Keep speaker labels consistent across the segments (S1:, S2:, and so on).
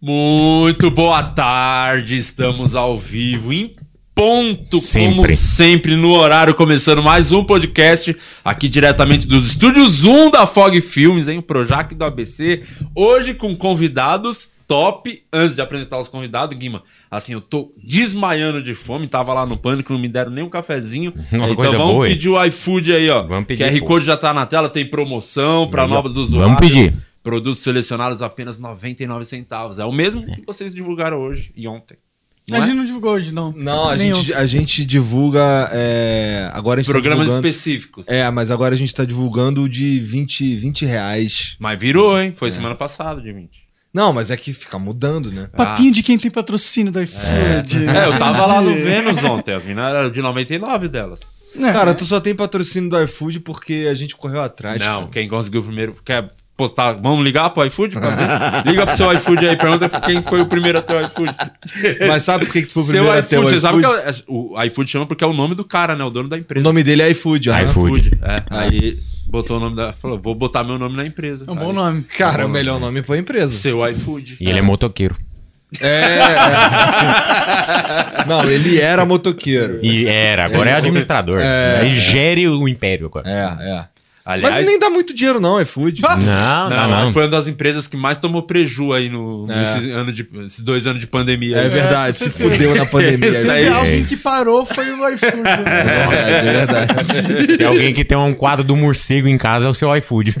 S1: Muito boa tarde, estamos ao vivo em ponto, como
S2: Sempre.
S1: sempre, no horário, começando mais um podcast aqui diretamente dos estúdios 1 da Fog Filmes, hein? Projac do ABC, hoje com convidados top. Antes de apresentar os convidados, Guima, assim, eu tô desmaiando de fome, tava lá no pânico, não me deram nem um cafezinho.
S2: Uma
S1: então
S2: coisa
S1: vamos
S2: boa, hein?
S1: pedir o iFood aí, ó.
S2: Vamos pedir,
S1: QR
S2: pô.
S1: Code já tá na tela, tem promoção para
S2: Aí, ó.
S1: novos usuários.
S2: Vamos pedir.
S1: Produtos selecionados apenas 99 centavos. É o mesmo que vocês divulgaram hoje e ontem. Não
S3: a
S1: é?
S3: gente não divulgou hoje, não.
S4: Não, a
S3: Nem
S4: gente, a gente divulga. é, agora a gente
S1: Programas
S4: tá divulgando.
S1: específicos.
S4: É, mas agora a gente tá divulgando o de 20, 20 reais.
S1: Mas virou, hein?
S4: É.
S1: Foi semana passada, de 20.
S4: Não, mas é que fica mudando, né?
S3: Papinho de quem tem patrocínio da iFood.
S1: É, eu tava lá no
S3: De-
S1: Vênus ontem. As meninas eram de 99 delas.
S3: É.
S4: Cara, tu só tem patrocínio do iFood porque a gente tá- correu atrás.
S1: não,
S4: cara.
S1: quem conseguiu primeiro. Quer postar? Vamos ligar pro iFood? pra ver? Liga pro seu iFood aí, pergunta quem foi o primeiro a ter o iFood.
S4: Mas sabe por que, que tu foi Tipo, o
S1: Seu
S4: primeiro
S1: iFood,
S4: a ter o
S1: você
S4: iFood?
S1: sabe que é o, o iFood chama porque é o nome do cara, né? O dono da
S4: O
S1: empresa.
S4: nome dele é iFood, Ah. ó.
S2: iFood.
S1: É, Aí botou o nome da. Falou, vou botar meu nome na empresa.
S3: É um bom
S1: Aí,
S3: nome.
S4: Cara, é o melhor nome pra empresa.
S1: Seu iFood.
S2: E ele é motoqueiro.
S4: É, é. Não, ele era motoqueiro.
S2: E era, agora é administrador. Ele gere o império agora.
S4: É, é.
S1: Aliás,
S4: Mas nem dá muito dinheiro, não, iFood.
S2: Não,
S1: Não,
S2: não, É. não.
S1: mas foi uma das empresas que mais tomou preju aí no, nesse ano de, esses dois anos de pandemia.
S4: É verdade, se fudeu na pandemia.
S1: Esse
S4: É
S1: daí-
S3: Teve alguém que parou foi o iFood. né?
S4: verdade, é verdade.
S2: Se tem alguém que tem um quadro do morcego em casa, é o seu iFood.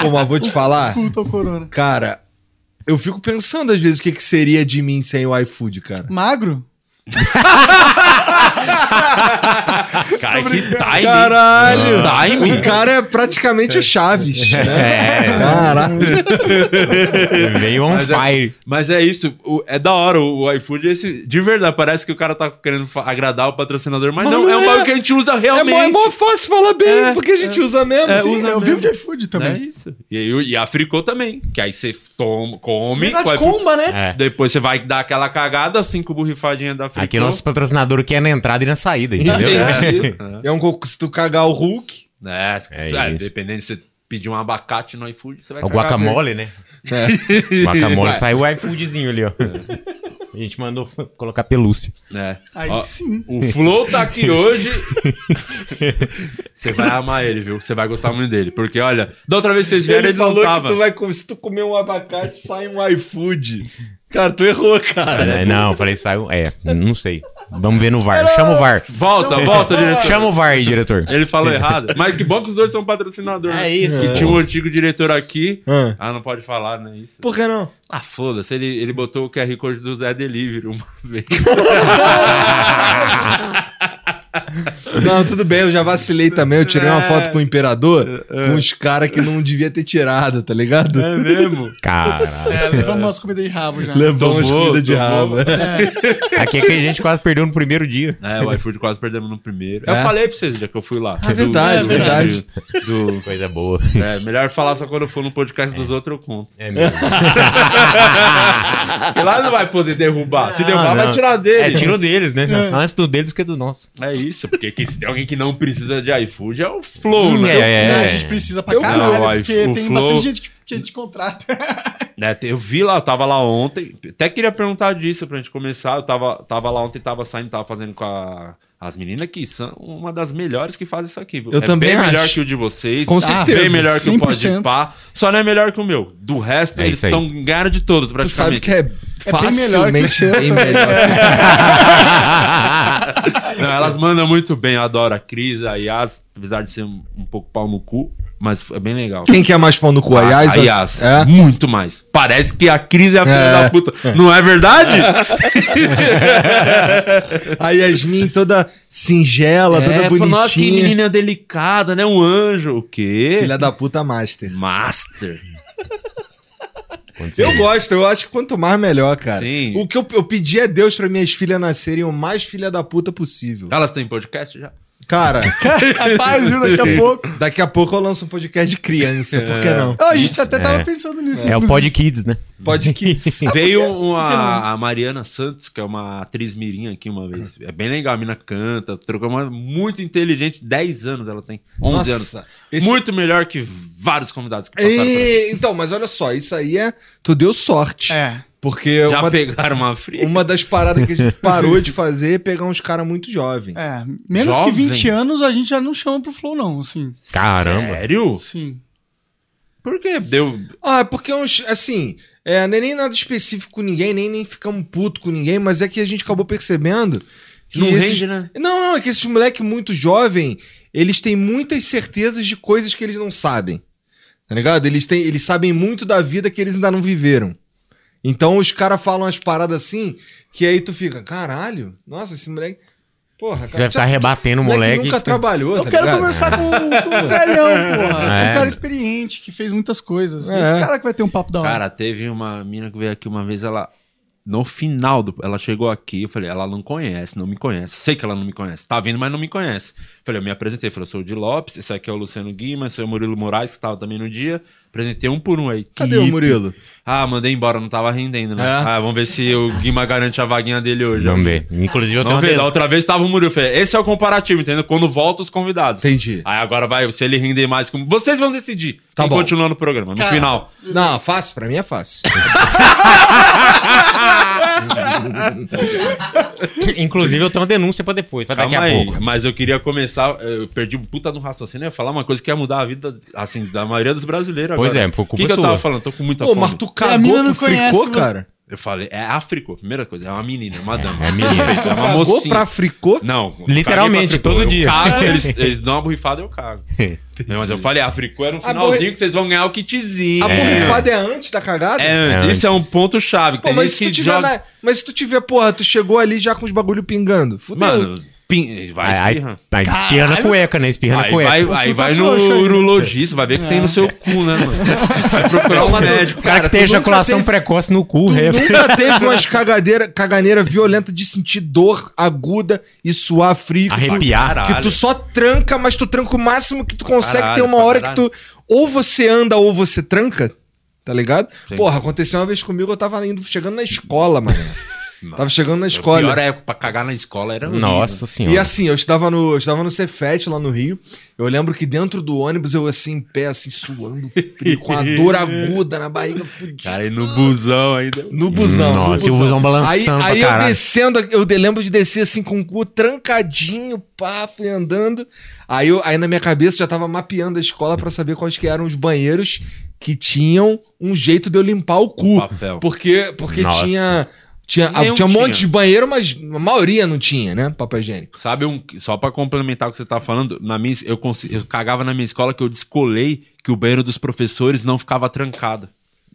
S4: Pô, mas vou te falar.
S3: Culto ao corona.
S4: Cara, eu fico pensando às vezes o que, que seria de mim sem o iFood, cara.
S3: Magro?
S1: Cara, que timing.
S2: tá.
S4: Caralho!
S2: Ah.
S1: Timing.
S4: O cara é praticamente o Chaves, né?
S2: é,
S4: Caralho.
S2: veio on
S1: Mas é-
S2: fire.
S1: Mas é isso, o- é da hora o, o iFood. Esse, de verdade, parece que o cara tá querendo fa- agradar o patrocinador, mas,
S4: Mas
S1: não,
S4: não
S1: é um
S4: é.
S1: bagulho que a gente usa
S4: É
S1: realmente.
S4: mó, é mó fácil falar bem,
S1: É,
S4: porque a gente usa mesmo.
S1: É,
S4: assim.
S1: usa mesmo.
S3: eu vivo de iFood
S1: É
S3: também.
S1: isso. E, aí- e a Fricô também, que aí você toma, come,
S3: Verdade,
S1: com a Fricô.
S3: comba, né?
S2: É.
S1: depois você vai dar aquela cagada, cinco borrifadinhas da Fricô.
S2: Aqui é nosso patrocinador quer na entrada e na saída, entendeu?
S4: Entendi. Tá É um coco, se tu cagar o Hulk.
S1: É,
S2: É
S1: sabe,
S2: isso.
S1: dependendo se você pedir um abacate no iFood, você vai
S2: O
S1: cagar
S2: guacamole, né? O guacamole saiu o iFoodzinho ali, ó. A gente mandou colocar pelúcia.
S1: verde. É.
S3: Aí
S1: Ó,
S3: sim.
S1: O Flow tá aqui hoje. Você vai amar ele, viu? Você vai gostar muito dele. Porque, olha, da outra vez que vocês vieram, ele, não tava.
S4: vai, com- se tu comer um abacate, sai um iFood. Cara, tu errou, cara.
S2: É, não, eu falei, saiu. É, não sei. Vamos ver no VAR. Chama o VAR.
S1: Volta, volta, diretor.
S2: Chama o VAR aí, diretor.
S1: Ele falou errado. Mas que bom que os dois são patrocinadores.
S2: É isso,
S1: Que
S2: pô.
S1: tinha um antigo diretor aqui.
S4: Ah.
S1: Ah, não pode falar, né? Isso.
S4: Por que não?
S1: Ah, foda-se. Ele, ele botou o QR Code do Zé Delivery uma vez.
S4: Não, tudo bem, eu já vacilei também. Eu tirei uma
S1: É.
S4: foto com o imperador, com uns caras que não devia ter tirado, tá ligado?
S1: É mesmo?
S2: Caralho.
S3: É, levamos umas comidas de rabo já.
S4: Levou umas
S1: Tomou,
S4: comidas de
S1: tomou.
S4: rabo.
S2: Aqui é que a gente quase perdeu no primeiro dia.
S1: É, o iFood quase perdemos no primeiro. Eu
S4: É?
S1: falei pra vocês já que eu fui lá.
S4: Ah, verdade, verdade.
S1: do-
S2: Coisa boa.
S1: é, melhor falar só quando eu for no podcast dos outros, eu conto.
S2: É mesmo.
S1: E lá não vai poder derrubar. Se derrubar,
S2: Ah,
S1: vai
S2: não.
S1: tirar dele.
S2: É tiro deles, né? Antes do deles que do nosso.
S1: É isso, porque quem- se tem alguém que não precisa de iFood é o Flow,
S2: Hum,
S1: né?
S2: é, é.
S3: Ah, a gente precisa pra
S1: Eu-
S3: caralho,
S1: Não, o
S3: porque
S1: iFood,
S3: tem
S1: o Flow-
S3: bastante gente que, que a gente contrata.
S1: Né, Eu vi lá, eu tava lá ontem. Até queria perguntar disso pra gente começar. Eu tava, tava lá ontem, tava saindo, tava fazendo com a- as meninas que são uma das melhores que fazem isso aqui, viu?
S4: Eu
S1: é
S4: também
S1: bem melhor
S4: acho.
S1: que o de vocês. tá
S4: Com
S1: Bem
S4: certeza,
S1: melhor que o Pode
S3: 100%.
S1: Pá. Só não é melhor que o meu. Do resto,
S2: É
S1: eles
S2: isso aí.
S1: estão ganhando de todos,
S4: Tu sabe
S1: praticamente.
S4: que é
S3: melhor que o
S4: facilmente
S3: seu,
S4: bem
S3: tá?
S4: melhor.
S1: Não, elas mandam muito bem. Eu adoro a Cris, a Yas, apesar de ser um, um pouco pau no cu, mas é bem legal.
S4: Quem quer mais pão no cu? Aliás,
S1: Ah, a Yas,
S4: É?
S1: muito mais. Parece que a Cris é a filha
S4: É.
S1: da puta. Não é verdade?
S4: A Yasmin toda singela, toda
S1: É, falou, Nossa, que
S4: bonitinha.
S1: menina delicada, né? Um anjo. O quê?
S4: Filha da puta master.
S1: Master.
S4: Eu gosto, eu acho que quanto mais melhor, cara.
S1: Sim.
S4: O que é eu, eu pedi a Deus pra minhas filhas nascerem o mais filha da puta possível.
S1: Elas têm podcast já?
S4: Cara,
S3: Capaz, viu? Daqui a pouco.
S4: daqui a pouco eu lanço um podcast de criança, por
S1: É.
S4: que não?
S3: Ó, a gente até tava
S2: É.
S3: pensando nisso.
S2: É o
S3: inclusive.
S2: Pod Kids, né?
S4: Pod Kids.
S1: Veio uma, a Mariana Santos, que é uma atriz mirim aqui uma vez. É bem legal, a mina canta, trocou uma muito inteligente, 10 anos ela tem, 11 anos.
S4: Nossa, esse...
S1: Muito melhor que vários convidados que passaram. por
S4: E- Então, mas olha só, isso aí é. Tu deu sorte.
S3: É.
S4: Porque
S1: aqui. Já
S4: uma,
S1: pegaram uma fria?
S4: uma das paradas que a gente parou de fazer é pegar uns caras muito jovens.
S3: É, menos
S1: Jovem.
S3: que 20 anos a gente já não chama pro Flow, não, assim.
S2: Caramba.
S1: Sério?
S3: Sim.
S1: Por que deu...
S4: Ah, é porque uns. Assim, é, não é nem nada específico com ninguém, nem, nem ficamos puto com ninguém, mas é que a gente acabou percebendo. Que
S1: Não
S4: esses-
S1: rende, né?
S4: Não, não, é que esses moleque muito jovem, eles têm muitas certezas de coisas que eles não sabem. Tá ligado? Eles, têm, eles sabem muito da vida que eles ainda não viveram. Então os caras falam umas paradas assim, que aí tu fica, caralho, nossa, esse moleque. Porra,
S2: Você vai ficar rebatendo o moleque. tipo,
S4: nunca trabalhou,
S3: Eu
S4: tá
S3: quero
S4: ligado?
S3: conversar com, um, com o velhão, porra.
S2: É.
S3: Um cara experiente que fez muitas coisas.
S4: É.
S3: Esse cara que vai ter um papo da hora.
S1: Cara, teve uma mina que veio aqui uma vez, ela. No final do. Ela chegou aqui, eu falei, ela não conhece, não me conhece. Sei que ela não me conhece. Tá vindo, mas não me conhece. Falei, eu me apresentei. Falei, eu sou o de Lopes, esse aqui é o Luciano Guimas, sou o Murilo Moraes, que estava também no dia. Apresentei um por um aí.
S4: Cadê o
S1: Que-
S4: Murilo?
S1: Ah, mandei embora, não tava rendendo, né?
S4: É?
S1: Ah, vamos ver se o Guima garante a vaguinha dele hoje.
S2: Vamos ver. Inclusive, eu
S1: Vamos
S2: tenho uma
S1: ver, da
S2: denúncia.
S1: outra vez tava o Murilo. Falei, esse é o comparativo, entendeu? Quando volta os convidados.
S4: Entendi.
S1: Aí agora vai, se ele render mais. com- Vocês vão decidir.
S4: Tá
S1: Quem
S4: bom.
S1: continuar no programa, no
S2: Tá.
S3: Cara,
S1: final.
S4: Não, fácil, pra mim é fácil.
S2: Inclusive, eu tenho uma denúncia pra depois, pra daqui
S1: Calma
S2: a
S1: aí,
S2: pouco.
S1: mas eu queria começar. Eu perdi um puta no raciocínio. Eu ia falar uma coisa que ia mudar a vida, assim, da maioria dos brasileiros.
S2: Pois
S1: agora.
S2: é, foi
S1: O
S2: culpa
S1: que, que eu
S2: sua.
S1: tava falando? Tô com muita
S4: Pô,
S1: fome.
S4: mas tu
S3: E a mina
S4: cagou
S3: não
S4: pro fricô,
S3: conhece,
S4: cara?
S1: Eu falei, é Africô. Primeira coisa, é uma menina, é uma dama.
S2: É menina.
S1: É uma
S4: Cagou
S1: mocinha.
S4: pra fricô?
S1: Não.
S2: Literalmente,
S1: caguei pra Africô.
S2: todo
S1: Eu
S2: dia.
S1: cago, eles, eles dão uma borrifada eu cago. Não, mas eu falei, Africô era um finalzinho que vocês vão ganhar o kitzinho.
S4: A
S1: É.
S4: borrifada é antes da cagada?
S1: É antes.
S2: É
S1: Isso é um
S2: antes.
S1: ponto chave. que
S4: Pô,
S1: tem
S4: mas
S1: gente
S4: se tu
S1: que
S4: tiver
S1: joga-
S4: na- Mas se tu tiver, porra, tu chegou ali já com os bagulho pingando. Fudeu.
S1: Mano, pin- vai
S2: Aí,
S1: espirra.
S2: aí, aí espirra na cueca, né? Espirra na
S1: Aí
S2: cueca.
S1: vai, aí
S3: Puta
S4: tá
S1: vai no
S3: frouxo aí.
S1: urologista, vai ver que tem
S4: É.
S1: no seu cu, né, mano? Vai procurar um
S4: Mas tu-
S1: médico.
S2: O cara, que tem
S4: tu nunca
S2: ejaculação
S4: teve-
S2: precoce no cu,
S4: Tu
S2: é.
S4: nunca teve umas cagadeira, caganeira violenta de sentir dor aguda e suar frio. que tu-
S2: Arrepiar.
S1: Caralho.
S4: Que tu só tranca, mas tu tranca o máximo que tu consegue.
S1: Caralho,
S4: tem uma
S1: pra
S4: hora
S1: caralho.
S4: que tu. Ou você anda ou você tranca. Tá ligado?
S1: Sim.
S4: Porra, aconteceu uma vez comigo, eu tava indo, chegando na escola, mano. tava chegando na
S1: A pior é
S4: escola.
S1: época pra cagar na escola era horrível.
S2: Nossa
S4: E
S2: senhora.
S4: assim, eu estava no, eu estudava no Cefet lá no Rio. Eu lembro que dentro do ônibus eu assim, em pé, assim, suando frio, com a dor aguda na barriga, fudido.
S1: Cara, e no busão ainda.
S4: No busão.
S2: Nossa,
S4: no
S2: e o busão balançando
S4: Aí,
S2: pra
S4: aí eu
S2: caralho.
S4: descendo, eu de- lembro de descer assim com o cu trancadinho, pá, fui andando. Aí, eu- aí na minha cabeça eu já tava mapeando a escola pra saber quais que eram os banheiros que tinham um jeito de eu limpar o cu.
S1: Papel.
S4: Porque, porque
S2: Nossa.
S4: tinha. Tinha, ah,
S1: Nenhum
S4: tinha um monte
S1: tinha.
S4: de banheiro, mas a maioria não tinha, né? Papel higiênico.
S1: Sabe um. Só pra complementar o que você tá falando, na minha, eu, consi- eu cagava na minha escola que eu descolei que o banheiro dos professores não ficava trancado.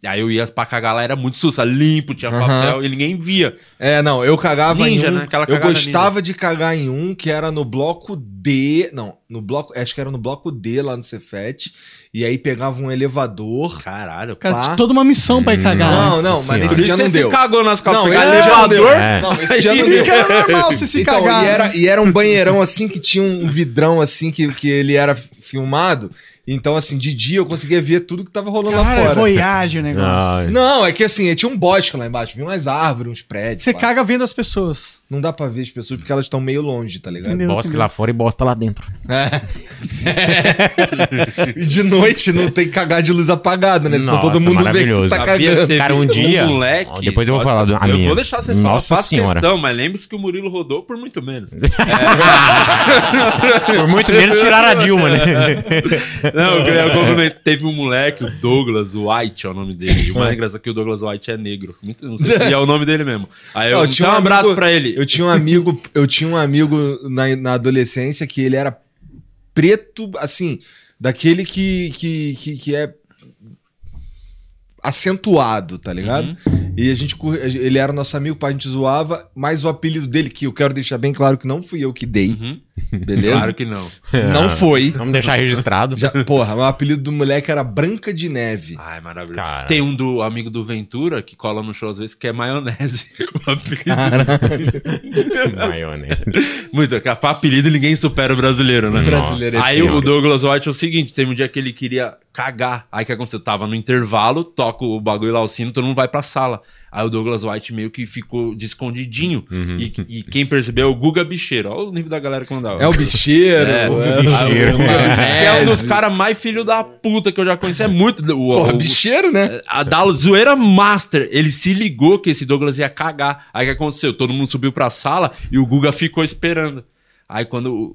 S1: Aí eu ia pra cagar lá, era muito sussa, limpo, tinha papel e ninguém via.
S4: É, não, eu cagava
S1: Ninja,
S4: em um.
S1: né? Aquela
S4: Eu
S1: cagada
S4: gostava de cagar em um que era no bloco D. Não, no bloco. Acho que era no bloco D lá no Cefet. E aí pegava um elevador.
S1: Caralho,
S3: Cara,
S4: pá.
S3: tinha toda uma missão pra ir cagar.
S4: Não,
S2: Nossa
S4: não, mas
S2: senhora.
S4: esse
S1: Por
S4: dia
S1: isso
S4: não
S1: você
S4: deu.
S1: se cagou nas calças.
S4: Não,
S1: Pegar
S4: esse dia não deu.
S1: elevador,
S2: É.
S4: Não, esse dia não
S3: Isso
S4: deu.
S3: que era normal se se
S4: Então,
S3: cagar.
S4: e
S1: né?
S4: era, e era um banheirão assim que tinha um vidrão assim que, que ele era f- filmado. Então, assim, de dia eu conseguia ver tudo que tava rolando lá
S3: Cara,
S4: fora.
S3: é voyage o negócio.
S2: Ah,
S4: Não, é que assim, tinha um bosque lá embaixo, vinha umas árvores, uns prédios.
S3: Você
S4: pá.
S3: caga vendo as pessoas.
S4: Não dá pra ver as pessoas porque elas estão meio longe, tá ligado?
S3: Entendeu?
S2: bosta lá fora e bosta lá dentro.
S4: É. E de noite não tem que cagar de luz apagada, né? Senão
S2: Nossa,
S4: todo mundo vê que
S2: maravilhoso.
S4: tu tá
S1: Sabia
S4: cagando.
S1: que teve
S2: Cara, um dia-
S1: moleque.
S2: Ó, depois eu vou
S1: Pode
S2: falar do- a
S1: Eu
S2: minha.
S1: vou deixar você falar.
S2: Nossa
S1: faço
S2: senhora.
S1: questão, mas lembre-se que o Murilo rodou por muito menos. É.
S2: Por muito menos tiraram a Dilma, né?
S1: Não, eu queria complementar. Teve um moleque, o Douglas White é o nome dele. E o mais engraçado é que o Douglas White é negro. Muito- não sei se é o nome dele mesmo. Aí eu,
S4: Não, eu
S1: tinha um abraço
S4: amigo-
S1: pra ele.
S4: Eu tinha um amigo, eu tinha um amigo na, na adolescência que ele era preto, assim, daquele que, que, que, que é acentuado, tá ligado? E a gente, cur- ele era o nosso amigo, pai, a gente zoava, mas o apelido dele, que eu quero deixar bem claro que não fui eu que dei,
S1: Uhum.
S4: beleza?
S1: Claro que não.
S4: Não foi.
S2: Vamos deixar registrado.
S4: Já, porra, o apelido do moleque era Branca de Neve.
S1: Ai, maravilhoso.
S2: Cara.
S1: Tem um do amigo do Ventura que cola no show às vezes que é maionese. O apelido-
S2: Maionese.
S1: Muito, que pra apelido ninguém supera o brasileiro, né?
S4: Brasileiro é
S1: Aí
S4: assim, ó.
S1: o Douglas White é o seguinte: teve um dia que ele queria cagar. Aí o que aconteceu? Tava no intervalo, toca o bagulho lá, o sino, todo mundo vai pra sala. Aí o Douglas White meio que ficou de escondidinho. E, e quem percebeu é o Guga Bicheiro. Olha o nível da galera que mandava.
S4: É o bicheiro.
S1: É,
S4: é
S1: Aí
S4: o
S1: o Guga
S4: maionese.
S1: que é um dos caras mais filho da puta que eu já conheci. É muito. O,
S4: Porra,
S1: o-
S4: bicheiro, né?
S1: a da zoeira master, ele se ligou que esse Douglas ia cagar. Aí o que aconteceu? Todo mundo subiu pra sala e o Guga ficou esperando. Aí quando o-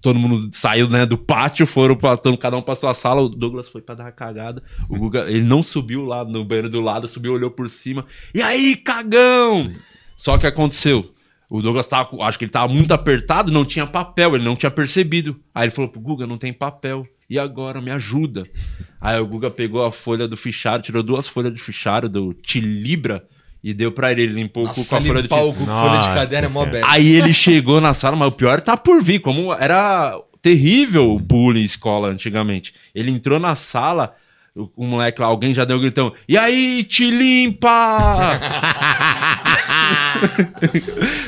S1: todo mundo saiu né, do pátio, foram pra, todo, cada um pra sua sala, o Douglas foi pra dar a cagada. O Guga, ele não subiu lá no banheiro do lado, subiu, olhou por cima. E aí, cagão! Só que aconteceu. O Douglas tava, com- acho que ele tava muito apertado, não tinha papel, ele não tinha percebido. Aí ele falou pro Guga, não tem papel. E agora, me ajuda. Aí o Guga pegou a folha do fichário, tirou duas folhas do fichário do Tilibra e deu pra ele, ele limpou o cu com a folha do
S4: limpar
S1: Tilibra.
S4: o cu com folha de
S2: Nossa
S4: caderno é mó
S2: Senhora.
S4: bad.
S1: Aí ele chegou na sala, mas o pior tá por vir, como era terrível o bullying em escola antigamente. Ele entrou na sala, o, o moleque lá, alguém já deu um gritão, e aí, te limpa!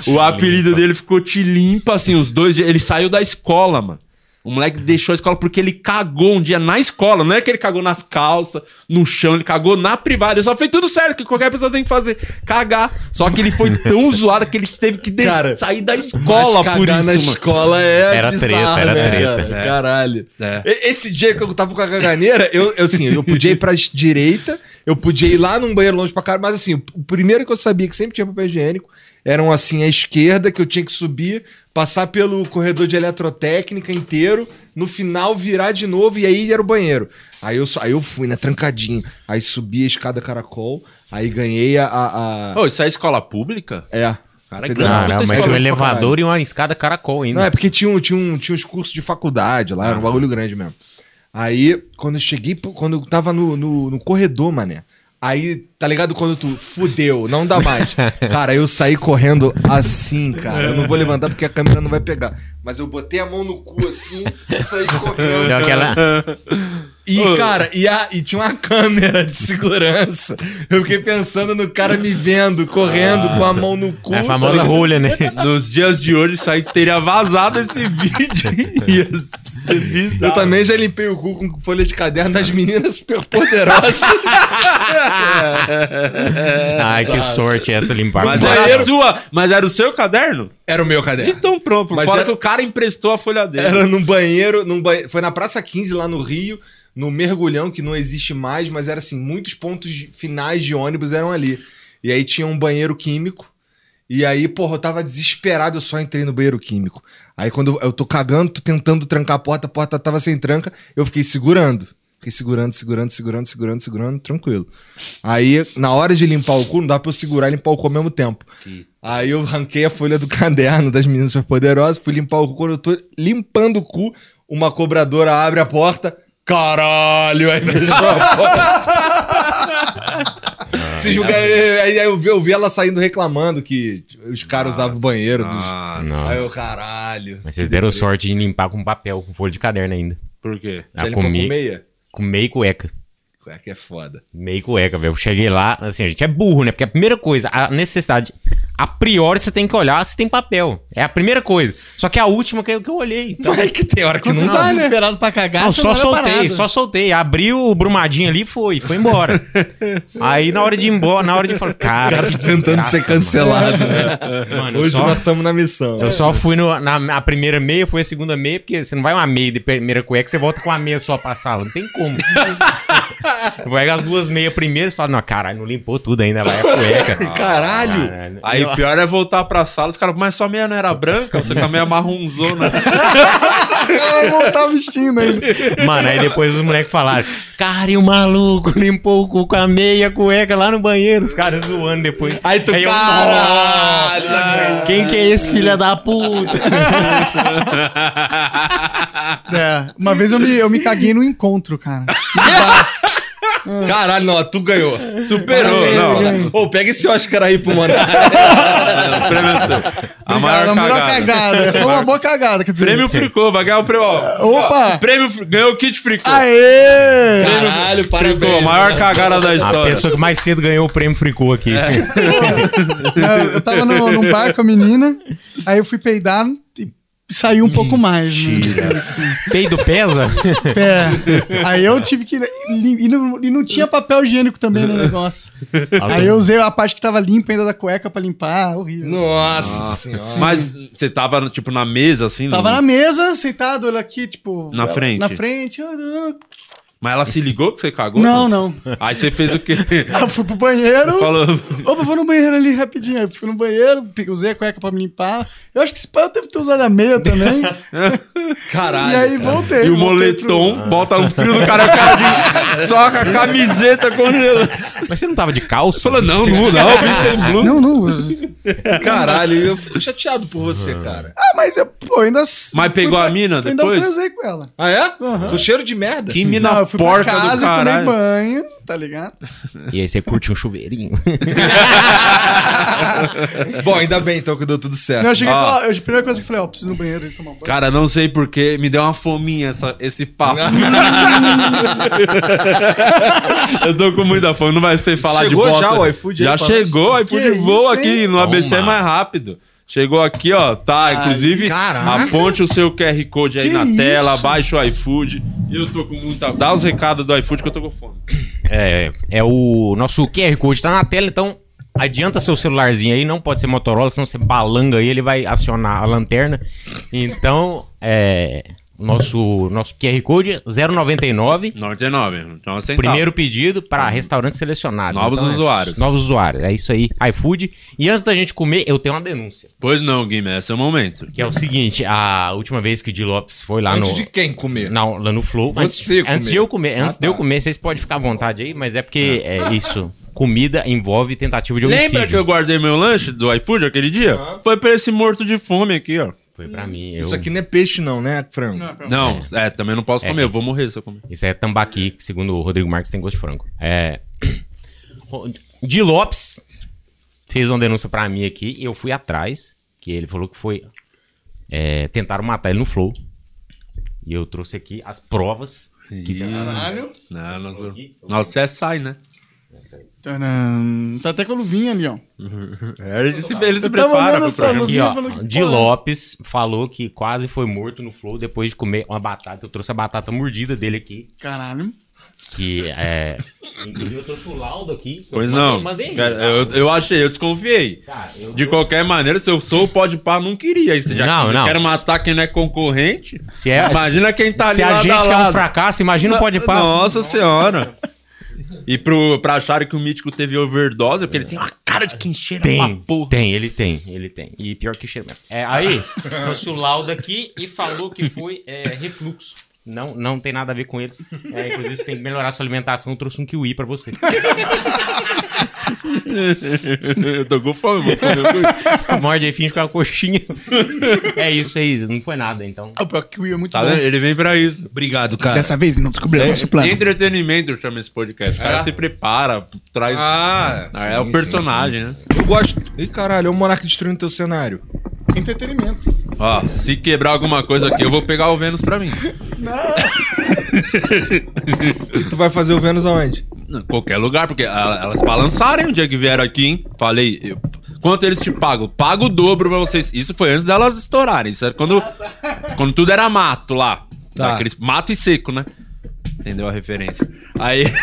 S1: o apelido dele ficou te limpa, assim, os dois dias, ele saiu da escola, mano. O moleque deixou a escola porque ele cagou um dia na escola. Não é que ele cagou nas calças, no chão, ele cagou na privada. Ele só fez tudo certo que qualquer pessoa tem que fazer. Cagar. Só que ele foi tão zoado que ele teve que de-
S4: Cara,
S1: sair da escola
S4: Mas
S1: por
S4: cagar
S1: isso,
S4: na
S1: mano.
S4: escola é
S2: Era
S4: bizarro,
S2: treta, era
S4: né,
S2: treta.
S4: cara?
S1: É.
S4: Caralho.
S1: É.
S4: E- Esse dia que eu tava com a caganeira, eu, eu, assim, eu podia ir pra direita, eu podia ir lá num banheiro longe pra cara, mas assim, o primeiro que eu sabia que sempre tinha papel higiênico eram assim, à esquerda, que eu tinha que subir, passar pelo corredor de eletrotécnica inteiro, no final virar de novo e aí era o banheiro. Aí eu, só- aí eu fui, né, trancadinho. Aí subi a escada caracol, aí ganhei a. a, a-
S1: Ô, isso é escola pública?
S4: É.
S1: Cara, grande.
S4: Federal.
S2: Caramba,
S1: Puta
S2: mas
S1: escola
S2: um
S1: pra
S2: elevador e uma escada caracol ainda.
S4: Não, é porque tinha, um- tinha, um, tinha uns cursos de faculdade lá, era
S2: Ah.
S4: um bagulho grande mesmo. Aí, quando eu cheguei, pro- quando eu tava no, no, no corredor, mané. Aí, tá ligado? Quando tu fudeu, não dá mais. cara, eu saí correndo assim, cara. Eu não
S2: É.
S4: vou levantar porque a câmera não vai pegar. Mas eu botei a mão no cu assim, saí correndo.
S2: Deu aquela...
S4: E, cara, e, a- e tinha uma câmera de segurança. Eu fiquei pensando no cara me vendo, correndo, com a mão no cu.
S2: É a
S4: tá
S2: famosa
S4: ligado?
S2: rolha, né?
S1: Nos dias de hoje, isso aí teria vazado esse vídeo. Ia ser
S4: Eu
S1: bizarro.
S4: também já limpei o cu com folha de caderno das meninas superpoderosas. É,
S2: Ai, que sorte essa limpar.
S1: Mas
S2: com
S1: era
S2: papel.
S1: a sua, mas era o seu caderno?
S4: Era o meu
S3: É.
S4: caderno.
S1: Então pronto,
S4: Mas
S1: fora
S4: era-
S1: que o cara emprestou a folha dele.
S4: Era num banheiro, num banhe- foi na Praça 15 lá no Rio, no Mergulhão, que não existe mais, mas era assim, muitos pontos de- finais de ônibus eram ali. E aí tinha um banheiro químico. E aí, porra, eu tava desesperado, eu só entrei no banheiro químico. Aí quando eu tô cagando, tô tentando trancar a porta, a porta tava sem tranca, eu fiquei segurando. Fiquei segurando, segurando, segurando, segurando, segurando, tranquilo. Aí, na hora de limpar o cu, não dá pra eu segurar e limpar o cu ao mesmo tempo. Aí eu arranquei a folha do caderno das meninas superpoderosas, fui limpar o cu. Quando eu tô limpando o cu, uma cobradora abre a porta. Caralho! Aí fechou a porta. Se julgar, aí aí eu vi, eu vi ela saindo reclamando que os caras usavam o banheiro dos.
S2: Nossa.
S4: Aí eu, caralho.
S2: Mas vocês deram sorte de limpar com papel, com folha de caderno ainda.
S1: Por quê?
S2: Ah,
S4: Você limpou com
S2: comi,
S4: meia?
S2: com meia e cueca.
S4: É que é foda.
S2: Meio cueca, velho. Eu cheguei lá, assim, a gente é burro, né? Porque a primeira coisa, a necessidade. A priori você tem que olhar se tem papel. É a primeira coisa. Só que é a última que eu, que eu olhei. Então,
S4: Mas é que tem hora que
S3: Quando
S4: não
S3: você tá
S4: dá, né?
S3: desesperado pra cagar,
S2: Não,
S3: você
S2: só
S3: vai
S2: soltei,
S3: parado.
S2: só soltei. Abri o brumadinho ali e foi, foi embora. Aí na hora de ir embora, na hora de falar, cara.
S4: O cara tá
S2: que
S4: tentando
S2: desgraça,
S4: ser cancelado. né?
S2: mano. Mano, eu
S4: Hoje
S2: só,
S4: nós estamos na missão.
S2: eu só fui no- na a primeira meia, foi a segunda meia, porque você não vai uma meia de primeira cueca, você volta com a meia só pra sala. Não tem como. vai as duas meias primeiras e fala, não, caralho, não limpou tudo ainda, vai a cueca.
S4: Caralho!
S1: Aí o pior é voltar pra sala, os caras, mas sua meia não era branca, você com a meia marronzona.
S4: Ah,
S3: Ela não tá vestindo ainda.
S2: Mano, aí depois os moleques falaram: Cara, e o maluco limpou o cu com a meia cueca lá no banheiro. Os caras zoando depois.
S4: Aí tu,
S2: eu,
S4: "Caralho,
S2: "Nossa,
S4: não acredito."
S2: Quem que é esse filho da puta?
S3: É, uma vez eu me, eu me caguei no encontro, cara. No bar.
S4: Caralho, não, tu ganhou.
S1: Superou,
S3: Valeu,
S1: não.
S3: gente.
S4: Ô, pega esse Oscar aí pro mano.
S1: Não, prêmio é seu. A maior
S3: Obrigado, a melhor
S1: cagada.
S3: cagada. Foi uma boa cagada, quer dizer.
S1: Prêmio Fricô, vai ganhar o prêmio. ó.
S3: Opa!
S1: Ó, Prêmio Fri- ganhou o kit Fricô.
S3: Aê!
S1: Prêmio
S4: Caralho,
S1: Fricô,
S4: parabéns,
S1: maior
S4: mano.
S1: cagada da
S2: A
S1: história. É.
S2: pessoa que mais cedo ganhou o prêmio fricô aqui.
S3: Eu, eu tava no, num bar com a menina, aí eu fui peidar e saiu um pouco mais. Né? Assim,
S2: Peido pesa?
S3: pé. É, Aí eu tive que. lim- E não, e não tinha papel higiênico também no negócio. Aí eu usei a parte que tava limpa ainda da cueca pra limpar, horrível. Ah.
S4: Nossa senhora.
S1: Mas você tava, tipo, na mesa, assim?
S3: Tava
S1: no-
S3: na mesa, sentado, olha aqui, tipo.
S1: Na frente.
S3: Na frente. eu- eu-
S1: Mas ela se ligou que você cagou?
S3: Não, não.
S1: Aí você fez o quê?
S3: Aí eu fui pro banheiro.
S1: Falou.
S3: Opa, vou no banheiro ali rapidinho. Aí fui no banheiro, pe- usei a cueca pra me limpar. Eu acho que esse pai eu devo ter usado a meia também.
S4: Caralho.
S3: e aí
S4: cara.
S3: voltei.
S1: Tá, E o
S3: voltei pro- Ah.
S1: moletom, bota um frio do cara cardinho, só com a camiseta congelando.
S2: Mas você não tava de calça?
S1: Falou, não, não, não, Vincent Blue.
S3: Ah, Não, não.
S4: Caralho, eu fico chateado por você, cara.
S3: Ah, mas eu, pô, ainda. s-
S1: Mas
S3: fui
S1: pegou
S3: pra-
S1: a mina
S3: Ainda eu
S1: depois?
S3: transei com ela.
S4: Ah, é? Com cheiro de merda.
S1: Que mina
S3: Não, eu fui pra
S1: porca do
S3: casa e tomei
S1: caralho.
S3: banho, tá ligado?
S2: E aí você curte um chuveirinho.
S4: Bom, ainda bem então que deu tudo certo.
S3: Não, eu cheguei
S1: Ó.
S3: a falar, eu, a primeira coisa que eu falei, ó, preciso ir no banheiro e tomar um banho.
S1: Cara, não sei porquê, me deu uma fominha essa- esse papo. eu tô com muita fome, não vai ser falar
S4: Chegou
S1: de bosta.
S4: já o iFood aí
S1: Já
S4: pra
S1: chegou, o iFood
S3: Que
S1: voa
S3: isso,
S1: aqui
S3: hein?
S1: no ABC é
S2: Toma.
S1: mais rápido. Chegou aqui, ó, tá, inclusive,
S4: caraca.
S1: aponte o seu QR Code aí
S3: Que
S1: na tela,
S3: isso?
S1: baixa o iFood. Eu tô com muita... Dá os recados do iFood que eu tô com fome.
S2: É, é o nosso QR Code tá na tela, então adianta seu celularzinho aí, não pode ser Motorola, senão você balanga ele, ele vai acionar a lanterna. Então, é, nosso nosso QR Code é 099
S1: 99, então você
S2: Primeiro pedido para restaurantes selecionados.
S1: Novos
S2: é
S1: usuários.
S2: novos usuários. É isso aí, iFood. E antes da gente comer, eu tenho uma denúncia.
S1: Pois não, Guimê, esse é o momento.
S2: Que é o seguinte: a última vez que o Di Lopes foi lá
S4: Antes
S2: Tá no.
S4: de quem comer?
S2: Não, lá no Flow.
S4: Você
S2: antes, antes
S4: comer.
S2: de eu comer,
S4: Ah,
S2: antes de eu
S4: tá. Ah.
S2: comer, vocês podem ficar à vontade aí, mas é porque é isso. Comida envolve tentativa de homicídio.
S1: Lembra que eu guardei meu lanche do iFood aquele dia? Foi pra esse morto de fome aqui, ó.
S2: Foi pra mim. eu-
S4: Isso aqui não é peixe, não, né, frango?
S1: Não, é, também não posso comer, eu vou morrer se eu comer.
S2: Isso é tambaqui, que segundo o Rodrigo Marques tem gosto de frango. É. Di Lopes fez uma denúncia pra mim aqui e eu fui atrás, que ele falou que foi. é, tentaram matar ele no Flow. E eu trouxe aqui as provas. Que
S3: Caralho.
S1: Não, não, nossa, você sai, né?
S3: Tadam. Tá até com a luvinha ali, ó.
S1: É, ele se, ele se
S3: Eu tava
S1: prepara
S3: olhando
S1: pro
S3: essa
S1: programa.
S2: Aqui,
S3: luz. Não
S2: ó,
S3: vi falando que
S2: Di
S3: porra é
S2: Lopes falou que quase foi morto no Flow depois de comer uma batata. Eu trouxe a batata mordida dele aqui.
S3: Caralho.
S2: Que é. Inclusive, eu trouxe o laudo aqui. que eu
S1: Pois
S2: mandei-
S1: não,
S2: mandei.
S1: cara, eu, eu achei, eu desconfiei.
S2: tá? Cara, eu-
S1: De qualquer maneira, se eu sou o pode par, não queria isso. Já
S2: Não,
S1: que
S2: não.
S1: quero matar quem não é concorrente.
S2: Se é-
S1: imagina quem tá ali
S2: Se a
S1: lado
S2: gente que é
S1: lado.
S2: um fracasso, imagina o pode parar.
S1: Nossa senhora. E pro, pra acharem que o Mítico teve overdose, porque ele tem uma cara de quem cheira pra
S2: Tem,
S1: porra.
S2: tem, ele tem, ele tem. E pior que cheiro mesmo. É, aí, trouxe o laudo aqui e falou que foi é, refluxo. Não, não tem nada a ver com eles. É, inclusive, você tem que melhorar a sua alimentação. Eu trouxe um kiwi pra você.
S1: Eu tô com fome, vou comer o cu.
S2: Morde aí, finge com a coxinha. é isso, é isso. Não foi nada, então.
S3: O pior que o Will é muito
S1: Tá
S3: bom.
S1: vendo? É, Ele vem pra isso.
S4: Obrigado, cara.
S3: Dessa vez não descobriu o nosso plano.
S1: Entretenimento chama esse podcast. O cara se prepara, traz.
S4: Ah,
S1: é
S4: sim,
S1: o
S4: sim,
S1: personagem, né?
S4: sim. Eu gosto. Ih, caralho, é o monarca destruindo teu cenário.
S3: Entretenimento.
S1: Ó, se quebrar alguma coisa aqui, eu vou pegar o Vênus pra mim.
S4: E tu vai fazer o Vênus aonde?
S1: Não, Qualquer lugar, porque ah, elas balançarem o dia que vieram aqui, hein? Falei, eu- quanto eles te pagam? Pago o dobro pra vocês. Isso foi antes delas estourarem. Isso era quando, quando tudo era mato lá.
S4: Tá.
S1: Aqueles- mato e seco, né? Entendeu a referência? Aí.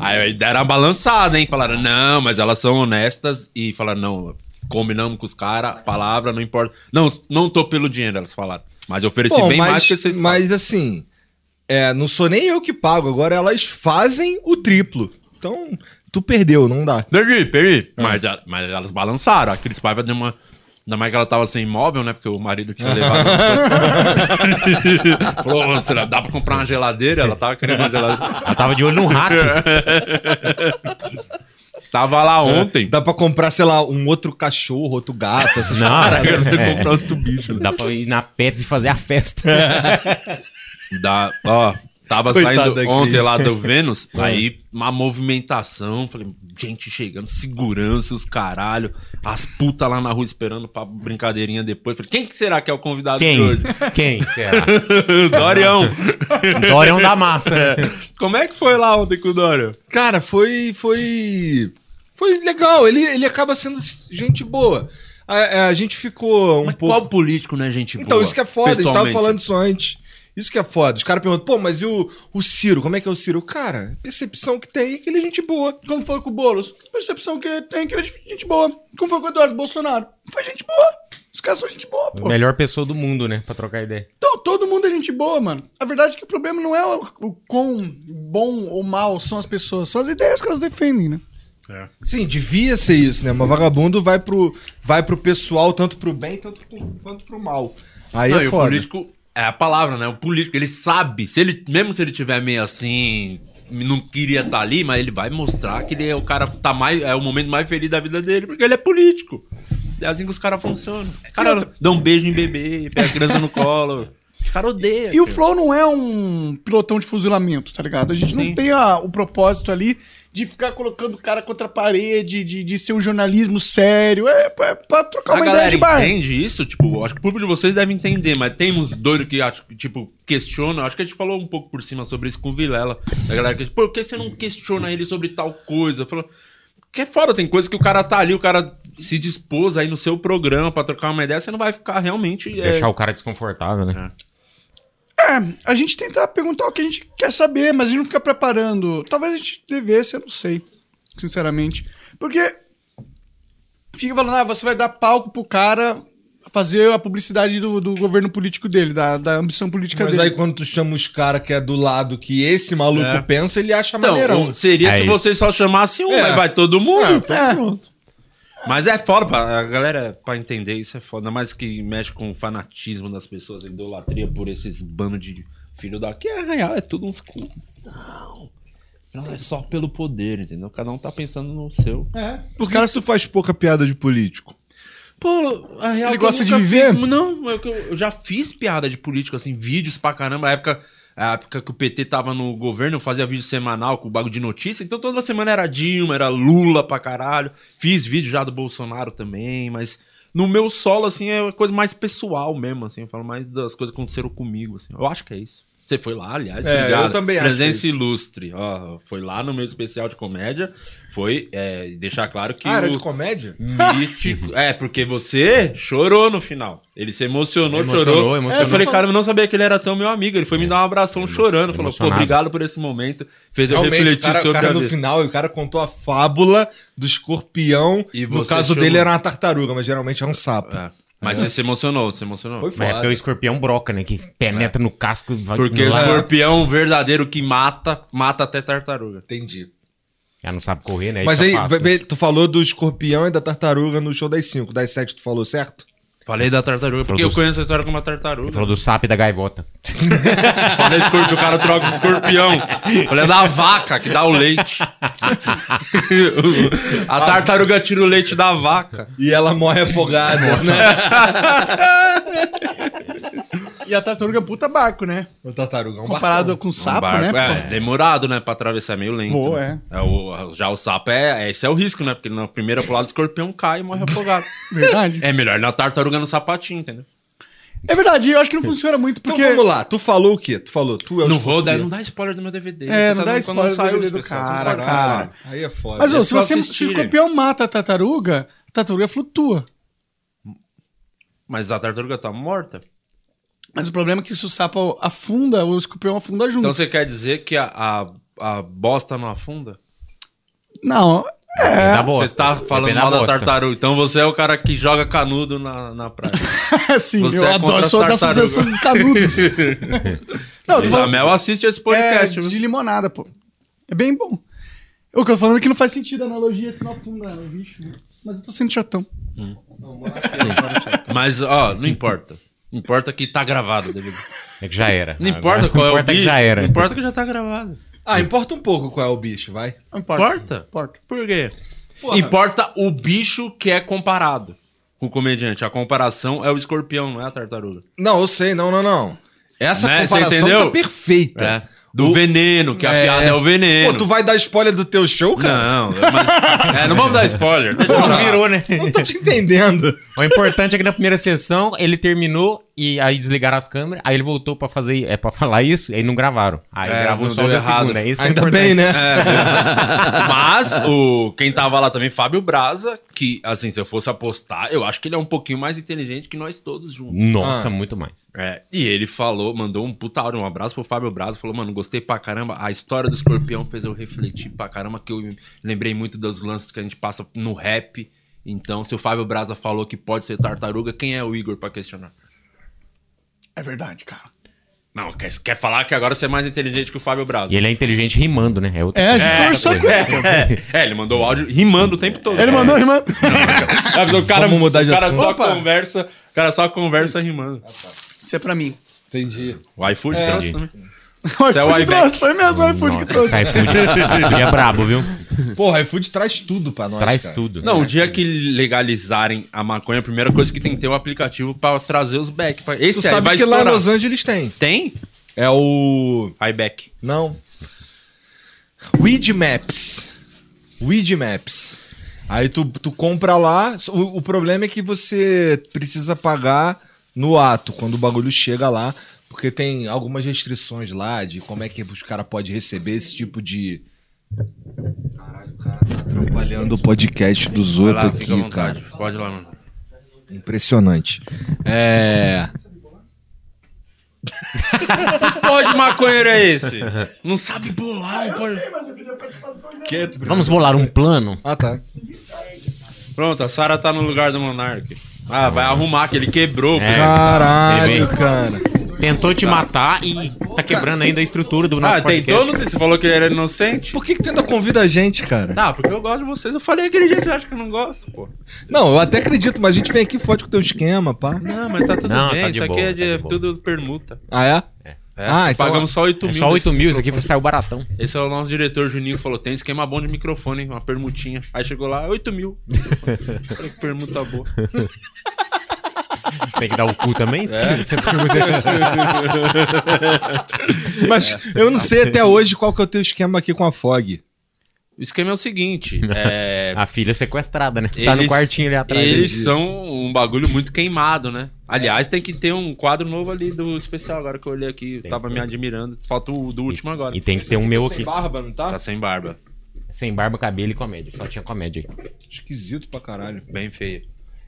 S1: aí, aí deram uma balançada, hein? Falaram, não, mas elas são honestas. E falaram, não, combinamos com os caras, palavra, não importa. Não, não tô pelo dinheiro, elas falaram. Mas eu ofereci
S4: Bom,
S1: bem é mais que
S4: mas,
S1: vocês pagam.
S4: mas assim, é, não sou nem eu que pago, agora elas fazem o triplo. Então, tu perdeu, não dá.
S1: Perdi, perdi.
S4: É.
S1: Mas, a- mas elas balançaram. A Cris Paiva deu uma. Ainda mais que ela tava sem imóvel, né? Porque o marido tinha levado. umas coisas. Falou, "Ô, será que dá pra comprar uma geladeira? Ela tava querendo uma geladeira.
S2: Ela tava de olho no hack.
S1: Tava lá ontem.
S4: É. Dá pra comprar, sei lá, um outro cachorro, outro gato, essas
S2: Não,
S4: paradas.
S1: Eu fui
S2: é.
S1: comprar outro bicho.
S2: É. Dá pra ir na Pets e fazer a festa.
S1: Dá, ó. Tava
S4: Coitado da
S1: saindo ontem
S4: Cris. É.
S1: lá do Vênus, aí uma movimentação, falei, gente chegando, segurança, os caralho, as putas lá na rua esperando pra brincadeirinha depois. Falei, quem que será que é o convidado de
S2: Quem?
S1: hoje?
S2: Quem? Será?
S1: Dorião.
S2: Dorião da massa. né?
S1: Como é que foi lá ontem com o Dorião?
S4: Cara, foi. Foi. Foi legal. Ele, ele acaba sendo gente boa. A, a gente ficou um
S1: Mas
S4: pouco.
S1: qual político, né, gente?
S4: Então,
S1: boa,
S4: isso que é foda, a gente tava
S1: pessoalmente?
S4: falando isso antes. Isso que é foda. Os caras perguntam, pô, mas e o, o Ciro? Como é que é o Ciro? Cara, percepção que tem é que ele é gente boa.
S3: Como foi com o Boulos? Percepção que tem que ele é gente boa. Como foi com o Eduardo Bolsonaro? Foi gente boa. Os caras são gente boa, pô.
S2: Melhor pessoa do mundo, né? Pra trocar ideia.
S3: Então, todo mundo é gente boa, mano. A verdade é que o problema não é o, o quão bom ou mal são as pessoas, são as ideias que elas defendem, né?
S4: Sim, devia ser isso, né? Mas vagabundo vai pro, vai pro pessoal, tanto pro bem tanto pro, quanto pro mal. Aí
S1: Não, e
S4: é
S1: o
S4: foda.
S1: político é a palavra, né? O político, ele sabe, se ele, mesmo se ele tiver meio assim, não queria estar ali, mas ele vai mostrar que ele é o cara que tá mais é o momento mais feliz da vida dele, porque ele é político. É assim que os caras funcionam. Os caras dão um beijo em bebê, pega a criança no colo. Os caras odeiam.
S3: E o
S1: cara.
S3: Flow não é um pilotão de fuzilamento, tá ligado? A gente não
S1: Sim.
S3: tem a- o propósito ali de ficar colocando o cara contra a parede, de, de ser um jornalismo sério. É, pra- é pra trocar
S1: A
S3: uma ideia
S1: galera
S3: de bar.
S1: entende isso? Tipo, acho que o público de vocês deve entender, mas tem uns doidos que, acho que, tipo, questionam. Acho que a gente falou um pouco por cima sobre isso com o Vilela. A galera que diz, por que você não questiona ele sobre tal coisa? Falou, que é foda, tem coisa que o cara tá ali, o cara se dispôs aí no seu programa pra trocar uma ideia, você não vai ficar realmente... é,
S2: Deixar o cara desconfortável, né?
S3: É, a gente tenta perguntar o que a gente quer saber, mas a gente não fica preparando. Talvez a gente devesse, eu não sei, sinceramente. Porque fica falando, ah, você vai dar palco pro cara fazer a publicidade do, do governo político dele, da, da ambição política
S4: Mas
S3: dele.
S4: aí quando tu chama os caras que é do lado que esse maluco
S1: É.
S4: pensa, ele acha maneirão.
S1: Então, seria
S2: É
S1: se
S2: isso.
S1: vocês só chamassem um,
S4: É. tá
S1: mas vai todo mundo.
S3: É.
S1: Mas é foda, pra, a galera, pra entender isso é foda. Ainda mais que mexe com o fanatismo das pessoas, a idolatria por esses bando de filho daqui. É real, é tudo uns cuzão. Não é só pelo poder, entendeu? Cada um tá pensando no seu.
S4: Por que tu faz pouca piada de político?
S1: Pô, a real é que
S4: Ele
S1: eu
S4: gosta de
S1: nunca
S4: viver?
S1: fiz- não, mas é que eu, eu já fiz piada de político, assim, vídeos pra caramba. A época, a época que o PT tava no governo, eu fazia vídeo semanal com o bagulho de notícia. Então toda semana era Dilma, era Lula pra caralho. Fiz vídeo já do Bolsonaro também, mas no meu solo, assim, é uma coisa mais pessoal mesmo, assim. Eu falo mais das coisas que aconteceram comigo, assim. Eu acho que é isso. Você foi lá, aliás,
S4: É, eu também acho que é
S1: Presença
S4: isso.
S1: ilustre. Ó, foi lá no meu especial de comédia. Foi é, deixar claro que.
S4: ah, era
S1: o-
S4: de comédia?
S1: Mítico. É, porque você chorou no final. Ele se emocionou,
S2: Emocionou,
S1: chorou. É,
S2: emocionou. É.
S1: Eu falei, cara, eu não sabia que ele era tão meu amigo. Ele foi me dar um abração chorando. Falou, pô,
S2: emocionado.
S1: obrigado por esse momento. Fez eu
S4: Realmente, o
S1: refletir
S4: cara, o
S1: sobre
S4: cara
S1: a
S4: no
S1: vida.
S4: final, o cara contou a fábula do escorpião.
S1: E
S4: no
S1: você
S4: caso
S1: chorou.
S4: dele era uma tartaruga, mas geralmente é um sapo.
S1: É. Mas você se emocionou, se emocionou.
S4: Foi
S2: Mas é
S4: foda.
S2: porque o escorpião broca, né? Que penetra no casco e vai.
S1: É. Porque o
S2: lá.
S1: escorpião verdadeiro que mata, mata até tartaruga.
S4: Entendi.
S2: Já não sabe correr, né?
S4: Mas
S2: Isso
S4: aí,
S2: é fácil.
S4: vê- tu falou do escorpião e da tartaruga no show das 5. Das 7 tu falou certo?
S1: Falei da tartaruga, porque eu
S2: Produz-
S1: conheço a história como uma
S2: Ele
S1: tartaruga.
S2: falou do sapo e da gaivota.
S1: Falei do escorpião, o cara troca o escorpião. Falei "É da vaca que dá o leite. a tartaruga tira o leite da vaca.
S4: E ela morre afogada, né?
S3: E a tartaruga é um puta barco, né?
S4: O tartaruga é um
S3: Comparado com o
S1: Um
S3: sapo,
S1: barco,
S3: né?
S1: É, é demorado, né? Pra atravessar, é meio lento.
S3: Pô,
S1: né? É o- já o sapo é, é- Esse é o risco, né? Porque na primeira pulada o escorpião cai e morre afogado.
S3: Verdade.
S1: É melhor na tartaruga no sapatinho, entendeu?
S3: É verdade, eu acho que não funciona muito,
S4: Então
S3: porque...
S4: vamos lá, tu falou o quê? Tu falou, tu é o
S1: não vou dar,
S4: escorpião.
S1: não dá spoiler do meu DVD.
S3: É,
S1: Você tá
S3: não dá
S1: vendo quando não
S3: spoiler do
S1: saiu
S3: DVD
S1: isso,
S3: do
S1: pessoal. "Ah,
S3: cara.
S1: Não dá.
S3: cara.
S4: Aí é foda.
S3: Mas, ô,
S1: É
S3: se
S1: só
S3: você se o
S1: assistirem.
S3: escorpião mata a tartaruga, a tartaruga flutua.
S1: Mas a tartaruga tá morta?
S3: Mas o problema é que se o sapo afunda, o escorpião afunda junto.
S1: Então você quer dizer que a, a, a bosta não afunda?
S3: Não,
S2: É. Da
S1: Você tá falando mal da tartaruga. Então você é o cara que joga canudo na, na praia.
S3: é assim,
S1: Você
S3: eu
S1: é contra
S3: adoro,
S1: as
S3: sou da
S1: tartarugas.
S3: associação dos canudos. não, tu falando
S1: Isabel assiste esse
S3: é,
S1: podcast. viu?
S3: de limonada, pô. É bem bom. O que eu tô falando é que não faz sentido a analogia se não afunda o bicho. né? Mas eu tô sendo chatão.
S1: Mas, ó, não importa. Importa que tá gravado o DVD.
S2: É que já era.
S1: Não importa qual é o bicho.
S2: que já era.
S1: Não importa que já tá gravado.
S4: Ah, importa um pouco qual é o bicho, vai.
S3: Não
S1: Importa?
S3: Importa.
S1: Por quê? Importa o bicho que é comparado com o comediante. A comparação é o escorpião, não é a tartaruga.
S4: Não, eu sei, não, não, não. Essa
S1: Né, cê
S4: comparação
S1: entendeu?
S4: tá perfeita.
S1: É. Do veneno, que a piada é o veneno.
S4: Pô, tu vai dar spoiler do teu show, cara?
S1: Não, mas. É, não vamos dar spoiler. Deixa eu
S2: Porra,
S1: falar.
S2: virou, né?
S4: Não tô te entendendo.
S2: O importante é que na primeira sessão ele terminou e aí desligaram as câmeras, aí ele voltou pra fazer é para falar isso, aí não gravaram. Aí
S1: É,
S2: gravou
S1: não
S2: só
S1: deu
S2: o da
S1: errado.
S2: segunda, é isso que é
S4: Ainda
S2: importante.
S4: bem, né?
S1: Mas o, quem tava lá também, Fábio Braza, que, assim, se eu fosse apostar, eu acho que ele é um pouquinho mais inteligente que nós todos juntos.
S2: Nossa, muito mais.
S1: É, e ele falou, mandou um puta áudio, um abraço pro Fábio Braza, falou, mano, gostei pra caramba, a história do escorpião fez eu refletir pra caramba, que eu lembrei muito dos lances que a gente passa no rap, então se o Fábio Braza falou que pode ser tartaruga, quem é o Igor pra questionar?
S3: É verdade, cara.
S1: Não, quer, quer falar que agora você é mais inteligente que o Fábio Braza.
S2: E ele é inteligente rimando, né? É, outro...
S3: É, a gente conversou com ele.
S1: É, é, ele mandou o áudio rimando o tempo todo.
S3: Ele mandou rimando.
S1: É, o cara,
S4: Vamos mudar de
S1: o cara
S4: assunto.
S1: só
S3: Opa.
S1: conversa, o cara só conversa rimando.
S3: Isso é pra mim.
S4: Entendi.
S1: O iFood
S4: É,
S1: trouxe
S4: essa
S1: também.
S3: O
S1: é o
S3: iFood
S1: iBack.
S3: trouxe, foi mesmo o iFood
S2: Nossa,
S3: que trouxe.
S2: esse iFood, iFood é brabo, viu?
S4: Porra, iFood traz tudo pra nós.
S2: Traz
S4: cara.
S2: tudo.
S1: Não, o dia que legalizarem a maconha, a primeira coisa que tem que ter é um aplicativo pra trazer os back. pra- Esse
S4: Tu
S1: aí vai
S4: sabe que lá
S1: estourar.
S4: em Los Angeles tem.
S1: Tem?
S4: É o.
S1: iBack.
S4: Não. Weed Maps. Weed Maps. Aí tu, tu compra lá. O, o problema é que você precisa pagar no ato, quando o bagulho chega lá. Porque tem algumas restrições lá de como é que os caras podem receber esse tipo de. Caralho, o cara tá atrapalhando o podcast dos
S1: Vai lá,
S4: outros
S1: fica à
S4: aqui, cara.
S1: vontade. Pode ir lá, mano.
S4: Impressionante. É.
S1: Pode maconheiro é esse? Não sabe bolar, não pode...
S2: Vamos bolar um plano?
S4: Ah, tá.
S1: Pronto, a Sara tá no lugar do Monark. Ah, vai arrumar que ele quebrou.
S2: É.
S1: pô.
S4: Caralho,
S2: Ele
S4: cara.
S2: Tentou te matar e tá quebrando ainda a estrutura do nosso
S1: Ah, tem
S2: podcast.
S1: todo. Você falou que ele era inocente?
S4: Por que, que tu ainda convida a gente, cara?
S1: Tá, porque eu gosto de vocês. Eu falei aquele dia, você acha que eu não gosto, pô?
S4: Não, eu até acredito, mas a gente vem aqui fode com o teu esquema, pá.
S1: Não, mas tá tudo
S2: Não,
S1: bem.
S2: tá de
S1: isso aqui
S2: boa,
S1: é
S2: tá
S1: de,
S2: de boa.
S1: tudo permuta.
S4: Ah, é?
S1: É,
S4: Ah, então-
S1: Pagamos só 8
S2: É
S1: mil.
S2: só 8
S1: desse
S2: mil, isso aqui
S1: microfone.
S2: saiu baratão.
S1: Esse é o nosso diretor Juninho que falou: tem esquema bom de microfone, uma permutinha. Aí chegou lá, 8 mil. Falei, que permuta boa.
S2: Tem que dar o cu
S1: É.
S2: também?
S4: Mas
S1: É.
S4: eu não sei até hoje qual que é o teu esquema aqui com a FOG.
S1: O esquema é o seguinte: é,
S2: A filha sequestrada, né? Tá no
S1: Eles-
S2: quartinho ali atrás.
S1: Eles
S2: Entendi.
S1: são um bagulho muito queimado, né? Aliás, tem que ter um quadro novo ali do especial, agora que eu olhei aqui, tava me admirando. Falta o do último agora.
S2: E tem que ter um meu aqui.
S4: barba, não
S1: Tá sem barba.
S2: Sem barba, cabelo e comédia. Só tinha comédia aí.
S4: Esquisito pra caralho.
S1: Bem feio.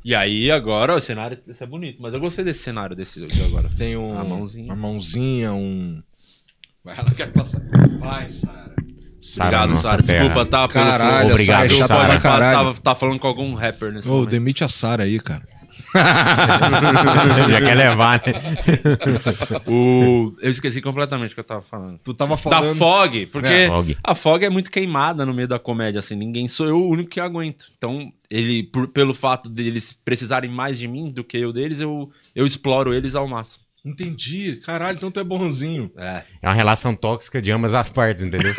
S1: E aí, agora, o cenário desse é bonito, mas eu gostei desse cenário desse aqui agora.
S4: Tem um,
S1: A mãozinha.
S4: uma mãozinha, um... Vai, ela quer passar. Vai, Sara.
S2: Sara,
S1: Obrigado,
S2: nossa
S1: Sara. Desculpa,
S2: terra.
S1: tá? pelo-
S4: Caralho, tá
S2: Obrigado,
S1: Desculpa,
S2: Sara.
S1: pode falar,
S4: Caralho.
S1: Tava, tá falando com algum rapper nesse
S4: Ô,
S1: momento.
S4: demite a Sara aí, cara.
S2: Já quer levar, né?
S1: O... Eu esqueci completamente o que eu tava falando.
S4: Tu tava
S1: Da Fog, porque
S4: É,
S2: Fog.
S1: a Fog é muito queimada no meio da comédia, assim, ninguém sou eu o único que aguento. Então, ele, por- pelo fato deles precisarem mais de mim do que eu deles, eu, eu exploro eles ao máximo.
S4: Entendi. Caralho, então tu é bonzinho.
S1: É.
S2: É uma relação tóxica de ambas as partes, entendeu?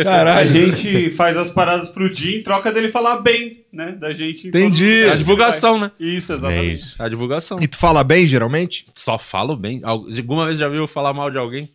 S5: A
S4: Caralho.
S5: gente faz as paradas pro dia em troca dele falar bem, né? Da gente.
S4: Entendi.
S1: É a divulgação, né?
S5: Isso,
S2: é
S5: exatamente.
S2: isso.
S1: É a divulgação.
S4: E tu fala bem, geralmente?
S1: Só falo bem. Al- Alguma vez já viu eu falar mal de alguém?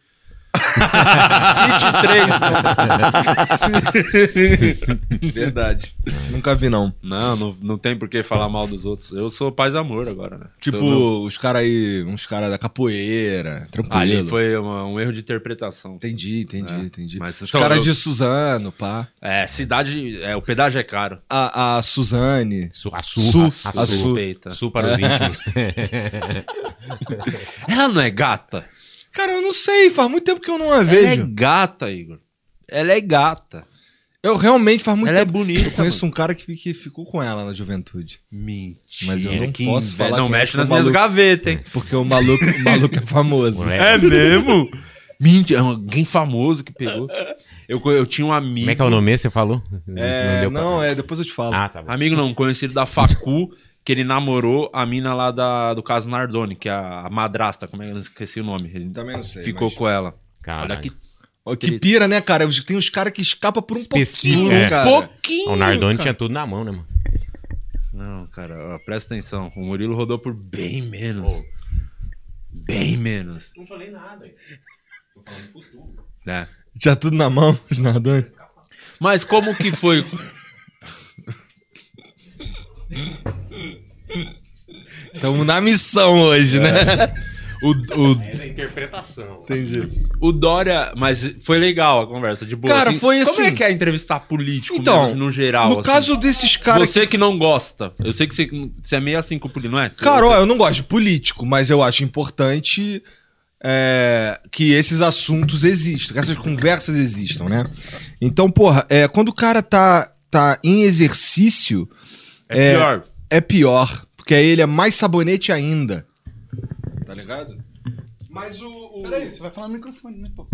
S1: né? City 3.
S4: Verdade. Nunca vi, não.
S1: Não, não, não tem por que falar mal dos outros. Eu sou paz amor agora, né?
S4: Tipo,
S1: Sou meu-
S4: os caras aí, uns caras da capoeira, tranquilo.
S1: ali foi uma- um erro de interpretação.
S4: Entendi, entendi,
S2: Né?
S1: É,
S4: entendi.
S1: mas
S4: os
S1: são-
S4: caras
S1: eu-
S4: de Suzano, pá.
S1: É, cidade. É, o pedágio é caro.
S4: A, a Suzane.
S2: Su, a surra.
S4: Su-
S2: a
S4: a
S2: surra.
S4: su-
S1: Peita.
S2: Su para os íntimos.
S1: Ela não é gata?
S4: Cara, eu não sei, faz muito tempo que eu não a
S1: Ela é
S4: vejo.
S1: gata, Igor. Ela é gata.
S4: Eu realmente faz muito
S1: ela é
S4: tempo.
S1: bonita.
S4: Eu conheço um cara que, que ficou com ela na juventude.
S1: Mentira.
S4: Mas eu não
S1: que
S4: posso
S1: inveja.
S4: falar
S1: Não
S4: que
S1: mexe
S4: eu
S1: nas
S4: sou um
S1: minhas
S4: maluco.
S1: gavetas, hein?
S4: Porque o maluco, o maluco é famoso.
S2: Moleque. É
S1: mesmo? Mentira. É alguém famoso que pegou. Eu, co- eu tinha um amigo.
S2: Como é que é o nome? Você falou?
S4: É,
S2: deu
S4: não,
S2: pra-
S4: é, depois eu te falo.
S2: Ah, tá bom.
S1: Amigo não, um conhecido da Facu, que ele namorou a mina lá da, do caso Nardoni, que é a, a madrasta, como é que eu esqueci o nome. Ele
S4: Também não sei,
S1: Ficou
S4: mas-
S1: com ela.
S2: Caralho.
S1: Olha que
S4: Ó, que pira, né, cara? Os- Tem uns caras que escapam por um
S2: Específico,
S4: pouquinho,
S2: é.
S4: cara.
S1: pouquinho.
S2: O Nardoni
S1: cara.
S2: tinha tudo na mão, né, mano?
S1: Não, cara, ó, presta atenção. O Murilo rodou por bem menos. Bem menos.
S2: Não falei nada.
S1: É.
S4: Tinha tudo na mão, os nadões.
S1: Mas como que foi?
S4: Estamos na missão hoje, né?
S1: O, o,
S2: É da interpretação.
S4: Entendi.
S1: o Dória. Mas foi legal a conversa, de boa.
S4: Cara, foi
S1: Como
S4: assim-
S1: é que é entrevistar político
S4: Então,
S1: mesmo, no geral?
S4: no
S1: assim?
S4: caso desses caras.
S1: Você que... não gosta. Eu sei que você, você é meio assim com o político, não é? Você-
S4: Cara, ó, eu não gosto de político, mas eu acho importante é, que esses assuntos existam, que essas conversas existam, né? Então, porra, é, quando o cara tá, tá em exercício,
S1: é pior.
S4: é pior. Porque aí ele é mais sabonete ainda. Tá ligado? Mas o. o-
S3: Peraí, você vai falar no microfone, né, pô?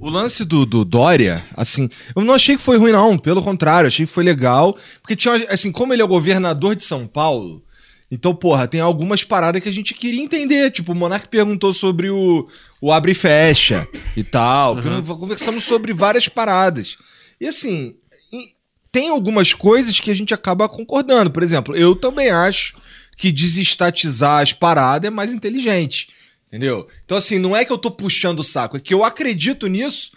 S4: O lance do, do Dória, assim, eu não achei que foi ruim, não. Pelo contrário, achei que foi legal. Porque tinha, assim, como ele é o governador de São Paulo, então, porra, tem algumas paradas que a gente queria entender. Tipo, o Monark perguntou sobre o, o abre e fecha e tal. Conversamos sobre várias paradas. E assim, e tem algumas coisas que a gente acaba concordando. Por exemplo, eu também acho que desestatizar as paradas é mais inteligente. Entendeu? Então, assim, não é que eu tô puxando o saco, é que eu acredito nisso.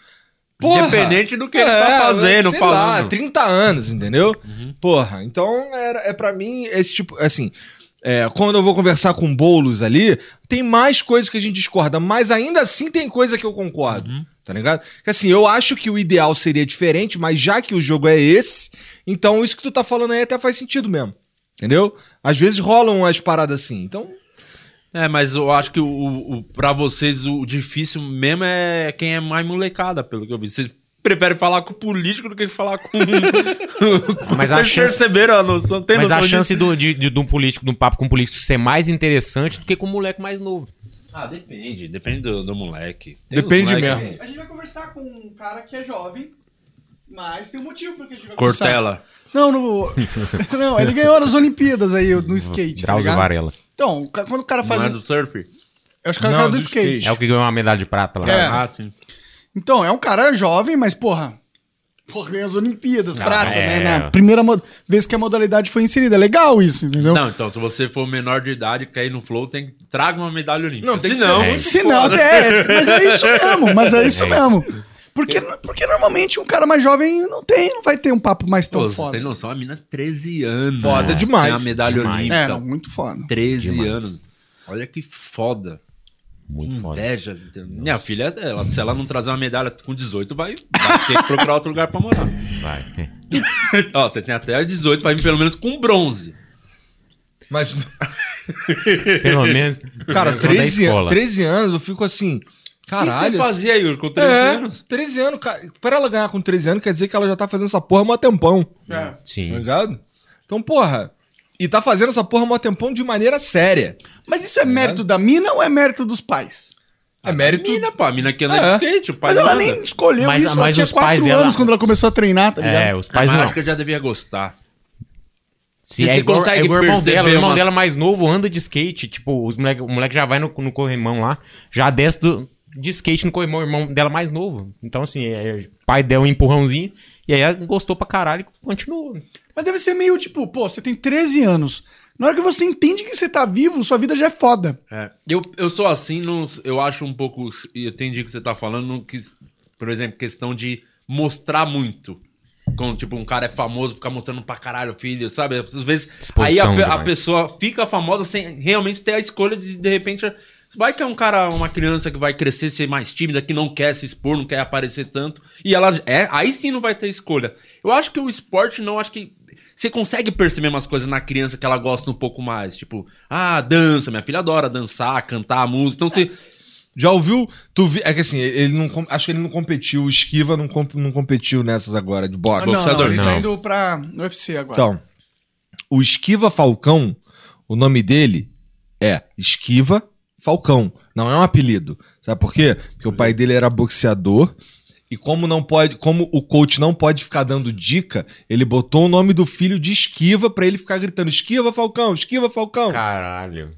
S4: Porra,
S1: Independente do que ele tá fazendo,
S4: É, né? sei
S1: falando.
S4: lá, 30 anos, entendeu? Porra, então era, é para mim esse tipo, assim, é, quando eu vou conversar com bolos ali, tem mais coisas que a gente discorda, mas ainda assim tem coisa que eu concordo. Tá ligado? Que assim, eu acho que o ideal seria diferente, mas já que o jogo é esse, então isso que tu tá falando aí até faz sentido mesmo. Entendeu? Às vezes rolam as paradas assim. Então,
S1: É, mas eu acho que o, o, pra vocês o difícil mesmo é quem é mais molecada, pelo que eu vi. Vocês preferem falar com o político do que falar com. um.
S2: Mas a
S1: vocês
S2: chance-
S1: perceberam a noção? Tem
S2: Mas
S1: noção
S2: a
S1: disso?
S2: chance do, de, de, de um político, de um papo com um político ser mais interessante do que com um moleque mais novo.
S1: Ah, depende. Depende do, do moleque. Tem
S4: depende
S1: uns moleque-
S4: mesmo.
S3: A gente vai conversar com um cara que é jovem, mas tem um motivo porque a gente vai
S1: Cortella.
S3: Não, no... não, ele ganhou nas Olimpíadas aí, no skate, tá
S2: Drauzio
S3: ligado?
S2: Varela.
S3: Então, o ca- quando o cara faz...
S1: Não é
S3: um-
S1: do surf?
S3: Eu acho que é o
S4: Não,
S3: cara do
S4: do
S3: skate.
S4: skate.
S2: É o que ganhou uma medalha de prata lá.
S3: É.
S1: Ah, sim.
S3: Então, é um cara jovem, mas, porra. Porra, ganhou as Olimpíadas,
S2: Ah,
S3: prata,
S2: é.
S3: né? Na primeira mo- vez que a modalidade foi inserida. É legal isso, entendeu?
S1: Não, então, se você for menor de idade e cair no flow, tem que traga uma medalha olímpica.
S4: Não, tem
S1: Se
S4: que ser
S1: não,
S4: muito
S3: Se não, é, mas é isso mesmo, mas é isso mesmo. Porque, porque normalmente um cara mais jovem não tem, não vai ter um papo mais tão
S1: Pô, vocês
S3: foda.
S1: têm noção, a mina 13 anos.
S4: Foda demais.
S1: Tem a medalha
S2: Demais.
S1: olímpica.
S3: É, não, muito foda.
S1: 13 anos. Olha que foda. Que inveja. Minha filha, ela- se ela não trazer uma medalha com 18, vai, vai ter que procurar outro lugar pra morar.
S2: Vai.
S1: Ó, você tem até 18 pra vir pelo menos com bronze.
S4: Mas
S2: Pelo menos.
S4: Cara,
S2: pelo menos quando é
S4: 13,
S2: escola.
S4: 13 anos, eu fico assim.
S1: o que
S4: Caralho.
S1: você fazia, Igor, com 13
S4: É,
S1: anos?
S4: 13 anos, cara. Pra ela ganhar com 13 anos, quer dizer que ela já tá fazendo essa porra há mó tempão. Tá
S5: É.
S2: Sim.
S4: ligado? Então, porra. E tá fazendo essa porra há mó tempão de maneira séria.
S3: Mas isso é mérito da mina ou é mérito dos pais?
S4: É mérito.
S1: A Ah, mina, pô, a mina que anda
S4: É.
S1: de skate, o pai
S3: Mas ela
S1: anda.
S3: nem escolheu
S2: Mas-
S3: isso,
S2: mas
S3: ela
S2: os
S3: tinha 4
S2: pais
S3: anos
S2: dela-
S3: quando ela começou a treinar, tá ligado?
S2: É, os pais
S1: Ah, mas
S2: não.
S1: acho que eu já devia gostar.
S2: Se
S1: Você
S2: é igual,
S1: consegue
S2: é igual o irmão
S1: perceber
S2: dela, o irmão
S1: umas-
S2: dela mais novo anda de skate, tipo, os moleque, o moleque já vai no, no corrimão lá, já desce do- de skate no corrimão, o irmão dela mais novo. Então, assim, é, o pai deu um empurrãozinho, e aí ela gostou pra caralho e continuou.
S3: Mas deve ser meio tipo, pô, você tem 13 anos. Na hora que você entende que você tá vivo, sua vida já é foda.
S1: É, Eu, eu sou assim, não, eu acho um pouco. Eu entendi o que você tá falando, que, por exemplo, questão de mostrar muito. Quando, tipo, um cara é famoso, ficar mostrando pra caralho o filho, sabe? Às vezes. aí
S2: Exposição
S1: a pe- a,
S2: demais.
S1: pessoa fica famosa sem realmente ter a escolha de, de repente. Vai que é um cara, uma criança que vai crescer, ser mais tímida, que não quer se expor, não quer aparecer tanto. E ela. É, aí sim não vai ter escolha. Eu acho que o esporte não, acho que. Você consegue perceber umas coisas na criança que ela gosta um pouco mais. Tipo, ah, dança, minha filha adora dançar, cantar música. Então você.
S4: Já ouviu? Tu vi... É que assim, ele não. com- Acho que ele não competiu. O Esquiva não, com- não competiu nessas agora de boxe.
S3: não, não, ele tá
S2: não.
S3: indo pra no UFC agora.
S4: Então, o Esquiva Falcão, o nome dele é Esquiva Falcão. Não é um apelido. Sabe por quê? Porque o pai dele era boxeador. E como não pode, como o coach não pode ficar dando dica, ele botou o nome do filho de Esquiva pra ele ficar gritando: "Esquiva Falcão, Esquiva Falcão".
S2: Caralho.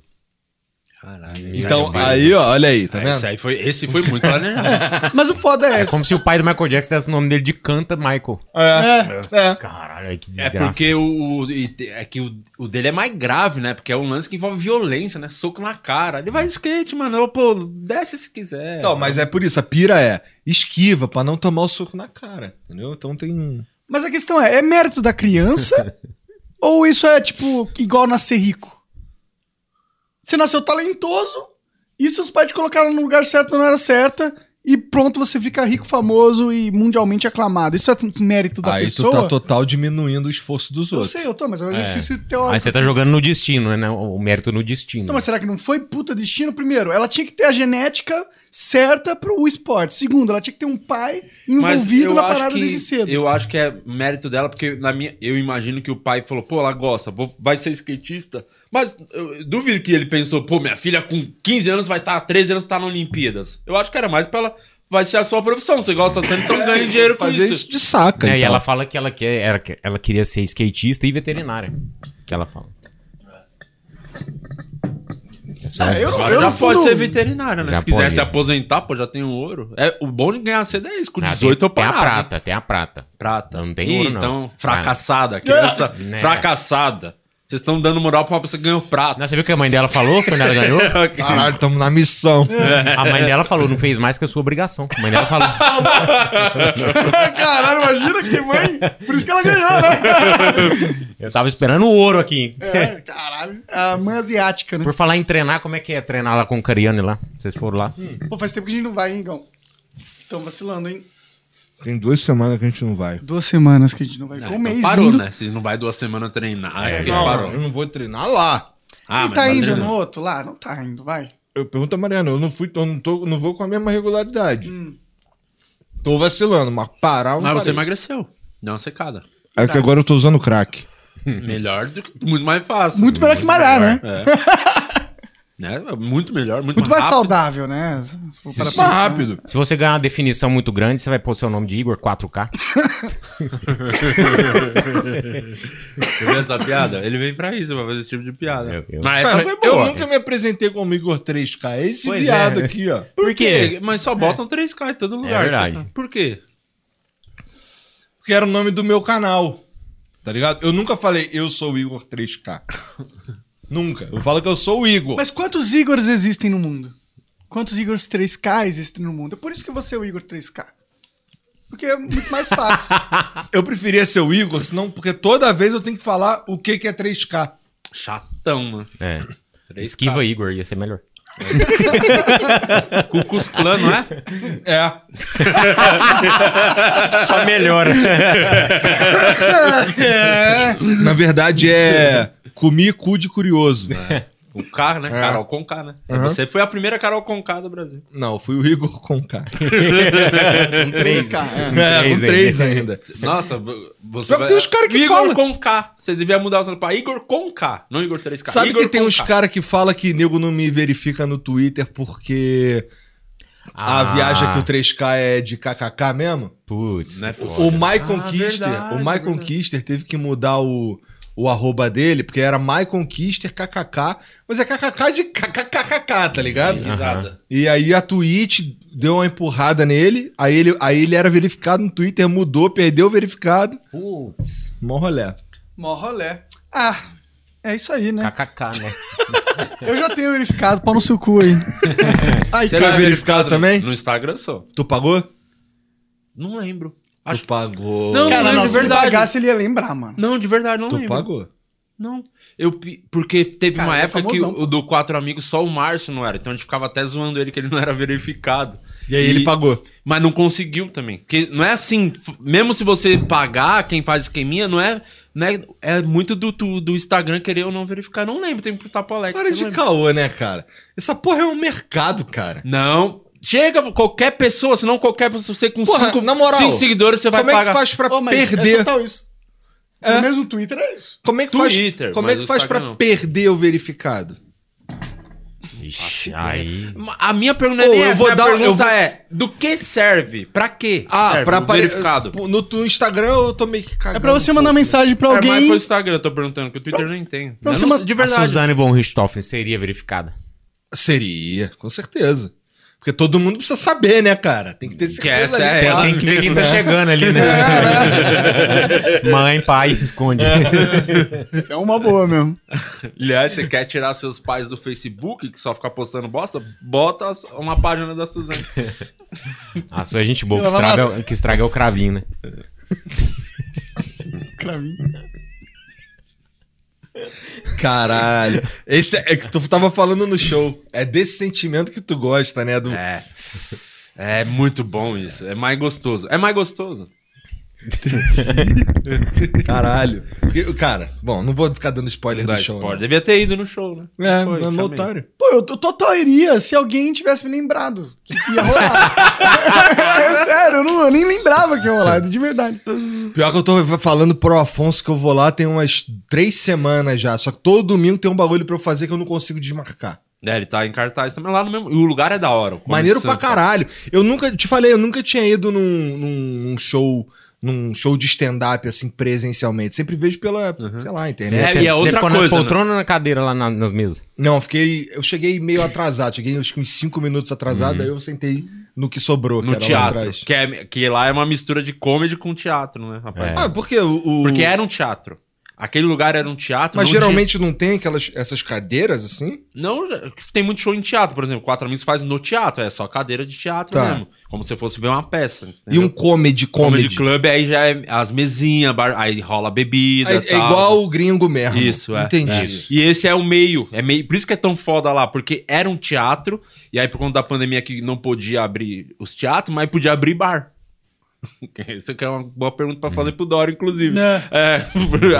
S6: Caralho.
S1: é
S4: Então, aí, ó, olha aí, tá
S1: Ah,
S4: vendo?
S1: Esse, aí foi, esse foi muito planejado.
S3: Mas o foda é,
S2: É
S3: esse.
S2: como se o pai do Michael Jackson desse o nome dele de Canta Michael.
S4: É, é.
S2: Caralho, que
S1: é
S2: desgraça.
S1: porque o, o- e te- é que o, o dele é mais grave, né? Porque é um lance que envolve violência, né? Soco na cara. Ele vai de skate, mano. Eu, pô, desce se quiser.
S4: Então, mas é por isso, a pira é esquiva pra não tomar o soco na cara, entendeu? Então tem um.
S3: Mas a questão é, é mérito da criança? ou isso é, tipo, igual nascer rico? Você nasceu talentoso, e seus pais te colocaram no lugar certo na hora certa, e pronto, você fica rico, famoso e mundialmente aclamado. Isso é mérito da
S4: Aí
S3: pessoa?
S4: tu tá total diminuindo o esforço dos
S3: Eu
S4: outros.
S3: sei, eu tô, mas é um
S2: É.
S3: exercício teórico.
S2: Aí você tá jogando no destino, né? O mérito no destino.
S3: Então, mas será que não foi puta destino? Primeiro, ela tinha que ter a genética certa pro esporte. Segundo, ela tinha que ter um pai
S1: Mas
S3: envolvido
S1: eu
S3: na
S1: acho
S3: parada
S1: que-
S3: desde cedo.
S1: Eu acho que é mérito dela, porque na minha, eu imagino que o pai falou, pô, ela gosta, vou- vai ser skatista. Mas eu, eu duvido que ele pensou, pô, minha filha com 15 anos vai estar, 13 anos tá na Olimpíadas. Eu acho que era mais pra ela, vai ser a sua profissão, você gosta tanto, então ganha dinheiro com
S4: Fazer
S1: isso.
S4: isso de saca,
S2: É, E
S4: então.
S2: ela fala que ela, quer, era- que ela queria ser skatista e veterinária. Que ela fala. É só-
S3: Ah, eu-
S1: Agora já
S3: no
S1: pode
S3: fundo-
S1: ser veterinária, né?
S2: Já
S1: Se quiser
S2: pode.
S1: se aposentar, pô, já tem o ouro. É, o bom de ganhar cedo é isso, com
S2: Ah, tem-
S1: 18 eu
S2: tem a
S1: parava.
S2: prata, tem a prata.
S1: Prata.
S2: Não tem
S1: Ih,
S2: ouro, não.
S1: Então, fracassada, criança
S2: Né.
S1: fracassada. Vocês estão dando moral pra uma pessoa que ganhou prata.
S2: Não, você viu o que a mãe dela falou quando ela ganhou?
S4: Caralho, tamo na missão.
S2: A mãe dela falou, não fez mais que a sua obrigação. A mãe dela falou.
S3: Caralho, imagina que mãe. Por isso que ela ganhou, né?
S2: Eu tava esperando o ouro aqui.
S3: É, caralho. A mãe asiática, né?
S2: Por falar em treinar, como é que é treinar lá com o Cariani lá? Vocês foram lá?
S3: Pô, faz tempo que a gente não vai, hein, Igão? Estão vacilando, hein?
S4: Tem duas semanas que a gente não vai.
S3: Duas semanas que a gente não vai.
S1: Ah,
S3: Com um
S1: então
S3: mês
S1: parou,
S3: indo.
S1: né? Você não vai duas semanas treinar.
S2: É,
S1: porque
S2: não.
S1: parou.
S4: eu não vou treinar lá.
S1: Ah,
S3: e tá
S1: mas
S3: indo
S1: treinar.
S3: no outro lá? Não tá indo, vai.
S4: Eu pergunto a Mariana, eu não fui, eu não, tô, não vou com a mesma regularidade. Tô vacilando, mas parar eu não
S1: Mas você
S4: parei.
S1: emagreceu. Deu uma secada.
S4: É que agora eu tô usando crack.
S1: Melhor, do que- muito mais fácil.
S3: Muito melhor que malhar, né?
S1: né? Muito melhor, muito,
S3: Muito mais
S1: rápido.
S3: saudável, né? Se for para
S4: Mais
S3: pensar.
S4: rápido.
S2: Se você ganhar uma definição muito grande, você vai pôr seu nome de Igor 4K.
S1: Você viu essa piada? Ele vem pra isso, pra fazer esse tipo de piada.
S2: Eu- eu-
S1: Mas essa
S4: Cara,
S1: foi
S4: eu
S1: boa.
S4: nunca me apresentei como Igor 3K. É esse
S2: Pois
S4: viado
S2: é.
S4: aqui, ó.
S1: Por quê? Mas só botam 3K em todo lugar. tipo.
S2: verdade.
S1: Por quê?
S4: Porque era o nome do meu canal. Tá ligado? Eu nunca falei eu sou o Igor 3K. nunca. Eu falo que eu sou o Igor.
S3: Mas quantos Igors existem no mundo? Quantos Igors 3K existem no mundo? É por isso que você é o Igor 3K. Porque é muito mais fácil.
S4: Eu preferia ser o Igor, senão, porque toda vez eu tenho que falar o que, que é 3K.
S1: Chatão, mano.
S2: É.
S1: 3K.
S2: Esquiva Igor, ia ser melhor.
S1: Cucus Clã, não é?
S4: É.
S2: Só melhora.
S4: Na verdade é comi cu de curioso.
S1: O K, né? Carol com K, né? Você foi a primeira Carol com K do Brasil.
S4: Não, fui o Igor com K.
S2: Com 3.
S3: 3K, é.
S4: É, com
S2: ainda.
S4: três ainda.
S1: Nossa, vo- você
S4: Só que tem uns cara que
S1: Igor
S4: fala.
S1: com K. Você devia mudar o seu nome pra Igor com K, não Igor 3K.
S4: Sabe
S1: Igor
S4: que tem
S1: com
S4: uns
S1: K.
S4: caras que fala que nego não me verifica no Twitter porque a
S2: Ah.
S4: viagem que o 3K é de KKK mesmo?
S2: Putz.
S1: Não é possível.
S4: O Michael
S1: Ah,
S4: Kister,
S1: verdade,
S4: o Michael
S1: verdade.
S4: Kister teve que mudar o, o arroba dele, porque era Michael Kister KKK, mas é KKK de KKKKK, tá ligado?
S1: Risada.
S4: E aí a Twitch deu uma empurrada nele, aí ele, aí ele era verificado no Twitter, mudou, perdeu o verificado.
S2: Putz.
S4: Mó rolé.
S3: Mó rolé. Ah, é isso aí, né?
S2: KKK, né?
S3: Eu já tenho verificado, pau no seu cu aí. Ai,
S1: Você
S4: Tu é
S1: não
S4: verificado também?
S1: No Instagram sou.
S4: Tu pagou?
S1: Não lembro.
S4: Tu pagou.
S1: Não,
S3: cara,
S1: não,
S3: não,
S1: de
S3: se ele
S1: verdade.
S3: pagasse, ele ia lembrar, mano.
S1: Não, de verdade, não
S4: tu
S1: lembro.
S4: pagou.
S1: Não. Eu, pi- porque teve
S3: Cara,
S1: uma
S3: ele é
S1: época que
S3: famosão,
S1: o, o do Quatro Amigos só o Márcio não era. Então a gente ficava até zoando ele que ele não era verificado.
S4: E aí ele
S1: é
S4: pagou.
S1: Mas não conseguiu também. Porque não é assim, f- mesmo se você pagar, quem faz esqueminha, não é. Não é, é muito do, do, do Instagram querer ou não verificar. Não lembro, tem que perguntar pro Alex.
S4: Para
S1: você
S4: de
S1: lembra?
S4: caô, né, cara? Essa porra é um mercado, cara.
S1: Não. Chega qualquer pessoa, senão qualquer pessoa, você com
S4: Porra,
S1: cinco,
S4: na moral,
S1: cinco seguidores, você vai
S4: Como é que
S1: pagar.
S4: faz pra
S3: Ô, mas É
S4: perder?
S3: total isso. Pelo menos no Twitter é isso.
S4: Como é que
S1: Twitter,
S4: faz, como é
S1: mas
S4: que
S1: o
S4: faz pra
S1: Instagram não.
S4: perder o verificado?
S2: Ixi, aí.
S1: A minha pergunta
S4: Ô,
S1: é nem
S4: eu
S1: essa,
S4: vou
S1: minha
S4: dar- um- eu
S1: pergunta
S4: vou-
S1: é: do que serve? Pra quê?
S4: Ah,
S1: serve
S4: pra
S1: o
S4: aparecer.
S1: verificado.
S4: No tu- Instagram eu tô meio que cagando.
S3: É pra você mandar mensagem pra
S1: É mais
S3: alguém.
S1: pro Instagram, eu tô perguntando, que o Twitter nem tem.
S3: Pra
S1: Eu
S3: você
S1: não-
S3: ma-
S1: de
S2: A
S1: verdade.
S2: Suzane von Richthofen seria verificada.
S4: Seria, com certeza. Porque todo mundo precisa saber, né, cara? Tem que ter
S1: essa
S4: certeza. ali,
S1: é,
S4: claro.
S2: Tem que ver quem tá chegando ali, né? Mãe, pai, se esconde.
S3: Isso é uma boa mesmo.
S1: Aliás, você quer tirar seus pais do Facebook, que só fica postando bosta? Bota as- uma página da Suzana.
S2: Ah, sua gente boa, que estraga, é o- que estraga é o cravinho, né?
S3: Cravinho.
S4: Caralho. Esse é é que tu tava falando no show. É desse sentimento que tu gosta, né? Do...
S1: É. É muito bom isso. É mais gostoso. É mais gostoso.
S4: Caralho. Porque, cara, bom, não vou ficar dando spoiler
S1: Dá
S4: do show.
S1: esporte.
S4: né?
S1: Devia ter ido no show, né?
S4: É,
S1: Foi,
S4: não,
S1: chamei.
S4: otário.
S3: Pô, eu t- total iria se alguém tivesse me lembrado que ia rolar. Sério, eu, não, eu nem lembrava que ia rolar, de verdade.
S4: Pior que eu tô falando pro Afonso que eu vou lá tem umas três semanas já. Só que todo domingo tem um bagulho pra eu fazer que eu não consigo desmarcar.
S1: É, ele tá em cartaz também lá no mesmo. E o lugar é da hora. o Comedy
S4: Maneiro pra
S1: Central.
S4: caralho. Eu nunca, te falei, eu nunca tinha ido num, num- num show, num show de stand-up, assim, presencialmente. Sempre vejo pela, sei lá, internet.
S1: É, e é outra
S2: ficou
S1: coisa,
S2: nas
S1: né?
S2: poltronas ou na cadeira lá na- nas mesas?
S4: Não, eu fiquei. Eu cheguei meio atrasado, cheguei acho que uns cinco minutos atrasado, aí eu sentei no que sobrou, que
S1: Uhum. No
S4: era lá
S1: teatro.
S4: atrás.
S1: Que, é- que lá é uma mistura de comedy com teatro, né, rapaz?
S4: Ah, porque o. o-
S1: Porque era um teatro. Aquele lugar era um teatro.
S4: Mas
S1: não
S4: geralmente não tem aquelas, essas cadeiras assim?
S1: tinha- Não, tem muito show em teatro, por exemplo. Quatro Amigos faz no teatro. É só cadeira de teatro
S4: Tá.
S1: mesmo. Como se fosse ver uma peça.
S4: E
S1: entendeu?
S4: um comedy comedy.
S1: É. comedy club, aí já é as mesinhas, bar- aí rola bebida.
S4: É, é
S1: tal.
S4: igual o gringo mesmo.
S1: Isso, é.
S4: Entendi.
S1: É.
S4: isso.
S1: E esse é o meio, é meio. Por isso que é tão foda lá, porque era um teatro, e aí por conta da pandemia que não podia abrir os teatros, mas podia abrir bar. Isso aqui é uma boa pergunta pra fazer pro Dória, inclusive.
S2: Né.
S3: É.
S1: É,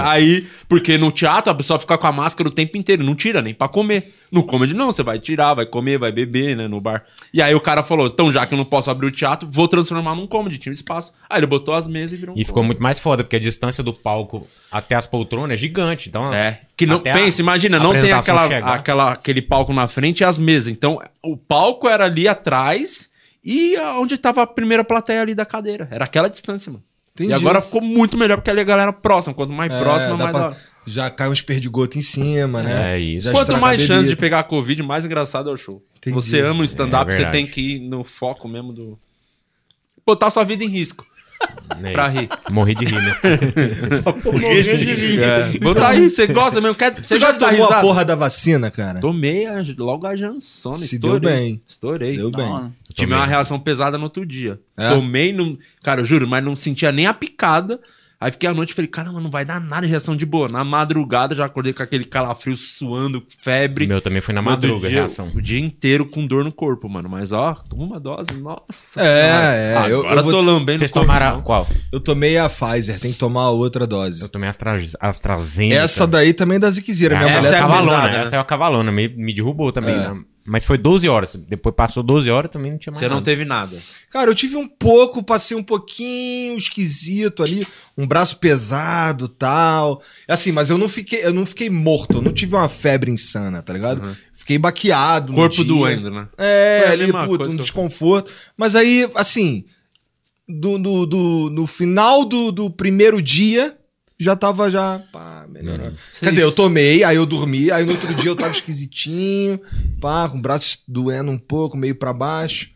S1: aí, porque no teatro a pessoa fica com a máscara o tempo inteiro, não tira nem pra comer. No comedy não, você vai tirar, vai comer, vai beber, né, no bar. E aí o cara falou, então já que eu não posso abrir o teatro, vou transformar num comedy, tinha um espaço. Aí ele botou as mesas e virou um
S2: E ficou
S1: comedy.
S2: muito mais foda, porque a distância do palco até as poltronas é gigante. Então,
S1: É. Que não,
S2: até a
S1: pensa, imagina, não tem
S2: apresentação
S1: aquela,
S2: chegar.
S1: aquela- aquele palco na frente e as mesas. Então, o palco era ali atrás e a- onde tava a primeira plateia ali da cadeira. Era aquela distância, mano.
S4: Entendi.
S1: E agora ficou muito melhor porque ali a galera próxima. Quanto mais
S4: É,
S1: próxima,
S4: dá
S1: mais.
S4: pra-
S1: da hora.
S4: Já cai uns perdigotos em cima, né?
S2: É isso.
S4: Já
S1: Quanto
S4: estraga
S1: mais
S4: a
S1: chance de
S4: bebida.
S1: pegar a Covid, mais engraçado é o show.
S4: Entendi.
S1: Você ama o stand-up,
S2: É
S1: você
S2: verdade.
S1: tem que ir no foco mesmo do. Botar sua vida em risco
S2: né,
S1: pra rir.
S2: Morri de rir, né?
S5: Morria de rir.
S1: É. Botar aí, você gosta mesmo? Quer, você
S4: Você já
S1: gosta de dar
S4: tomou a
S1: risada?
S4: porra da vacina, cara?
S1: Tomei a- logo a Jansona.
S4: Se
S1: estourei.
S4: deu bem.
S1: Estourei.
S4: Deu bem.
S3: Não,
S1: Tive
S2: Tomei.
S1: uma reação pesada no outro dia.
S4: É?
S1: Tomei, não... cara, eu juro, mas não sentia nem a picada. Aí fiquei à noite e falei, caramba, não vai dar nada de reação de boa. Na madrugada já acordei com aquele calafrio suando, febre.
S2: O meu também foi na
S1: No outro
S2: madruga, a
S1: dia,
S2: reação.
S1: O dia inteiro com dor no corpo, mano. Mas ó, toma uma dose, nossa.
S4: É,
S1: senhora.
S4: é, eu- eu
S1: Agora
S4: vou-
S1: tô lambendo
S2: Vocês
S1: o corpo,
S2: tomaram a-
S1: não.
S2: qual?
S4: Eu tomei a Pfizer, tem que tomar a outra
S2: Eu
S4: dose.
S2: tomei Astra... AstraZeneca.
S4: Essa daí também é da Ziquezira. Minha
S2: essa
S4: mulher tá
S2: é a
S4: tomou.
S1: pesada,
S2: cavalona,
S1: né?
S2: essa é a cavalona, me, me derrubou também.
S3: É.
S2: né? Mas foi 12 horas. Depois passou 12 horas também não tinha mais
S1: Você não
S2: nada.
S1: teve nada.
S4: Cara, eu tive um pouco, passei um pouquinho esquisito ali, um braço pesado tal. Assim, mas eu não fiquei, eu não fiquei morto, eu não tive uma febre insana, tá ligado? Fiquei baqueado. no
S1: Corpo
S4: dia.
S1: doendo, né?
S4: É,
S1: Foi a
S4: ali,
S1: mesma
S4: puta,
S1: coisa
S4: um
S1: que eu-
S4: desconforto. Mas aí, assim, do, do, do- no final do, do primeiro dia, já tava já. Pá, melhorando.
S1: Uhum.
S4: Quer dizer, eu tomei, aí eu dormi, aí no outro dia eu tava esquisitinho, pá, com o braço doendo um pouco, meio pra baixo.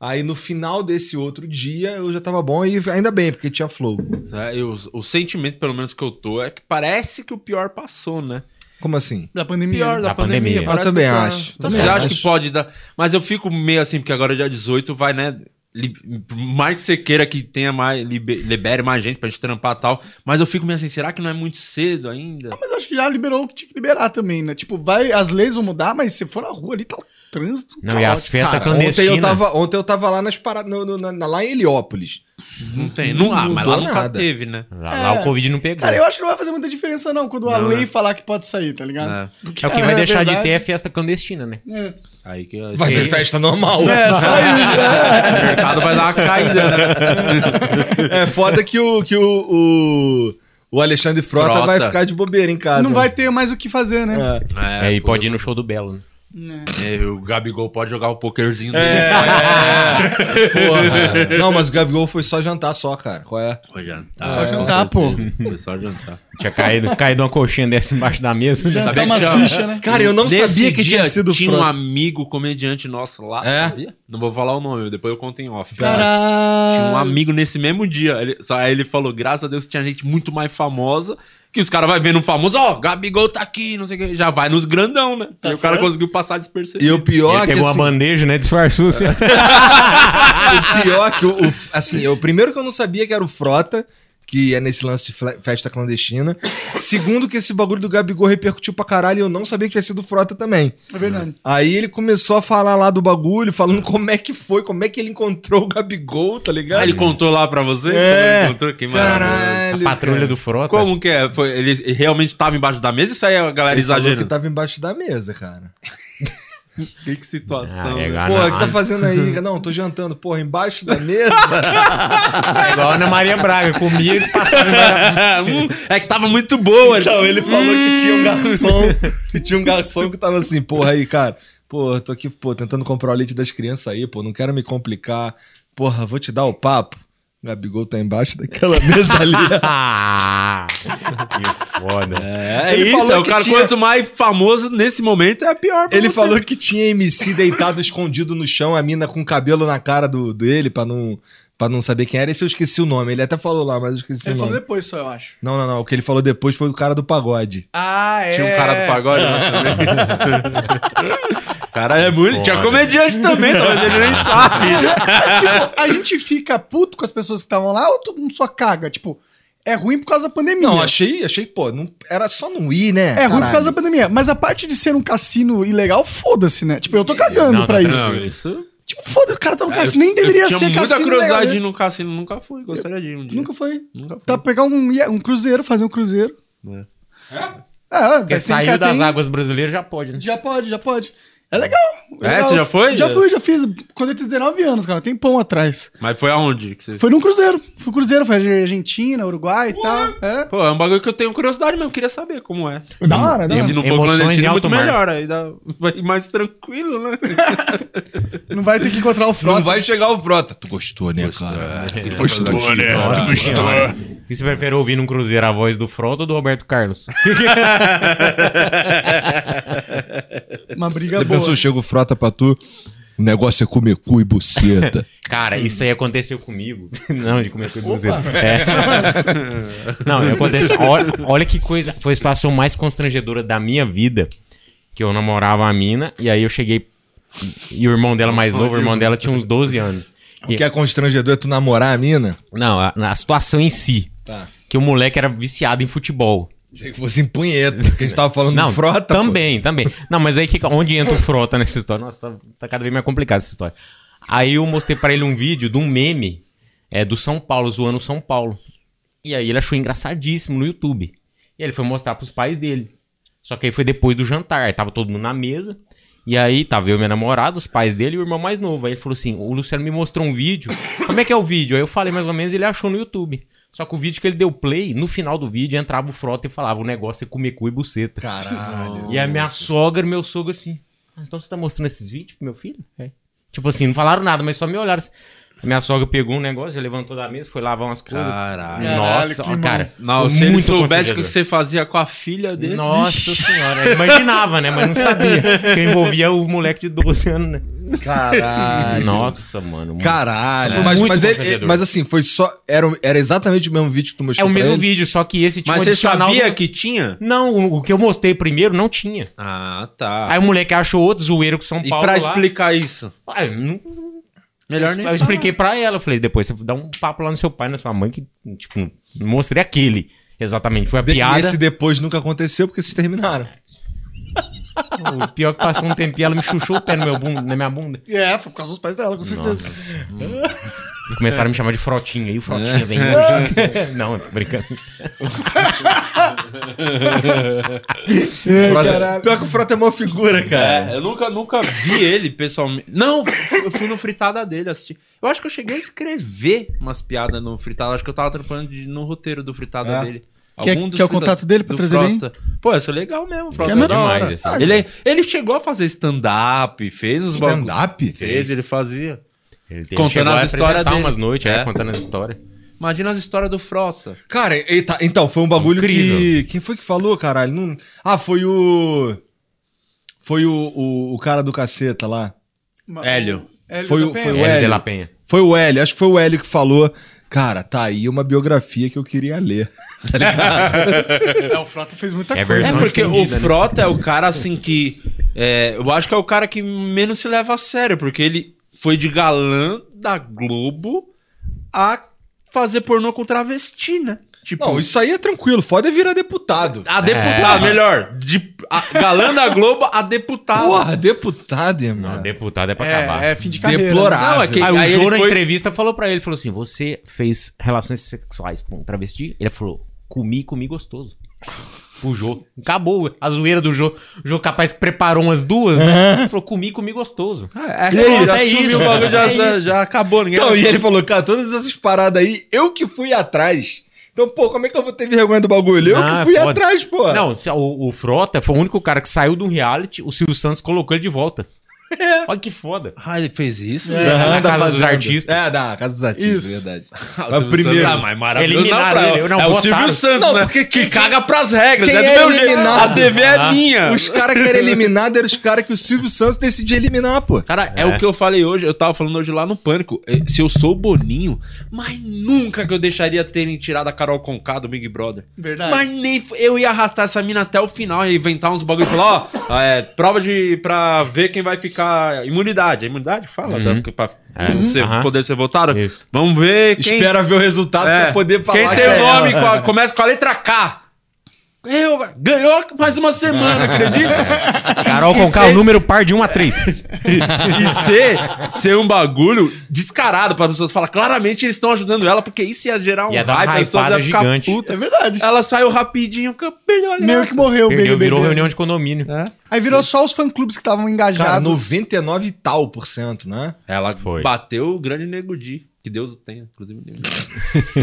S4: Aí no final desse outro dia eu já tava bom e ainda bem, porque tinha flow.
S1: É, eu- o sentimento, pelo menos que eu tô, é que parece que o pior passou, né?
S4: Como assim?
S3: Da pandemia.
S1: pior
S3: né?
S1: da,
S2: Da
S1: pandemia.
S2: pandemia.
S1: parece
S4: Eu também
S1: que tá-
S4: acho.
S1: Então,
S4: Também
S1: Você acha
S4: acho.
S1: que pode dar. Mas eu fico meio assim, porque agora dia 18 vai, né? li- por Mais que você queira que tenha mais. libe- libere mais gente pra gente trampar e tal. Mas eu fico meio assim, será que não é muito cedo ainda?
S3: Mas eu acho que já liberou o que tinha que liberar também, né? Tipo, vai, as leis vão mudar, mas se for na rua ali, tá o trânsito.
S2: Não, e as
S3: caótico.
S1: tá
S2: festas
S4: Cara, ontem
S2: clandestinas.
S4: eu, tava, ontem eu tava lá nas paradas, no- no- na- na- lá em Heliópolis.
S1: Não tem. Não, ah, mas
S4: mudou
S1: lá nunca
S4: nada.
S1: teve, né?
S2: Lá, lá o Covid não pegou.
S3: É. Cara, eu acho que não vai fazer muita diferença, não, quando a
S1: Não,
S3: lei
S1: né?
S3: falar que pode sair, tá ligado?
S1: É.
S3: Porque
S2: É o que vai deixar de
S3: verdade.
S2: ter é festa clandestina, né?
S3: É.
S1: Aí que
S4: Vai ter festa normal.
S3: É, só isso. né?
S1: O mercado vai dar uma caída, né?
S4: É foda que o, que o, o, o Alexandre Frota,
S1: Frota.
S4: vai ficar de bobeira em casa.
S3: Não vai ter mais o que fazer, né?
S4: É.
S2: É, e pode ir no show do Belo, né?
S1: É, o Gabigol pode jogar o pokerzinho dele.
S4: É. Porra. Não, mas o Gabigol foi só jantar só, cara. Qual é?
S1: Foi jantar.
S3: Só jantar, pô.
S1: Foi só jantar.
S2: Tinha caído, caído uma coxinha dessa embaixo da mesa.
S3: Já
S1: Sabia
S3: tá
S1: que
S3: umas
S1: já-
S3: fichas, né?
S4: Cara, eu não
S1: Nesse
S4: sabia que tinha
S1: dia,
S4: sido
S1: Tinha um
S4: Fran.
S1: amigo comediante nosso lá,
S4: É?
S1: sabia? Não vou falar o nome, depois eu conto em off. Tinha um
S4: Caralho.
S1: amigo nesse mesmo dia. Ele, só aí ele falou: graças a Deus tinha gente muito mais famosa. Que os caras vai vendo um famoso, ó, Gabigol tá aqui, não sei o que. Já vai nos grandão, né? e o cara conseguiu passar despercebido.
S4: E o
S3: um
S4: pior
S2: Ele
S4: que
S2: pegou uma
S4: assim,
S2: bandeja, né? Disfarçou. Assim,
S4: o pior que o, o- assim, eu primeiro que eu não sabia que era o Frota, que é nesse lance de fle- festa clandestina. Segundo que esse bagulho do Gabigol repercutiu pra caralho e eu não sabia que tinha sido o Frota também.
S3: É verdade.
S4: Aí ele começou a falar lá do bagulho, falando como é que foi, como é que ele encontrou o Gabigol, tá ligado?
S1: Ah, ele contou lá pra você?
S4: É.
S1: Ele contou? Que maravilha.
S3: É,
S4: Caralho.
S2: a patrulha
S4: cara.
S2: do Frota.
S1: Como que é? Foi, ele ele realmente tava embaixo da mesa? Isso aí a galera
S4: Ele falou que tá-
S1: exagerando.
S4: tava embaixo da mesa, cara.
S1: Que, que situação.
S2: Ah, é
S1: né?
S2: igual,
S4: Pô, o
S2: a
S4: que
S2: Ana-
S4: tá fazendo aí? Não, tô jantando. Porra, embaixo da mesa?
S2: é igual a Ana Maria Braga. Comia e passava
S1: Hum, é que tava muito boa.
S4: Então, ele falou que tinha um garçom.
S3: Hum.
S4: Que tinha um garçom que tava assim, porra, aí, cara. Pô, eu tô aqui, pô, tentando comprar o leite das crianças aí, pô, não quero me complicar. Porra, vou te dar o papo. O Gabigol tá embaixo daquela mesa ali.
S2: Ah, que foda.
S1: É
S4: Ele
S1: isso,
S4: falou
S1: é o
S4: que
S1: cara
S4: tinha-
S1: quanto mais famoso nesse momento é pior pra
S4: Ele
S1: você.
S4: falou que tinha MC deitado escondido no chão, a mina com cabelo na cara do, dele, pra não, pra não saber quem era. Esse eu esqueci o nome. Ele até falou lá, mas eu esqueci
S3: Ele
S4: o
S3: falou
S4: nome.
S3: depois só, eu acho.
S4: Não, não, não. O que ele falou depois foi o cara do pagode.
S3: Ah, é.
S1: Tinha um cara do pagode lá também. cara é muito. Tinha comediante também, talvez ele nem sabe.
S3: Mas, tipo, a gente fica puto com as pessoas que estavam lá ou todo mundo só caga? Tipo, é ruim por causa da pandemia.
S4: Não, achei, achei, pô, não, era só não ir, né?
S3: É ruim por causa da
S4: Caralho.
S3: pandemia. Mas a parte de ser um cassino ilegal, foda-se, né? Tipo, eu tô cagando
S2: Não,
S3: pra
S2: tá
S3: isso.
S2: tranquilo.
S1: isso.
S3: Tipo, foda-se, o cara
S1: É,
S3: tá no cassino. Nem deveria
S1: tinha
S3: ser
S1: muita
S3: cassino.
S1: curiosidade de ir
S3: ilegal,
S1: no cassino, nunca fui. Gostaria de ir um
S3: né?
S1: dia.
S3: Nunca foi.
S1: Nunca fui.
S3: Tá pegar um, um cruzeiro, fazer um cruzeiro.
S1: É.
S3: Ah,
S2: Porque
S3: tem
S2: saiu
S3: que-
S2: das
S3: tem-
S2: águas brasileiras já pode, né?
S3: Já pode, já pode. É legal.
S1: É,
S3: legal.
S1: você já foi?
S3: Já fui, já fiz. Quando eu tinha 19 anos, cara, tem pão atrás.
S1: Mas foi aonde? que você-
S3: Foi num cruzeiro. Fui cruzeiro, foi Argentina, Uruguai e tal. É.
S1: Pô, é um bagulho que eu tenho curiosidade mesmo, queria saber como é.
S3: Da hora, da
S1: E
S3: hora.
S1: se não for
S2: Emoções em
S1: clandestino, é
S2: alto
S1: muito
S2: mar.
S1: melhor. Aí dá... vai mais tranquilo, né?
S3: Não vai ter que encontrar o Frota.
S4: Não vai chegar o Frota. Tu gostou, né, cara?
S2: é.
S4: Gostou, né?
S2: Nossa senhora. Ah, E você prefere ouvir num cruzeiro a voz do Frota ou do Roberto Carlos?
S3: Uma briga
S4: Já
S3: boa.
S4: pensou, chega o Frota pra tu? O negócio é comer cu e buceta.
S2: Cara, isso aí aconteceu comigo. Não, de comer com o buzeiro. É. Não, aconteceu. Olha, olha que coisa. Foi a situação mais constrangedora da minha vida. Que eu namorava a mina, e aí eu cheguei. E o irmão dela mais novo, o irmão dela tinha uns 12 anos.
S4: o que é constrangedor é tu namorar a mina?
S2: Não, a, a situação em si.
S4: Tá.
S2: Que o moleque era viciado em futebol.
S4: Sei que fosse em punheta, que a gente tava falando
S2: Não,
S4: do Frota. pô.
S2: Também, também. Não, mas aí que, onde entra o Frota nessa história? Nossa, tá, tá cada vez mais complicada essa história. Aí eu mostrei pra ele um vídeo de um meme é, do São Paulo, zoando o São Paulo. E aí ele achou engraçadíssimo no YouTube. E ele foi mostrar pros pais dele. Só que aí foi depois do jantar, aí tava todo mundo na mesa. E aí tava eu, minha namorada, os pais dele e o irmão mais novo. Aí ele falou assim: o Luciano me mostrou um vídeo. Como é que é o vídeo? Aí eu falei mais ou menos, ele achou no YouTube. Só que o vídeo que ele deu play, no final do vídeo entrava o Frota e falava: o negócio é comer cu e buceta.
S4: Caralho.
S2: E a minha sogra e meu sogro assim. Mas então você tá mostrando esses vídeos pro meu filho? É. Tipo assim, não falaram nada, mas só me olharam. assim. A minha sogra pegou um negócio, já levantou da mesa, foi lavar umas coisas.
S1: Caralho.
S2: Nossa, ó, cara.
S1: Não,
S2: foi
S1: se ele
S2: muito
S1: soubesse o que
S2: constrangedor.
S1: você fazia com a filha dele.
S2: Nossa senhora, eu imaginava, né? Mas não sabia. Que eu envolvia o moleque de 12 anos, né?
S4: Caralho.
S2: Nossa, mano.
S4: Caralho.
S2: Foi
S4: Mas,
S2: É muito
S4: mas, ele-
S2: constrangedor.
S4: mas assim, foi só. Era, era exatamente o mesmo vídeo que tu
S2: É
S4: mostrou.
S2: o
S4: pra
S2: mesmo
S4: ele?
S2: vídeo, só que esse tinha
S1: Mas
S2: um
S1: você
S2: adicional
S1: sabia
S2: do-
S1: que tinha?
S2: Não, o- o que eu mostrei primeiro não tinha.
S1: Ah, tá.
S2: Aí o moleque achou outro zoeiro com São
S1: e
S2: Paulo
S1: pra
S2: lá.
S1: explicar isso?
S2: Ah, eu não-
S1: Melhor
S2: eu
S1: nem.
S2: expliquei pra ela, eu falei, depois você dá um papo lá no seu pai, na sua mãe, que, tipo, não mostrei aquele. Exatamente, foi a
S4: De-
S2: piada.
S4: E esse depois nunca aconteceu porque vocês terminaram.
S2: O pior que passou um tempinho, ela me chuchou o pé no meu bunda, na minha bunda.
S3: É, foi por causa dos pais dela, com certeza.
S2: E Começaram a me chamar de frotinha, aí o frotinha vem
S1: É.
S2: hoje. não, tô brincando.
S4: Frota- Pior que o Frota é uma figura, cara.
S1: É, eu nunca, nunca vi ele pessoalmente. Não, eu fui no fritada dele assistir. Eu acho que eu cheguei a escrever umas piadas no fritada. Acho que eu tava trampando de- no roteiro do fritada
S4: É.
S1: dele.
S3: Quer- quer o contato dele pra trazer ele aí?
S1: aí? Pô, isso é legal mesmo, Frota.
S3: Quer
S1: é da
S2: demais, assim.
S1: hora.
S2: esse
S1: Ah, ele, ele chegou a fazer stand-up, fez os bagulho-
S4: Stand-up?
S1: Fez, ele fazia.
S2: Ele
S1: Contando
S2: chegou a
S1: as histórias
S2: apresentar
S1: dele.
S2: umas noites, é,
S1: É.
S2: contando as histórias.
S1: Imagina as histórias do Frota.
S4: Cara, eita, então, foi um bagulho que.
S2: Incrível.
S4: Quem foi que falou, caralho? Não- Ah, foi o. Foi o, o, o cara do caceta lá.
S3: Uma-
S1: Hélio.
S3: Hélio
S4: Foi
S3: da
S4: o-
S3: Penha.
S4: foi o
S2: Hélio
S4: Hélio.
S1: é,
S2: de La Penha.
S4: Foi o Hélio, acho que foi o Hélio que falou. Cara, tá aí uma biografia que eu queria ler. Tá
S3: É, o Frota fez muita
S2: É
S3: coisa.
S1: É
S2: versão
S1: porque o
S2: estendida, né?
S1: Frota é o cara assim que. é, eu acho que é o cara que menos se leva a sério, porque ele foi de galã da Globo a fazer pornô com travesti, né? Tipo,
S4: Não, isso É. aí é tranquilo, foda é virar deputado.
S1: a deputada, melhor. De, a galã da Globo a deputada.
S4: Porra, deputado, irmão.
S2: Não, deputado é pra acabar.
S3: É, é fim de carreira.
S4: Deplorável.
S3: né?
S1: Não, é que-
S2: Aí,
S1: aí
S2: o Jô
S1: ele
S2: na
S1: foi-
S2: entrevista falou pra ele, falou assim, você fez relações sexuais com um travesti? Ele falou, comi, comi gostoso. O Jô. Acabou a zoeira do Jô. O Jô capaz que preparou umas duas, né? Ele falou, comi, comi gostoso.
S1: É,
S4: E aí,
S1: já
S2: é
S1: sumiu
S2: isso,
S1: o bagulho, já,
S2: é
S1: já-
S2: isso.
S1: já acabou. Ninguém
S4: Então, e ele falou, cara, todas essas paradas aí, eu que fui atrás. Então, pô, como é que eu vou ter vergonha do bagulho? Eu
S2: Ah,
S4: é que fui
S2: foda.
S4: atrás, pô.
S2: Não, se- o, o Frota foi o único cara que saiu do reality, o Silvio Santos colocou ele de volta.
S4: É.
S2: Olha que foda.
S1: Ah, ele fez isso?
S4: Da-
S2: Na
S4: da
S2: Casa dos
S4: Fazenda.
S2: Artistas.
S4: É, da Casa dos Artistas,
S3: Isso.
S4: verdade.
S1: Ah,
S4: Mas
S1: Silvio
S4: primeiro-
S1: Santos, ah, mas maravilhoso.
S2: Eliminaram
S1: pra-
S2: ele, não,
S1: é o
S2: botaram.
S1: Silvio Santos,
S4: Não,
S1: né?
S4: porque
S1: que
S4: quem-
S1: caga pras regras.
S4: quem
S1: é do
S4: é
S1: meu jeito.
S4: eliminado? Ah.
S1: A TV é minha.
S4: Os caras que eram eliminados eram os caras que o Silvio Santos decidia eliminar, pô.
S1: Cara, é. o que eu falei hoje, eu tava falando hoje lá no Pânico. eh, Se eu sou o Boninho, mas nunca que eu deixaria terem tirado a Carol Conká do Big Brother.
S3: Verdade.
S1: Mas nem. f- Eu ia arrastar essa mina até o final e inventar uns bagulho e falar, ó, é, prova de. pra ver quem vai ficar. Imunidade. É Imunidade? Fala, tá? Porque pra você
S2: Uhum. É. Aham.
S1: poder ser votado.
S2: Isso.
S1: Vamos ver quem.
S4: Espera ver o resultado
S1: é,
S4: pra poder falar
S1: Quem tem
S4: que é
S1: o nome,
S4: ela.
S1: com a- começa com a letra K. Eu, ganhou mais uma semana, acredita?
S2: Carol
S1: com
S2: Conká, o número par
S1: um
S2: de 1 a 3.
S1: E ser, ser um bagulho descarado para as pessoas falar claramente eles estão ajudando ela, porque isso ia gerar um
S2: Ia dar uma
S1: as pessoas
S2: hypada
S1: iam ficar
S2: gigante.
S1: puta.
S3: É verdade.
S1: Ela saiu rapidinho, que perdeu a graça.
S3: Meio que morreu o
S2: Perdeu,
S3: BBB.
S2: virou reunião de condomínio.
S3: Aí virou só os fã-clubes que estavam
S4: Cara,
S3: engajados.
S4: 99 e tal por cento, né?
S1: Ela
S2: Foi.
S1: bateu o grande Nego Di, que Deus o tenha, inclusive. Nego Di.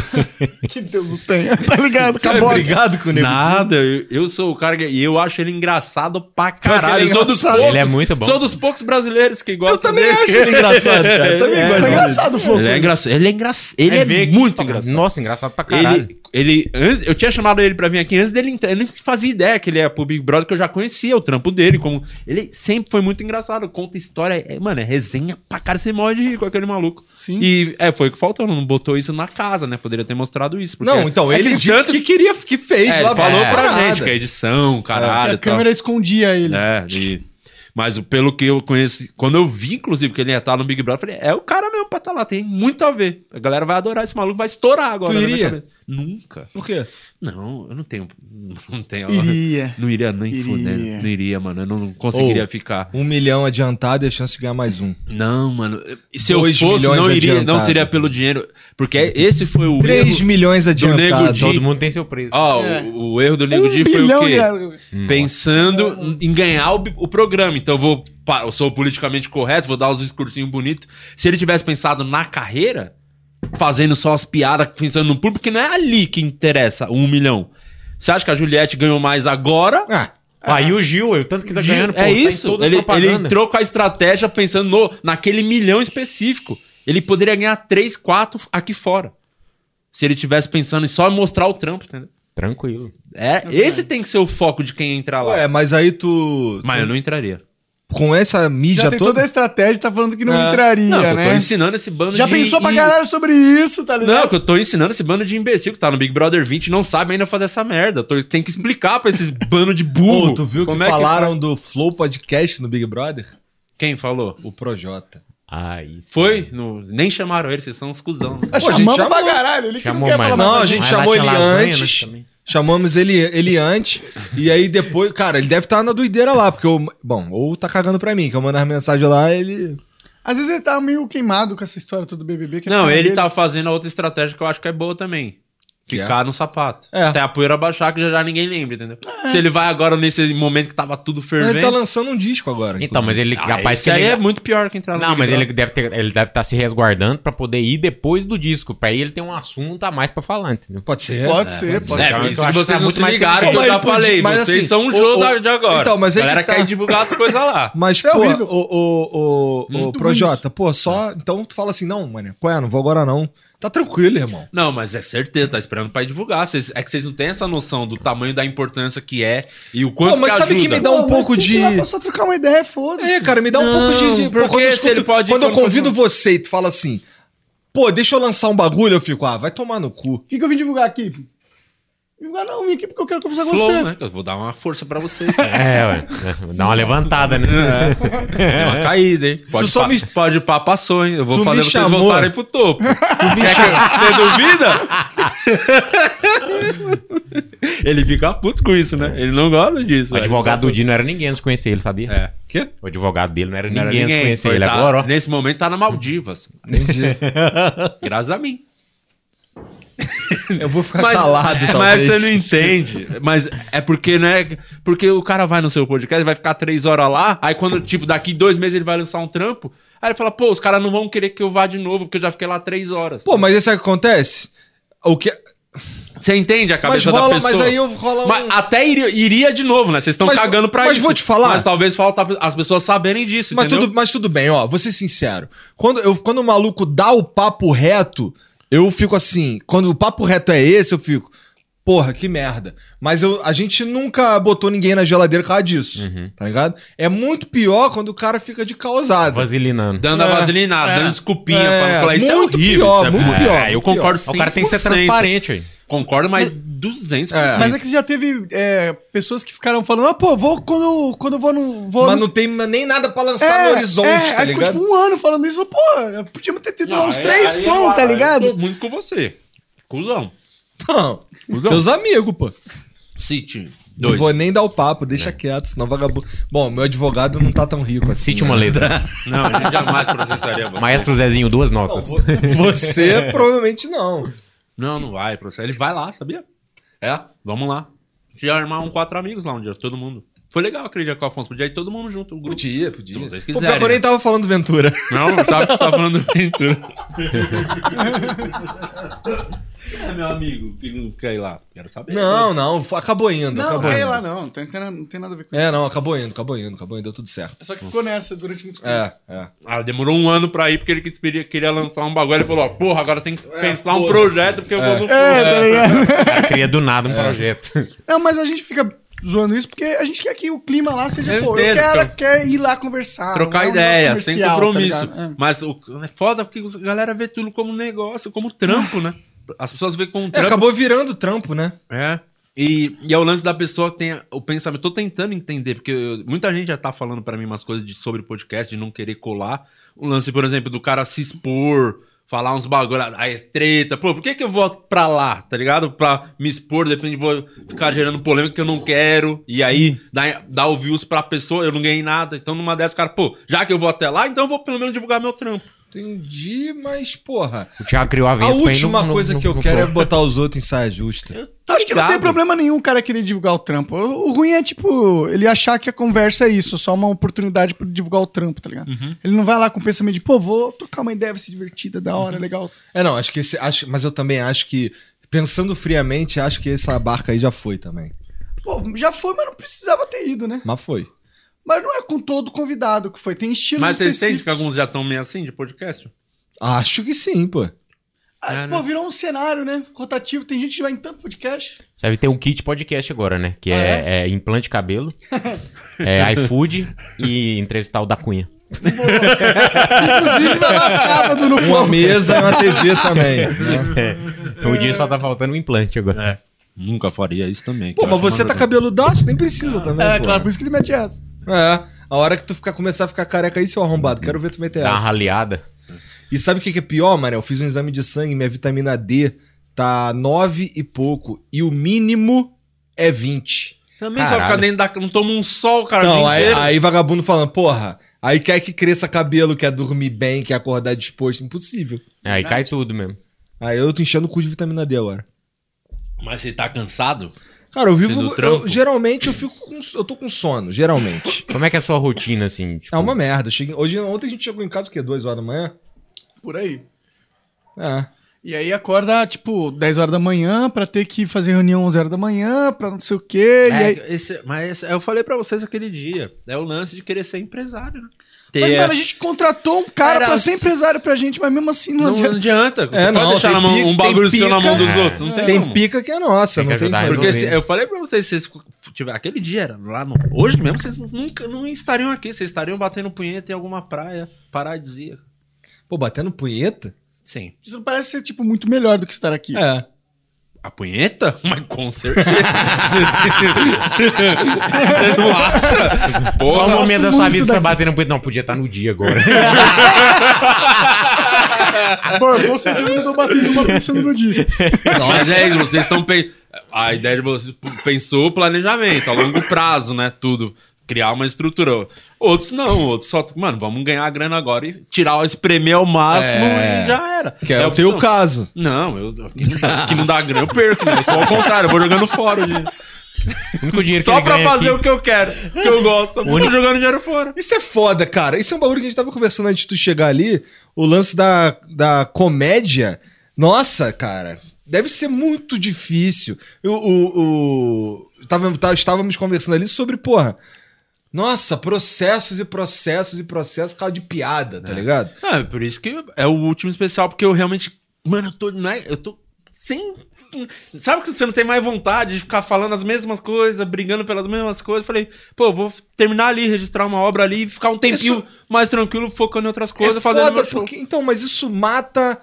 S3: Que Deus o tenha. Tá ligado?
S1: É,
S3: Acabou.
S4: Obrigado com o Nego
S1: Nada, eu, eu sou o cara que, e eu acho ele engraçado pra caralho.
S4: ele é
S1: sou dos
S4: engraçado.
S1: poucos,
S2: Ele é muito bom.
S1: Sou dos poucos brasileiros que
S4: Eu
S1: gostam
S4: também
S1: dele.
S4: acho ele engraçado, cara. Eu também
S3: Foi
S4: gosto dele.
S3: engraçado o
S1: Ele né? é engraçado. Ele é, engraçado. ele é,
S2: ver que-
S1: muito engraçado.
S2: Nossa, engraçado pra caralho.
S1: Ele, ele antes, eu tinha chamado ele pra vir aqui antes dele entrar. Eu nem fazia ideia que ele é pro Big Brother, que eu já conhecia o trampo dele. Como, ele sempre foi muito engraçado, conta história. é- mano, é resenha pra cara, você morre de rir com aquele maluco.
S3: Sim.
S1: E é, foi o que faltou, não botou isso na casa, né? Poderia ter mostrado isso. porque-
S4: Não, então,
S1: É
S4: ele
S1: que
S4: disse
S1: tanto-
S4: que queria, que fez
S1: é,
S4: lá,
S1: ele falou
S4: falou
S1: pra
S4: parada.
S1: gente que a
S4: É,
S1: edição, caralho.
S3: Que
S1: e
S3: a
S1: tal.
S3: câmera escondia ele.
S1: É, e- mas o- pelo que eu conheço, quando eu vi, inclusive, que ele ia estar no Big Brother, eu falei, é o cara mesmo pra estar lá, tem muito a ver. A galera vai adorar esse maluco, vai estourar agora.
S4: Tu
S1: na minha
S4: iria?
S1: cabeça. Nunca.
S4: Por quê?
S1: Não, eu não tenho. Não tenho.
S3: Iria.
S1: Não iria nem
S3: Iria.
S1: fudendo. Não iria, mano. Eu não conseguiria
S4: Ou-
S1: ficar.
S4: Um milhão adiantado e a chance de ganhar mais um.
S1: Não, mano. E se eu
S4: Dois
S1: fosse,
S4: milhões
S1: não iria. Não
S4: adiantado.
S1: seria pelo dinheiro. Porque esse foi o
S4: 3
S1: erro.
S4: milhões
S1: Nego
S4: adiantado.
S1: Di.
S2: Todo mundo tem seu preço.
S1: Ó,
S3: É.
S1: o, o erro do
S4: Um
S1: Nego Di foi o quê? pensando em ganhar o, o programa. Então eu vou. pa- Eu sou politicamente correto, vou dar os discursinhos bonitos. Se ele tivesse pensado na carreira, fazendo só as piadas, pensando no público, que não é ali que interessa um milhão. Você acha que a Juliette ganhou mais agora?
S4: Ah,
S2: É. Aí o Gil, o tanto que tá ganhando, pô,
S1: é
S2: tá em
S1: isso.
S2: todas as
S1: ele, ele
S2: propagandas.
S1: entrou com a estratégia pensando no, naquele milhão específico. Ele poderia ganhar 3, 4 aqui fora. Se ele tivesse pensando em só mostrar o trampo, entendeu?
S2: Tranquilo.
S1: É, esse tem que ser o foco de quem entrar lá.
S4: ué, mas aí tu...
S1: Mas eu não entraria.
S4: Com essa mídia
S3: Já tem toda
S4: toda...
S3: a estratégia, tá falando que não
S4: É.
S3: entraria,
S1: Não, que eu tô
S3: né?
S1: ensinando esse bando
S3: Já
S1: de...
S3: pensou pra
S1: im-
S3: caralho sobre isso, tá ligado?
S1: Não, que eu tô ensinando esse bando de imbecil que tá no Big Brother 20 e não sabe ainda fazer essa merda. Eu tô- Tem que explicar pra esses bando de burro.
S4: Pô, tu viu
S1: Como
S4: que
S1: é
S4: falaram do Flow Podcast no Big Brother?
S1: Quem falou?
S4: O Projota.
S2: Aí. sim.
S1: Foi? No- Nem chamaram ele, vocês são uns cuzão. né?
S3: Ah,
S4: Pô, a gente
S3: chamamos pra
S4: chamou.
S3: caralho, ele que não
S2: Chamou,
S3: quer
S2: mas-
S3: falar
S4: Não,
S3: mais
S4: a
S3: nada.
S4: gente
S2: Mas lá
S4: chamou
S2: tinha
S4: ele
S2: lasanha, né,
S4: antes.
S2: também.
S4: Chamamos ele, ele antes. e aí depois. Cara, ele deve estar na doideira lá, porque eu. Bom, ou tá cagando pra mim, que eu mando as mensagens lá, ele.
S3: Às vezes ele tá meio queimado com essa história toda do BBB. que é
S1: Não,
S3: foda
S1: ele
S3: dele.
S1: tá fazendo a outra estratégia que eu acho que é boa também.
S4: Que é?
S1: Ficar no sapato.
S4: É.
S1: Até a poeira baixar que já, já ninguém lembra, entendeu? Se ele vai agora nesse momento que tava tudo fervendo...
S4: Ele tá lançando um disco agora.
S2: Então, mas ele
S1: Ah,
S2: capaz
S1: esse
S2: que
S1: aí
S2: ele...
S1: é muito pior que entrar no
S2: Não,
S1: Big
S2: mas ele
S1: Brother.
S2: deve ter, ele deve estar se resguardando pra poder ir depois do disco. Pra aí ele ter um assunto a mais pra falar, entendeu?
S4: Pode ser.
S3: Pode ser, pode
S2: é,
S3: ser.
S2: mas-
S1: É,
S2: Eu
S1: isso que
S2: acho que
S1: vocês
S2: tá
S1: não
S2: muito
S1: se
S2: mais
S1: ligaram, que
S4: tempo.
S1: eu já
S4: Mas ele
S1: falei.
S4: podia- mas
S1: vocês
S4: assim,
S1: são um
S4: o-
S1: jogo
S4: o-
S1: da- de agora.
S4: Então, mas é
S1: a galera
S4: que tá-
S1: quer divulgar as coisas lá.
S4: Mas,
S3: É
S4: pô,
S3: horrível.
S4: o, o, o, o Projota, pô, só. Então tu fala assim, não, mano, qual é? Não vou agora não. Tá tranquilo, irmão.
S1: Não, mas é certeza, tá esperando pra divulgar. Vocês- é que vocês não têm essa noção do tamanho da importância que é e o quanto
S4: Pô, mas
S1: que
S4: sabe
S1: ajuda.
S4: que me dá um pouco de.
S3: Só trocar uma ideia, foda-se.
S4: É, cara, me dá um
S1: Não,
S4: pouco de. de-
S1: porque
S4: quando eu,
S1: se ele pode ir
S4: quando eu
S1: quando
S4: convido você e tu fala assim, pô, deixa eu lançar um bagulho, eu fico, ah, vai tomar no cu.
S3: O que, que eu vim divulgar aqui? Divulgar não, vim aqui porque eu quero
S4: um
S3: conversar com
S1: Flow,
S3: você.
S1: né? Eu vou dar uma força pra vocês. né?
S2: É, ué. Dá uma levantada, né?
S1: Deu É
S2: É.
S1: uma caída, hein? Pode
S4: só
S1: pá-
S4: me-
S1: pode pá, passou, hein? Eu vou
S4: Tu
S1: fazer
S4: me
S1: vocês
S4: chamou.
S1: voltarem pro topo. Quer que- Você duvida? ele fica puto com isso, né? Ele não gosta disso.
S2: O
S1: né?
S2: advogado do Dino não era ninguém antes de conhecer ele, sabia?
S1: É.
S4: Quê?
S2: O advogado dele não era
S1: Não era
S2: ninguém antes de conhecer
S1: foi,
S2: ele.
S1: tá-
S2: Agora, ó.
S1: Nesse momento tá na Maldivas.
S4: Entendi.
S1: Graças a mim.
S4: Eu vou
S1: Tá
S4: ficar calado,
S1: mas
S4: talvez.
S1: você não entende. Mas é porque, né? Porque o cara vai no seu podcast, vai ficar três horas lá, aí quando, tipo, daqui dois meses ele vai lançar um trampo, aí ele fala, pô, os caras não vão querer que eu vá de novo, porque eu já fiquei lá três horas.
S4: Pô, mas isso é o que acontece? O que...
S1: Você entende a
S4: Mas
S1: cabeça da
S4: rola,
S1: pessoa?
S4: mas aí eu rola um...
S1: Mas até iria, iria de novo, né? Vocês estão
S4: Mas-
S1: cagando pra
S4: mas
S1: isso.
S4: vou te falar.
S1: Mas talvez falta as pessoas saberem disso,
S4: Mas
S1: entendeu?
S4: tudo, mas tudo bem, ó, vou ser sincero. Quando, eu, quando o maluco dá o papo reto, eu fico assim. Quando o papo reto é esse, eu fico. Porra, que merda. Mas eu, a gente nunca botou ninguém na geladeira por causa disso, tá ligado? É muito pior quando o cara fica de causado.
S2: Vaselinando.
S1: Dando a
S4: É,
S1: vaselinada,
S4: é.
S1: dando desculpinha
S4: É,
S1: pra não falar. Isso
S4: muito
S1: é horrível.
S4: pior,
S1: isso é
S4: muito
S1: muito
S4: pior,
S1: eu
S4: muito
S1: concordo
S2: O cara tem que ser
S1: 100%.
S2: transparente, ué.
S1: Concordo, mas 200%.
S4: É.
S3: Mas é que você já teve é, pessoas que ficaram falando, ah, pô, vou quando, eu- quando eu vou no. Vou
S4: Mas
S3: no...
S4: não tem nem nada pra
S3: É,
S4: lançar no horizonte,
S3: é,
S4: tá
S3: aí ficou
S4: ligado?
S3: tipo um ano falando isso, mas, pô, eu podia ter tido lá uns
S1: Não,
S3: três
S1: aí- aí
S3: flow,
S1: eu-
S3: tá
S1: aí eu
S3: ligado?
S1: tô muito com você. Cusão.
S4: Não, teus amigos, pô.
S1: City.
S4: Não
S1: Dois.
S4: vou nem dar o papo, deixa quieto, senão vagabundo. Bom, meu advogado não tá tão rico assim.
S2: Cite
S4: né?
S2: uma letra.
S1: Não, a gente jamais processaria você.
S2: Maestro Zezinho, duas notas.
S4: Você provavelmente não.
S1: Não, não vai processar. Ele vai lá, sabia?
S4: É?
S1: Vamos lá. Tinha armar um quatro amigos lá um dia, todo mundo. Foi legal aquele dia com o Afonso. Podia ir todo mundo junto. O grupo.
S4: Podia, podia.
S1: Se vocês
S4: Pô,
S1: quiserem,
S4: pior que eu nem
S1: né?
S4: tava falando Ventura.
S1: Não, eu tava, tava falando do né? Ventura. é, meu amigo, filho, quer ir lá? Quero saber.
S4: Não, não, f- acabou indo.
S3: Não, não
S4: acabou
S3: quer ir
S4: indo.
S3: lá, não. Não tem, não tem nada- não tem nada a ver com isso. É
S4: É, não, acabou indo, acabou indo, acabou indo, deu tudo certo.
S3: Só que ficou nessa durante muito tempo.
S4: É, é.
S1: Ah, demorou um ano pra ir porque ele quis- queria, queria lançar um bagulho. Ele falou: ó, porra, agora tem que
S3: É,
S1: pensar um
S4: foda-se.
S1: projeto porque eu vou no fundo.
S3: tá ligado?
S2: Cria do nada um projeto.
S3: Não, mas a gente fica zoando isso porque a gente quer que o clima lá seja,
S1: Eu
S3: pô,
S1: entendo,
S3: o cara
S1: cara.
S3: quer ir lá conversar.
S1: Trocar
S3: não é um
S1: ideia,
S3: negócio
S1: sem
S3: comercial, tá
S1: compromisso.
S3: ligado? É.
S1: Mas o, é foda porque a galera vê tudo como negócio, como trampo, né? As pessoas veem como
S4: É,
S1: trampo.
S4: acabou virando trampo, né?
S1: É. E, e é o lance da pessoa tem o pensamento. Tô tentando entender, porque eu- muita gente já tá falando pra mim umas coisas de, sobre podcast, de não querer colar. O lance, por exemplo, do cara se expor, falar uns bagulho, aí é treta. Pô, por que, que eu vou pra lá, tá ligado? Pra me expor, depende, vou ficar gerando polêmica que eu não quero. E aí dá, dá o views pra pessoa, eu não ganhei nada. Então numa dessas, cara, pô, já que eu vou até lá, então eu vou pelo menos divulgar meu trampo.
S4: Entendi, mas porra.
S2: O Thiago criou a
S4: A
S2: vez
S4: última coisa que eu quero é botar os outros em saia justa.
S3: Então, Acho que não tem
S1: Obrigado.
S3: problema nenhum o cara querer divulgar o trampo. O o ruim é, tipo, ele achar que a conversa é isso, só uma oportunidade pra divulgar o trampo, tá ligado?
S1: Uhum.
S3: Ele não vai lá com o pensamento de, pô, vou trocar uma ideia, vai ser divertida, da
S1: Uhum.
S3: hora, legal.
S4: É, não, acho que esse. Acho, mas eu também acho que. Pensando friamente, acho que essa barca aí já foi também.
S3: Pô, já foi, mas não precisava ter ido, né?
S4: Mas foi.
S3: Mas não é com todo convidado que foi, tem estilo
S1: Mas vocês sentem que alguns já estão meio assim de podcast?
S4: Acho que sim, pô.
S1: É, né?
S3: Pô, virou um cenário, né? Rotativo, tem gente que vai em tanto podcast.
S2: Deve ter um kit podcast agora, né? Que
S3: Ah,
S2: é, é implante de cabelo, é iFood e entrevistar o da Cunha.
S3: Inclusive, vai lá sábado no
S4: Uma
S3: Flow.
S4: mesa e uma TV também. né?
S2: É. O dia só tá faltando um implante agora.
S1: É. Nunca faria isso também.
S4: Pô, mas você tá cabeludaço, nem precisa também.
S3: É,
S4: pô.
S3: claro, por isso que ele mete essa.
S4: É. A hora que tu ficar, começar a ficar careca aí, seu arrombado, quero ver tu meter
S2: Dá uma
S4: essa.
S2: raleada.
S4: E sabe o que que é pior, mano? Eu fiz um exame de sangue, minha vitamina D tá 9 e pouco. E o mínimo é 20.
S1: Também só
S2: Caralho.
S1: ficar dentro da. Não toma um sol, cara. o
S4: Não,
S1: dia
S4: aí,
S1: inteiro.
S4: aí vagabundo falando, porra, aí quer que cresça cabelo, quer dormir bem, quer acordar disposto. Impossível.
S2: É, Aí cai tudo mesmo.
S4: Aí eu tô enchendo o cu de vitamina D agora.
S1: Mas você tá cansado?
S4: Cara, eu
S1: Você do
S4: vivo.
S1: trampo?
S4: eu- geralmente eu fico com. Eu tô com sono, geralmente.
S2: Como é que é a sua rotina, assim? Tipo,
S4: É uma merda. eu cheguei- hoje, ontem a gente chegou em casa, o quê? 2 horas da manhã?
S3: Por aí.
S4: É.
S3: E aí acorda, tipo, 10 horas da manhã pra ter que fazer reunião 11 horas da manhã, pra não sei o quê. e
S1: É,
S3: aí...
S1: esse- mas esse- eu falei pra vocês aquele dia. É o lance de querer ser empresário. né?
S3: Mas,
S1: ter-
S3: mano, a gente contratou um cara
S1: Era
S3: pra
S1: as-
S3: ser empresário pra gente, mas mesmo assim não,
S1: Não,
S3: adianta.
S1: adianta. Você
S4: É,
S1: pode
S4: não,
S1: deixar
S4: tem
S1: na mão,
S4: pica-
S1: um bagulho
S4: tem
S1: seu na mão
S4: pica-
S1: dos outros. Não tem,
S4: Tem
S1: como.
S4: pior que é nossa,
S2: Tem que
S4: não tem
S2: ajudar
S4: mais
S1: Porque
S2: resolver.
S4: ou
S1: se- é,
S4: menos.
S1: eu falei pra vocês, se vocês tiver aquele dia era lá no, hoje mesmo, vocês nunca não estariam aqui, vocês estariam batendo punheta em alguma praia paradisíaca.
S4: Pô, batendo punheta?
S1: Sim.
S3: Isso não parece ser, tipo, muito melhor do que estar aqui.
S4: É.
S1: A punheta? Mas com certeza. Você não acha?
S2: Qual
S1: Porra,
S2: o momento da sua
S3: muito
S2: vida que você tá
S3: daqui.
S2: bater na punheta? Não, podia estar no dia agora.
S3: Bom, Ah, com certeza não tô batendo uma pensando no dia.
S1: Mas é isso, vocês estão pe... A ideia de vocês pensou o planejamento, a longo prazo, né? Tudo. Criar uma estrutura. Outros não, outros só. Mano, vamos ganhar a grana agora e tirar, espremer ao máximo
S4: É.
S1: e já era.
S4: Que é,
S1: a
S4: o teu
S1: opção.
S4: caso.
S1: Não, eu, que, não dá, que não dá grana, eu perco, né? Eu sou ao contrário, eu vou jogando fora. de-
S2: O único dinheiro que
S1: Só
S2: ele
S1: pra
S2: ganha é
S1: fazer
S2: aqui-
S1: o que eu quero, que eu gosto. Eu tô jogando dinheiro fora.
S4: Isso é foda, cara. Isso é um bagulho que a gente tava conversando antes de tu chegar ali. O lance da, da comédia. Nossa, cara. Deve ser muito difícil. O. o, o- tava- tá- estávamos conversando ali sobre, porra. Nossa, processos e processos e processos por causa de piada, tá ligado?
S1: Ah, é por isso que é o último especial, porque eu realmente. Mano, eu tô. Não é, eu tô sem. Sabe que você não tem mais vontade de ficar falando as mesmas coisas, brigando pelas mesmas coisas? Eu Falei, pô, vou terminar ali, registrar uma obra ali, ficar um tempinho
S4: Isso-
S1: mais tranquilo, focando em outras coisas,
S4: É
S1: fazendo
S4: foda,
S1: meu show.
S4: porque. Então, mas isso mata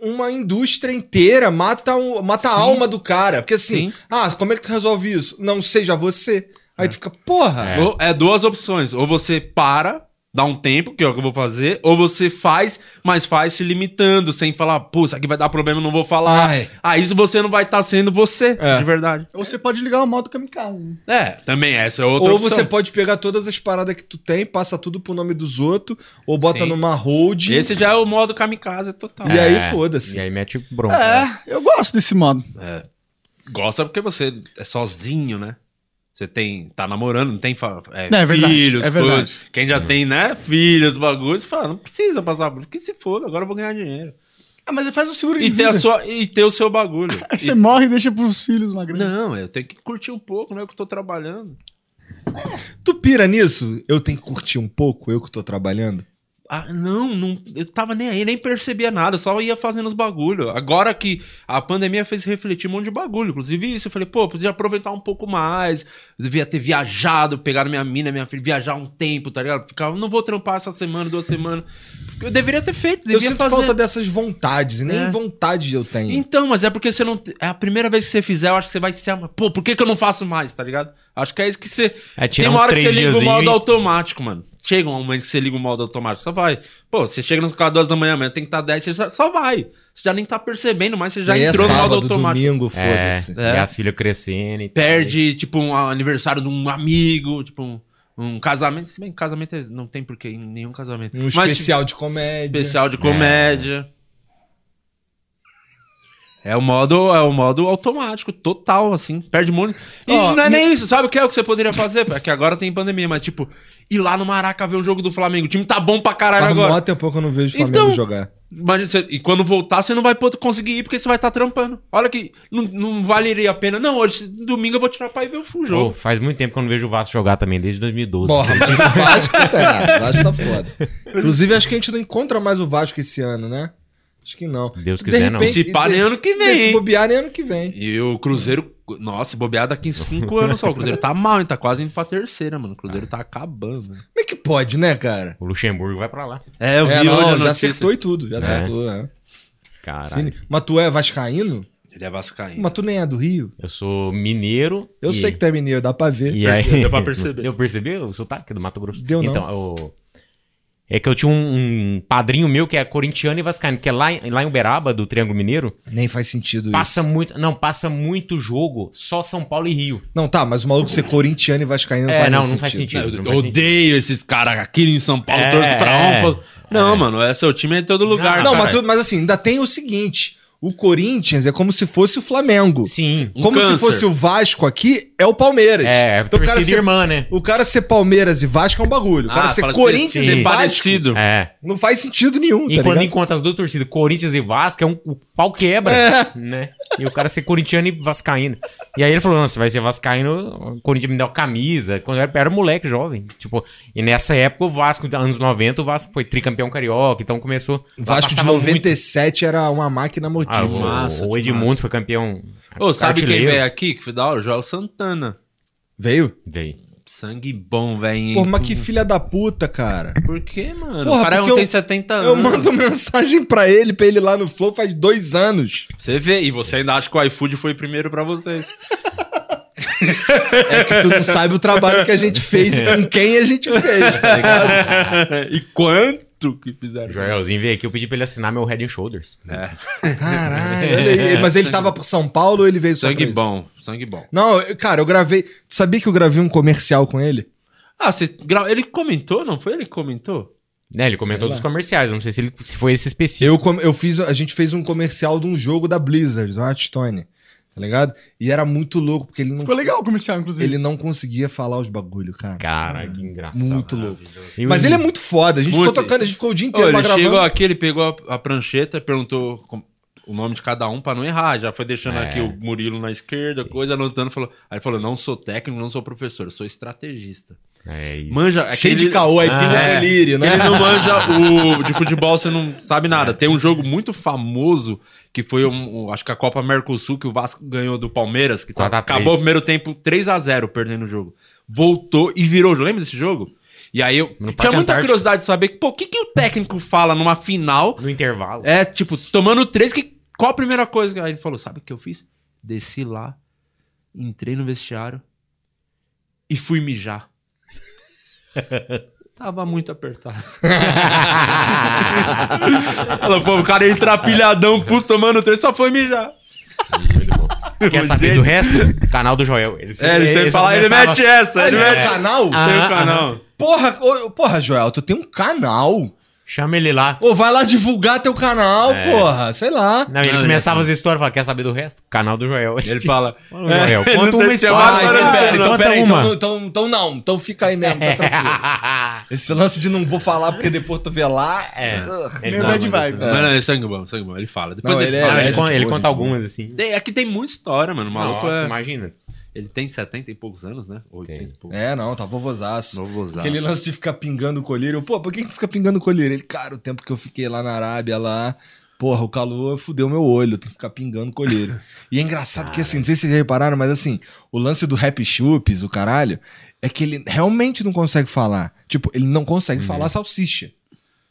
S4: uma indústria inteira, mata, um, mata a alma do cara. Porque assim,
S1: Sim.
S4: ah, como é que tu resolve isso? Não seja você. Aí tu fica, porra.
S1: É. Ou- é duas opções. Ou você para, dá um tempo, que é o que eu vou fazer, ou você faz, mas faz se limitando, sem falar, pô, isso aqui vai dar problema, eu não vou falar.
S4: Ai.
S1: Aí isso você não vai estar sendo você,
S4: É.
S1: de verdade.
S3: Ou você pode ligar o modo kamikaze.
S1: É, também essa é outra
S4: Ou
S1: opção.
S4: você pode pegar todas as paradas que tu tem, passa tudo pro nome dos outros, ou bota
S1: Sim.
S4: numa hold.
S1: Esse já é o modo kamikaze total.
S4: E aí,
S2: É.
S4: foda-se.
S2: E aí mete bronca. né?
S3: É, eu gosto desse modo.
S1: Gosta porque você é sozinho, né? Você tem, tá namorando, não tem fa- é,
S3: É verdade,
S1: filhos,
S3: é verdade.
S1: coisas. Quem já tem, né, filhos, bagulhos, fala, não precisa passar por que se foda, agora eu vou ganhar dinheiro.
S3: Ah, mas ele faz um seguro de
S1: E ter, a
S3: vida.
S1: sua, e ter o seu bagulho.
S3: Aí você
S1: E-
S3: morre e deixa pros filhos uma grana.
S1: Não, eu tenho que curtir um pouco, né? Que eu tô trabalhando.
S4: Tu pira nisso? Eu tenho que curtir um pouco, eu que tô trabalhando.
S1: Ah, não, não, eu tava nem aí, nem percebia nada, eu só ia fazendo os bagulho. Agora que a pandemia fez refletir um monte de bagulho, inclusive isso, eu falei, pô, podia aproveitar um pouco mais, devia ter viajado, pegar minha mina, minha filha, viajar um tempo, tá ligado? Ficava, não vou trampar essa semana, duas semanas. Eu deveria ter feito,
S4: Eu
S1: devia
S4: sinto
S1: fazer.
S4: falta dessas vontades, e nem
S1: É.
S4: vontade eu tenho.
S1: Então, mas é porque você não. É a primeira vez que você fizer, eu acho que você vai se amar. Pô, por que, que eu não faço mais, tá ligado? Acho que é isso que você.
S2: É tirar
S1: Tem uma
S2: uns
S1: hora que você
S2: três
S1: liga o
S2: diazinho
S1: modo
S2: e-
S1: automático, mano. Chega um momento que você liga o modo automático, só vai. Pô, você chega nos carros duas da manhã, amanhã tem que estar 10, você só, só vai. Você já nem tá percebendo, mas você já
S4: Aí é
S1: entrou no
S4: sábado,
S1: modo automático.
S4: domingo,
S2: É,
S4: foda-se.
S1: É.
S2: E as filhas crescendo e tal.
S1: Perde, tipo, um aniversário de um amigo, tipo, um, um casamento. Se bem que casamento é- não tem porquê, em nenhum casamento.
S4: Um
S1: Mas,
S4: especial de comédia.
S1: tipo, especial de comédia. É o modo, é o modo automático, total, assim. Perde muito. E
S3: Ó,
S1: não é nem isso, sabe o que é o que você poderia fazer? É que agora tem pandemia, mas tipo, ir lá no Maraca ver um jogo do Flamengo. O time tá bom pra caralho
S4: Faz mó
S1: agora.
S4: tempo que um eu não vejo o Flamengo
S1: Então-
S4: jogar.
S1: Imagina, você- e quando voltar, você não vai poder conseguir ir porque você vai estar trampando. Olha que não, não valeria a pena. Não, hoje, domingo, eu vou tirar pra ir ver o
S2: Pô,
S1: jogo.
S2: faz muito tempo que eu não vejo o Vasco jogar também, desde 2012.
S4: Porra, mas o Vasco tá. O Vasco tá foda. Inclusive, acho que a gente não encontra mais o Vasco esse ano, né? Acho que não.
S2: Deus quiser, não.
S1: Se pá,
S4: de-
S1: nem ano que vem,
S4: Se
S1: hein?
S4: bobear, nem ano que vem.
S1: E o Cruzeiro, nossa, bobear daqui em cinco anos só. O Cruzeiro tá mal, hein? Tá quase indo pra terceira, mano. O Cruzeiro tá acabando.
S4: Como é que pode, né, cara?
S2: O Luxemburgo vai pra lá.
S1: É, eu vi
S4: é,
S1: hoje a
S4: não, já
S1: notícia.
S4: acertou e tudo. Já acertou, é.
S2: Caralho.
S4: Cine. Mas tu é vascaíno?
S1: Ele é vascaíno.
S4: Mas tu nem é do Rio?
S2: Eu sou mineiro.
S4: Eu
S2: e-
S4: sei que tu é mineiro, dá pra ver.
S2: E aí...
S1: Deu pra perceber.
S2: Eu percebi o sotaque do Mato Grosso.
S4: Deu não.
S2: Então, o- É que eu tinha um, um padrinho meu que é corintiano e vascaíno, porque lá, em- lá em Uberaba, do Triângulo Mineiro,
S4: Nem faz sentido
S2: passa
S4: isso.
S2: muito... Não, passa muito jogo só São Paulo e Rio.
S4: Não, tá, mas o maluco ser corintiano e vascaíno não
S2: é,
S4: faz
S2: não,
S4: nenhum
S2: não faz
S1: Não,
S2: sentido.
S1: eu
S2: não faz sentido.
S1: odeio esses caras aqui em São Paulo,
S2: É,
S1: torce pra um.
S2: é.
S1: pra- Não, mano, é seu time é em todo lugar.
S4: Não, mas,
S1: caralho.
S4: tu- mas assim, ainda tem o seguinte: o Corinthians é como se fosse o Flamengo.
S2: Sim.
S1: Um
S4: como
S1: câncer.
S4: se fosse o Vasco aqui, é o Palmeiras.
S2: É,
S4: então, o cara
S2: torcida
S4: ser,
S2: irmã, né?
S4: o cara ser Palmeiras e Vasco é um bagulho. O cara
S1: Ah,
S4: ser
S1: fala assim.
S4: Corinthians
S1: ser
S4: e Vasco
S1: parecido.
S2: É.
S4: não faz sentido nenhum,
S2: E
S4: tá
S2: quando
S4: ligado?
S2: encontra as duas torcidas, Corinthians e Vasco, é um o pau quebra, né? E o cara ser corintiano e vascaíno. E aí ele falou, nossa, vai ser vascaíno, o Corinthians me deu camisa. Quando eu era, era moleque jovem, tipo... E nessa época o Vasco, anos 90, o Vasco foi tricampeão carioca, então começou...
S4: Vasco de
S2: passava muito-
S4: 97 era uma máquina
S2: Ah,
S4: motiva.
S2: o,
S1: Massa,
S2: o Edmundo foi campeão
S4: É,
S1: Ô, sabe quem
S2: artilheiro.
S1: veio aqui? Que foi da hora? O Joel Santana.
S4: Veio?
S2: Veio.
S1: Sangue bom, velho. hein?
S4: Porra, mas que filha da puta, cara.
S1: Por quê, mano?
S4: Porra,
S1: o cara
S4: porque
S1: não tem
S4: eu-
S1: 70 anos.
S4: Eu mando mensagem pra ele, pra ele lá no Flow faz dois anos.
S1: Você vê, e você ainda acha que o iFood foi primeiro pra vocês.
S4: É que tu não sabe o trabalho que a gente fez, com quem a gente fez, tá ligado?
S1: e quanto que fizeram?
S2: Joelzinho veio aqui, eu pedi pra ele assinar meu Head and Shoulders.
S1: É,
S4: Caralho, olha aí. Mas ele tava por São Paulo ou ele veio só pra
S1: sangue
S4: isso?
S1: bom, sangue bom.
S4: Não, eu- cara, eu gravei. Sabia que eu gravei um comercial com ele?
S1: Ah, você gra- ele comentou, não foi ele que comentou?
S2: Né, ele comentou dos comerciais, eu não sei se, ele, se foi esse específico.
S4: Eu, com- eu fiz, a gente fez um comercial de um jogo da Blizzard, do Hearthstone, tá ligado? E era muito louco, porque ele não,
S3: Ficou legal o comercial, inclusive.
S4: ele não conseguia falar os bagulho, cara.
S2: Cara, que engraçado.
S4: muito louco.
S2: E o-
S4: Mas ele é muito foda, a gente
S1: Muito.
S4: ficou tocando, a gente ficou o dia
S1: Ô,
S4: inteiro lá
S1: ele
S4: gravando.
S1: chegou aqui, ele pegou a, a prancheta, perguntou com- o nome de cada um pra não errar. Já foi deixando
S2: É.
S1: aqui o Murilo na esquerda, coisa, anotando. Falou, aí falou: não sou técnico, não sou professor, eu sou estrategista.
S2: É isso.
S1: Manja. é que
S4: Cheio de
S1: ele-
S4: caô, aí
S2: Ah,
S4: pinga
S1: é.
S4: delírio,
S1: Ele
S4: né?
S1: não manja o de futebol, você não sabe
S2: É.
S1: nada. Tem um jogo muito famoso que foi, um, um- acho que a Copa Mercosul, que o Vasco ganhou do Palmeiras, que tá-
S2: 4 a 3.
S1: acabou o primeiro tempo 3 a 0 perdendo o jogo. Voltou e virou. Lembra desse jogo? E aí eu
S2: No Parque
S1: tinha muita
S2: Antártico.
S1: curiosidade de saber, pô, o que, que o técnico fala numa final?
S2: No intervalo.
S1: É, tipo, tomando três, que, qual a primeira coisa que aí ele falou? Sabe o que eu fiz? Desci lá, entrei no vestiário e fui mijar. Tava muito apertado. Ela falou, o cara entra pilhadão, puto, tomando três, só foi mijar.
S2: Quer saber do resto? Canal do Joel. Ele
S1: É, ele sempre fala, ele
S2: começava-
S1: mete essa,
S4: Ah,
S1: ele
S5: né?
S2: é
S4: ele tem um
S1: mete.
S4: canal?
S1: Tem o
S2: Ah,
S1: canal.
S4: Porra, ô, porra, Joel, tu tem um canal?
S2: ah, Chama ele lá.
S4: Ô, vai lá divulgar teu canal, porra, sei lá.
S2: Não, ele é
S1: Não,
S2: começava as histórias e falava, quer saber do resto? Canal do Joel.
S1: Ele fala.
S2: Fala, Joel,
S1: É. ele
S2: conta
S1: não
S2: uma
S1: tem
S2: história.
S1: chamado,
S2: Ai,
S1: mas
S2: cara,
S1: não
S2: pera,
S1: tem,
S2: então-
S1: não.
S2: conta uma.
S4: então, então, então não, então fica aí mesmo,
S2: É.
S4: tá tranquilo. Esse lance de não vou falar porque depois tu vê lá.
S2: É.
S4: Ugh.
S2: Ele
S3: Meu
S2: dá
S3: bad
S2: uma-
S3: vibe.
S1: Mas não, é sangue bom, sangue bom. Ele fala. Depois
S4: Não,
S1: ele,
S4: ele é-
S1: fala.
S2: Ah,
S1: ele-
S2: ele, con-
S4: gente
S2: ele
S4: boa,
S2: conta
S4: gente
S2: algumas, assim.
S1: Tem- É que tem muita história, mano. O maluco
S2: Nossa,
S1: é-
S2: imagina.
S1: Ele tem 70 e poucos anos, né? Ou 80 e poucos.
S4: É, não, tá vovozaço.
S1: Novozão.
S4: Aquele lance de ficar pingando o colírio. Eu, Pô, por que que tu fica pingando o colírio? Ele, cara, o tempo que eu fiquei lá na Arábia, lá... Porra, o calor fudeu meu olho, tem que ficar pingando o colírio. E é engraçado que, assim, não sei se vocês já repararam, mas assim, o lance do Rap Chups, o caralho, é que ele realmente não consegue falar. Tipo, ele não consegue falar salsicha.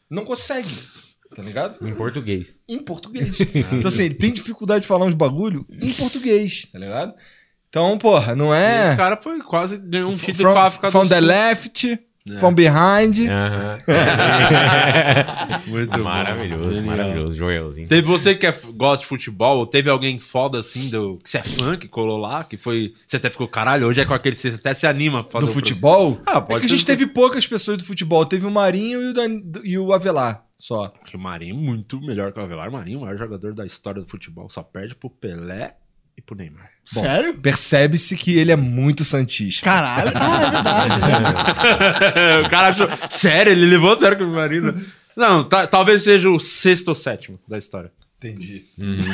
S4: Não consegue, tá ligado?
S2: Em português.
S4: em português. então, assim, ele tem dificuldade de falar uns bagulho em português, tá ligado? Então, porra, não
S1: Esse
S4: é.
S1: cara foi quase ganhou um título
S4: from
S1: com a África
S4: from
S1: do
S4: the
S1: Sul.
S4: left, from behind.
S2: Aham.
S1: Muito bom.
S2: maravilhoso,
S1: Genial.
S2: maravilhoso. Joelzinho.
S1: Teve você que é f- gosta de futebol, ou teve alguém foda assim, do, que você é fã, que colou lá, que foi. Você até ficou, caralho, hoje é com aquele. Você até se anima pra fazer
S4: Do
S1: o pro-
S4: futebol?
S1: Ah, pode
S4: é que a
S1: ser
S4: gente
S1: do fut-
S4: teve poucas pessoas do futebol. Teve o Marinho e o, Dan... e o Avelar só.
S1: Que o Marinho, é muito melhor que o Avelar. Marinho, é o maior jogador da história do futebol. Só perde pro Pelé e pro Neymar.
S4: Bom,
S3: Sério?
S4: Percebe-se que ele é muito santista.
S3: Caralho. Ah, é verdade.
S1: o cara achou. Sério, ele levou a sério que o Marinho. né? Não, ta- talvez seja o sexto ou sétimo da história.
S4: Entendi.
S2: Porque
S1: Uhum.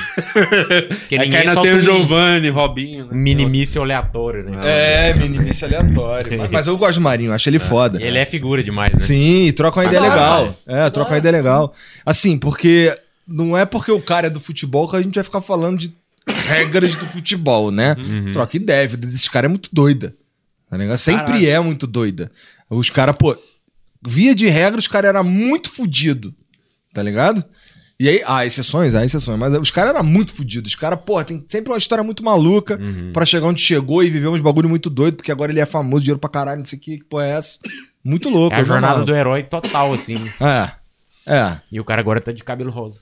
S1: É que
S2: ninguém
S1: ainda
S2: solta
S1: tem o
S2: um
S1: Giovanni, Robinho. né?
S2: Minimício aleatório, né?
S4: É, minimice aleatório. Mas- Mas eu gosto do Marinho, acho ele foda.
S2: E Ele é figura demais, né?
S4: Sim, troca uma ideia
S2: Claro.
S4: legal. É, troca uma ideia legal. Assim, porque não é porque o cara é do futebol que a gente vai ficar falando de regras do futebol, né? Troca ideia, a vida desses caras é muito doida. Tá ligado? Sempre
S1: Caralho.
S4: é muito doida. Os caras, pô, via de regra, os caras eram muito fudido. Tá ligado? E aí, há exceções, há exceções, mas os caras eram muito fudidos. Os caras, pô, tem sempre uma história muito maluca pra chegar onde chegou e viver uns bagulho muito doido, porque agora ele é famoso, dinheiro pra caralho, não sei o que, que porra é essa. Muito louco,
S2: É a
S4: eu
S2: jornada
S4: amava.
S2: do herói total, assim.
S4: É. É.
S2: E o cara agora tá de cabelo rosa.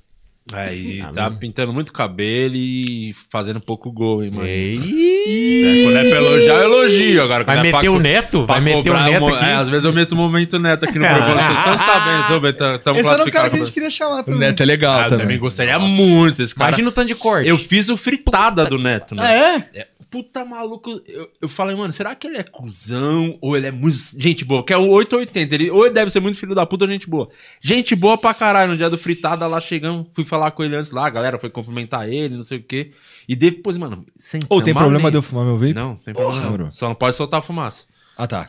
S1: Aí
S2: Ah,
S1: tá
S2: mano.
S1: pintando muito cabelo e fazendo pouco gol, hein, mano.
S2: Ei.
S1: É, quando é pra elogiar, eu elogio. Agora,
S2: Vai
S1: quando é
S2: meter
S1: pra,
S2: o neto?
S1: pra
S2: Vai meter o
S1: cobrar,
S2: neto
S1: eu mo- é, às
S2: aqui?
S1: vezes eu meto o momento neto aqui no programa. Vocês só se tá vendo, tô bem, tá- tamo
S3: Esse era
S1: classificado
S3: o cara que a
S1: pra-
S3: gente queria chamar
S4: O
S3: também.
S4: Neto é legal
S1: Ah, eu também
S4: também.
S1: gostaria muito esse cara.
S2: Imagina o tanto de corte.
S1: Eu fiz o fritada do Neto,
S3: Ah,
S1: né?
S3: é?
S1: É, Puta maluco, eu, eu falei, mano, será que ele é cuzão ou ele é muito gente boa? Que é o 880, ele ou ele deve ser muito filho da puta ou gente boa. Gente boa pra caralho, no dia do fritada lá chegamos, fui falar com ele antes lá, a galera foi cumprimentar ele, não sei o quê. E depois, mano, sem
S4: Ou tem problema de eu fumar meu vape?
S1: É Não, tem
S4: Porra,
S1: problema. não.
S4: bro.
S1: Só não pode soltar a fumaça.
S4: Ah, tá.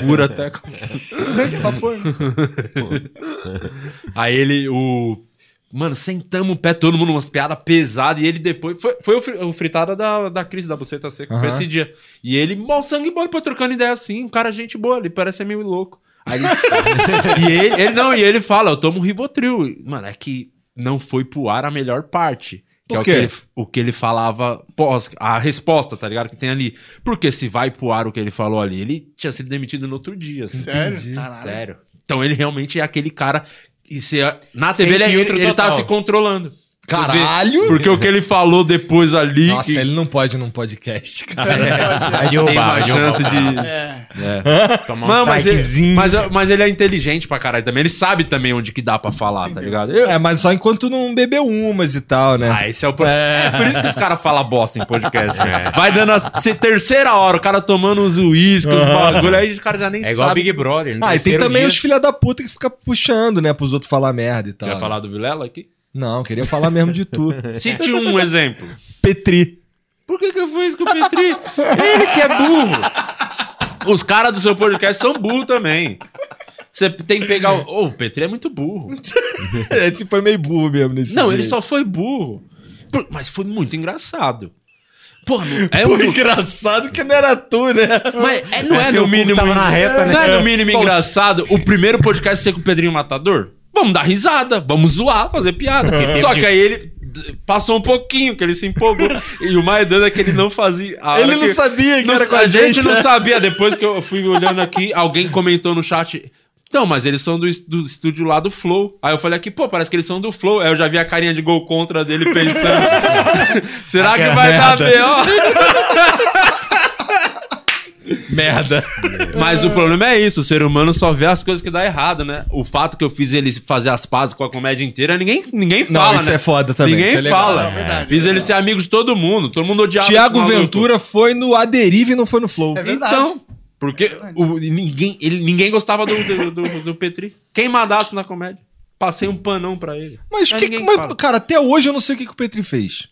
S1: Segura até.
S3: Tudo bem que é vapor, né?
S1: Aí ele, o. Mano, sentamos o pé, todo mundo, umas piadas pesadas. E ele depois. Foi, foi o, fri- o fritada da, da crise da buceta seca que foi
S4: Aham.
S1: esse dia. E ele, mó sangue bom, depois trocando ideia assim. Um cara, gente boa, ele parece ser meio louco. Aí ele, e ele, ele- não, e ele fala: eu tomo um Rivotril. Mano, é que não foi pro ar a melhor parte. Que
S4: Por
S1: é o que,
S4: quê?
S1: ele, o que ele falava pós, a resposta, tá ligado? Que tem ali. Porque se vai pro ar o que ele falou ali, ele tinha sido demitido no outro dia. assim.
S4: Entendi.
S3: Sério? Caralho.
S1: Sério. Então ele realmente é aquele cara. E se, na
S2: Sem
S1: TV ele, é-
S2: filtro
S1: ele, ele tá
S2: total.
S1: se controlando.
S4: Caralho!
S1: Porque o que ele falou depois ali.
S4: Nossa,
S1: que-
S4: ele não pode num podcast, cara.
S1: É.
S2: é Vai
S1: tem
S2: derrubar,
S1: uma
S2: vai derrubar.
S1: chance de.
S3: É.
S2: Tomar um
S1: Não, mas ele,
S2: strikezinho.
S1: mas, mas ele é inteligente pra caralho também. Ele sabe também onde que dá pra falar, tá ligado? Eu-
S4: É, mas só enquanto não bebeu umas e tal, né?
S1: Ah, esse é o problema. É. por isso que os caras falam bosta em podcast.
S2: É.
S1: né? Vai dando a se- terceira hora, o cara tomando os uísques, os bagulho, aí os caras já nem
S2: É
S1: sabem.
S2: igual Big Brother.
S4: Ah, e tem também os filha da puta que fica puxando, né, pros outros falar merda e tal.
S1: Quer falar do Vilela aqui?
S4: Não, queria falar mesmo de tu.
S1: Cite um exemplo.
S4: Petri.
S1: Por que, que eu fiz com o Petri? Ele que é burro. Os caras do seu podcast são burros também. Você tem que pegar. o. Ô, o Petri é muito burro.
S4: Esse foi meio burro mesmo nesse
S1: Não,
S4: dia.
S1: ele só foi burro. Por- Mas foi muito engraçado. Porra, não- é
S4: Foi
S1: um-
S4: engraçado que não era tu, né?
S1: Mas é- não é,
S2: É, seu
S1: no
S2: cu
S1: mínimo.
S2: tava na reta, né?
S1: Não é no mínimo
S4: Pô,
S1: engraçado o primeiro podcast ser com o Pedrinho Matador? Vamos dar risada, vamos zoar, fazer piada. Só que aí ele d- passou um pouquinho, que ele se empolgou. e o mais doido é que ele não fazia. a hora
S4: Ele não
S1: que-
S4: sabia que
S1: Não-
S4: era com a,
S1: gente.
S4: gente.
S1: não
S4: né?
S1: sabia. Depois que eu fui olhando aqui, alguém comentou no chat. Então, mas eles são do, es- do estúdio lá do Flow. Aí eu falei aqui, pô, parece que eles são do Flow. Aí eu já vi a carinha de gol contra dele pensando. Será que
S2: Aquela
S1: vai dar
S2: merda.
S1: B.O.?
S4: Merda.
S1: Mas o problema é isso, o ser humano só vê as coisas que dá errado, né? O fato que eu fiz ele fazer as pazes com a comédia inteira, ninguém, ninguém
S4: Não,
S1: fala,
S4: isso
S1: né?
S4: é foda também, isso
S1: Ninguém
S4: é legal.
S1: fala.
S3: É verdade,
S1: fiz
S3: é
S1: ele
S3: legal.
S1: ser amigo de todo mundo, todo mundo odiava
S4: Tiago
S1: esse maluco.
S4: Ventura foi no Aderive e não foi no Flow.
S3: É verdade. É
S1: Então, porque o- ninguém, ele, ninguém gostava do, do, do- do Petri. Queimadaço na comédia. Passei um panão pra ele.
S4: Mas, que-
S1: ninguém
S4: mas,
S1: fala.
S4: cara, até hoje eu não sei o que, que o Petri fez.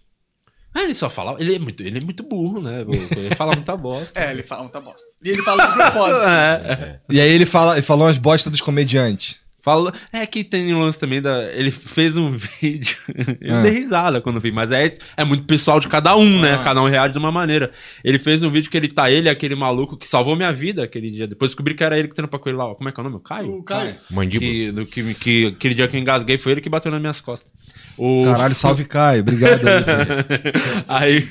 S1: Ah, ele só falava. Ele é muito, ele é muito burro, né? Ele fala muita bosta.
S3: É, ele fala muita bosta. E ele fala de propósito.
S1: É,
S4: E aí ele, fala, ele falou umas bostas dos comediantes.
S1: Fala- é que tem um lance também da. Ele fez um vídeo. Eu
S4: Ah.
S1: dei risada quando vi, mas é, é muito pessoal de cada um, né?
S3: Ah.
S1: Cada um reage de uma maneira. Ele fez um vídeo que ele tá, ele, é aquele maluco que salvou minha vida aquele dia. Depois descobri que era ele que trampa com ele lá. ó. Como é que é o nome? O Caio?
S3: O Caio.
S1: É.
S2: Mandíbula.
S1: Que, do que, que aquele dia que eu engasguei foi ele que bateu nas minhas costas. O...
S4: Caralho, salve Caio. Obrigado aí. cara.
S1: aí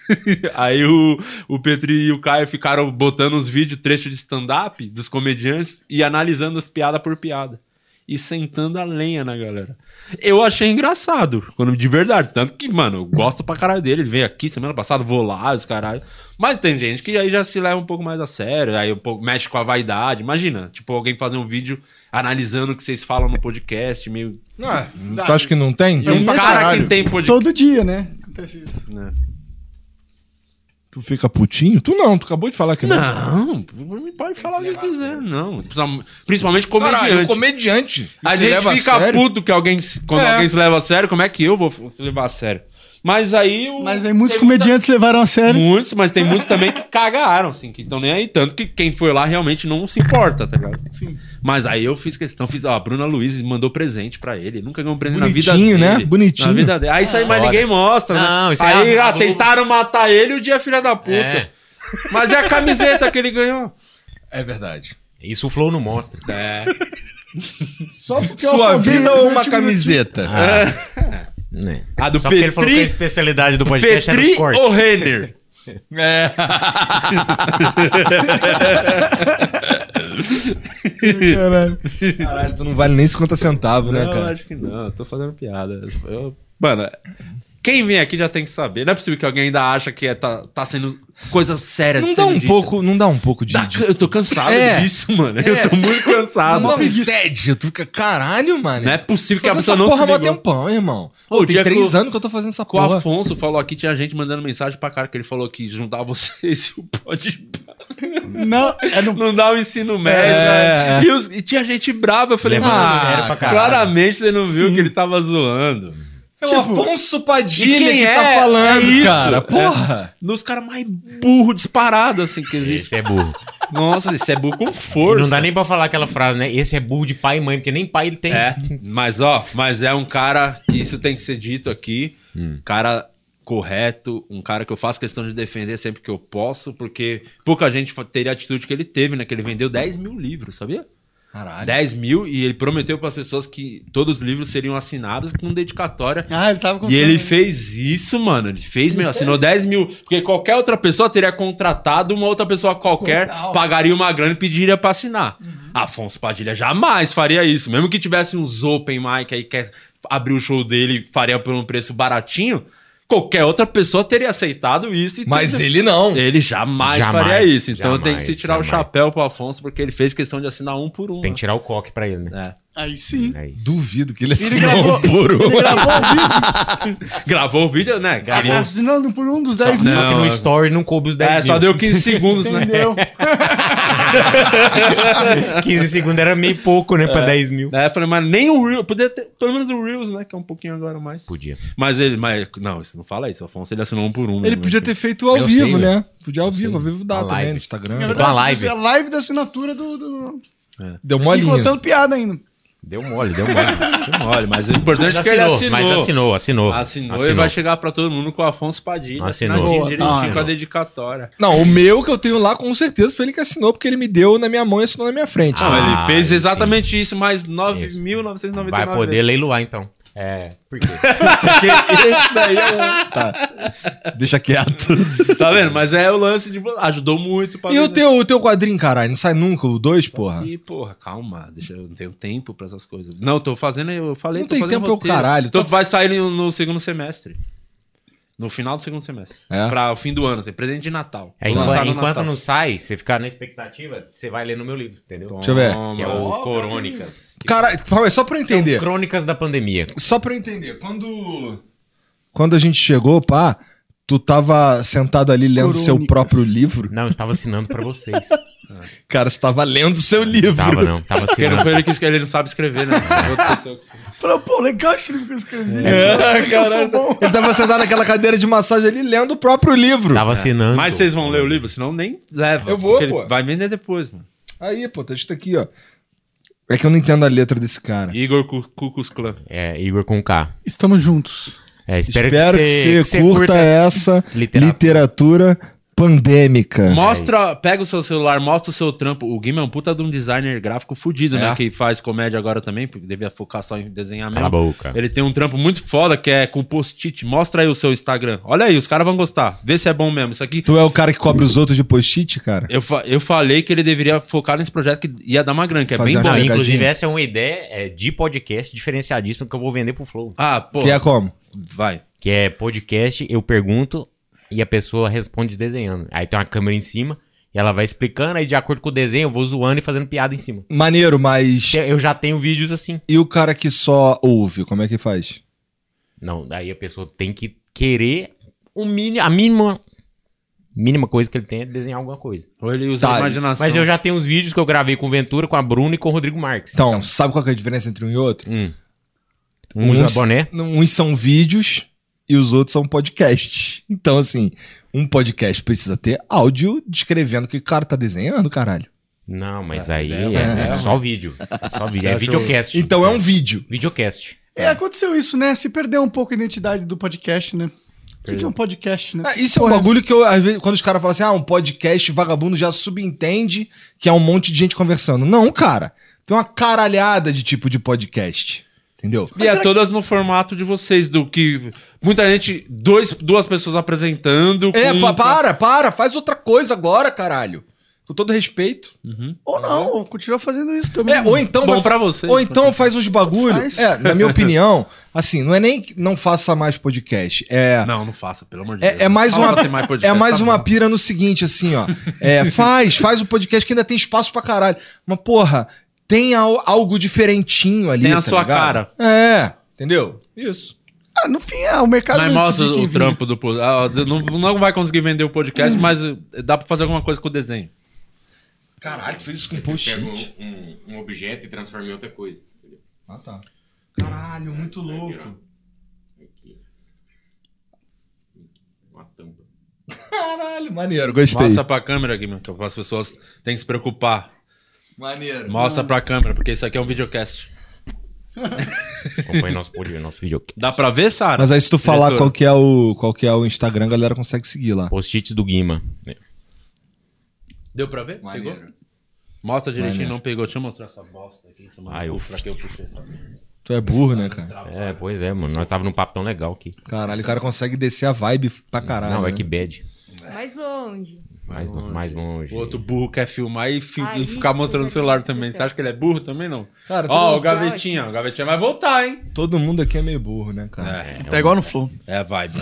S1: aí o, o Petri e o Caio ficaram botando os vídeos, trecho de stand-up dos comediantes e analisando as piada por piada. E sentando a lenha na galera. Eu achei engraçado, quando de verdade. Tanto que, mano, eu gosto pra caralho dele. Ele veio aqui semana passada, vou lá, os caralho. Mas tem gente que aí já se leva um pouco mais a sério, aí um pouco, mexe com a vaidade. Imagina, tipo, alguém fazer um vídeo analisando o que vocês falam no podcast, meio.
S4: Não é? Tu acha que não tem?
S1: E um cara
S4: pra
S1: que
S4: É caralho.
S1: tem podcast.
S3: Todo dia, né? Acontece isso.
S4: Tu fica putinho? Tu não, tu acabou de falar que não.
S1: Não, pode falar o que quiser, não. Precisa- Principalmente
S4: Caralho,
S1: comediante.
S4: um comediante.
S1: A
S4: se
S1: gente
S4: leva
S1: fica
S4: sério.
S1: puto que alguém, se- quando
S4: É.
S1: alguém se leva a sério, como é que eu vou se levar a sério? Mas aí... o-
S3: Mas aí muitos
S1: tem muita-
S3: comediantes levaram a sério.
S1: Muitos, mas tem muitos também que cagaram, assim, que estão nem aí. Tanto que quem foi lá realmente não se importa, tá ligado?
S3: Sim.
S1: Mas aí eu fiz questão, fiz, ó, a Bruna Luiz mandou presente pra ele. Nunca ganhou um presente na
S4: Bonitinho,
S1: vida
S4: né?
S1: dele.
S4: Bonitinho.
S1: Na vida dele. Aí isso aí mais
S2: Foda.
S1: ninguém mostra, né?
S2: Não, isso aí
S1: aí
S2: é a
S1: ah,
S2: Globo.
S1: tentaram matar ele e o dia filha da puta.
S2: É.
S1: Mas é a camiseta que ele ganhou.
S4: É verdade.
S2: Isso o Flow não mostra.
S1: É.
S3: Só porque eu
S4: Sua
S3: afoguei
S4: vida
S3: os
S4: ou uma
S3: últimos-
S4: camiseta?
S2: Né?
S1: A do
S2: Só porque ele falou que a
S1: Petri,
S2: especialidade do podcast era
S1: Petri
S2: os cortes.
S1: ou Renner?
S4: É.
S3: Caralho.
S4: Caralho, tu não vale nem 50 centavos, né, cara?
S1: acho que não. Eu tô fazendo piada. Eu- mano, Quem vem aqui já tem que saber. Não é possível que alguém ainda acha que é, tá, tá sendo coisa séria de
S4: Não dá
S1: sendo
S4: um
S1: dita.
S4: pouco, não dá um pouco de,
S1: Dá-
S4: de
S1: eu tô cansado
S4: É.
S1: disso, mano. Eu tô muito cansado.
S4: Não,
S1: Não, um
S4: me tédio. Tu fica, caralho, mano.
S1: é possível que a
S4: Fazendo
S1: pessoa
S4: essa
S1: não se
S4: porra há mó
S1: ligou.
S4: tempão, irmão.
S1: Ô,
S4: Pô,
S1: o dia
S4: tem
S1: que
S4: três
S1: o-
S4: anos que eu tô fazendo essa
S1: Com um o
S4: porra.
S1: Afonso falou aqui, tinha gente mandando mensagem pra cara que ele falou que juntar vocês e o pode.
S3: Não, é no...
S1: Não dá o ensino médio,
S4: É.
S1: né? e, os- e tinha gente brava, eu falei,
S2: Levando
S1: mano,
S4: a sério pra
S2: caralho.
S1: claramente você não viu que ele tava zoando.
S4: É o
S3: Tipo,
S4: Afonso
S1: e
S4: Padilha
S1: quem
S4: que
S1: é?
S4: tá falando,
S1: É isso,
S4: cara.
S1: é.
S4: Porra.
S1: Nos caras mais burro disparado, assim, que existe.
S2: Esse é burro.
S1: Nossa, isso é burro com
S2: E
S1: força.
S2: não dá nem pra falar aquela frase, né? Esse é burro de pai e mãe, porque nem pai ele tem.
S1: É, mas ó, mas é um cara que isso tem que ser dito aqui,
S2: Hum.
S1: um cara correto, um cara que eu faço questão de defender sempre que eu posso, porque pouca gente fa- teria a atitude que ele teve, né? Que ele vendeu 10 mil livros, sabia?
S4: Caralho.
S1: 10 mil e ele prometeu para as pessoas que todos os livros seriam assinados com dedicatória.
S3: Ah, ele tava
S1: E ele fez isso, mano. Ele fez, meu, assinou 10 mil. Porque qualquer outra pessoa teria contratado uma outra pessoa qualquer,
S3: Total.
S1: pagaria uma grana e pediria pra assinar. Afonso Padilha jamais faria isso. Mesmo que tivesse uns open mic aí, quer abrir o show dele, faria por um preço baratinho, qualquer outra pessoa teria aceitado isso. e
S4: Mas
S1: teria-
S4: ele não.
S1: Ele jamais,
S2: Jamais,
S1: faria isso. Então
S2: jamais,
S1: tem que se tirar
S2: jamais.
S1: o chapéu pro Afonso, porque ele fez questão de assinar um por um.
S2: Tem
S1: né?
S2: que tirar o coque pra ele, né?
S1: É.
S3: Aí sim.
S2: É isso.
S4: Duvido que ele
S3: Ele
S4: assinou
S3: gravou-
S4: um por um.
S3: Ele gravou um vídeo
S1: Gravou o vídeo, né?
S3: ele
S1: Gravou.
S3: assinando por um dos 10
S1: Só-
S3: mil.
S2: Só que
S1: Não,
S2: no
S1: é-
S2: story não coube os 10
S1: É, só
S2: mil.
S1: deu 15 segundos, né?
S3: Entendeu?
S2: 15 segundos era meio pouco, né? Pra
S1: É.
S2: 10 mil.
S1: Daí eu falei, mas nem o Reels, podia ter pelo menos o Reels, né? Que é um pouquinho agora mais.
S2: Podia.
S1: Mas ele, mas, não, isso não fala isso, Afonso, ele assinou um por um.
S4: Ele
S1: né?
S4: podia ter feito ao
S2: Eu sei, velho.
S4: vivo, né? Podia ao vivo, ao vivo dá
S2: A
S4: também
S2: live.
S4: no Instagram. né?
S2: Eu tô na live.
S3: É a live da assinatura do. do...
S4: Deu
S3: E
S4: molinho.
S3: contando piada ainda.
S2: Deu mole, deu mole.
S1: Não, Olha, mas o importante
S2: Mas
S1: é que ele
S2: assinou,
S1: assinou.
S2: mas assinou, assinou.
S1: Assinou, tá. ele vai chegar pra todo mundo com o Afonso Padilha.
S2: Assinou.
S1: assinadinho,
S3: Boa,
S1: direitinho
S3: assinou.
S1: com a dedicatória.
S4: Não, o meu que eu tenho lá, com certeza, foi ele que assinou, porque ele me deu na minha mão e assinou na minha frente. Tá?
S2: Ah,
S1: Não, ele fez
S2: sim.
S1: exatamente isso, mais
S2: Isso.
S1: 9.999
S2: Vai poder
S1: vezes.
S2: leiloar, então. É, por quê?
S4: Porque esse daí é um... Tá. Deixa quieto.
S1: Tá vendo? Mas é o lance de. Ajudou muito pra
S4: E o
S1: vender.
S4: teu, o teu quadrinho, caralho? Não sai nunca o dois, porra?
S1: Ih, porra, calma, deixa eu não tenho tempo pra essas coisas. Não, eu tô fazendo, eu falei,
S4: Não
S1: tô
S4: tem
S1: fazendo
S4: tempo, é o caralho.
S1: Então
S4: Tá-
S1: vai sair no, no segundo semestre. No final do segundo semestre.
S4: É?
S1: Pra o fim do ano, assim, presente de Natal.
S2: É,
S1: Vou
S2: enquanto
S1: lançar no
S2: enquanto
S1: Natal.
S2: não sai, você ficar na expectativa, você vai ler no meu livro, entendeu?
S4: Deixa eu ver.
S1: Toma.
S2: Que é o Crônicas.
S4: Caralho, calma aí, só pra eu entender.
S2: Crônicas da Pandemia.
S4: Só pra eu entender, quando. Quando a gente chegou, pá, tu tava sentado ali lendo seu
S3: Crônicas.
S4: próprio livro?
S2: Não, eu estava assinando pra vocês.
S4: Cara, você tava lendo seu livro.
S2: tava não, tava
S1: Porque não
S2: assinando.
S1: foi ele que escreveu, ele não sabe escrever, né? Outra pessoa que-
S3: Falou, pô, legal esse livro que eu escrevi.
S4: É,
S3: Eu sou
S4: caralho.
S3: bom.
S4: Ele tava sentado naquela cadeira de massagem ali lendo o próprio livro.
S2: Tava assinando.
S1: Mas vocês vão ler o livro, senão nem leva.
S4: Eu vou,
S1: porque ele
S4: pô.
S1: Vai vender depois, mano.
S4: Aí, pô, tá escrito aqui, ó. É que eu não entendo a letra desse cara.
S1: Igor Cucus Clan.
S2: É, Igor com K.
S3: Estamos juntos.
S2: É, espero,
S4: Espero, que, você curta, essa
S2: literatura.
S4: literatura, pandêmica.
S1: Mostra, pega o seu celular, mostra o seu trampo. O Guima é um puta de um designer gráfico fudido, né?
S4: É.
S1: Que faz comédia agora também, porque devia focar só em desenhar
S2: Cala
S1: mesmo.
S2: a boca.
S1: Ele tem um trampo muito foda que é com post-it. Mostra aí o seu Instagram. Olha aí, os caras vão gostar. Vê se é bom mesmo. Isso aqui.
S4: Tu é o cara que cobre os outros de post-it, cara?
S1: Eu, fa- eu falei que ele deveria focar nesse projeto que ia dar uma grana, que é
S4: Fazer
S1: bem
S4: umas
S1: bom.
S2: Não,
S4: pegadinha.
S2: inclusive, essa é uma ideia é, de podcast diferenciadíssimo que eu vou vender pro Flow.
S1: Ah, pô.
S4: Que é como?
S1: Vai.
S2: Que é podcast, eu pergunto e a pessoa responde desenhando. Aí tem uma câmera em cima e ela vai explicando, aí de acordo com o desenho eu vou zoando e fazendo piada em cima.
S4: Maneiro, mas.
S2: Eu já tenho vídeos assim.
S4: E o cara que só ouve, como é que faz?
S2: Não, daí a pessoa tem que querer o mini, a mínima mínima coisa que ele tem é desenhar alguma coisa.
S1: Ou ele usa
S4: Tá,
S1: a imaginação.
S2: Mas eu já tenho os vídeos que eu gravei com o Ventura, com a Bruna e com o Rodrigo Marques.
S4: Então, sabe qual que é a diferença entre um e outro?
S2: Hum. Um usa
S4: Uns-
S2: boné.
S4: Uns são vídeos e os outros são podcasts. Então, assim, um podcast precisa ter áudio descrevendo o que o cara tá desenhando, caralho.
S2: Não, mas
S1: Ah,
S2: aí
S1: é,
S2: é,
S1: é,
S2: só vídeo. É Só vídeo.
S1: Eu
S2: É
S1: acho-
S2: videocast.
S4: Então é um vídeo.
S2: videocast.
S3: É, aconteceu isso, né? Se perdeu um pouco a identidade do podcast, né? O que, que é um podcast, né?
S4: Ah, isso é um
S3: Porra,
S4: bagulho que eu, às vezes, quando os caras falam assim, ah, um podcast vagabundo já subentende que é um monte de gente conversando. Não, cara. Tem uma caralhada de tipo de podcast. Entendeu?
S1: E é todas no formato de vocês, do que. Muita gente. Dois, duas pessoas apresentando.
S4: É,
S1: com-
S4: pa- para, para, faz outra coisa agora, caralho. com todo respeito.
S3: Ou não, ou continua fazendo isso também.
S4: É, ou então
S1: Uhum. Bom
S4: vai-
S1: pra vocês,
S4: Ou
S1: pra
S4: então faz uns bagulho.
S3: Faz.
S4: É, na minha opinião, assim, não é nem que não faça mais podcast. É
S1: Não, não faça, pelo amor de Deus.
S4: é, é mais
S1: Fala
S4: uma
S1: pra ter mais podcast,
S4: é mais
S1: tá
S4: uma
S1: bom.
S4: pira no seguinte assim, ó. É, faz, faz o podcast que ainda tem espaço pra caralho. Mas porra, tem al- algo diferentinho ali,
S1: Tem a
S4: tá
S1: sua
S4: ligado?
S1: cara.
S4: É, entendeu? Isso.
S3: Ah, no fim, é, o mercado
S1: Mas
S3: não
S1: mostra
S3: decide
S1: o
S3: quem
S1: trampo do. po- ah, Não, não vai conseguir vender o
S4: Hum.
S1: podcast, mas eh, dá pra fazer alguma coisa com o desenho.
S4: Caralho, tu fez isso com
S2: Pega um, um- um objeto e transforma em outra coisa. entendeu?
S4: Ah, tá. Caralho, muito
S1: É
S4: louco.
S2: Aqui. Uma tampa.
S4: Caralho, maneiro, gostei.
S1: Mostra pra câmera, Guilherme, que as pessoas têm que se preocupar.
S4: Maneiro.
S1: Mostra pra câmera, porque isso aqui é um videocast.
S2: Acompanhe nosso podcast, nosso vídeo.
S1: Dá pra ver, Sara?
S4: Mas aí se tu falar
S1: Diretora.
S4: qual que é o qual que é o Instagram, a galera consegue seguir lá.
S2: Post-its do Guima.
S1: Deu pra ver? Pegou? Mostra direitinho, não pegou. Deixa eu mostrar essa bosta aqui. que eu mandei
S2: Ai, eu-
S1: pra que eu puxei essa merda.
S4: Tu é burro, né, cara?
S1: Tá
S2: É, pois é, mano. Nós tava num papo tão legal aqui.
S4: Caralho, o cara consegue descer a vibe pra caralho.
S2: não, é
S4: né?
S2: que bad.
S6: Mais longe.
S2: Mais, lo- mais longe.
S1: O outro burro quer filmar e, fi- e
S6: Aí,
S1: ficar mostrando o
S6: puta
S1: celular Tá
S6: que
S1: também.
S6: pariu.
S1: Você acha que ele é burro também, não?
S4: Cara,
S1: Ó,
S4: todo-
S1: o gavetinha. O gavetinha vai voltar, hein?
S4: Todo mundo aqui é meio burro, né, cara?
S1: É,
S3: vive. Tá igual no Flow.
S1: é vibe.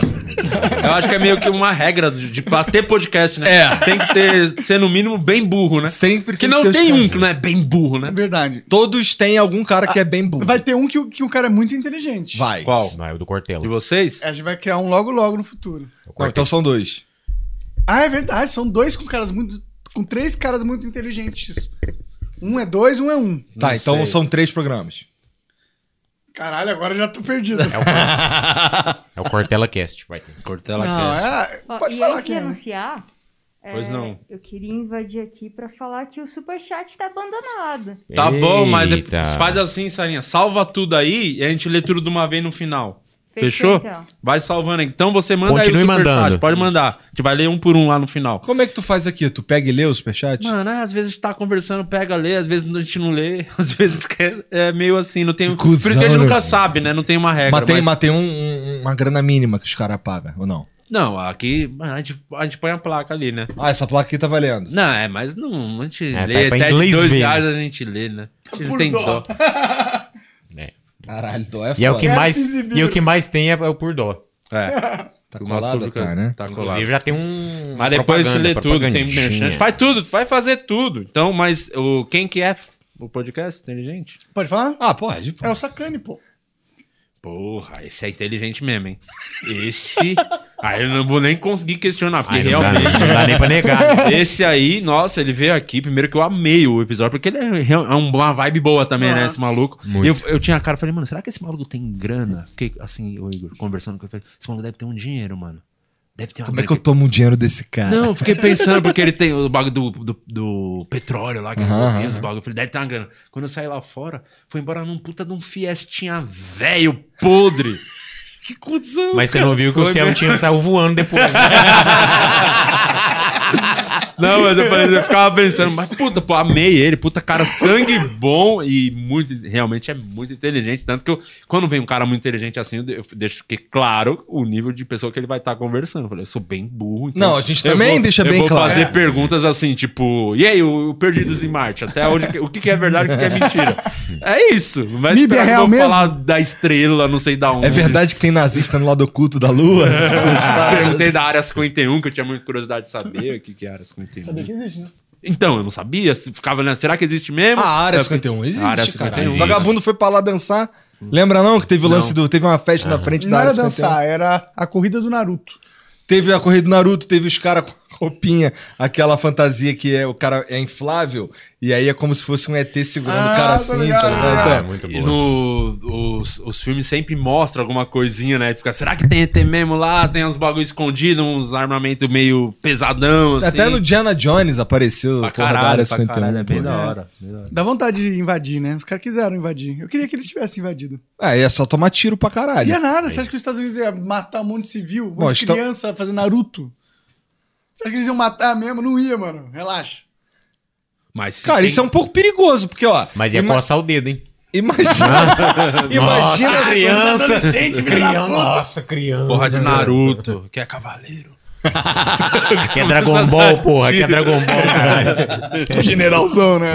S1: Eu acho que é meio que uma regra de, de pra ter podcast, né? É. Tem que ter, ser no mínimo bem burro, né?
S4: Sempre
S1: Porque
S4: que
S1: não
S4: ter os
S1: tem um
S4: caras.
S1: que não é bem burro, né?
S3: É verdade.
S4: Todos têm algum cara que é bem burro.
S3: Vai ter um que, o- que o cara é muito inteligente.
S4: Vai.
S1: Qual?
S2: Vai, o do Cortella.
S1: De vocês?
S3: É, A gente vai criar um logo logo no futuro.
S4: Não, então são dois.
S3: Ah, é verdade. São dois com caras muito. Com três caras muito inteligentes. Um é dois, um é um.
S4: tá,
S1: Não
S4: então
S1: sei.
S4: são três programas.
S3: Caralho, agora eu já tô perdido.
S2: É o Cortella Cast. Vai ter.
S1: Cortella
S3: Não,
S1: Cast.
S3: é.
S6: Ó,
S3: Pode
S6: e
S3: falar
S6: antes
S3: que
S6: de
S3: é.
S6: anunciar,
S1: Pois
S6: é,
S1: não.
S6: eu queria invadir aqui pra falar que o superchat tá abandonado.
S1: Tá bom, mas de-
S2: Eita.
S1: faz assim, Sarinha. Salva tudo aí e a gente lê tudo de uma vez no final. Fechou?
S6: então.
S1: Vai salvando aí. Então você manda aí
S2: Continue
S1: o superchat.
S2: mandando.
S1: Pode mandar. A gente vai ler um por um lá no final.
S4: Como é que tu faz aqui? Tu pega e lê o superchat?
S1: Mano, é, às vezes a gente tá conversando, pega, lê, às vezes a gente não lê, às vezes esquece. É meio assim, não tem.
S4: Que cuzão,
S1: Por isso que a gente
S4: né,
S1: nunca
S4: mano?
S1: sabe, né? Não tem uma regra.
S4: Matei,
S1: mas-
S4: matei um- um- uma grana mínima que os caras pagam, ou não?
S1: Não, aqui mano, a, gente, a gente põe a placa ali, né?
S4: Ah, essa placa aqui tá valendo.
S1: Não, é, mas não, a gente
S2: É,
S1: lê.
S2: tá pra
S1: até de
S2: inglês
S1: dois
S2: ver,
S1: reais a gente lê, né? A gente não
S3: Por
S1: tem
S3: dó.
S1: dó.
S2: É.
S4: Caralho, dó é foda.
S2: E é o que
S3: Quero
S2: mais,
S3: se exibir.
S2: e é o que mais tem é, é o por dó.
S1: É,
S4: Tá
S1: o nosso
S4: colada,
S1: público
S4: tá, né?
S1: Tá colado.
S2: Inclusive já tem um.
S1: Mas depois a gente lê
S2: propaganda,
S1: tudo, tem
S2: propagandinha.
S1: merchan. Faz tudo, vai fazer tudo. Então, mas o, quem que é o podcast inteligente?
S3: Pode falar?
S4: Ah, pode, pô.
S3: É o Sacane, pô.
S1: Porra, esse é inteligente mesmo, hein? Esse. Aí eu não vou nem conseguir questionar, porque
S2: Ai, não dá,
S1: realmente.
S2: Não dá nem pra negar. né?
S1: Esse aí, nossa, ele veio aqui. Primeiro que eu amei o episódio, porque ele é real- é um- uma vibe boa também, né? Esse maluco.
S2: Muito.
S1: E Eu, eu tinha a cara, falei, mano, será que esse maluco tem grana? Fiquei assim, o Igor, conversando com ele. Falei, esse maluco deve ter um dinheiro, mano. Deve ter uma
S4: Como é que eu tomo o dinheiro desse cara?
S1: Não, eu fiquei pensando, porque ele tem o bagulho do, do, do petróleo lá, que ele
S4: Aham,
S1: uhum, os bagulho. Eu falei, deve ter uma grana. Quando eu saí lá fora, foi embora num puta de um fiestinha velho, podre. que cuzão.
S2: Mas você não viu que o
S1: Foi
S2: céu
S1: mesmo.
S2: tinha saiu voando depois. né?
S1: Não, mas eu falei, eu ficava pensando, mas puta, pô, amei ele, puta cara, sangue bom e muito, realmente é muito inteligente. Tanto que eu, quando vem um cara muito inteligente assim, eu de- eu deixo que claro o nível de pessoa que ele vai estar conversando. Eu falei, eu sou bem burro. Então
S4: Não, a gente
S1: eu
S4: também
S1: vou-
S4: deixa bem
S1: Eu vou
S4: claro.
S1: fazer perguntas assim, tipo, e aí, o, o Perdidos em Marte? Até onde, que- o que, que é verdade e o que é mentira? É isso. Mas
S3: Mib é
S1: eu não
S3: real
S1: vou
S3: mesmo?
S1: falar da estrela, não sei da onde.
S4: É verdade que tem nazista no lado oculto da lua?
S2: Ah.
S1: Perguntei da área 51, que eu tinha muita curiosidade de saber o que, que é a área 51.
S3: Sabia que existe, né?
S1: Então, eu não sabia. se Ficava, né? Será que existe mesmo?
S4: Ah, a área
S1: Eu
S4: 51 existe,
S1: A área
S4: caralho.
S1: 51.
S4: O vagabundo foi pra lá dançar. Lembra não que teve o lance do... Teve uma festa na frente
S3: Não
S4: da
S3: era
S4: área 51.
S3: dançar, era a corrida do Naruto.
S4: Teve a corrida do Naruto, teve os caras com roupinha, aquela fantasia que é, o cara é inflável, e aí é como se fosse um ET segurando
S3: Ah,
S4: o cara
S3: tô
S4: assim,
S3: ligado, né?
S4: tá ligado?
S2: Ah,
S4: Então,
S2: muito
S1: E
S2: bom.
S1: no, os, os filmes sempre mostram alguma coisinha, né? Fica, será que tem ET mesmo lá? Tem uns bagulho escondido, uns armamento meio pesadão, assim.
S4: Então, Até no Diana Jones apareceu
S1: Pra
S4: a porra
S1: caralho,
S4: da área
S1: pra
S4: 51.
S1: caralho, é bem
S4: pô.
S1: da hora. bem da hora.
S3: Dá vontade de invadir, né? Os caras quiseram invadir. Eu queria que eles tivessem invadido.
S4: Ah, é só tomar tiro pra
S3: Não ia
S1: é
S4: caralho.
S3: é nada. Você acha que os Estados Unidos ia matar um monte de civil? Um
S4: Bom,
S3: monte de
S4: então-
S3: criança fazendo Naruto? Você acha que eles iam matar mesmo? Não ia, mano. Relaxa.
S1: Mas se
S4: Cara,
S1: tem-
S4: isso é um pouco perigoso, porque, ó.
S2: Mas
S1: é
S2: ia
S4: ima-
S2: coçar o dedo, hein?
S4: Imagina. imagina.
S2: criança. criança. Nossa, criança.
S4: um
S1: Porra de Naruto, que é cavaleiro.
S2: Que é Dragon Ball, porra. Que é Dragon Ball, caralho.
S3: Um generalzão, né?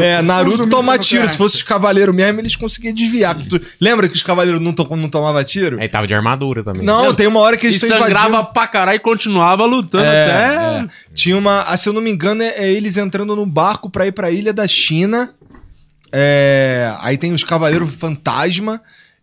S4: É, Naruto
S3: Consumir
S4: toma
S3: sendo
S4: tiro.
S3: craque.
S4: Se fosse os cavaleiros mesmo, eles conseguiam desviar. Tu- Lembra que os cavaleiros não, to não tomavam tiro?
S2: Aí tava de armadura também.
S4: Não, tem uma hora que
S1: É. E
S4: eles estão
S1: sangrava
S4: invadindo.
S1: pra caralho e continuava lutando até.
S4: É, é. Tinha uma. ah, Se eu não me engano, é, é eles entrando num barco pra ir pra ilha da China. É, aí tem os Cavaleiros Fantasma.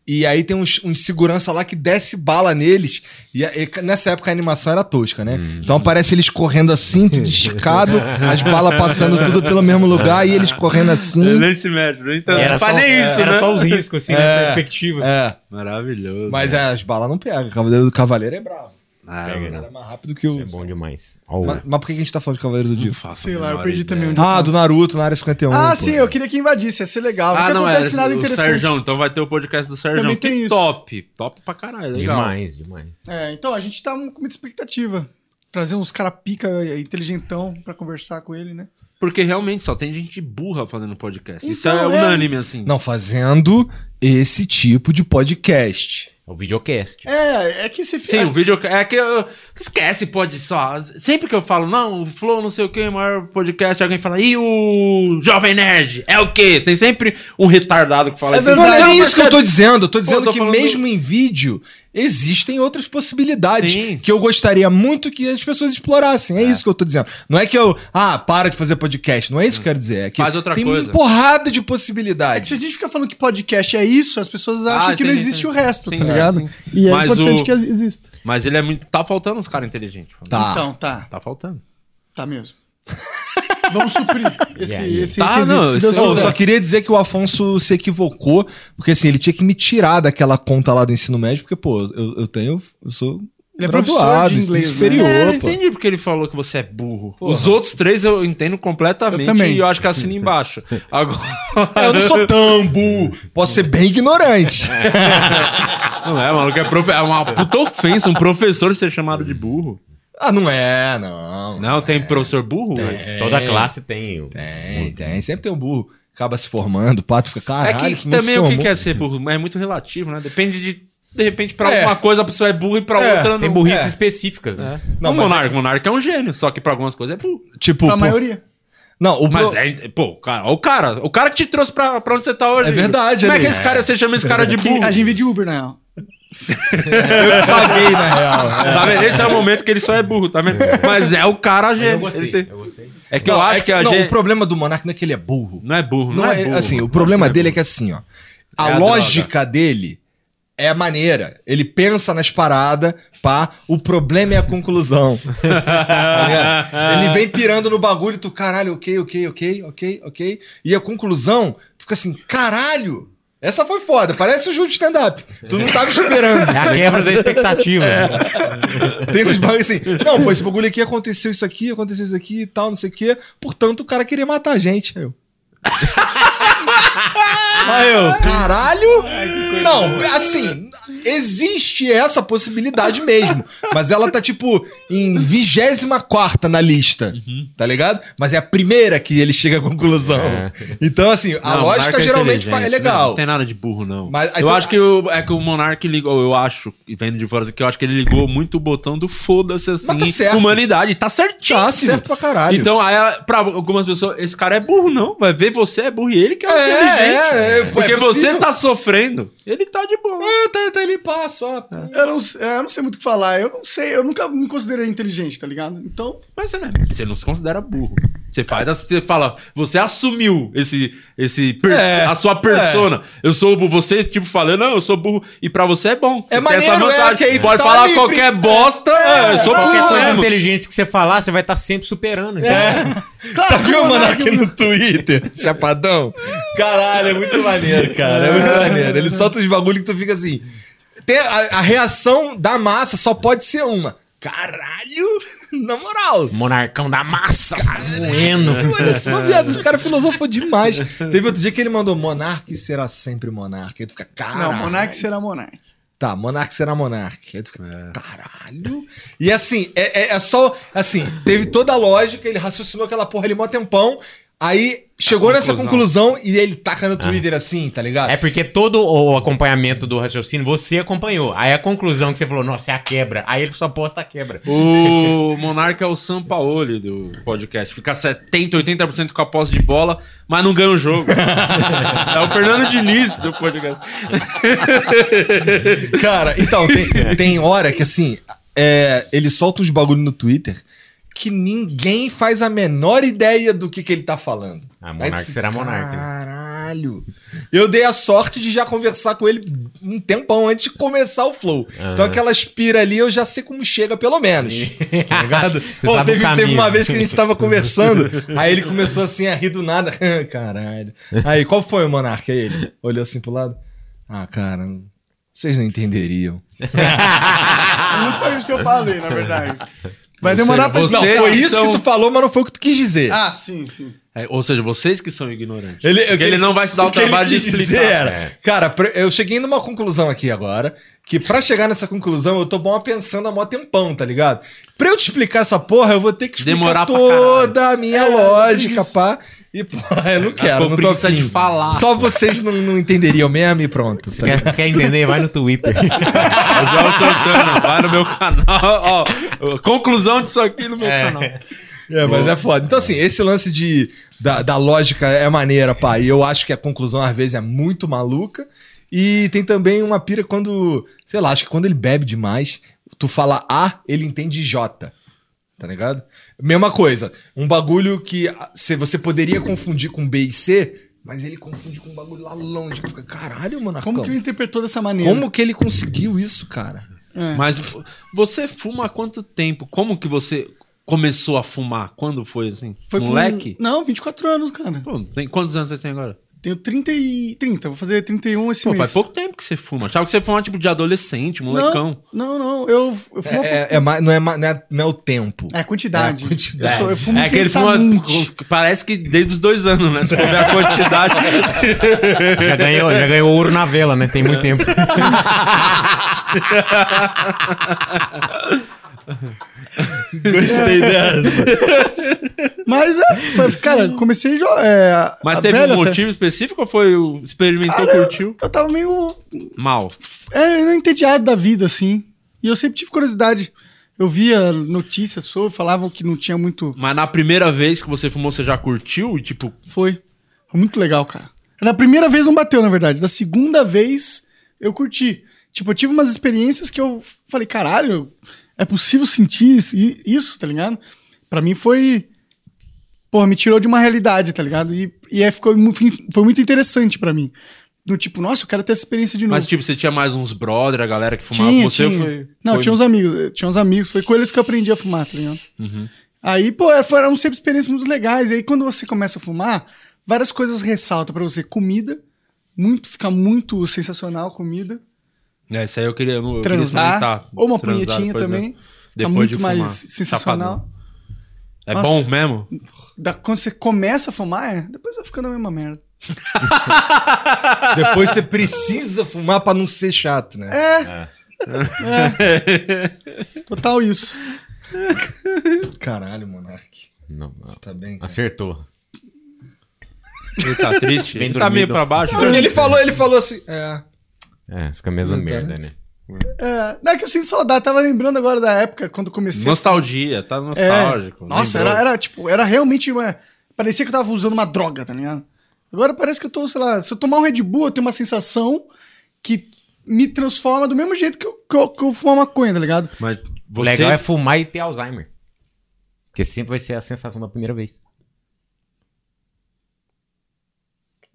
S4: E aí tem uns, uns segurança lá que desce bala neles. E, a- e nessa época a animação era tosca, né?
S2: Hum.
S4: Então aparece eles correndo assim, tudo esticado, as balas passando tudo pelo mesmo lugar e eles correndo assim.
S1: Ele se mexe, não entendo.
S2: E
S1: Então, Não
S2: Era só, um- é,
S1: faz nem isso,
S2: era
S1: né?
S2: só um- os riscos, assim,
S4: É.
S2: na perspectiva.
S4: É,
S1: Maravilhoso.
S4: mas é, as balas não pegam. O Cavaleiro do Cavaleiro é bravo.
S1: Ah,
S2: Pega,
S4: Era
S2: não.
S4: mais rápido que
S2: Isso
S4: o.
S2: é bom demais. Ó, o-
S4: mas, mas por que a gente tá falando de Cavaleiro do Dia?
S1: faço
S3: Sei
S1: a
S3: lá, eu
S1: menor
S3: perdi
S1: ideia.
S3: também um
S4: Ah, do Naruto na área 51.
S3: Ah,
S4: pô.
S3: sim, eu queria que invadisse, ia ser legal.
S1: Ah,
S3: Nunca
S1: não,
S3: acontece
S1: é,
S3: nada
S1: o
S3: interessante.
S1: Serjão, então vai ter o podcast do Serjão.
S3: Também tem
S1: que é
S3: isso.
S1: top. Top pra caralho, é legal.
S2: Demais, demais.
S3: É, então a gente tá um- com muita expectativa. Trazer uns cara pica eh, inteligentão pra conversar com ele, né?
S1: Porque realmente só tem gente burra fazendo podcast. isso é,
S3: Então, é.
S1: unânime, assim.
S4: Não, fazendo esse tipo de podcast.
S2: É o videocast.
S3: É, é que você
S1: Sim, o vídeo. É que eu. Esquece, pode só. Sempre que eu falo, não, o Flow, não sei o que, o maior podcast, alguém fala, e o Jovem Nerd? É o quê? Tem sempre um retardado que fala
S3: É
S1: isso.
S4: Não,
S3: verdade.
S4: não é
S3: Não,
S4: nem
S3: mas
S4: isso que eu tô dizendo. Eu tô dizendo
S1: tô
S4: que
S1: falando-
S4: mesmo em vídeo existem outras possibilidades
S1: Sim.
S4: que eu gostaria muito que as pessoas explorassem. É, isso que eu tô dizendo. Não é que eu, ah, para de fazer podcast. Não é isso que eu quero dizer. É que
S1: Faz outra
S4: tem
S1: coisa.
S4: uma
S3: É
S4: porrada de
S3: que se a
S4: possibilidades.
S3: gente fica falando que podcast é isso, as pessoas
S1: Ah,
S3: acham que não
S1: entendi,
S3: existe o
S1: entendi.
S3: resto,
S1: Sim,
S3: tá
S1: é,
S3: ligado?
S1: sim.
S3: E é
S1: Mas
S3: importante
S1: o-
S3: que exista.
S1: Mas ele é muito. Tá faltando os caras inteligentes.
S4: Tá.
S3: Então, tá.
S1: Tá faltando.
S3: Tá mesmo. Vamos suprir esse,
S2: E aí?
S3: esse
S1: Tá,
S3: quesito,
S1: não,
S3: se
S1: isso
S3: Deus
S1: é-
S4: Eu
S3: quiser.
S4: só queria dizer que o Afonso se equivocou, porque assim, ele tinha que me tirar daquela conta lá do ensino médio, porque, pô, eu, eu tenho. Eu sou.
S3: Ele é professor
S4: graduado,
S3: de
S4: ensino
S3: inglês, né?
S4: superior,
S1: É, eu não
S4: pô.
S1: entendi porque ele falou que você é burro. Os outros três eu entendo completamente
S3: Eu também.
S1: e eu acho que assina embaixo. Agora.
S4: É, Eu não sou tão burro. Posso ser bem ignorante.
S1: Não é, maluco, é, profe- é uma puta ofensa um professor ser chamado de burro.
S4: Ah, não é, não.
S1: Não, tem professor burro? velho?
S2: Toda classe tem. o-
S4: É. Tem, tem. Sempre tem um burro. Acaba se formando, o pato fica
S1: É
S4: caralho.
S1: que
S4: esse moleque se
S1: também o que
S4: formou.
S1: que é ser burro é muito relativo, né? Depende de. De repente, pra
S4: É.
S1: alguma coisa a pessoa é burra e pra
S4: É,
S1: outra não.
S2: Tem burrices
S4: É.
S2: específicas, né?
S4: Não,
S1: o
S4: mas
S1: Monarca, o Monarca é um gênio, só que pra algumas coisas é burro.
S4: Tipo,
S3: Pra
S4: pô-
S3: maioria.
S4: Não, o
S1: Mas
S4: pro-
S1: é. Pô, cara, o cara. O cara que te trouxe pra, pra onde você tá hoje.
S4: É verdade,
S1: Como é
S4: né?
S1: que esse cara, você chama esse cara de burro?
S3: Que a gente vende Uber, na real.
S4: eu paguei, na real.
S1: Tá vendo? Esse é o momento que ele só é burro, tá vendo? Mas é o cara gênio. Ele tem- É que eu
S4: Não,
S1: acho
S4: é
S1: que, a
S4: não,
S1: gente.
S4: o problema do Monark não é que ele é burro.
S1: Não é burro,
S4: Não,
S1: não,
S4: é,
S1: burro.
S4: assim,
S1: Eu
S4: o
S1: acho
S4: problema
S1: que não
S4: dele é que assim, ó, a
S1: É a
S4: lógica dele é maneira. Ele pensa nas paradas, pá, o problema é a conclusão. Tá ligado? ele vem pirando no bagulho e tu, caralho, ok, ok, ok, ok, ok. E a conclusão, tu fica assim, caralho, essa foi foda, parece o jogo de stand-up. Tu não tava esperando.
S2: É a quebra da expectativa.
S4: É. Tem uns bagulho assim, não, pô, esse bagulho aqui aconteceu isso aqui, aconteceu isso aqui e tal, não sei o quê. Portanto, o cara queria matar a gente. Aí eu. Aí eu, caralho? não, assim, existe essa possibilidade mesmo. Mas ela tá, tipo, em 24 na lista,
S1: Uhum.
S4: tá ligado? Mas é a primeira que ele chega à conclusão.
S2: É.
S4: Então, assim, a
S1: Não, Monarca
S4: lógica
S1: é
S4: geralmente fa- é
S1: inteligente, Não, não
S4: legal.
S1: tem nada de burro, não.
S4: Mas-
S1: eu
S4: então-
S1: acho que o, é que o Monark ligou, eu acho, e vendo de fora aqui, eu acho que ele ligou muito o botão do foda-se assim,
S4: tá certo.
S1: humanidade. Tá certíssimo.
S4: Tá certo pra caralho.
S1: Então, aí, pra algumas pessoas, esse cara é burro, não. Vai ver você, é burro e ele que é,
S4: É,
S1: inteligente.
S4: é, é, é
S1: Porque
S4: possível.
S1: você tá sofrendo, ele tá de boa.
S4: É, tá, tá ali, pá, só.
S3: Eu não, é, eu não sei muito o que falar. Eu não sei, eu nunca me considerei inteligente, tá ligado? Então,
S1: Mas você não, é, você não se considera burro. Você faz, as- você fala, você assumiu esse, esse per-
S4: É,
S1: a sua persona. Eu sou burro, você tipo falando, não, eu sou burro e pra você é bom. Você tem
S4: É maneiro, é, que aí tu
S1: Pode
S4: tá
S1: falar
S4: livre. né?
S1: qualquer bosta, é, eu sou
S2: Qualquer
S1: burro
S2: coisa
S1: mesmo.
S2: inteligente que você falar, você vai estar sempre superando. entendeu?
S4: Tá viu, mano, aqui no Twitter, chapadão? Caralho, é muito maneiro, cara. É muito maneiro. Ele solta os bagulho que tu fica assim. Tem a, a reação da massa só pode ser uma. Caralho, na moral.
S2: Monarcão da massa. Moendo.
S4: Olha só, viado, o cara filosofou demais. Teve outro dia que ele mandou Monarque será sempre monarca. Aí tu fica, caralho.
S3: não, Monark será Monark.
S4: Tá, Monark será Monark. Aí tu fica, caralho. é E assim, é, é- é só. Assim, teve toda a lógica, ele raciocinou aquela porra ali mó tempão. Aí chegou nessa
S1: conclusão.
S4: conclusão e ele taca no Twitter assim, tá ligado?
S2: É porque todo o acompanhamento do raciocínio você acompanhou. Aí a conclusão que você falou, nossa, é a quebra. Aí ele só posta a quebra.
S1: O Monarca é o Sampaoli do podcast. Fica 70%, 80% com a posse de bola, mas não ganha o jogo. é o Fernando Diniz do podcast.
S4: Cara, então, tem, tem hora que assim, é, ele solta uns bagulho no Twitter que ninguém faz a menor ideia do que, que ele tá falando.
S2: Ah, monarca
S4: Aí tu fica,
S2: será monarca, né?
S4: Caralho. Eu dei a sorte de já conversar com ele um tempão antes de começar o flow. Então aquela aspira ali eu já sei como chega, pelo menos. tá ligado?
S2: Você
S4: Pô,
S2: sabe o
S4: teve, teve
S2: caminho.
S4: uma vez que a gente tava conversando, aí ele começou assim a rir do nada. Caralho. Aí, qual foi o monarca? Aí ele olhou assim pro lado. Ah, cara, vocês não entenderiam.
S3: Não foi isso que eu falei, na verdade. Vai demorar pra
S1: você-
S4: Não,
S3: explicar.
S4: foi isso
S1: são-
S4: que tu falou, mas não foi o que tu quis dizer.
S3: Ah, sim, sim.
S1: É, ou seja, vocês que são ignorantes.
S4: Ele-
S1: Porque
S4: o que
S1: ele
S4: ele-
S1: não vai se dar o,
S4: o que ele
S1: trabalho de
S4: quis
S1: explicar.
S4: dizer era,
S2: é.
S4: cara, pra- eu cheguei numa conclusão aqui agora, que pra chegar nessa conclusão eu tô bom pensando há mó tempão, tá ligado? Pra eu te explicar essa porra, eu vou ter que explicar
S1: Demorar pra É,
S4: toda a minha lógica,
S3: isso.
S4: pá. E, pô, eu não
S1: com
S4: quero, não tô
S1: preguiça
S4: afim.
S1: de falar.
S4: Só vocês não, não entenderiam mesmo e pronto. tá ligado?
S2: Quer, quer entender? Vai no Twitter.
S1: O Joel
S4: né?
S1: Santana, vai no meu canal. Ó, conclusão disso aqui no meu canal.
S4: É, mas é foda. Então, assim, esse lance de, da, da lógica é maneira, pá. E eu acho que a conclusão, às vezes, é muito maluca. E tem também uma pira quando, sei lá, acho que quando ele bebe demais, tu fala A, ele entende J. Tá ligado? Mesma coisa. Um bagulho que ah, se você poderia confundir com B e C, mas ele confunde com um bagulho lá longe. que Tu fica, caralho, mano.
S3: Como que ele interpretou dessa maneira?
S4: como que ele conseguiu isso, cara?
S3: É.
S1: Mas você fuma há quanto tempo? Como que você começou a fumar? Quando foi assim?
S3: Foi com- um-
S1: Moleque?
S3: Não, 24 anos, cara.
S1: Pô, tem, quantos anos você tem agora?
S3: Tenho 30 e... 30, vou fazer 31 esse
S1: Pô,
S3: mês.
S1: faz pouco tempo que você fuma. Achava que você fumava tipo de adolescente, molecão.
S3: Não, não, eu, eu
S4: É,
S3: fumo... É,
S4: é- é mais- não, é, mais- não, é, não é o tempo.
S3: a quantidade.
S4: É a quantidade.
S3: Eu, sou, eu um fumo
S1: é aquele fuma.
S3: intensamente.
S1: Parece que desde os dois anos, né? Se for ver a quantidade.
S2: já, ganhou, já ganhou ouro na vela, né? Tem muito tempo.
S4: Gostei dessa.
S3: Mas, é, foi- cara, comecei... jo- É, a-
S1: Mas
S3: a
S1: teve
S3: velha
S1: um
S3: até-
S1: motivo específico ou foi o experimentou,
S3: Cara,
S1: curtiu?
S3: Eu tava meio
S1: Mal.
S3: É, eu era entediado da vida, assim. E eu sempre tive curiosidade. Eu via notícias sobre, falavam que não tinha muito.
S1: Mas na primeira vez que você fumou, você já curtiu? E tipo,
S3: Foi. Foi muito legal, cara. Na primeira vez não bateu, na verdade. Da segunda vez eu curti. Tipo, eu tive umas experiências que eu falei, caralho, é possível sentir isso, i- isso tá ligado? Pra mim foi. Porra, me tirou de uma realidade, tá ligado? E, e é, ficou, mu- foi muito interessante pra mim. No tipo, nossa, eu quero ter essa experiência de novo.
S1: mas tipo, você tinha mais uns brother, a galera que fumava com você? ou Foi,
S3: Não,
S1: foi-
S3: tinha uns amigos. eh, Tinha uns amigos. Foi com eles que eu aprendi a fumar, tá ligado?
S1: Uhum.
S3: Aí, pô, é, foram sempre experiências muito legais. E aí, quando você começa a fumar, várias coisas ressaltam pra você. Comida. Muito, fica muito sensacional a comida.
S1: É, isso aí eu queria. Eu não- eu queria
S3: Transar.
S1: experimentar.
S3: Ou uma
S1: Transar
S3: punhetinha
S1: depois, né?
S3: também. Fica
S1: Depois
S3: muito
S1: de fumar.
S3: mais sensacional.
S1: Safadão. É
S3: Nossa.
S1: bom mesmo?
S3: Da- quando você começa a fumar, é, depois vai ficando a mesma merda.
S4: Depois você precisa fumar pra não ser chato, né?
S1: É.
S3: Total isso.
S4: Caralho, Monark.
S2: Não,
S4: Você tá bem,
S1: Assim.
S4: cara?
S2: acertou.
S1: Ele tá triste?
S2: Bem
S1: ele tá meio
S2: dormido.
S1: pra baixo.
S4: Não, Então, Ele falou, ele falou assim. É.
S2: É, fica a mesma
S4: Não tá,
S2: merda, né?
S3: É, não é que eu sinto saudade. Tava lembrando agora da época, quando comecei a
S1: Nostalgia, tá
S3: É.
S1: nostálgico.
S3: Nossa,
S1: lembrou.
S3: era, era, tipo, era realmente uma. Parecia que eu tava usando uma droga, tá ligado? Agora parece que eu tô, sei lá, se eu tomar um Red Bull, eu tenho uma sensação que me transforma do mesmo jeito que eu, que eu, que eu fumar maconha, tá ligado?
S1: Mas
S2: O
S1: você.
S2: legal é fumar e ter Alzheimer. Porque sempre vai ser a sensação da primeira vez.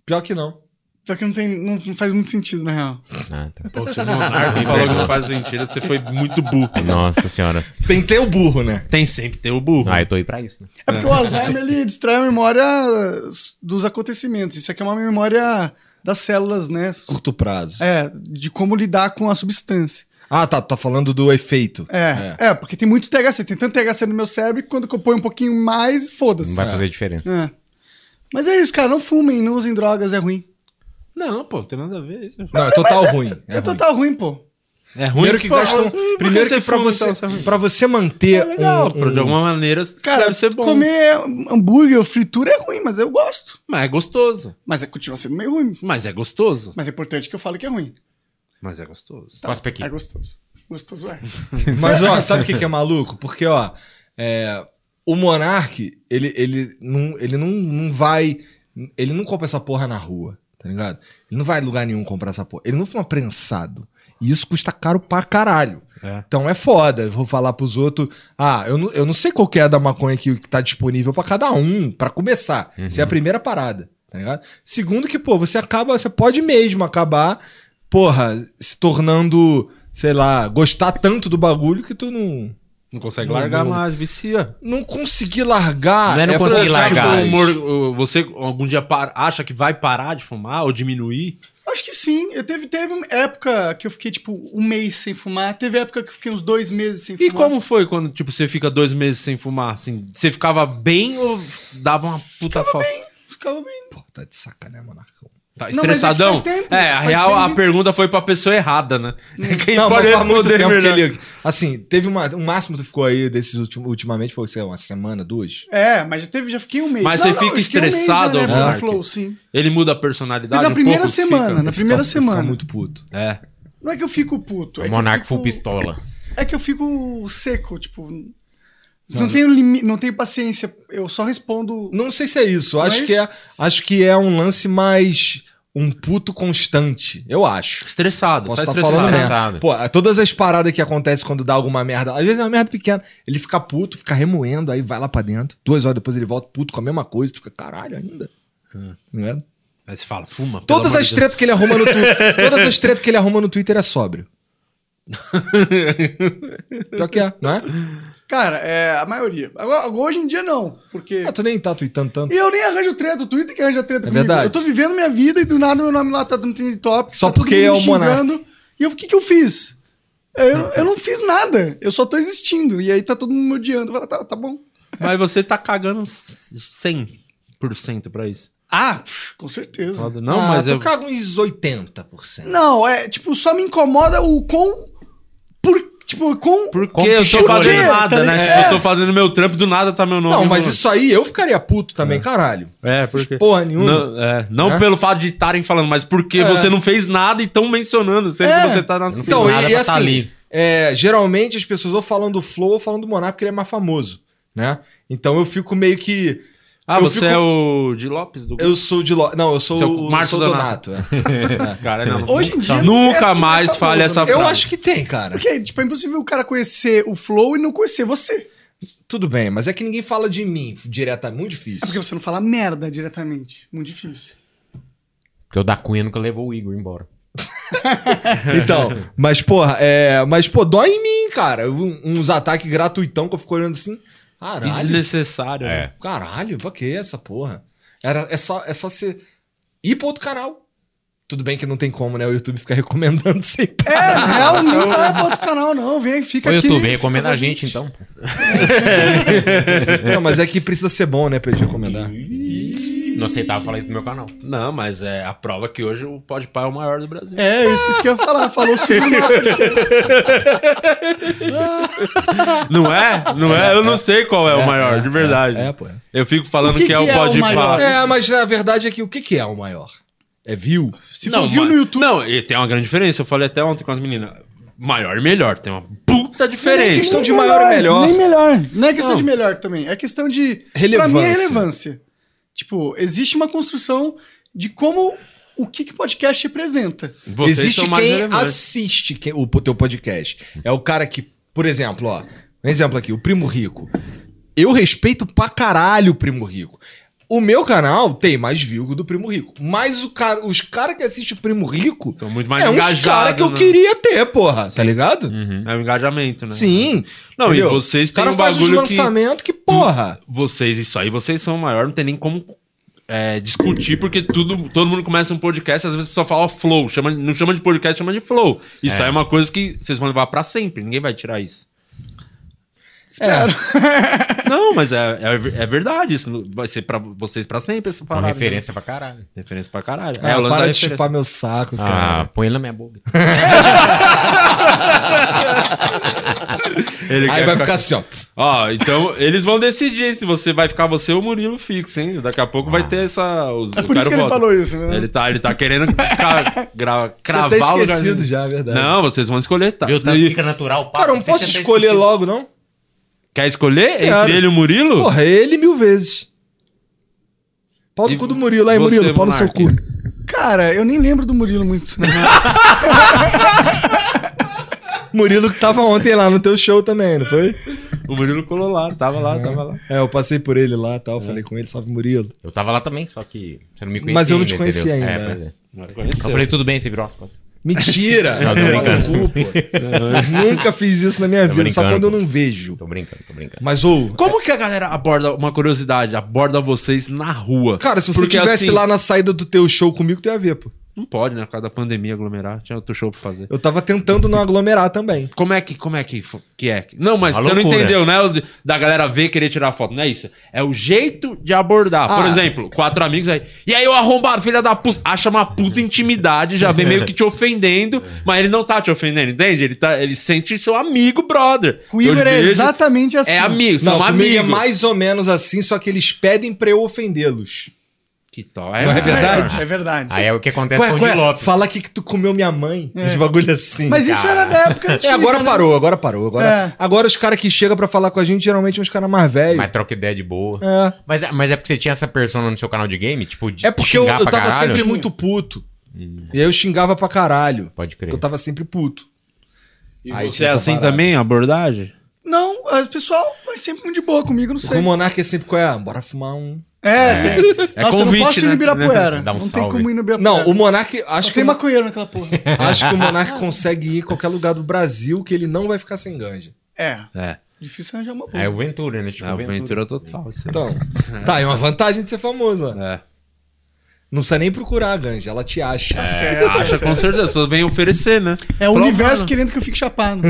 S4: Pior que não.
S3: Só que não, tem, não, não faz muito sentido, na real.
S2: Ah, tá.
S1: Pô, se o Monarca falou que não faz sentido, você foi muito burro.
S2: Nossa senhora.
S4: Tem que ter o burro, né?
S1: Tem sempre, tem o burro.
S2: Ah, eu tô aí pra isso, né?
S3: É porque o Alzheimer, ele destrói a memória dos acontecimentos. Isso aqui é uma memória das células, né?
S4: Curto prazo.
S3: É, de como lidar com a substância.
S4: Ah, tá. Tá falando do efeito.
S3: É, é, porque tem muito THC. Tem tanto THC no meu cérebro que quando que eu ponho um pouquinho mais, foda-se.
S2: Não vai fazer diferença.
S3: É. Mas é isso, cara. Não fumem, não usem drogas, é ruim.
S1: Não, pô, tem nada a ver isso.
S4: Não, é total ruim.
S3: É, total tá ruim, pô.
S1: É ruim.
S4: Primeiro que
S1: Pô,
S4: gastam.
S1: mas por que
S4: primeiro que
S1: ser
S4: pra
S1: filme,
S4: você,
S1: então, ser ruim?
S4: pra você manter
S1: É legal,
S4: um- um-
S1: de alguma maneira
S3: Cara,
S1: deve ser bom.
S3: comer hambúrguer ou fritura é ruim, mas eu gosto.
S1: Mas é gostoso.
S3: Mas é, continua sendo meio ruim.
S1: Mas é gostoso.
S3: Mas é importante que eu fale que é ruim.
S1: Mas é gostoso.
S2: Cospe aqui.
S3: É gostoso. Gostoso é.
S4: Mas, ó, sabe o que, que é maluco? Porque, ó, é, o Monark, ele, ele, não, ele não, não vai. Ele não compra essa porra na rua, tá ligado? Ele não vai em lugar nenhum comprar essa porra. Ele não foi um prensado. E isso custa caro pra caralho.
S1: É.
S4: Então é foda. Eu Vou falar pros outros. Ah, eu não, eu não sei qual que é a da maconha que, que tá disponível pra cada um, pra começar. Isso é a primeira parada, tá ligado? Segundo, que, pô, você acaba, você pode mesmo acabar, porra, se tornando, sei lá, gostar tanto do bagulho que tu não.
S1: Não consegue
S4: Não,
S1: largar
S4: não.
S1: mais, vicia.
S4: Não conseguir largar.
S2: Não é não
S4: pra-
S2: conseguir
S1: Tipo,
S2: largar.
S1: o humor- o- você algum dia para- acha que vai parar de fumar ou diminuir?
S3: Acho que sim. Eu teve, teve uma época que eu fiquei, tipo, um mês sem fumar. Teve época que eu fiquei uns dois meses sem
S1: E
S3: fumar.
S1: como foi quando, tipo, você fica dois meses sem fumar? Assim, você ficava bem ou dava uma puta falta?
S3: Ficava bem.
S4: Pô, tá de sacanagem, monarcão.
S1: Tá
S3: Não, mas é que
S1: estressadão?
S3: faz tempo,
S1: é, a
S3: faz
S1: real, a
S3: tempo.
S1: pergunta foi pra pessoa errada, né? Quem
S4: Não, mas
S1: pode
S4: faz muito
S1: responder
S4: tempo que
S1: melhor.
S4: ele. Assim, teve uma. O máximo que tu ficou aí desses ultim, ultimamente foi, sei lá, uma semana, duas?
S3: É, mas já teve, já fiquei um mês.
S1: Mas você fica
S3: eu fiquei
S1: estressado,
S3: um mês, já, né,
S1: Monark?
S3: no flow, sim.
S1: Ele muda a personalidade
S3: Na
S1: um
S3: primeira
S1: pouco,
S3: semana,
S1: fica-
S3: na primeira
S4: Ficar- ficar
S3: semana.
S4: um- muito puto.
S1: É.
S3: Não é que eu fico puto. É
S2: O
S3: que eu
S2: Monark
S3: fico-
S2: full pistola.
S3: É que eu fico seco, tipo. Não tenho limite, não tenho paciência. Eu só respondo.
S4: Não sei se é isso. Acho,
S3: Mas-
S4: que é, acho que é um lance mais. Um puto constante. Eu acho.
S1: Estressado.
S4: Posso
S1: tá
S4: estar
S1: estressado.
S4: falando merda.
S2: Estressado.
S4: Pô, todas as paradas que acontecem quando dá alguma merda. Às vezes é uma merda pequena. Ele fica puto, fica remoendo, aí vai lá pra dentro. Duas horas depois ele volta puto com a mesma coisa. Tu fica, caralho, ainda. Tá ligado?
S1: Aí você fala, fuma. pelo
S4: Todas
S1: É. amor
S4: as
S1: de Deus.
S4: tretas que ele arruma no Twitter. Todas as tretas que ele arruma no Twitter é sóbrio. Pior que é, não é?
S3: Cara, é a maioria. Agora, agora hoje em dia não, porque.
S4: Ah, tu nem tá tweetando tanto.
S3: E eu nem arranjo treta, o Twitter que arranja treta
S4: É verdade.
S3: Eu tô vivendo minha vida e do nada meu nome lá tá no trending top.
S4: Só
S3: tá todo
S4: porque
S3: mundo
S4: é o
S3: me xingando. E eu, o que que eu fiz? Eu, eu não fiz nada, eu só tô existindo. E aí tá todo mundo me odiando. Eu falo, tá, tá bom.
S1: Mas você tá cagando 100% pra isso.
S3: Ah, pff, com certeza.
S1: Foda. Não,
S4: ah,
S1: mas
S4: tu
S1: eu...
S4: caga uns 80%.
S3: Não, é tipo, só me incomoda o quão. Por, tipo, com.
S1: Por
S2: Como
S1: que eu
S2: que
S1: tô
S2: chegou
S1: fazendo
S3: aí?
S1: nada,
S3: Tá
S1: né?
S4: É,
S3: ligado?
S1: Tipo, eu tô fazendo meu trampo, do nada tá meu nome.
S4: Não, mas
S1: no-
S4: isso aí eu ficaria puto também, caralho.
S1: É,
S4: Fiz
S1: porque...
S4: porra nenhuma.
S1: Não, é, não
S4: É?
S1: pelo fato de estarem falando, mas porque você não fez nada e estão mencionando, sendo
S3: É.
S1: que você tá na
S2: não
S4: Então,
S2: fiz
S4: e,
S2: nada
S4: e
S2: pra
S4: assim,
S2: tá ali.
S4: é, geralmente as pessoas ou falam do Flow ou falam do Monark porque ele é mais famoso, né? Então eu fico meio que.
S1: Ah,
S4: eu
S1: você
S4: fico-
S1: é o de Lopes do
S4: Eu sou de. Lo... Não, eu sou
S1: Você é o
S4: o
S1: Márcio
S4: sou
S1: Donato.
S4: Donato, é. Ah,
S1: Cara, não.
S3: Hoje em dia,
S1: Nunca
S3: parece que
S1: mais
S3: tá
S1: fale essa
S3: famoso,
S4: é. Eu
S1: frase.
S4: acho que tem, cara.
S3: Porque, tipo, é impossível o cara conhecer o Flow e não conhecer você.
S4: Tudo bem, mas é que ninguém fala de mim direto, é muito
S3: É porque
S4: difícil.
S3: você não fala merda diretamente. Muito difícil.
S2: Porque o da Cunha nunca levou o Igor embora.
S4: Então, mas porra, é, mas pô, dói em mim, cara. Um- uns ataques gratuitão que eu fico olhando assim, caralho, É.
S1: Desnecessário.
S2: É.
S1: né?
S4: caralho, pra que essa porra? Era, é só, é só você ir pra outro canal. Tudo bem que não tem como, né? O YouTube fica recomendando sempre.
S3: É, na real, não vai pra outro canal, não. Vem, fica
S2: O
S3: aqui.
S2: YouTube,
S3: fica
S2: recomenda
S3: com
S2: a gente, então. pô.
S4: Não, mas é que precisa ser bom, né, pra ele recomendar.
S1: Uhum.
S2: Não aceitava falar isso no meu canal.
S1: Não, mas é a prova que hoje o Podpah é o maior do Brasil.
S3: É, isso, isso que eu ia falar. Falou sobre o meu podcast.
S1: Não é? Não é? Eu não sei qual é, o maior, de verdade.
S4: É, pô. é.
S1: Eu fico falando
S3: O
S1: que,
S3: que
S1: é o
S3: que é o
S1: Podpah.
S3: maior?
S4: É, mas na verdade é que o que, que é o maior? É view?
S3: Se
S1: Não,
S3: for viu
S1: ma-
S3: no YouTube.
S1: Não, e tem uma grande diferença. Eu falei até ontem com as meninas. Maior e melhor. Tem uma puta
S4: É
S1: diferença.
S4: questão de maior é melhor.
S3: Nem melhor. Não é questão de melhor também. É questão de. Pra mim é
S4: Relevância.
S3: relevância. Tipo, existe uma construção de como. O que que podcast representa?
S1: Vocês
S4: Existe
S1: são mais
S4: quem
S1: relevantes.
S4: assiste quem- o teu podcast. É o cara que, por exemplo, ó, um exemplo aqui, o Primo Rico. Eu respeito pra caralho o Primo Rico. O meu canal tem mais view que o do Primo Rico. Mas o cara, os caras que assistem o Primo Rico
S1: São muito mais
S4: é uns
S1: engajados.
S4: caras que eu
S1: né?
S4: queria ter, porra. Tá ligado?
S1: É o engajamento, né?
S4: Sim.
S1: Não,
S4: entendeu?
S1: e vocês
S4: O
S1: têm
S4: cara
S1: um
S4: faz os
S1: bagulho que...
S4: lançamentos que, porra.
S1: Vocês, isso aí, vocês são o maior. Não tem nem como é, discutir, porque tudo, todo mundo começa um podcast. Às vezes a pessoa fala ó, flow. Chama, não chama de podcast, é chama de flow. Isso aí é uma coisa que vocês vão levar pra sempre. Ninguém vai tirar isso.
S3: Espero.
S1: Não, mas é, é, ver- é verdade. Isso não- vai ser pra vocês pra sempre essa
S2: Uma
S4: né?
S1: parada.
S2: referência pra caralho.
S1: né? Referência pra caralho.
S4: Ah,
S1: o lance da
S4: para de
S1: referência.
S4: chupar meu saco,
S2: Ah,
S4: cara.
S2: põe ele na minha boca.
S4: Tá,
S1: Ele
S4: Aí
S1: quer
S4: vai ficar assim, ó.
S1: Ó, então eles vão decidir se você vai ficar você ou o Murilo fixo, hein? Daqui a pouco
S2: Ah.
S1: vai ter essa. Os,
S3: É
S1: o
S3: por
S1: cara
S3: isso que ele
S1: volta.
S3: falou isso, né?
S1: Ele tá, ele tá querendo ca- gra-
S4: Tinha
S1: cravar
S4: até
S1: o
S4: esquecido
S1: lugarzinho.
S4: já, é verdade.
S1: Não, vocês vão escolher, tá?
S2: Viu?
S1: E-
S2: Fica natural, pá.
S4: Cara, eu não
S2: Sei que
S4: posso
S2: você tá
S4: escolher
S2: esquecido.
S4: logo, não?
S1: Quer escolher
S4: Quero.
S1: entre ele e o Murilo?
S4: Porra, é ele mil vezes. Pau no
S1: E
S4: cu do Murilo, aí,
S1: você,
S4: Murilo, pau no seu cu.
S1: Monark?
S3: Cara, eu nem lembro do Murilo muito. né?
S4: Murilo que tava ontem lá no teu show também, não foi?
S1: O Murilo colou lá, tava lá, tava lá.
S4: É, eu passei por ele lá e tal, falei
S2: É.
S4: com ele, salve Murilo.
S2: Eu tava lá também, só que você não me conhecia
S4: Mas eu não te
S2: entendeu?
S4: conhecia ainda,
S2: É,
S4: é.
S2: pois é.
S1: Mas conheceu.
S2: Eu falei, tudo bem, você virou as costas.
S4: Mentira!
S2: Não, tô
S4: Tomar no
S2: brincando.
S4: cu, pô. Nunca fiz isso na minha
S2: Tô
S4: vida, só
S2: brincando,
S4: quando eu
S2: pô.
S4: não vejo.
S2: Tô brincando, tô brincando.
S4: Mas ou.
S1: Como que a galera aborda, uma curiosidade, aborda vocês na rua?
S4: Cara, se você
S1: Porque,
S4: tivesse
S1: assim,
S4: lá na saída do teu show comigo, tu ia ver, pô.
S1: Não pode, né? Por causa da pandemia aglomerar. Tinha outro show pra fazer.
S4: Eu tava tentando não aglomerar também.
S1: Como é que, como é que, fo- que é? Não, mas
S2: Uma
S1: você não
S2: loucura.
S1: entendeu, né? O de- Da galera ver e querer tirar foto. Não é isso. É o jeito de abordar. Por
S4: Ah.
S1: exemplo, quatro amigos aí. E aí, o arrombado, filha da puta. Acha uma puta intimidade, já vem meio que te
S4: É.
S1: ofendendo, mas ele não tá te ofendendo, entende? Ele, tá, ele sente seu amigo, brother.
S3: O Igor
S1: Eu
S3: é
S1: vejo-
S3: exatamente assim.
S1: É amigo, são
S4: não, comigo
S1: amigos.
S4: é mais ou menos assim, só que eles pedem pra eu ofendê-los.
S1: Que tal?
S4: Não é verdade?
S3: É verdade.
S2: Aí é o que acontece
S4: Ué,
S2: com o
S4: ué,
S2: Di Lopes.
S4: Fala aqui que tu comeu minha mãe. Uns bagulho assim.
S3: Mas isso era da época
S4: É,
S3: antiga.
S4: agora
S3: né?
S4: parou, agora parou. Agora,
S3: É.
S4: agora os caras que chegam pra falar com a gente geralmente são os caras mais velhos.
S2: Mas troca ideia de boa.
S4: É.
S2: Mas, é- mas é porque você tinha essa persona no seu canal de game? Tipo, de
S4: É porque eu,
S2: xingar
S4: eu
S2: pra
S4: tava
S2: caralho? Hum.
S4: sempre muito puto. E aí eu xingava pra caralho.
S2: Pode crer.
S4: Porque eu tava sempre puto.
S1: E
S4: Aí
S1: você
S4: tinha
S1: é
S4: essa
S1: assim
S4: parada.
S1: também, a abordagem?
S3: Não, o pessoal vai sempre muito de boa comigo, não
S4: Com
S3: sei.
S4: o Monark é sempre qual é? Bora fumar um.
S3: É, tem.
S1: É
S3: Nossa, eu
S1: convite,
S3: não posso ir
S1: né?
S3: no Ibirapuera.
S2: Dá um
S3: não tem
S2: salve.
S3: como ir no Ibirapuera.
S4: Não, o Monark. Acho,
S3: Só
S4: que
S3: tem
S4: o-
S3: maconheiro naquela porra.
S4: acho que o Monark consegue ir em qualquer lugar do Brasil que ele não vai ficar sem ganja.
S3: É,
S1: É.
S3: difícil arranjar uma boa.
S2: É o Ventura, né? Tipo,
S1: É
S2: o
S1: aventura,
S2: Ventura.
S1: total. isso aí.
S4: Então. Tá, é uma vantagem de ser famoso. ó.
S1: É.
S4: Não precisa nem procurar a ganja, ela te acha.
S3: Tá certo.
S1: É, Acha com certeza, só vem oferecer, né?
S3: É o
S1: Falou,
S3: universo
S1: mano.
S3: querendo que eu fique chapado.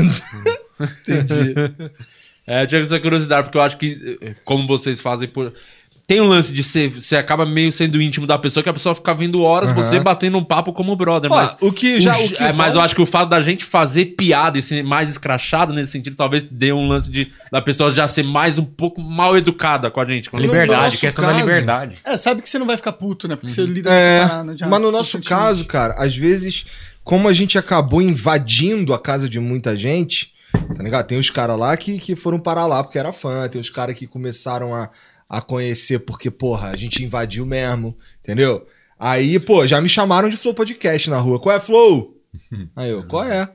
S1: É, eu tinha essa curiosidade, porque eu acho que, eh, como vocês fazem por. Tem um lance de ser. Você acaba meio sendo íntimo da pessoa, que a pessoa fica vendo horas você batendo um papo como brother.
S4: Ó,
S1: mas
S4: o que já-
S1: o
S4: o
S1: j-
S4: que
S1: é, mas
S4: rola-
S1: eu acho que o fato da gente fazer piada e ser mais escrachado nesse sentido, talvez dê um lance de da pessoa já ser mais um pouco mal educada com a gente. Quando
S4: No
S2: É Liberdade,
S4: nosso
S2: questão da
S4: caso-
S2: liberdade.
S3: É, sabe que você não vai ficar puto, né? Porque
S1: Uhum.
S3: você lida
S4: É,
S3: com essa parada já.
S4: mas no nosso
S3: constantemente.
S4: caso, cara, às vezes, como a gente acabou invadindo a casa de muita gente, tá ligado? Tem os caras lá que, que foram parar lá porque era fã, tem os caras que começaram a, a conhecer porque, porra, a gente invadiu mesmo, entendeu? Aí, pô, já me chamaram de Flow Podcast na rua. Qual é, Flow? Aí eu, qual é?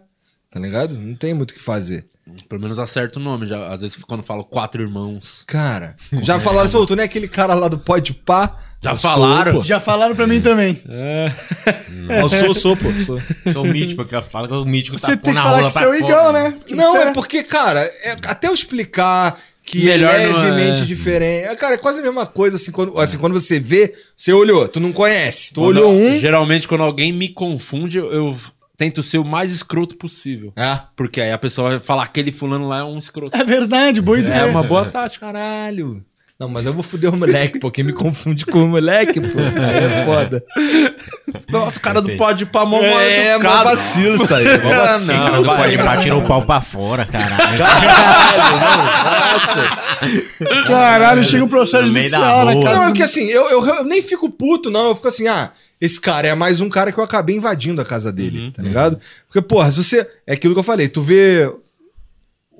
S4: Tá ligado? Não tem muito o que fazer.
S1: Pelo menos acerta o nome. Já, às vezes, quando falo quatro irmãos.
S4: Cara, já falaram assim, ô, tu não é aquele cara lá do Pode Pá?
S1: Já
S4: Eu sou,
S1: falaram?
S4: pô.
S3: Já falaram pra
S1: Uhum.
S3: mim também.
S4: Eu sou, sou, pô. Sou.
S2: Sou o mítico, porque fala que o mítico tá
S3: Você
S2: pondo
S3: tem que
S2: a
S3: falar
S2: rola
S3: que você é o
S2: pra
S3: Igão,
S2: fora.
S3: né? Porque
S4: Não,
S3: você
S4: é porque, cara, é- até eu explicar que
S1: Melhor
S4: é
S1: não é.
S4: levemente diferente. É, Cara, é quase a mesma coisa, assim quando, assim, quando você vê, você olhou, tu não conhece. Tu
S1: Quando-
S4: olhou um.
S1: Geralmente, quando alguém me confunde, eu, eu tento ser o mais escroto possível.
S4: É.
S1: Porque aí a pessoa vai falar aquele fulano lá é um escroto.
S3: É verdade, boa ideia.
S1: É uma boa tática.
S4: Caralho. Não, mas eu vou fuder o moleque, pô. Quem me confunde com o moleque, pô. Aí é foda.
S1: Nossa, o cara do
S2: Sim.
S1: pode pra mão
S4: É, mó vacilo isso aí. Mó
S1: Ah,
S4: vacilo. é,
S1: não,
S2: Cara, do pode pá, tira o pau pra fora, caralho.
S1: É.
S3: Caralho, chega um processo
S2: No meio da
S3: judicial na
S2: rua.
S4: Não, é
S3: cara.
S4: que assim, eu, eu, eu nem fico puto, não. Eu fico assim, ah, esse cara é mais um cara que eu acabei invadindo a casa dele, tá ligado? Porque, porra, se você. É aquilo que eu falei, tu vê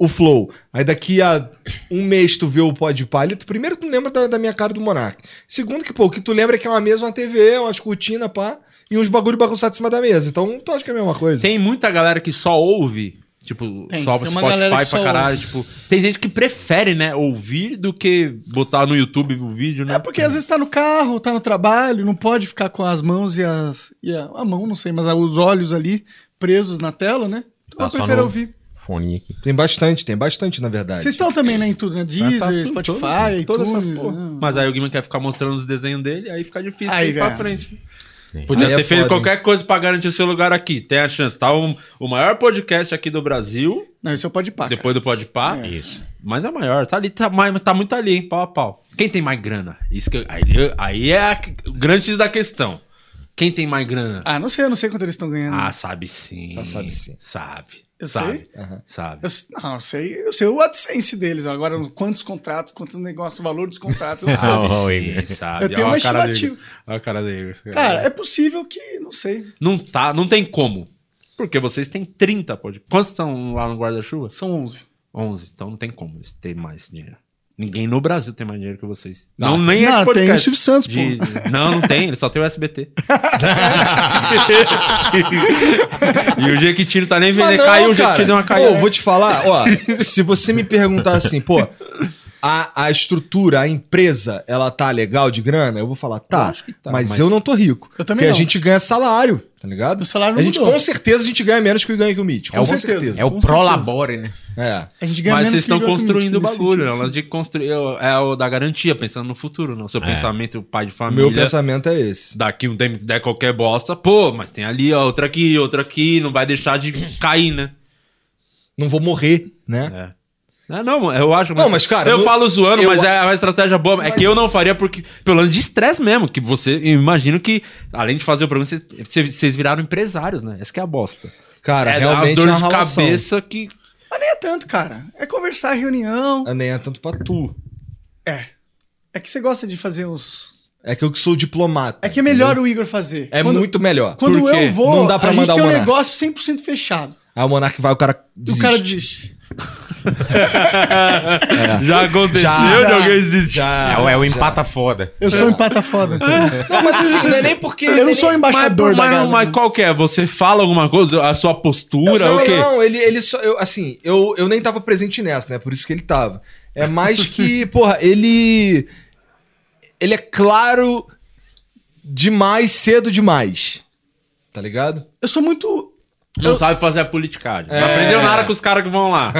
S4: o Flow, aí daqui a um mês tu vê o Pod Palha, tu primeiro tu lembra da, da minha cara do Monark. Segundo, que, pô, o que tu lembra é que é uma mesa, uma TV, umas cortinas, pá, e uns bagulho bagunçado em cima da mesa. Então, tu acha que é a mesma coisa?
S1: Tem muita galera que só ouve. Tipo,
S3: Tem,
S1: só
S3: tem uma galera
S1: Spotify
S3: que
S1: pra
S3: só
S1: caralho. Tipo, tem gente que prefere, né, ouvir do que botar no YouTube o vídeo, né?
S3: É porque às vezes tá no carro, tá no trabalho, não pode ficar com as mãos e as. E a, a mão, não sei, mas os olhos ali presos na tela, né? Então
S2: Tá
S3: eu
S2: só
S3: prefiro
S2: no-
S3: ouvir.
S2: Foninho aqui.
S4: Tem bastante, tem bastante, na verdade.
S3: Vocês estão também, né, em tudo, né? Deezer,
S1: Tá, tudo,
S3: Spotify,
S1: todas,
S3: iTunes,
S1: todas essas porra.
S3: né?
S1: Mas aí alguém quer ficar mostrando os desenhos dele, aí fica difícil
S3: Aí,
S1: ir pra
S3: é.
S1: frente. Podia
S4: Aí é
S1: ter feito
S4: foda,
S1: qualquer coisa pra garantir o seu lugar aqui. Tem a chance. Tá um- o maior podcast aqui do Brasil,
S3: Não, isso eu pode pagar.
S1: depois do Podpah.
S2: Isso.
S1: Mas é maior, tá ali, tá, mais, tá muito ali, hein, pau a pau. Quem tem mais grana? Isso que eu- aí, eu- aí é a, que- o grande X da questão. Quem tem mais grana?
S3: Ah, não sei, eu não sei quanto eles estão ganhando.
S1: Ah, sabe sim.
S4: Ah, sabe sim.
S1: Sabe.
S3: Eu
S1: sabe.
S4: Aham.
S1: Sabe.
S3: Eu, s- não, eu sei, eu sei o AdSense deles. Agora, quantos contratos, quantos negócios, o valor dos contratos, eu não sei.
S2: Ah, ó, o
S1: Sim,
S2: Igor.
S1: sabe.
S3: Eu tenho
S1: Olha
S3: uma
S1: a cara dele.
S3: estimativa.
S1: Olha a cara dele. esse
S3: Cara, é possível que, não sei,
S1: Não, tá, não tem como. Porque vocês têm 30 podcasts. Quantos estão lá no guarda-chuva?
S3: são 11.
S1: 11. Então não tem como eles terem mais dinheiro. Ninguém no Brasil tem mais dinheiro que vocês.
S4: Não,
S1: Não, nem é de
S3: não, tem o
S1: podcast.
S3: Silvio Santos, pô.
S1: De- de- Não, não tem. Ele só tem o SBT. e o Jequitino tá nem
S4: Mas
S1: vendendo.
S4: não,
S1: Caiu, o
S4: cara.
S1: Jequitino deu uma
S4: Pô,
S1: caída.
S4: vou te falar, ó, se você me perguntar assim, pô, a, a estrutura, a empresa, ela tá legal de grana? Eu vou falar, tá,
S1: acho que tá,
S4: mas,
S1: mas-
S4: eu não tô rico.
S3: Eu também
S4: porque
S3: não.
S4: a gente ganha salário, tá ligado?
S3: O salário não
S4: a gente,
S3: mudou.
S4: com certeza, a gente ganha menos que ganha que o Mitch. Com
S2: o-
S4: certeza.
S2: É o
S3: Com
S2: pro
S3: certeza.
S2: labore, né?
S4: É.
S3: A gente ganha
S1: Mas
S3: menos
S1: vocês
S3: que
S1: estão
S3: Igor Cunha,
S1: construindo o
S3: nesse
S1: bagulho. É
S3: sentido, assim.
S1: o lance de construir. É o da garantia, pensando no futuro, não. Seu pensamento, pai de
S4: O
S1: família.
S4: meu pensamento é esse.
S1: Daqui um tempo, se der qualquer bosta, pô, mas tem ali, ó, outra aqui, outra aqui, não vai deixar de cair, né?
S4: Não vou morrer, né?
S1: É. Ah, não, eu acho.
S4: Não, mas, cara,
S1: Eu
S4: não-
S1: falo zoando,
S4: eu-
S1: mas é uma estratégia boa. É que eu não faria porque. Pelo menos de estresse mesmo. Que você. Eu imagino que, além de fazer o programa, vocês- vocês vocês viraram empresários, né? Essa que é a bosta.
S4: Cara,
S1: é
S4: realmente é
S1: dores
S4: uma
S1: de
S4: relação.
S1: cabeça que.
S3: assim. Mas nem é tanto, cara. É conversar, reunião.
S4: Ah, Nem é tanto pra tu.
S3: É. É que você gosta de fazer uns...
S4: É que eu que sou diplomata.
S3: É que é melhor
S4: entendeu?
S3: o Igor fazer.
S4: É
S3: Quando-
S4: muito melhor.
S3: Quando
S1: Por quê?
S3: eu vou,
S4: Não dá pra
S3: a gente
S4: mandar
S3: tem
S4: o
S3: um
S4: Monark.
S3: negócio 100% fechado.
S4: Aí Ah, o Monark vai, o cara
S3: E o
S4: desiste.
S3: cara desiste.
S4: É.
S1: Já aconteceu
S4: Já.
S1: de alguém existir.
S4: Já...
S2: É, o- é o empata foda.
S3: Eu sou um empata foda.
S4: Não, mas assim, não é nem porque...
S3: Eu não sou o
S1: Mas,
S3: embaixador
S1: mas,
S3: da
S1: não,
S3: galera.
S1: mas qual que é? Você fala alguma coisa? A sua
S4: né? Eu
S1: postura?
S4: só-
S1: o quê?
S4: Não, ele, ele só. Eu, assim, eu, eu nem tava presente nessa, né? Por isso que ele tava. É mais que, porra, ele. Ele é claro demais, cedo demais. Tá ligado?
S3: Eu sou muito...
S1: Não sabe fazer a politicagem.
S4: É.
S1: Não aprendeu nada com os caras que vão lá.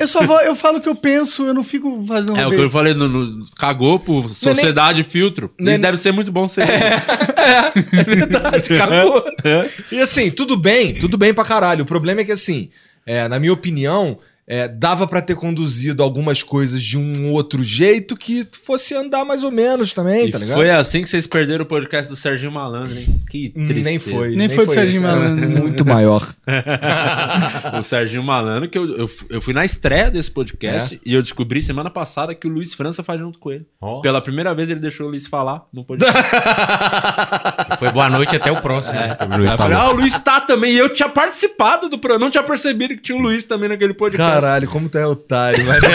S3: Eu só vou, eu falo o que eu penso, eu não fico fazendo...
S1: É o que
S3: bem.
S1: eu falei, no, no- cagou por sociedade filtro.
S4: é Não
S1: Isso
S4: é nem-
S1: deve ser muito bom ser.
S4: É verdade, acabou. E assim, tudo bem, tudo bem pra caralho. O problema é que, assim, é, na minha opinião, é, dava pra ter conduzido algumas coisas de um outro jeito que fosse andar mais ou menos também,
S1: E
S4: tá ligado?
S1: Foi assim que vocês perderam o podcast do Serginho Malandro, hein? Que triste.
S4: Nem foi.
S3: Nem foi do Serginho
S4: esse, era
S3: Malandro.
S4: Muito maior.
S1: O Serginho Malandro, que eu, eu, fu- eu fui na estreia desse podcast e eu descobri semana passada que o Luiz França faz junto com ele.
S2: Ó.
S1: Pela primeira vez ele deixou o Luiz falar no podcast.
S2: Foi boa noite até o próximo. né? O
S1: Aí
S2: Luiz
S1: eu
S2: falou.
S1: falei, ah, o Luiz tá também. E eu tinha participado do programa, não tinha percebido que tinha o Luiz também naquele podcast.
S4: Caralho, como tu é otário, mas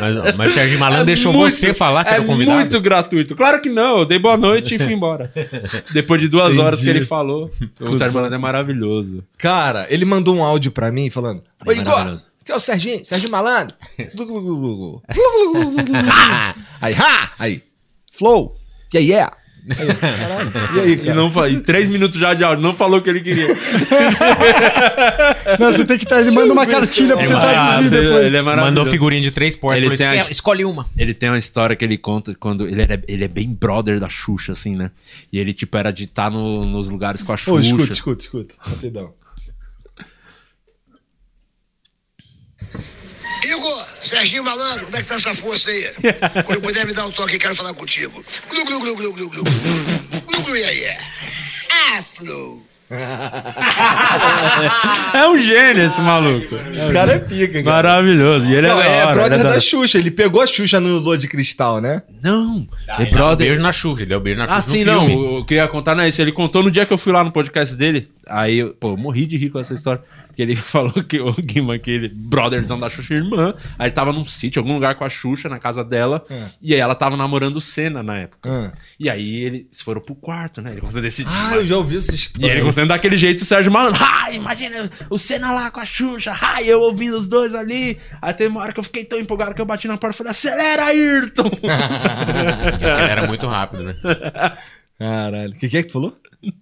S2: Mas, mas o Sérgio Malandro
S1: É
S2: deixou
S1: muito-
S2: você falar que
S1: é
S2: era o convidado.
S1: muito gratuito. Claro que não, eu dei boa noite e fui embora. Depois de duas
S4: Entendi.
S1: horas que ele falou. O Sérgio Malandro é maravilhoso.
S4: Cara, ele mandou um áudio pra mim falando: Ô
S1: É
S4: Igor,
S1: maravilhoso.
S4: que é o Serginho, Serginho Malandro. Glu, glu, glu, glu, glu. Glu, glu, glu, glu, glu. aí, ha! Aí, Flow, yeah, yeah. Aí, eu, caralho. E aí,
S1: E
S4: cara?
S1: não fa- e três minutos já de áudio, não falou o que ele queria.
S3: Não, você tem que trazer, manda uma cartilha pra você
S2: Ele-
S3: traduzir
S1: Ah,
S3: depois.
S1: Ele é maravilhoso.
S2: Mandou figurinha de três portas.
S1: Ele
S2: falou,
S1: tem a-
S2: "Escolhe- Escolhe uma.
S1: Ele tem uma história que ele conta quando ele, era, ele é bem brother da Xuxa, assim, né? E ele, tipo, era de estar no- nos lugares com a Xuxa.
S4: Ô, escuta, escuta, escuta. Rapidão.
S7: Igor, Serginho Malandro, como é que tá essa força aí? Quando puder me dar um toque, quero falar contigo. Glu, glu, glu, glu, glu, glu. Glu, glu, yeah, yeah. Ah, Flo.
S1: É um gênio esse maluco.
S4: Esse cara é pica, cara.
S1: Maravilhoso. E ele
S4: Não,
S1: é,
S4: é,
S1: da hora, ele
S4: brother
S1: é da-
S4: da Xuxa. Ele pegou a Xuxa no Lua de Cristal, né?
S1: Não, é
S2: Ele dá um
S1: brother.
S2: beijo na Xuxa, ele deu um beijo na Xuxa
S1: Ah, sim, não. O, o que eu ia contar não é isso. Ele contou no dia que eu fui lá no podcast dele. Aí, eu, pô, eu morri de rir com essa história. Porque ele falou que o Guima, aquele brotherzão da Xuxa, irmã, aí ele tava num sítio, algum lugar com a Xuxa, na casa dela.
S4: É.
S1: E aí ela tava namorando o Senna na época.
S4: Ah.
S1: E aí eles foram pro quarto, né? Ele contou desse
S4: Ah,
S1: dia.
S4: eu já ouvi essa
S1: E ele
S4: história.
S1: contando daquele jeito, o Sérgio Malandro. Ah, imagina o Senna lá com a Xuxa. Ah, eu ouvindo os dois ali. Aí teve uma hora que eu fiquei tão empolgado que eu bati na porta e falei: acelera, Ayrton!
S2: Diz que ele era muito rápido, né?
S4: Caralho. O que, que é que tu falou?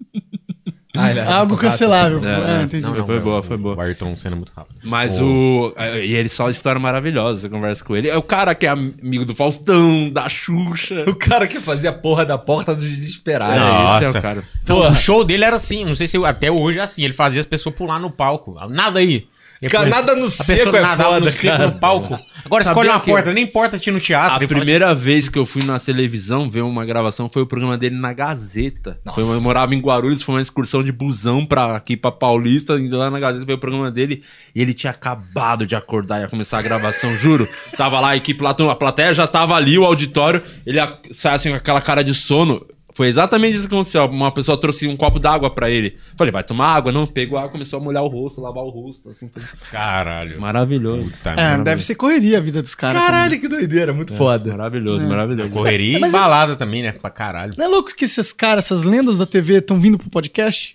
S4: Ah, ele é
S3: Algo
S4: muito rápido.
S3: cancelável.
S1: É,
S3: Ah, entendi.
S1: não, foi boa, foi boa.
S2: O Ayrton Senna é muito rápido.
S1: Mas
S2: o...
S1: o. eh, E ele só história maravilhosa, você conversa com ele. É o cara que é amigo do Faustão, da Xuxa.
S4: O cara que fazia a porra da porta dos desesperados.
S2: Não.
S1: Ah, esse
S2: Nossa.
S1: é o cara.
S2: Então, o show dele era assim, não sei se eu- até hoje é assim, ele fazia as pessoas pular no palco. Nada aí.
S4: Cara, nada no seco é
S2: nadava
S4: foda,
S2: seco
S4: cara.
S2: no palco. Agora
S1: Sabia
S2: escolhe uma
S1: que-
S2: porta, nem porta tinha no teatro.
S1: A
S2: Ele fala
S1: primeira vez que eu fui na televisão ver uma gravação foi o programa dele na Gazeta.
S4: Nossa.
S1: Foi uma- eu morava em Guarulhos, foi uma excursão de busão pra, aqui pra Paulista, indo lá na Gazeta ver o programa dele. E ele tinha acabado de acordar, ia começar a gravação, juro. Tava lá a equipe, lá, a plateia já tava ali, o auditório. Ele a- sai assim com aquela cara de sono. Foi exatamente isso que aconteceu. Uma pessoa trouxe um copo d'água pra ele. Falei, vai tomar água? Não, pegou água, começou a molhar o rosto, lavar o rosto, assim. Foi
S2: assim, Caralho.
S1: Maravilhoso.
S2: Puta
S3: É,
S2: merda.
S3: deve ser correria a vida dos caras. também.
S4: Caralho, que doideira, muito foda.
S1: Maravilhoso, maravilhoso.
S2: Correria e balada também, né? Pra caralho.
S3: Não é louco que esses caras, essas lendas da TV estão vindo pro podcast?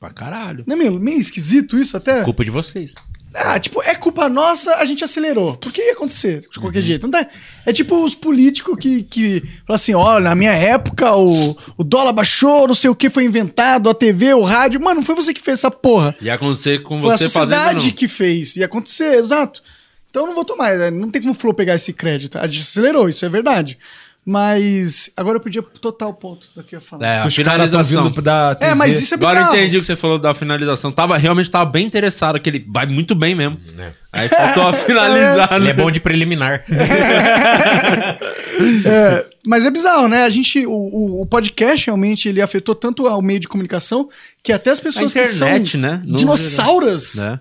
S1: Pra caralho.
S3: Não é meio, meio esquisito isso até?
S2: Culpa de vocês.
S3: Ah, tipo, é culpa nossa, a gente acelerou. Porque ia acontecer, de
S1: Uhum.
S3: qualquer jeito. Não dá- É tipo os políticos que, que falam assim, olha, na minha época o, o dólar baixou, não sei o que foi inventado, a TV, o rádio. Mano, não foi você que fez essa porra.
S1: Ia acontecer com
S3: Foi a
S1: você fazendo. ou
S3: sociedade
S1: não.
S3: que fez. Ia acontecer, exato. Então eu não vou tomar. né? Não tem como o Flow pegar esse crédito. A gente acelerou, isso é verdade. Mas agora eu podia total ponto do que eu ia falar.
S1: É, a
S4: Os caras estão
S1: finalização.
S4: tá vindo da TV.
S3: É, mas isso é
S1: Agora eu
S3: bizarro.
S1: entendi o que você falou da finalização. Tava, realmente tava bem interessado, que ele vai muito bem mesmo.
S2: É.
S1: Aí faltou a finalizar.
S2: Ele
S1: né?
S2: é bom de preliminar.
S3: É, mas é bizarro, né? A gente, o, o, o podcast realmente ele afetou tanto ao meio de comunicação que até as pessoas
S1: A internet,
S3: que são
S1: né? No
S3: dinossauras
S1: Né?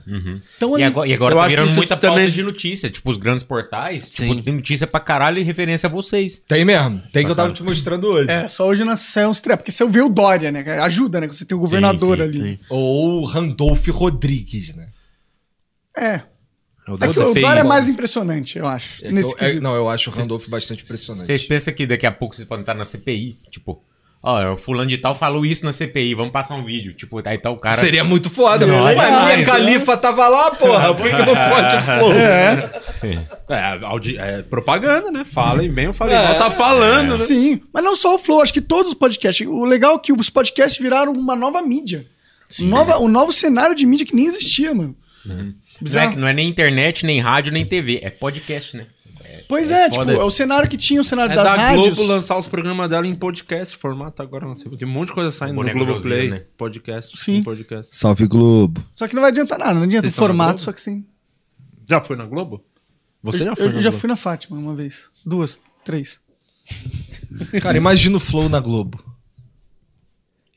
S3: estão
S2: E
S3: ali.
S2: agora, e agora
S1: Eu
S2: tá
S1: acho que
S2: virando
S1: isso
S2: muita
S1: também-
S2: pauta de notícia. Tipo, os grandes portais,
S1: Sim.
S2: tipo, tem notícia pra caralho e referência a vocês.
S4: Tem mesmo. Tem que eu tava te mostrando hoje.
S3: É, só hoje nasceu uns três. Porque você vê o Dória, né? cara? Ajuda, né? Que Você tem o governador
S2: sim,
S3: ali.
S4: Ou Randolph Rodrigues, né?
S3: É.
S1: Eu
S3: É que
S1: dou-
S3: o
S2: tem-
S3: Dória é mais impressionante, eu acho.
S4: É que
S3: nesse
S4: eu- é-
S3: quesito.
S4: não, eu acho o Randolph bastante impressionante.
S2: Vocês pensam que daqui a pouco vocês podem estar na CPI? Tipo, ó, o fulano de tal falou isso na CPI, vamos passar um vídeo. Tipo, aí tá o cara.
S4: Seria muito foda.
S3: Seria
S4: Ué,
S3: legal,
S4: a minha
S3: mas-
S4: califa tava lá, porra. Por que, que não pode o flow?
S1: É, audi- é propaganda, né? Falem bem, eu falei. Igual tá falando, né?
S3: Sim, mas não só o Flow, acho que todos os podcasts. O legal é que os podcasts viraram uma nova mídia. Nova, um novo cenário de mídia que nem existia, mano.
S1: Né?
S2: Não é,
S3: Bizarro.
S2: que- não é nem internet, nem rádio, nem TV. É podcast, né?
S3: Pois é, tipo,
S2: foda.
S3: é o cenário que tinha, o cenário
S1: É
S3: das
S1: da
S3: rádios.
S1: Globo lançar os programas dela em podcast, formato agora. Não sei, tem um monte de coisa saindo no
S2: Boneco
S1: Globoplay.
S2: Josias, né?
S1: Podcast.
S3: Sim.
S1: em Podcast.
S4: Salve Globo.
S3: Só que não vai adiantar nada, não adianta
S1: Vocês
S3: o
S1: estão na
S3: formato,
S1: Globo?
S3: só que sim.
S1: Já foi na Globo? Você já foi
S3: Eu
S1: na
S3: já
S1: Globo?
S3: fui na Fátima uma vez. Duas, três.
S4: Cara, imagina o flow na Globo.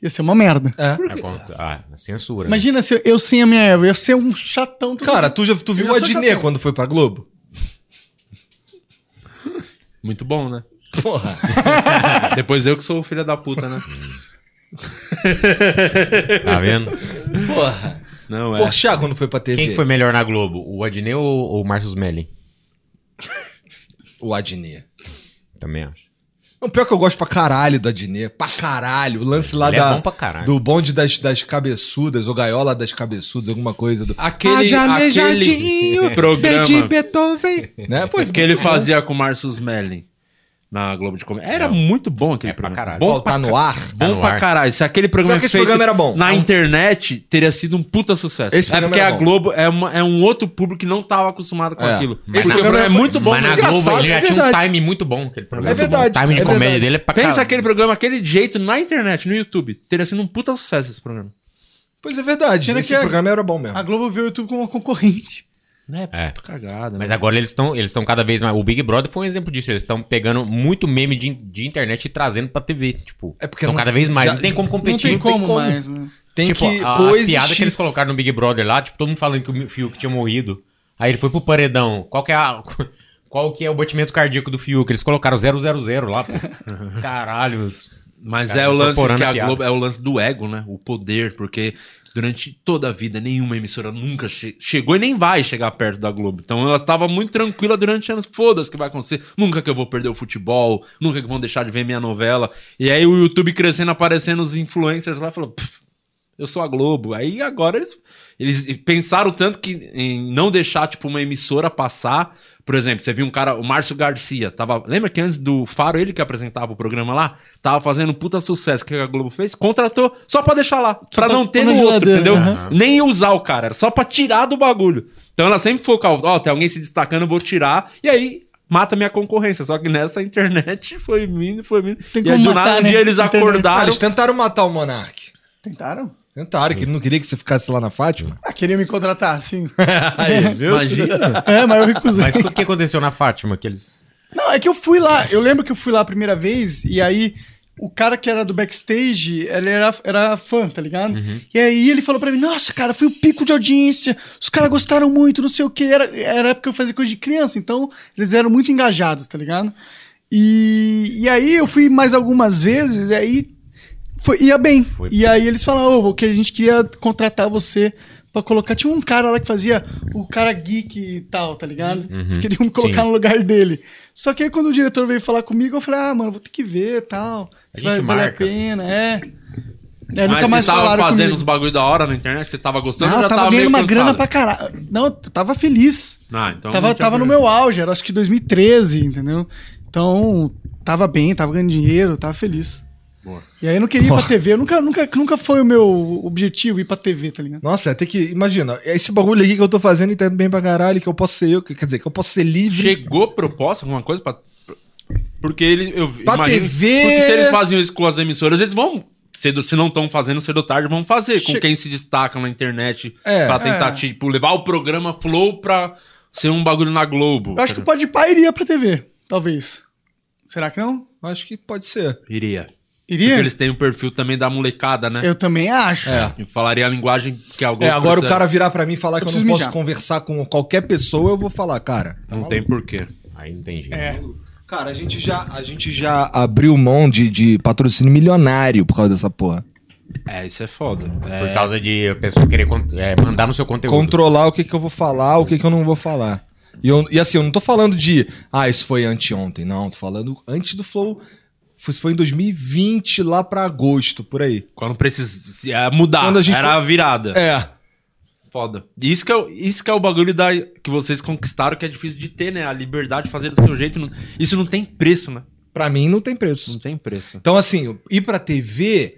S3: Ia ser uma merda.
S2: É contra- ah, a censura. né?
S3: Imagina se eu, eu sem a minha erva, ia ser um chatão. todo
S4: Cara,
S3: dia.
S4: tu já tu viu
S3: já
S4: o
S3: sou
S4: Adnet
S3: chatão.
S4: quando foi pra Globo?
S1: Muito bom, né?
S4: Porra.
S1: Depois eu que sou o filho da puta, né?
S2: Tá vendo?
S4: Porra.
S1: Não, é.
S4: Porchat quando foi pra TV.
S2: Quem que foi melhor na Globo? O Adneu ou ou o Márcio Melli?
S4: O Adnet.
S2: Também acho.
S4: O pior que eu gosto pra caralho do Adnet. Pra caralho. O lance lá
S2: Ele é
S4: da,
S2: bom pra caralho.
S4: do bonde das, das cabeçudas, ou gaiola das cabeçudas, alguma coisa do.
S3: Ah,
S1: Aquele, aquele programa
S4: Beethoven.
S2: É
S4: Né? Pois,
S1: que ele fazia com o Márcio Smelling na Globo de Comédia. Era muito bom aquele
S2: É pra
S1: programa.
S2: caralho.
S1: Bom,
S4: Bom, tá no ar.
S1: bom
S2: Tá no
S1: pra
S2: ar.
S1: caralho. Se aquele programa
S4: Pior que esse
S1: feito
S4: programa era bom.
S1: na
S4: Não.
S1: internet, teria sido um puta sucesso.
S4: Esse
S1: é
S4: programa
S1: porque
S4: era
S1: a
S4: bom.
S1: Globo é, uma- é um outro público que não tava acostumado com
S4: É.
S1: aquilo.
S4: Mas
S1: Esse
S4: na-
S1: programa é
S4: foi-
S1: muito bom.
S2: Mas na
S1: muito
S2: Globo
S4: engraçado,
S2: ele
S4: é
S2: já tinha um
S4: verdade.
S2: time muito bom. Aquele programa.
S4: É
S2: Muito bom.
S4: verdade,
S2: O time de
S4: é
S2: comédia
S4: verdade.
S2: dele é pra
S1: Pensa
S2: caralho.
S1: aquele programa, aquele jeito na internet, no YouTube. Teria sido um puta sucesso esse programa.
S4: Pois é verdade.
S3: Pena
S4: Esse
S3: que a-
S4: programa era bom mesmo.
S3: A Globo vê o YouTube como uma concorrente.
S1: É,
S2: É.
S1: puta cagada.
S2: Mas
S1: né?
S2: agora eles estão eles estão cada vez mais. O Big Brother foi um exemplo disso. Eles estão pegando muito meme de, de internet e trazendo pra TV. Tipo,
S4: É porque
S2: estão
S4: não-
S2: cada vez mais.
S4: já-
S2: não tem como
S3: Não
S2: competir.
S3: tem
S4: não tem
S3: como
S4: como.
S3: mais, né?
S4: Tem
S2: tipo,
S4: que
S2: a, as
S4: coexistir.
S2: piadas que eles colocaram no Big Brother lá, tipo, todo mundo falando que o Fiuk tinha morrido. Aí ele foi pro paredão. Qual que é a- Qual que é o batimento cardíaco do Fiuk? Eles colocaram 000 lá, pô. Caralho.
S1: Mas
S2: Cara,
S1: é o lance
S2: incorporando
S1: que
S2: a
S1: a
S2: piada.
S1: Globo, é o lance do ego, né? O poder, porque durante toda a vida nenhuma emissora nunca che- chegou e nem vai chegar perto da Globo. Então ela estava muito tranquila durante anos. Foda-se o que vai acontecer. Nunca que eu vou perder o futebol, nunca que vão deixar de ver minha novela. E aí o YouTube crescendo, aparecendo os influencers lá, falou, "Pff, eu sou a Globo. Aí agora eles, eles pensaram tanto que em não deixar, tipo, uma emissora passar. Por exemplo, você viu um cara, o Márcio Garcia, tava. Lembra que antes do Faro, ele que apresentava o programa lá? Tava fazendo um puta sucesso. O que a Globo fez? Contratou só pra deixar lá. pra
S3: pra-
S1: não ter
S3: pra
S1: no
S3: na
S1: outro,
S3: geladeira,
S1: entendeu?
S3: aham.
S1: Nem usar o cara, era só pra tirar do bagulho. Então ela sempre focava, ó, tem alguém se destacando, eu vou tirar, e aí mata minha concorrência. Só que nessa a internet foi vindo, foi vindo.
S3: Tem
S1: e aí
S3: como
S1: do nada
S3: matar,
S1: um
S3: né?
S1: dia eles
S3: Internet.
S4: Ah,
S1: acordaram.
S4: eles tentaram matar o Monark.
S3: Tentaram?
S4: Tentaram, que ele não queria que você ficasse lá na Fátima.
S3: Ah, queriam me contratar, sim. tá
S4: Aí, viu?
S1: Imagina.
S3: é, mas eu recusei.
S2: Mas o que aconteceu na Fátima? Que eles...
S3: Não, é que eu fui lá. Eu lembro que eu fui lá a primeira vez e aí o cara que era do backstage, ele era, era fã, tá ligado? E aí ele falou pra mim, nossa, cara, foi o pico de audiência, os caras gostaram muito, não sei o quê. Era, era época que eu fazia coisa de criança, então eles eram muito engajados, tá ligado? E, e aí eu fui mais algumas vezes e aí foi, ia bem. E aí eles falaram, ô, que a gente queria contratar você pra colocar. Tinha um cara lá que fazia o cara geek e tal, tá ligado? Eles queriam me colocar
S2: Sim.
S3: no lugar dele. Só que aí quando o diretor veio falar comigo, eu falei, ah, mano, vou ter que ver e tal. Se
S2: gente
S3: vai valer a
S2: marca.
S3: pena, é. É,
S1: Mas
S3: nunca mais
S1: você tava
S3: falaram
S1: fazendo
S3: comigo.
S1: uns bagulho da hora na internet, você tava gostando,
S3: Não,
S1: já
S3: eu
S1: tava,
S3: tava
S1: meio
S3: ganhando uma
S1: cansado.
S3: grana pra caralho. Não, eu tava feliz.
S1: Ah, então
S3: tava
S1: não tinha
S3: tava no
S1: problema.
S3: meu auge, era acho que 2013, entendeu? Então, tava bem, tava ganhando dinheiro, tava feliz. E aí eu não queria ir pra TV, eu nunca, nunca, nunca foi o meu objetivo ir pra TV, tá ligado?
S4: Nossa, até que. Imagina, esse bagulho aqui que eu tô fazendo e tá indo bem pra caralho, que eu posso ser eu, que- quer dizer, que eu posso ser livre.
S1: Chegou proposta, alguma coisa pra. Porque ele. Eu
S4: Pra TV.
S1: Porque se eles faziam isso com as emissoras, eles vão. Cedo, se não estão fazendo, cedo ou tarde vão fazer. Com
S3: Che-
S1: quem se destaca na internet
S4: É,
S1: pra tentar,
S3: é.
S1: tipo, levar o programa Flow pra ser um bagulho na Globo.
S3: Eu acho que o Podpah iria pra TV, talvez. Será que não?
S4: Acho que pode ser.
S1: Iria.
S3: Iria?
S1: Porque eles têm o perfil também da molecada, né?
S3: Eu também acho.
S4: É.
S1: Eu... Falaria a linguagem que algum
S4: É, agora o cara virar pra mim e falar que eu não
S3: preciso
S4: posso
S3: mijar.
S4: conversar com qualquer pessoa, eu vou falar, cara. tá
S1: Não tem porquê.
S2: Aí não tem jeito.
S3: É.
S4: Cara, a gente já, a gente já abriu mão de, de patrocínio milionário por causa dessa porra.
S1: É, isso é foda. É,
S2: Por causa de a pessoa querer con- é, mandar no seu conteúdo.
S4: Controlar o que, que eu vou falar, o que, que eu não vou falar. E, eu- e assim, eu não tô falando de, ah, isso foi anteontem. Não, tô falando antes do Flow. Isso foi em 2020, lá pra agosto, por aí.
S1: Quando precisa é, mudar.
S4: Quando a gente-
S1: Era a virada.
S4: É.
S1: Foda. E Isso que, é, o- isso que é o bagulho da, que vocês conquistaram, que é difícil de ter, né? A liberdade de fazer do seu jeito. não- isso não tem preço, né?
S4: Pra mim não tem preço.
S1: Não tem preço.
S4: Então, assim, ir pra TV,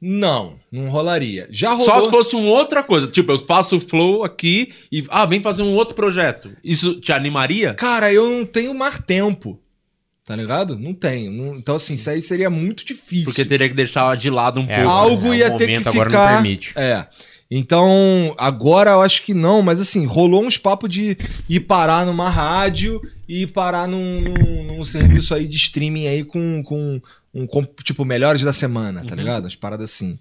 S4: não, não rolaria. Já Ah, rolou.
S1: Só se fosse uma outra coisa. Tipo, eu faço o flow aqui e. Ah, vem fazer um outro projeto. Isso te animaria?
S4: Cara, eu não tenho mais tempo. Tá ligado? Não tenho. não- Então, assim, isso aí seria muito difícil.
S1: Porque teria que deixar de lado um
S2: É,
S1: pouco.
S2: agora-
S4: Algo
S2: o
S4: ia ter que
S2: momento
S4: ficar.
S2: agora não permite.
S4: É. Então, agora eu acho que não, mas assim, rolou uns papos de ir parar numa rádio e ir parar num, num- num serviço aí de streaming aí com, com, um, com, tipo, melhores da semana,
S1: Uhum.
S4: tá ligado? Umas paradas assim.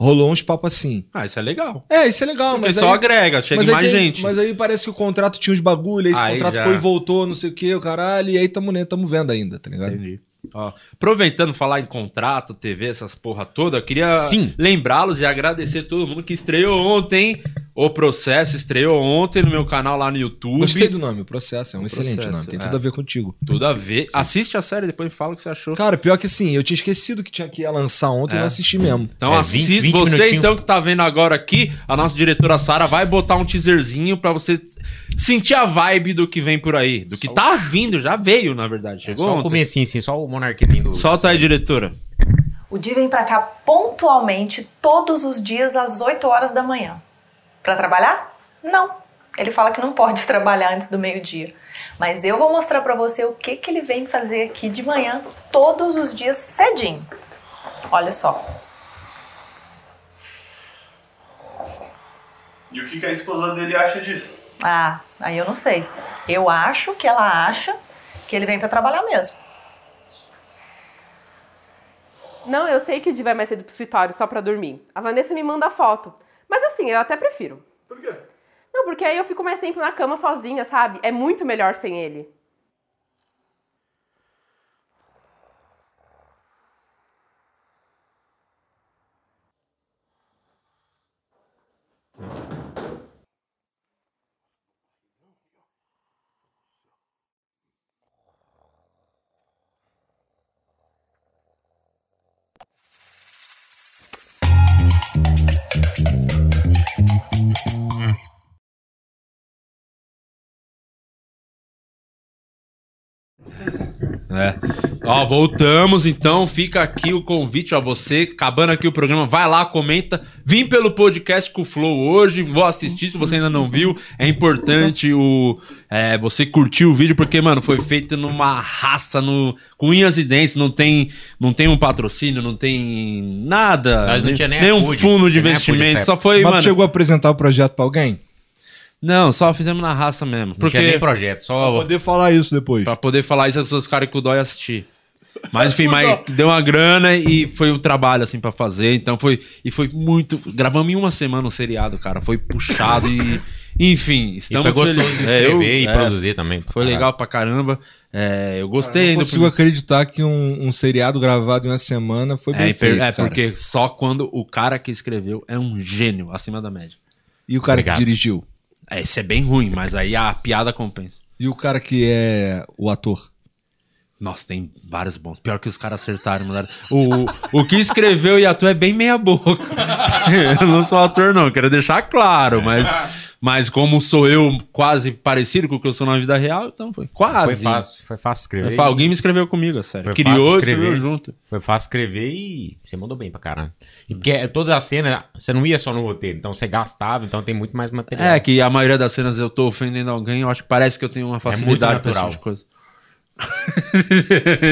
S4: Rolou uns papos assim.
S1: Ah, isso é legal.
S4: É, isso é legal,
S1: Porque
S4: mas.
S1: só
S4: aí-
S1: agrega, chega
S4: mas aí
S1: mais
S4: tem-
S1: gente.
S4: Mas aí parece que o contrato tinha uns bagulho, aí esse
S1: Aí
S4: contrato
S1: já.
S4: foi e voltou, não sei o que, o caralho, e aí tamo, ne- tamo vendo ainda, tá ligado?
S1: Entendi. Ó, aproveitando falar em contrato, TV, essas porra toda, eu queria
S2: Sim.
S1: lembrá-los e agradecer todo mundo que estreou ontem. hein? O processo estreou ontem no meu canal lá no YouTube.
S4: Gostei do nome, o processo, é um excelente
S1: Processo,
S4: nome, tem
S1: é.
S4: tudo a ver contigo.
S1: Tudo a ver. Assiste a série, depois me fala o que você achou.
S4: Cara, pior que assim, eu tinha esquecido que tinha que ia lançar ontem e não assisti mesmo.
S1: Então
S2: É,
S1: assiste
S2: 20, 20
S1: você
S2: minutinho.
S1: então que tá vendo agora aqui, a nossa diretora Sara vai botar um teaserzinho pra você sentir a vibe do que vem por aí, do que tá vindo, já veio na verdade, chegou
S2: É, Só o
S1: ontem.
S2: comecinho, assim, só o monarquezinho do...
S1: Solta aí, diretora.
S8: O Di vem pra cá pontualmente todos os dias às 8 horas da manhã. Pra trabalhar? Não. Ele fala que não pode trabalhar antes do meio-dia. Mas eu vou mostrar pra você o que, que ele vem fazer aqui de manhã todos os dias cedinho. Olha só.
S5: E o que, que a esposa dele acha disso?
S8: Ah, aí eu não sei. Eu acho que ela acha que ele vem pra trabalhar mesmo.
S9: Não, eu sei que o Di vai mais cedo pro escritório só pra dormir. A Vanessa me manda foto. Mas assim, eu até prefiro.
S5: Por quê?
S9: Não, porque aí eu fico mais tempo na cama sozinha, sabe? É muito melhor sem ele.
S1: É. Ó, voltamos então. Fica aqui o convite a você. Acabando aqui o programa, vai lá, comenta. Vim pelo podcast com o Flow hoje. Vou assistir se você ainda não viu. É importante o é, você curtir o vídeo, porque, mano, foi feito numa raça, no, com unhas e dentes. Não tem, não tem um patrocínio, não tem nada.
S2: Nós não tinha nem
S1: um
S2: iFood,
S1: fundo de
S2: tinha nem iFood,
S1: investimento.
S2: certo.
S1: Só foi,
S4: Mas
S1: mano.
S4: tu chegou a apresentar o projeto pra alguém?
S1: Não, só fizemos na raça mesmo.
S2: Não tinha
S1: Porque
S2: é nem projeto,
S4: Pra
S2: só.
S4: poder falar isso depois.
S1: Pra poder falar isso, as pessoas ficaram com dó e assistir. Mas enfim, mas deu uma grana e foi um trabalho assim pra fazer, então foi e foi muito, gravamos em uma semana o seriado, cara, foi puxado e enfim,
S2: E
S1: estamos
S2: foi gostoso de
S1: felizes. É,
S2: escrever
S1: eu-
S2: e
S1: é,
S2: produzir também.
S1: Foi legal pra caramba. É, eu gostei
S4: não
S1: do
S4: consigo acreditar que um, um seriado gravado em uma semana foi bem
S1: é,
S4: feito,
S1: é,
S4: cara.
S1: porque só quando o cara que escreveu é um gênio acima da média.
S4: E o cara
S2: Obrigado.
S4: que dirigiu?
S1: É, isso é bem ruim, mas aí a piada compensa.
S4: E o cara que é o ator?
S1: Nossa, tem vários bons. Pior que os caras acertaram, mandaram. O, o que escreveu e atua é bem meia boca. eu não sou ator, não, quero deixar claro, mas, mas como sou eu quase parecido com o que eu sou na vida real, então foi
S2: Foi
S1: quase.
S2: fácil, foi fácil escrever.
S1: Alguém me escreveu comigo, é sério.
S2: Foi
S1: Criou,
S2: fácil
S1: escreveu
S2: escrever.
S1: junto.
S2: Foi fácil escrever e você mandou bem pra caralho. E porque é toda a cena, você não ia só no roteiro, então você gastava, então tem muito mais material.
S1: É, que a maioria das cenas eu tô ofendendo alguém, eu acho que parece que eu tenho uma facilidade
S2: É muito
S1: pra esse
S2: natural.
S1: tipo de coisa.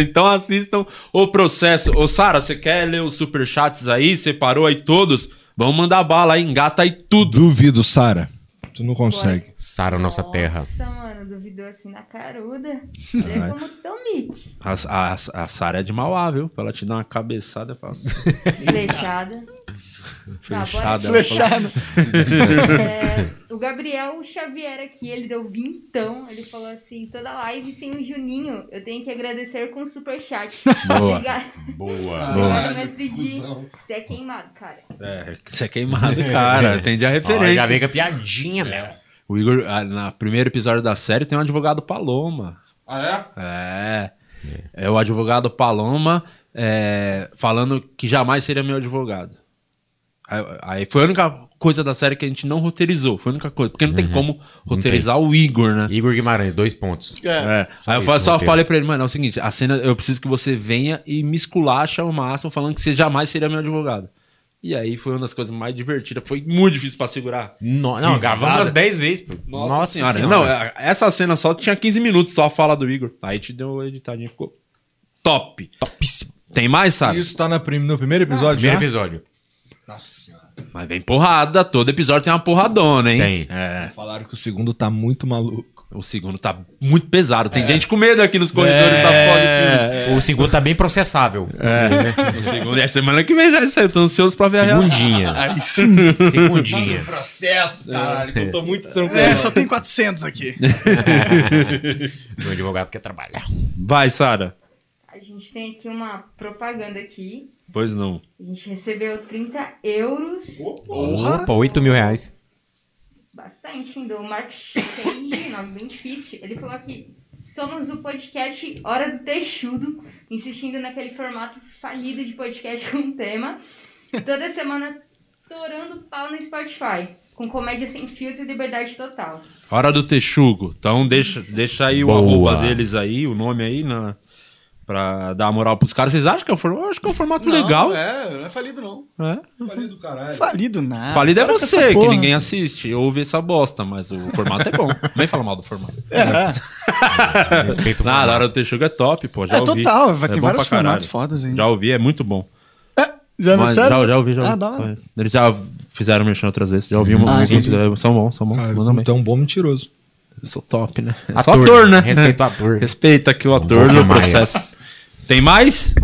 S1: então assistam o processo. Ô, Sara, você quer ler os superchats aí? Separou aí todos? Vamos mandar bala aí, engata aí tudo.
S4: Duvido, Sara. Tu não consegue.
S2: Sara, nossa terra.
S6: Nossa, mano, duvidou assim na caruda. Vê como que tá o Mickey.
S1: A, a, a Sara é de Mauá, viu? Pra ela te dar uma cabeçada, fácil.
S6: Flechada. Tá, bora.
S1: Flechada. né? ela
S3: Flechado.
S6: É, o Gabriel Xavier aqui, ele deu vintão. Ele falou assim: toda live sem o Juninho, eu tenho que agradecer com o superchat.
S1: assim, Boa.
S6: Obrigado,
S2: Boa.
S6: obrigado, mestre Gui. Você é queimado, cara.
S1: falou. É, você é queimado, cara. Entendi a
S2: Ó, já
S1: referência.
S2: veio com a piadinha, Léo.
S1: o Igor, ah, na primeiro episódio da série, tem um advogado Paloma.
S5: Ah,
S1: É. É o advogado Paloma é, falando que jamais seria meu advogado. Aí, aí foi a única coisa da série que a gente não roteirizou. Foi a única coisa. Porque Uhum. não tem como roteirizar o Igor, né?
S2: Igor Guimarães, dois pontos.
S1: É. Aí eu
S2: isso,
S1: fa- só
S2: roteiro.
S1: falei pra ele, mano, é o seguinte, a cena, eu preciso que você venha e me esculacha ao máximo falando que você jamais seria meu advogado. E aí foi uma das coisas mais divertidas. Foi muito difícil pra segurar.
S2: No- não,
S1: Risada.
S2: gravamos umas dez vezes. pô.
S1: Nossa, senhora. Não, é- essa cena só tinha 15 minutos, só a fala do Igor. Aí te deu uma editadinha, ficou top. Topíssimo. Tem mais, sabe?
S4: Isso tá na prim- no primeiro episódio
S2: Primeiro
S4: já?
S2: episódio.
S1: Mas vem porrada, todo episódio tem uma porradona, hein?
S2: Tem.
S1: É,
S4: Falaram que o segundo tá muito maluco.
S1: o segundo tá muito pesado.
S2: É.
S1: Tem gente com medo aqui nos corredores da
S2: O segundo tá bem processável. É.
S1: Fog. O segundo é semana que vem já isso aí. Eu tô ansioso pra ver a real.
S2: Segundinha.
S1: Tá.
S3: Aí sim.
S2: Segundinha.
S5: processo, caralho. Eu tô muito tranquilo.
S3: É, só tem 400 aqui.
S2: Meu advogado quer trabalhar.
S1: Vai, Sara.
S6: A gente tem aqui uma propaganda aqui.
S1: Pois não.
S6: A gente recebeu 30 euros.
S2: Opa, 8 mil reais.
S6: Bastante, hein? Do Mark Sage, nome bem difícil. Ele falou aqui: somos o podcast Hora do Texudo, insistindo naquele formato falido de podcast com tema. Toda semana torando pau no Spotify, com comédia sem filtro e liberdade total.
S1: Hora do texugo. Então deixa, deixa aí o
S2: Boa.
S1: arroba deles aí, o nome aí, na, pra dar moral pros caras. Vocês acham que é um formato? Eu acho que é um formato legal.
S3: Não, é, não é falido, não.
S1: É.
S4: Falido, caralho.
S3: Falido nada.
S1: Falido é
S3: Para com essa
S1: você, que
S3: porra.
S1: ninguém assiste, ouve essa bosta, mas o formato é bom. Nem fala mal do formato.
S2: Respeito o
S1: Nada, a
S2: formato.
S1: hora do Texugo é top, pô. Já
S3: É
S1: ouvi.
S3: total, vai
S1: É
S3: ter
S1: bom
S3: vários
S1: pra caralho.
S3: formatos fodas aí.
S1: Já ouvi, é muito bom.
S3: É, Já
S1: Mas já, já ouvi, já ouvi. É.
S3: Ah, da hora.
S1: Eles já fizeram mexendo outras vezes. Já ouvi um uma,
S3: Ah,
S1: uns
S3: entendi. Ah,
S1: vídeos, é, São bons, são bons.
S4: Cara,
S1: mandam bem.
S4: tu é um bom mentiroso.
S1: Eu sou top, né? Eu
S2: Ator,
S1: sou ator, né?
S2: Respeito o ator.
S1: Respeita aqui o ator
S2: Vamos
S1: no
S2: chamar ele.
S1: processo. Tem mais?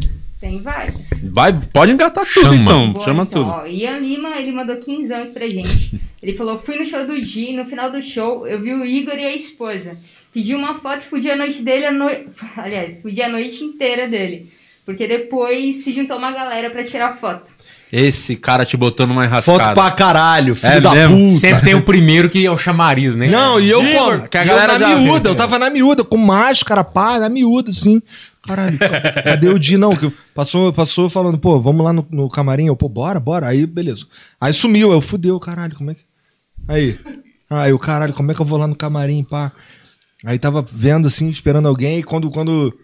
S6: Tem vários.
S1: Vai, pode engatar tudo,
S2: Chama.
S1: então.
S6: Boa,
S1: Chama
S6: então,
S1: tudo.
S6: ó, Ian Lima, ele mandou quinzão aqui pra gente. Ele falou, fui no show do Di, no final do show, eu vi o Igor e a esposa. Pedi uma foto e fudi a noite dele, a noi... aliás, fudi a noite inteira dele. Porque depois se juntou uma galera pra tirar foto.
S1: Esse cara te botou numa
S4: Foto
S1: enrascada.
S4: pra caralho, filho
S1: É
S4: da
S1: mesmo?
S4: puta.
S2: Sempre tem o primeiro que é o chamariz, né?
S4: Não, e eu,
S1: Igor,
S4: pô,
S1: que a
S4: e
S1: galera
S4: eu na
S1: já-
S4: miúda, eu tava na miúda, com máscara, pá, na miúda, assim. Caralho, ca- cadê o Di? Não, que passou, passou falando, pô, vamos lá no, no camarim, eu, pô, bora, bora. Aí, beleza. Aí sumiu, eu fudeu, caralho, como é que. Aí. Aí, o caralho, como é que eu vou lá no camarim, pá? Aí tava vendo, assim, esperando alguém, e quando, quando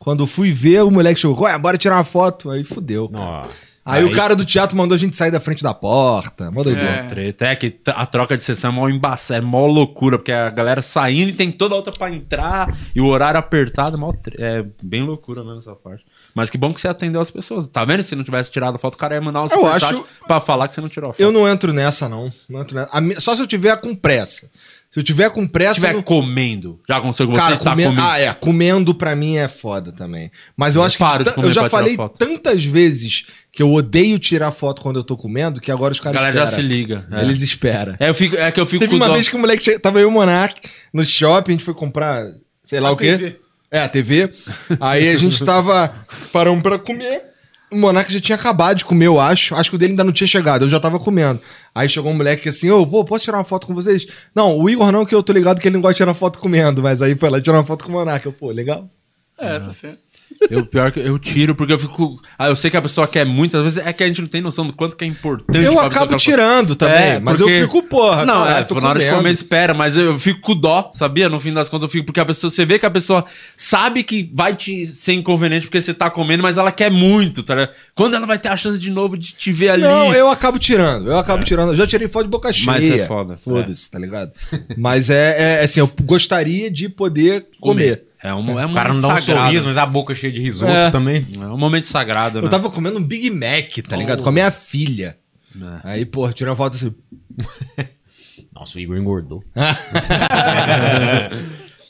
S4: Quando fui ver, o moleque chegou, ué, bora tirar uma foto. Aí fudeu. cara.
S2: Nossa.
S4: Aí, o cara do teatro mandou a gente sair da frente da porta. Mó doideira.
S1: É. Treta. É que t- a troca de sessão é mó embaçada, é mó loucura, porque a galera saindo e tem toda a outra pra entrar e o horário apertado, é mó tre- é bem loucura mesmo essa parte. Mas que bom que você atendeu as pessoas. Tá vendo? Se não tivesse tirado a foto, o cara ia mandar um superchat
S4: acho-
S1: pra falar que você não tirou a foto.
S4: Eu não entro nessa, não. Não entro nessa. A mi- Só se eu tiver com pressa. Se eu tiver com pressa.
S1: Se tiver
S4: eu não-
S1: comendo, já aconteceu com você
S4: Cara,
S1: tá
S4: comer-
S1: comendo.
S4: Ah, é. Comendo pra mim é foda também. Mas eu,
S1: Eu
S4: acho que
S1: paro de
S4: ta-
S1: comer
S4: eu já
S1: pra tirar
S4: falei
S1: foto.
S4: tantas vezes que eu odeio tirar foto quando eu tô comendo que agora os
S1: a
S4: caras
S1: galera já se
S4: esperam.
S1: liga. É.
S4: Eles esperam.
S1: É, eu fico, é que eu fico
S4: Teve uma
S1: dó.
S4: vez que o moleque che- tava eu e o Monark no shopping, a gente foi comprar, sei lá o quê. É, a TV. Aí a gente tava paramos pra comer. O Monark já tinha acabado de comer, eu acho. Acho que o dele ainda não tinha chegado, eu já tava comendo. Aí chegou um moleque assim, ô, pô, posso tirar uma foto com vocês? Não, o Igor não, que eu tô ligado que ele não gosta de tirar foto comendo. Mas aí foi lá tirar uma foto com o Monark. Eu, pô, legal.
S3: É, tá certo.
S1: Eu pior que eu tiro, porque eu fico. Ah, eu sei que a pessoa quer muitas vezes. É que a gente não tem noção do quanto que é importante.
S4: Eu
S1: pra pessoa
S4: acabo
S1: que ela fala-
S4: tirando também,
S1: É,
S4: mas
S1: porque-
S4: eu fico, porra,
S1: Não,
S4: caralho,
S1: é,
S4: tô
S1: na hora de
S4: comendo.
S1: comer, espera, mas eu, eu fico com dó, sabia? No fim das contas, eu fico. Porque a pessoa, você vê que a pessoa sabe que vai te ser inconveniente porque você tá comendo, mas ela quer muito, tá ligado? Quando ela vai ter a chance de novo de te ver Tá ali. É.
S4: Não, eu acabo tirando, eu acabo tirando. Eu já tirei foto de boca cheia.
S1: Mas é foda.
S4: Foda-se, tá ligado? Mas é, é, assim, eu gostaria de poder comer.
S1: É um, é um
S2: O cara não
S1: momento
S2: dá um
S1: sagrado.
S2: sorriso, mas a boca cheia de risoto
S4: É.
S2: também.
S1: É um momento sagrado, né?
S4: Eu tava comendo um Big Mac, tá ligado? Com a minha filha. Aí, porra, tirei uma foto assim.
S2: Nossa, o Igor engordou.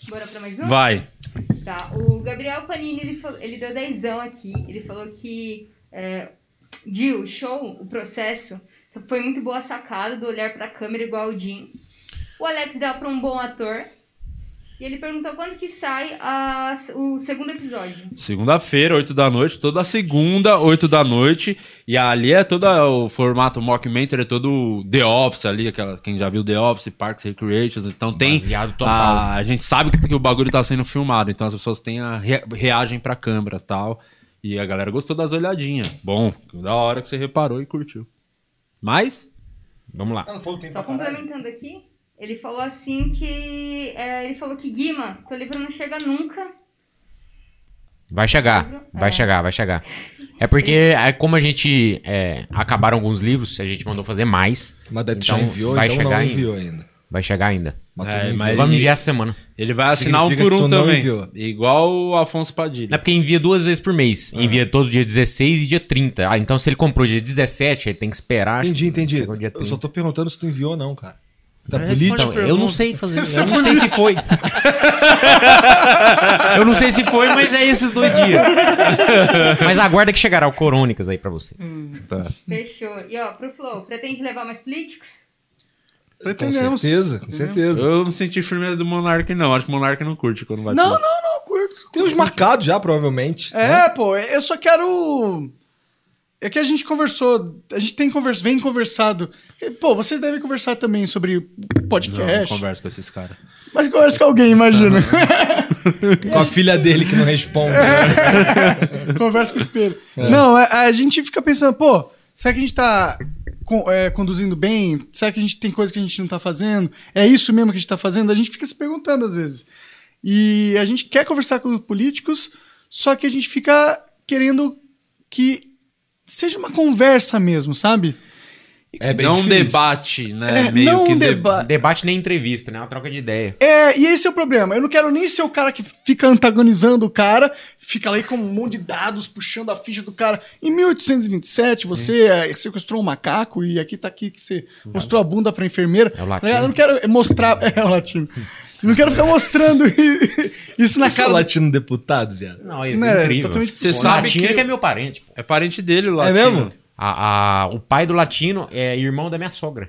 S6: Bora pra mais um?
S1: Vai.
S6: Tá, o Gabriel Panini, ele, falou- ele deu dezão aqui. Ele falou que, é, Gil, show, o processo, foi muito boa a sacada do olhar pra câmera igual o Jim. O Alex dá pra um bom ator. E ele perguntou quando que sai a- o segundo episódio.
S1: Segunda-feira, 8 da noite, toda segunda, 8 da noite. E ali é todo o formato mockumentary, é todo o The Office ali, aquela, quem já viu The Office, Parks and Recreations. Então tem.
S4: é
S1: Ah.
S2: Baseado total.
S1: A, a gente sabe que, que o bagulho tá sendo filmado, então as pessoas têm a re- reagem pra câmera e tal. E a galera gostou das olhadinhas. Bom, da hora que você reparou e curtiu. Mas,
S2: Vamos
S5: Ah,
S2: lá.
S5: um
S6: Só complementando aqui, ele falou assim que... é, ele falou que, Guima, teu livro não chega nunca.
S2: Vai chegar, vai chegar, vai chegar. É porque, é, como a gente é, acabaram alguns livros, a gente mandou fazer mais.
S4: Mas daí tu já
S2: Então,
S4: enviou,
S2: vai
S4: então não
S2: chegar
S4: enviou ainda.
S2: Vai chegar ainda.
S4: Mas
S1: É,
S4: tu não
S1: mas-
S4: enviou.
S2: Vamos
S1: ele-
S2: enviar essa semana.
S1: ele vai assinar um
S4: Significa
S1: por
S4: que
S1: um
S4: tu não
S1: também.
S4: enviou.
S1: Igual o Afonso
S2: Não, é
S1: Padilha.
S2: porque envia duas vezes por mês. Envia todo dia 16 e dia 30. Ah, então se ele comprou dia 17, ele tem que esperar.
S4: Entendi, entendi.
S2: Chegou dia
S4: Eu só
S2: 30.
S4: tô perguntando se tu enviou ou não, cara. Tá
S1: Mas
S4: político?
S1: responde
S2: Então, eu não sei fazer. Eu não sei se foi. eu não sei se foi, mas é esses dois dias. mas aguarda que chegará o Corônicas aí pra você.
S6: Fechou. E ó, pro Flow, pretende levar mais políticos?
S4: Com
S3: Pretendemos.
S4: certeza, com certeza.
S1: Eu não senti firmeza do Monark, não. Acho que o Monark não curte quando vai
S3: Não,
S1: pro-
S3: não, não, curto.
S4: Tem uns marcados já, provavelmente. né?
S3: É, pô, eu só quero. É que a gente conversou, a gente tem conversa, vem conversado. Pô, vocês devem conversar também sobre
S1: Não, não
S3: podcast.
S1: converso com esses caras.
S3: mas conversa com alguém, imagina.
S4: Com a filha dele que não responde. né?
S3: Conversa com o espelho. Não, a, a gente fica pensando, pô, será que a gente tá con- é, conduzindo bem? Será que a gente tem coisa que a gente não tá fazendo? É isso mesmo que a gente tá fazendo? A gente fica se perguntando às vezes. E a gente quer conversar com os políticos, só que a gente fica querendo que seja uma conversa mesmo, sabe?
S4: É bem
S1: não um
S4: difícil.
S1: debate, né?
S3: É, não um
S1: de-
S3: deba-
S2: Debate nem entrevista, né? É uma troca de ideia.
S3: É, e esse é o problema. Eu não quero nem ser o cara que fica antagonizando o cara, fica lá com um monte de dados puxando a ficha do cara. Em 1827, você eh, sequestrou um macaco e aqui tá aqui que você
S1: Uhum.
S3: mostrou a bunda pra enfermeira.
S2: É o latino.
S3: Eu não quero mostrar. É o latino. Eu não quero ficar mostrando isso na
S4: Esse é o
S3: cara do.
S4: latino deputado, viado.
S2: Não, isso
S3: Né,
S2: é incrível.
S3: totalmente
S2: Você
S1: possível.
S2: sabe que...
S1: Latino
S2: que
S1: que
S2: é
S1: é
S2: meu parente, pô.
S1: É parente dele lá.
S4: É mesmo?
S2: A, a- o pai do latino é irmão da minha sogra.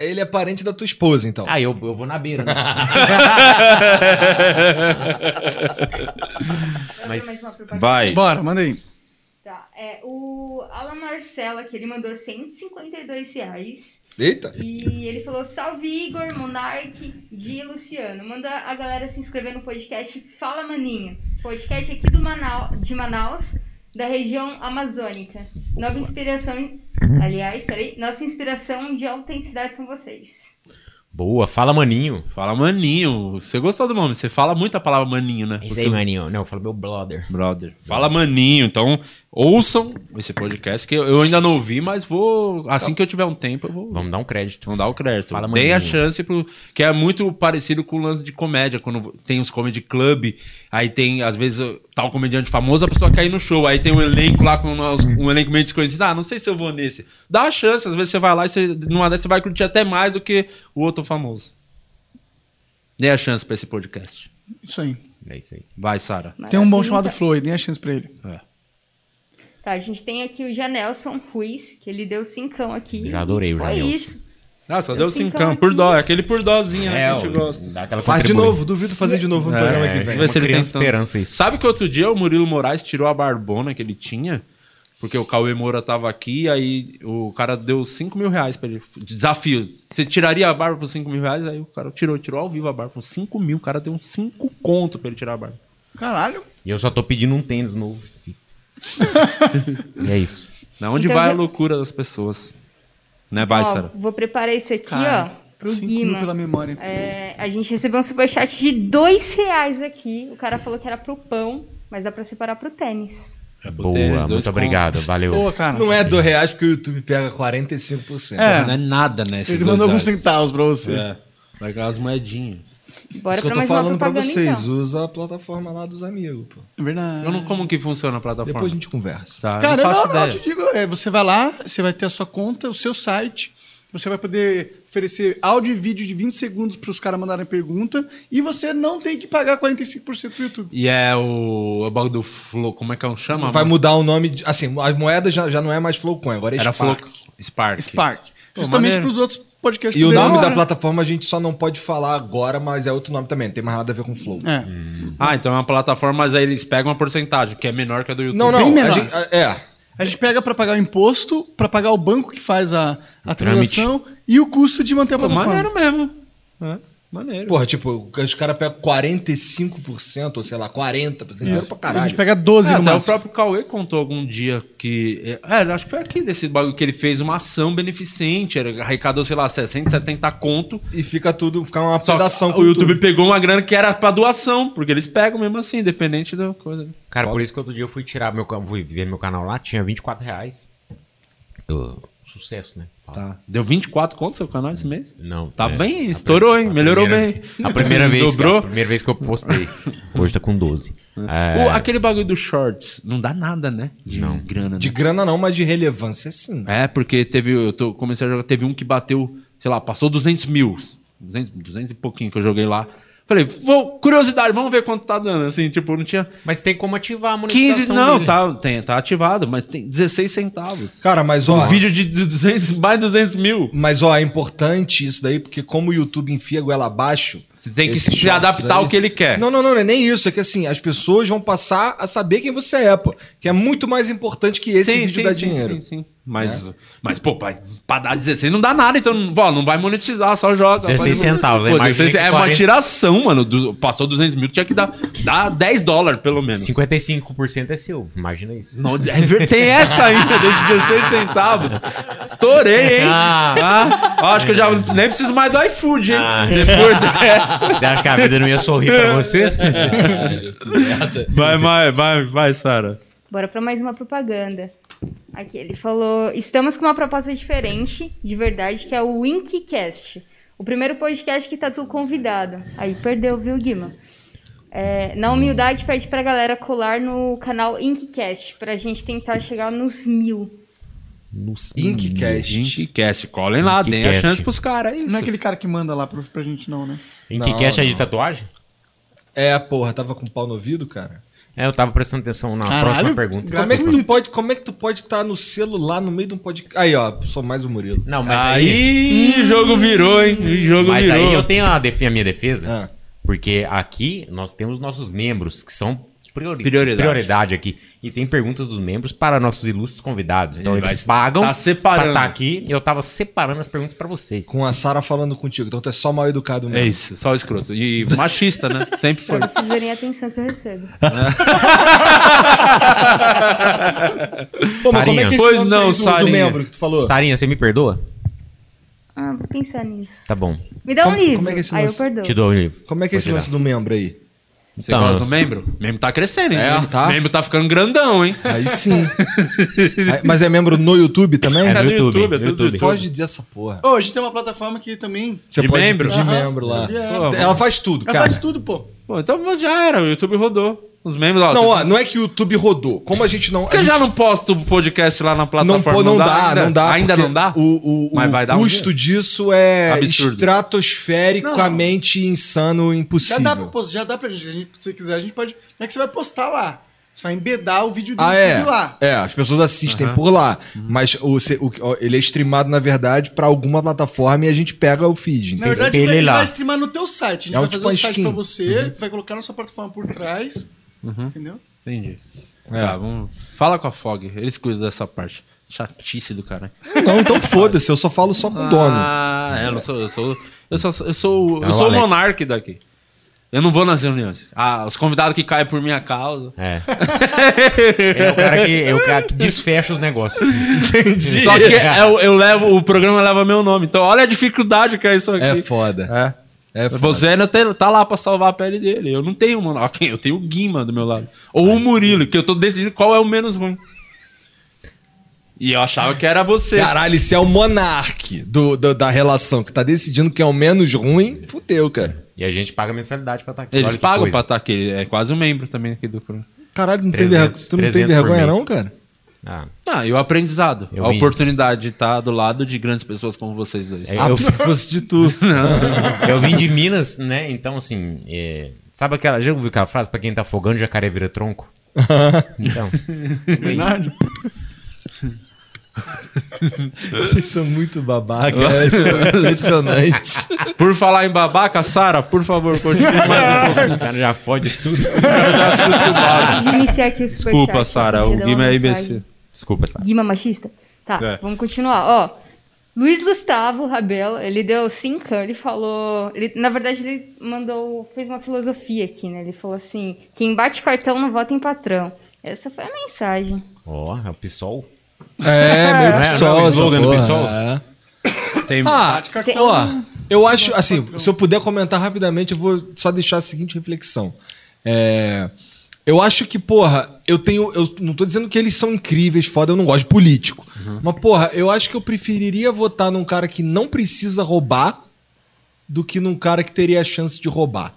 S4: Ele é parente da tua esposa, então.
S2: Ah, eu, eu vou na beira, né?
S6: Bora pra
S2: Mas-
S6: mais uma propaganda?
S1: Vai.
S3: Bora, manda aí.
S6: Tá, é o Alan Marcela, que ele mandou 152 reais.
S4: Eita.
S6: E ele falou: Salve Igor, Monark, Dia Luciano. Manda a galera se inscrever no podcast Fala Maninha. Podcast aqui do Manau de Manaus, da região amazônica. Nova inspiração. Aliás, peraí. Nossa inspiração de autenticidade são vocês.
S2: Boa, fala maninho.
S1: Fala maninho. Você gostou do nome? Você fala muito a palavra maninho, né?
S2: É Isso
S1: Você-
S2: aí, maninho. Não, fala meu brother.
S1: Brother. Fala maninho. Então, ouçam esse podcast que eu- eu ainda não ouvi, mas vou. Assim que eu tiver um tempo, eu vou.
S2: Vamos dar um crédito.
S1: Não dá o crédito.
S2: Fala,
S1: Dei a
S2: maninho.
S1: chance pro. Que é muito parecido com o lance de comédia. Quando tem os comedy club, aí tem, às vezes, tal comediante famoso, a pessoa cai no show. Aí tem um elenco lá com nós- um elenco meio desconhecido. Ah, não sei se eu vou nesse. Dá a chance, às vezes você vai lá e você, numa dessas você vai curtir até mais do que o outro famoso. Dei a chance pra esse podcast.
S3: Isso aí.
S2: É isso aí.
S1: Vai, Sara.
S3: Tem um bom
S6: Maravilha.
S3: chamado Floyd, dê a chance pra ele.
S6: Tá, a gente tem aqui o Janelson Ruiz, que ele deu cincão aqui.
S2: Já adorei o
S6: Foi
S2: Janelson.
S6: isso.
S1: Ah, só
S6: Eu
S1: deu
S6: sinto
S1: cincão.
S6: aqui.
S1: Por dó. É aquele por dózinho né, que a gente gosta.
S2: É, Dá aquela
S4: Faz de
S2: contribui.
S4: novo, duvido fazer de novo no
S2: É,
S4: programa que
S2: é,
S4: vem.
S1: Vai ser
S2: uma
S1: ele
S2: criança
S1: tentando.
S2: esperança isso.
S1: então Sabe que outro dia o Murilo Moraes tirou a barbona que ele tinha? Porque o Cauê Moura tava aqui, aí o cara deu 5 mil reais pra ele. Desafio. Você tiraria a barba por 5 mil reais? Aí o cara tirou, tirou ao vivo a barba por 5 mil. O cara deu uns 5 conto pra ele tirar a barba.
S3: Caralho.
S2: E eu só tô pedindo um tênis novo. e é isso.
S1: Na onde
S6: Então
S1: vai
S6: já-
S1: a loucura das pessoas? Né, vai,
S6: ó,
S1: Sara?
S6: vou preparar esse aqui,
S3: Cara,
S6: ó, pro
S3: 5
S6: Guima.
S3: mil pela memória.
S6: É, a gente recebeu um superchat de dois reais aqui. O cara falou que era pro pão, mas dá pra separar pro tênis.
S2: Boa,
S1: tênis, É dois
S2: muito
S1: contos.
S2: obrigado. Valeu.
S3: Boa, cara.
S4: Não é dois reais porque o YouTube pega 45%.
S3: É.
S1: Não é nada, né? esses
S3: Ele
S1: dois
S3: mandou alguns
S1: reais.
S3: centavos pra você.
S1: É, vai ganhar umas moedinhas.
S6: Bora
S4: Isso que
S6: pra
S4: eu tô
S6: mais uma
S4: falando pra
S6: propaganda,
S4: vocês,
S6: então.
S4: usa a plataforma lá dos amigos, pô.
S3: É verdade.
S1: Eu não como que funciona a plataforma.
S4: Depois a gente conversa.
S1: Tá, eu
S3: Cara,
S1: não
S3: não,
S1: faço
S3: não, eu
S1: ideia.
S3: te digo, é, você vai lá, você vai ter a sua conta, o seu site, você vai poder oferecer áudio e vídeo de 20 segundos para os caras mandarem pergunta e você não tem que pagar 45% do YouTube.
S1: E é o, o bagulho do Flow, como é que é um chama?
S4: Vai mudar o nome, de- assim, as moedas já, já não é mais Flowcoin, agora é
S1: Era Flow
S4: Spark.
S1: Spark.
S3: Spark.
S1: Pô,
S3: justamente
S1: maneiro.
S3: para os outros podcasts.
S4: E o
S3: que
S4: nome
S3: deram
S4: da
S3: agora.
S4: plataforma a gente só não pode falar agora, mas é outro nome também, não tem mais nada a ver com Flow.
S3: É.
S1: Ah, então é uma plataforma, mas aí eles pegam uma porcentagem, que é menor que a do YouTube.
S4: Não, não,
S3: Bem
S4: a
S3: menor.
S4: gente- a- é.
S3: A gente pega para pagar o imposto, para pagar o banco que faz a, a
S2: trâmite.
S3: transação e o custo de manter a
S1: Pô,
S3: plataforma.
S1: maneiro mesmo. É, maneiro.
S4: Porra, tipo, os caras pegam 45%, ou sei lá, 40%, dinheiro pra
S3: A gente
S4: caralho.
S3: pega 12
S1: É,
S3: no
S1: até o
S3: máximo.
S1: próprio Cauê contou algum dia que. É, eu acho que foi aqui desse bagulho que ele fez uma ação beneficente. Era, arrecadou, sei lá, 60, 70 conto.
S4: E fica tudo, fica uma
S1: Só
S4: pedação
S1: que
S4: com
S1: o YouTube pegou uma grana que era pra doação, porque eles pegam mesmo assim, independente da coisa.
S2: Cara, por isso que outro dia eu fui tirar meu ca- fui ver meu canal lá, tinha 24 reais. Eu- sucesso, né?
S1: Tá. Deu 24 conto seu canal esse mês?
S2: Não.
S1: Tá
S2: é,
S1: bem,
S2: a
S1: estourou,
S2: pri-
S1: hein?
S2: a
S1: Melhorou
S2: primeira-
S1: bem.
S2: A primeira vez, que,
S1: Dobrou.
S2: a primeira vez que eu postei. Hoje tá com 12. É,
S1: O- aquele bagulho do shorts não dá nada, né? De
S2: Não.
S1: grana. né?
S4: De grana não, mas de relevância sim.
S1: É, porque teve. Eu tô, comecei a jogar. Teve um que bateu, sei lá, passou 200 mil. 200, 200 e pouquinho que eu joguei lá. Falei, vou, curiosidade, vamos ver quanto tá dando. Assim, tipo, não tinha.
S2: Mas tem como ativar a
S1: 15,
S2: monetização
S1: não,
S2: dele.
S1: tá, tem, tá ativado, mas tem 16 centavos.
S4: Cara, mas ó,
S1: Um vídeo de 200, mais 200 mil.
S4: mas ó, é importante isso daí, porque como o YouTube enfia a goela abaixo...
S1: Você tem que
S4: esses
S1: se
S4: shorts
S1: adaptar ao
S4: aí-
S1: que ele quer.
S4: Não, não, não, não é nem isso. É que assim, as pessoas vão passar a saber quem você é, pô. Que é muito mais importante que esse vídeo dá dinheiro.
S1: Sim, sim. Mas, mas pô, pra, pra dar 16 não dá nada, então ó, não vai monetizar, só joga.
S2: 16
S1: Vai-
S2: centavos,
S1: Pô,
S2: imagina
S1: 16
S2: que
S1: é uma
S2: 40.
S1: tiração, mano. do- passou 200 mil, tinha que dar, dar 10 dólares, pelo menos.
S2: 55% é seu, imagina isso.
S1: Não, é ver- tem essa ainda, desses 16 centavos. Estourei, hein?
S2: Ah.
S1: Ah, ó, acho que eu já nem preciso mais do iFood, hein?
S2: Ah.
S1: Depois dessa.
S2: Você acha que a vida não ia sorrir pra você?
S1: Vai, vai, vai, vai, Sara.
S6: Bora pra mais uma propaganda. Aqui, ele falou: estamos com uma proposta diferente, de verdade, que é o Winkcast. O primeiro podcast que tá tu convidado. Aí perdeu, viu, Guima? É,
S4: Hum.
S6: na humildade, pede pra galera colar no canal Inkcast, pra gente tentar chegar nos mil.
S4: Inkcast.
S1: Hum, Inkcast, colhem lá, deem a
S2: Inkcast.
S1: chance pros caras, é isso.
S3: Não é aquele cara que manda lá pra, pra gente, não, né?
S2: Em
S4: Não,
S2: que cast é de
S4: não.
S2: tatuagem?
S4: É, porra, tava com pau no ouvido, cara.
S2: É, eu tava prestando atenção na
S3: Caralho.
S2: próxima pergunta.
S4: Como é que tu pode, como é que tu pode estar no celular no meio de um podcast? Aí, ó, só mais o Murilo.
S2: Não, mas aí...
S1: Aí, o jogo virou, hein? O jogo
S2: Mas
S1: virou.
S2: aí eu tenho a, def- a minha defesa.
S4: Ah.
S2: Porque aqui nós temos nossos membros, que são priori-
S1: Prioridade.
S2: prioridade aqui. E tem perguntas dos membros para nossos ilustres convidados. Então
S1: Ele
S2: eles
S1: vai-
S2: pagam
S1: tá separando.
S2: pra estar aqui. E eu tava separando as perguntas pra vocês.
S4: Com a Sara falando contigo, então tu é só mal educado
S1: É
S2: né?
S4: mesmo.
S1: isso, só escroto. E machista, né? Sempre foi.
S6: Pra vocês verem a atenção que eu recebo.
S4: Pô, mas como é que é esse
S1: Pois
S4: lance
S1: não,
S4: aí do, do é
S1: Sarinha.
S4: membro que tu falou?
S2: Sarinha, você me perdoa?
S6: Ah, vou pensar nisso.
S2: Tá bom.
S6: Me dá um
S4: Como-
S6: livro.
S4: como é que é esse
S6: Aí eu
S4: lance?
S6: perdoo.
S2: Te dou o livro.
S4: Como é que
S2: Vou
S4: é esse
S2: te
S4: lance do membro aí?
S1: Você
S2: Então-
S1: gosta do membro? O membro tá crescendo, hein?
S4: É,
S1: o membro,
S4: tá.
S1: o membro tá ficando grandão, hein?
S4: Aí sim. Aí- mas é membro no YouTube
S2: É
S4: também?
S1: É
S2: no
S1: do
S2: YouTube,
S1: YouTube, é
S2: no
S1: tudo
S2: YouTube.
S1: YouTube.
S4: Pode dizer essa porra.
S3: Ô, a gente tem uma plataforma que também.
S4: Você
S1: De
S4: pode
S1: membro?
S4: pedir
S1: Aham.
S4: membro lá.
S1: É.
S4: Ela faz tudo,
S3: Ela
S4: cara.
S3: faz tudo, pô.
S1: Pô, então já era, o YouTube rodou. Os membros, ó.
S4: Não,
S1: você-
S4: ó, não é que o YouTube rodou. Como a gente não. a
S1: Por que eu
S4: gente
S1: já não posto o podcast lá na
S4: não,
S1: plataforma?
S4: pô, não, dá,
S1: ainda?
S4: não dá.
S1: Ainda
S4: porque
S1: não dá?
S4: O, o,
S1: Mas
S4: o
S1: vai dar um
S4: custo
S1: dia.
S4: disso é
S1: Absurdo.
S4: estratosfericamente insano,
S3: Já dá, pra,
S4: impossível.
S3: pos- já dá pra gente, a gente. Se quiser, a gente pode. Não é que você vai postar lá. Você vai embedar o vídeo do
S4: Ah, é.
S3: vídeo lá.
S4: É, as pessoas assistem por lá.
S1: Uhum.
S4: Mas o, se- o- ó, ele é streamado, na verdade, pra alguma plataforma e a gente pega o feed.
S3: Na
S4: entendeu?
S3: verdade,
S2: espelha
S3: ele
S2: lá.
S3: vai streamar no teu site. A gente
S4: É um
S3: vai
S4: tipo
S3: fazer um
S4: uma
S3: site
S4: skin. Uhum.
S3: pra você, vai colocar na sua plataforma por trás. Entendeu?
S1: Entendi.
S4: É.
S1: Tá, vamos... Fala com a Fog, eles cuidam dessa parte. Chatice do cara.
S4: Não, então foda-se, eu só falo só com o dono.
S1: Ah, é, eu não sou. Eu sou, eu sou, eu sou,
S4: É um
S2: Então,
S1: eu sou o
S2: Alex.
S1: monarca daqui. Eu não vou nas reuniões. Ah, os convidados que caem por minha causa.
S2: É. é o cara que, é o cara que desfecha os negócios.
S4: Entendi.
S1: Só que eu, eu levo, o programa leva meu nome. Então olha a dificuldade que é isso aqui.
S4: É foda.
S1: É.
S4: É foda.
S1: Você ainda tem- tá lá pra salvar a pele dele. Eu não tenho o monarca. Eu tenho o Guima do meu lado. Ou o Murilo, que eu tô decidindo qual é o menos ruim. E eu achava que era você.
S4: Caralho, se é o monarque do, do- da relação que tá decidindo quem é o menos ruim, fudeu, cara.
S2: E a gente paga mensalidade pra estar aqui.
S1: Eles
S2: olha que
S1: pagam
S2: coisa.
S1: pra estar aqui. Ele É quase um membro também aqui do programa.
S4: Caralho, não
S2: 300,
S4: tem vergonha, tu não tem
S2: 300 por
S4: vergonha
S2: mês.
S4: não, cara?
S2: Ah,
S1: Ah, e o aprendizado.
S2: Eu
S1: a
S2: vim.
S1: oportunidade de estar do lado de grandes pessoas como vocês dois.
S2: É,
S4: Ah,
S2: Eu-
S4: se fosse de tu.
S2: Eu vim de Minas, né? Então, assim, é, sabe aquela. Já ouviu aquela frase? Pra quem tá afogando, jacaré vira tronco? Então.
S3: Bernardo?
S4: Vocês são muito babaca, é
S3: Uhum.
S4: tipo, impressionante.
S1: Por falar em babaca, Sara, por favor, continue mais um pouco.
S2: o cara já fode tudo.
S6: Antes de iniciar aqui o superchat.
S1: um Desculpa,
S6: eu
S1: Sara.
S6: queria
S1: O
S6: dar
S1: Guima
S6: uma
S1: é
S6: mensagem.
S1: IBC.
S2: Desculpa, sabe?
S6: Guima machista? Tá,
S1: É.
S6: vamos continuar. Ó, Luiz Gustavo Rabelo, ele deu cinco, ele falou... Ele, na verdade, ele mandou... Fez uma filosofia aqui, né? Ele falou assim, quem bate cartão não vota em patrão. Essa foi a mensagem.
S2: Ó, é o PSOL.
S4: É,
S2: Não
S4: meio
S2: é?
S4: PSOL,
S2: Não é o
S4: essa
S2: slogan do
S4: porra,
S2: PSOL?
S4: é.
S1: Tem...
S4: Ah,
S6: Tem-
S4: ó, eu acho, assim, se eu puder comentar rapidamente, eu vou só deixar a seguinte reflexão. É, eu acho que, porra, eu tenho. Eu não tô dizendo que eles são incríveis, foda, eu não gosto de político. Mas, porra, eu acho que eu preferiria votar num cara que não precisa roubar do que num cara que teria a chance de roubar.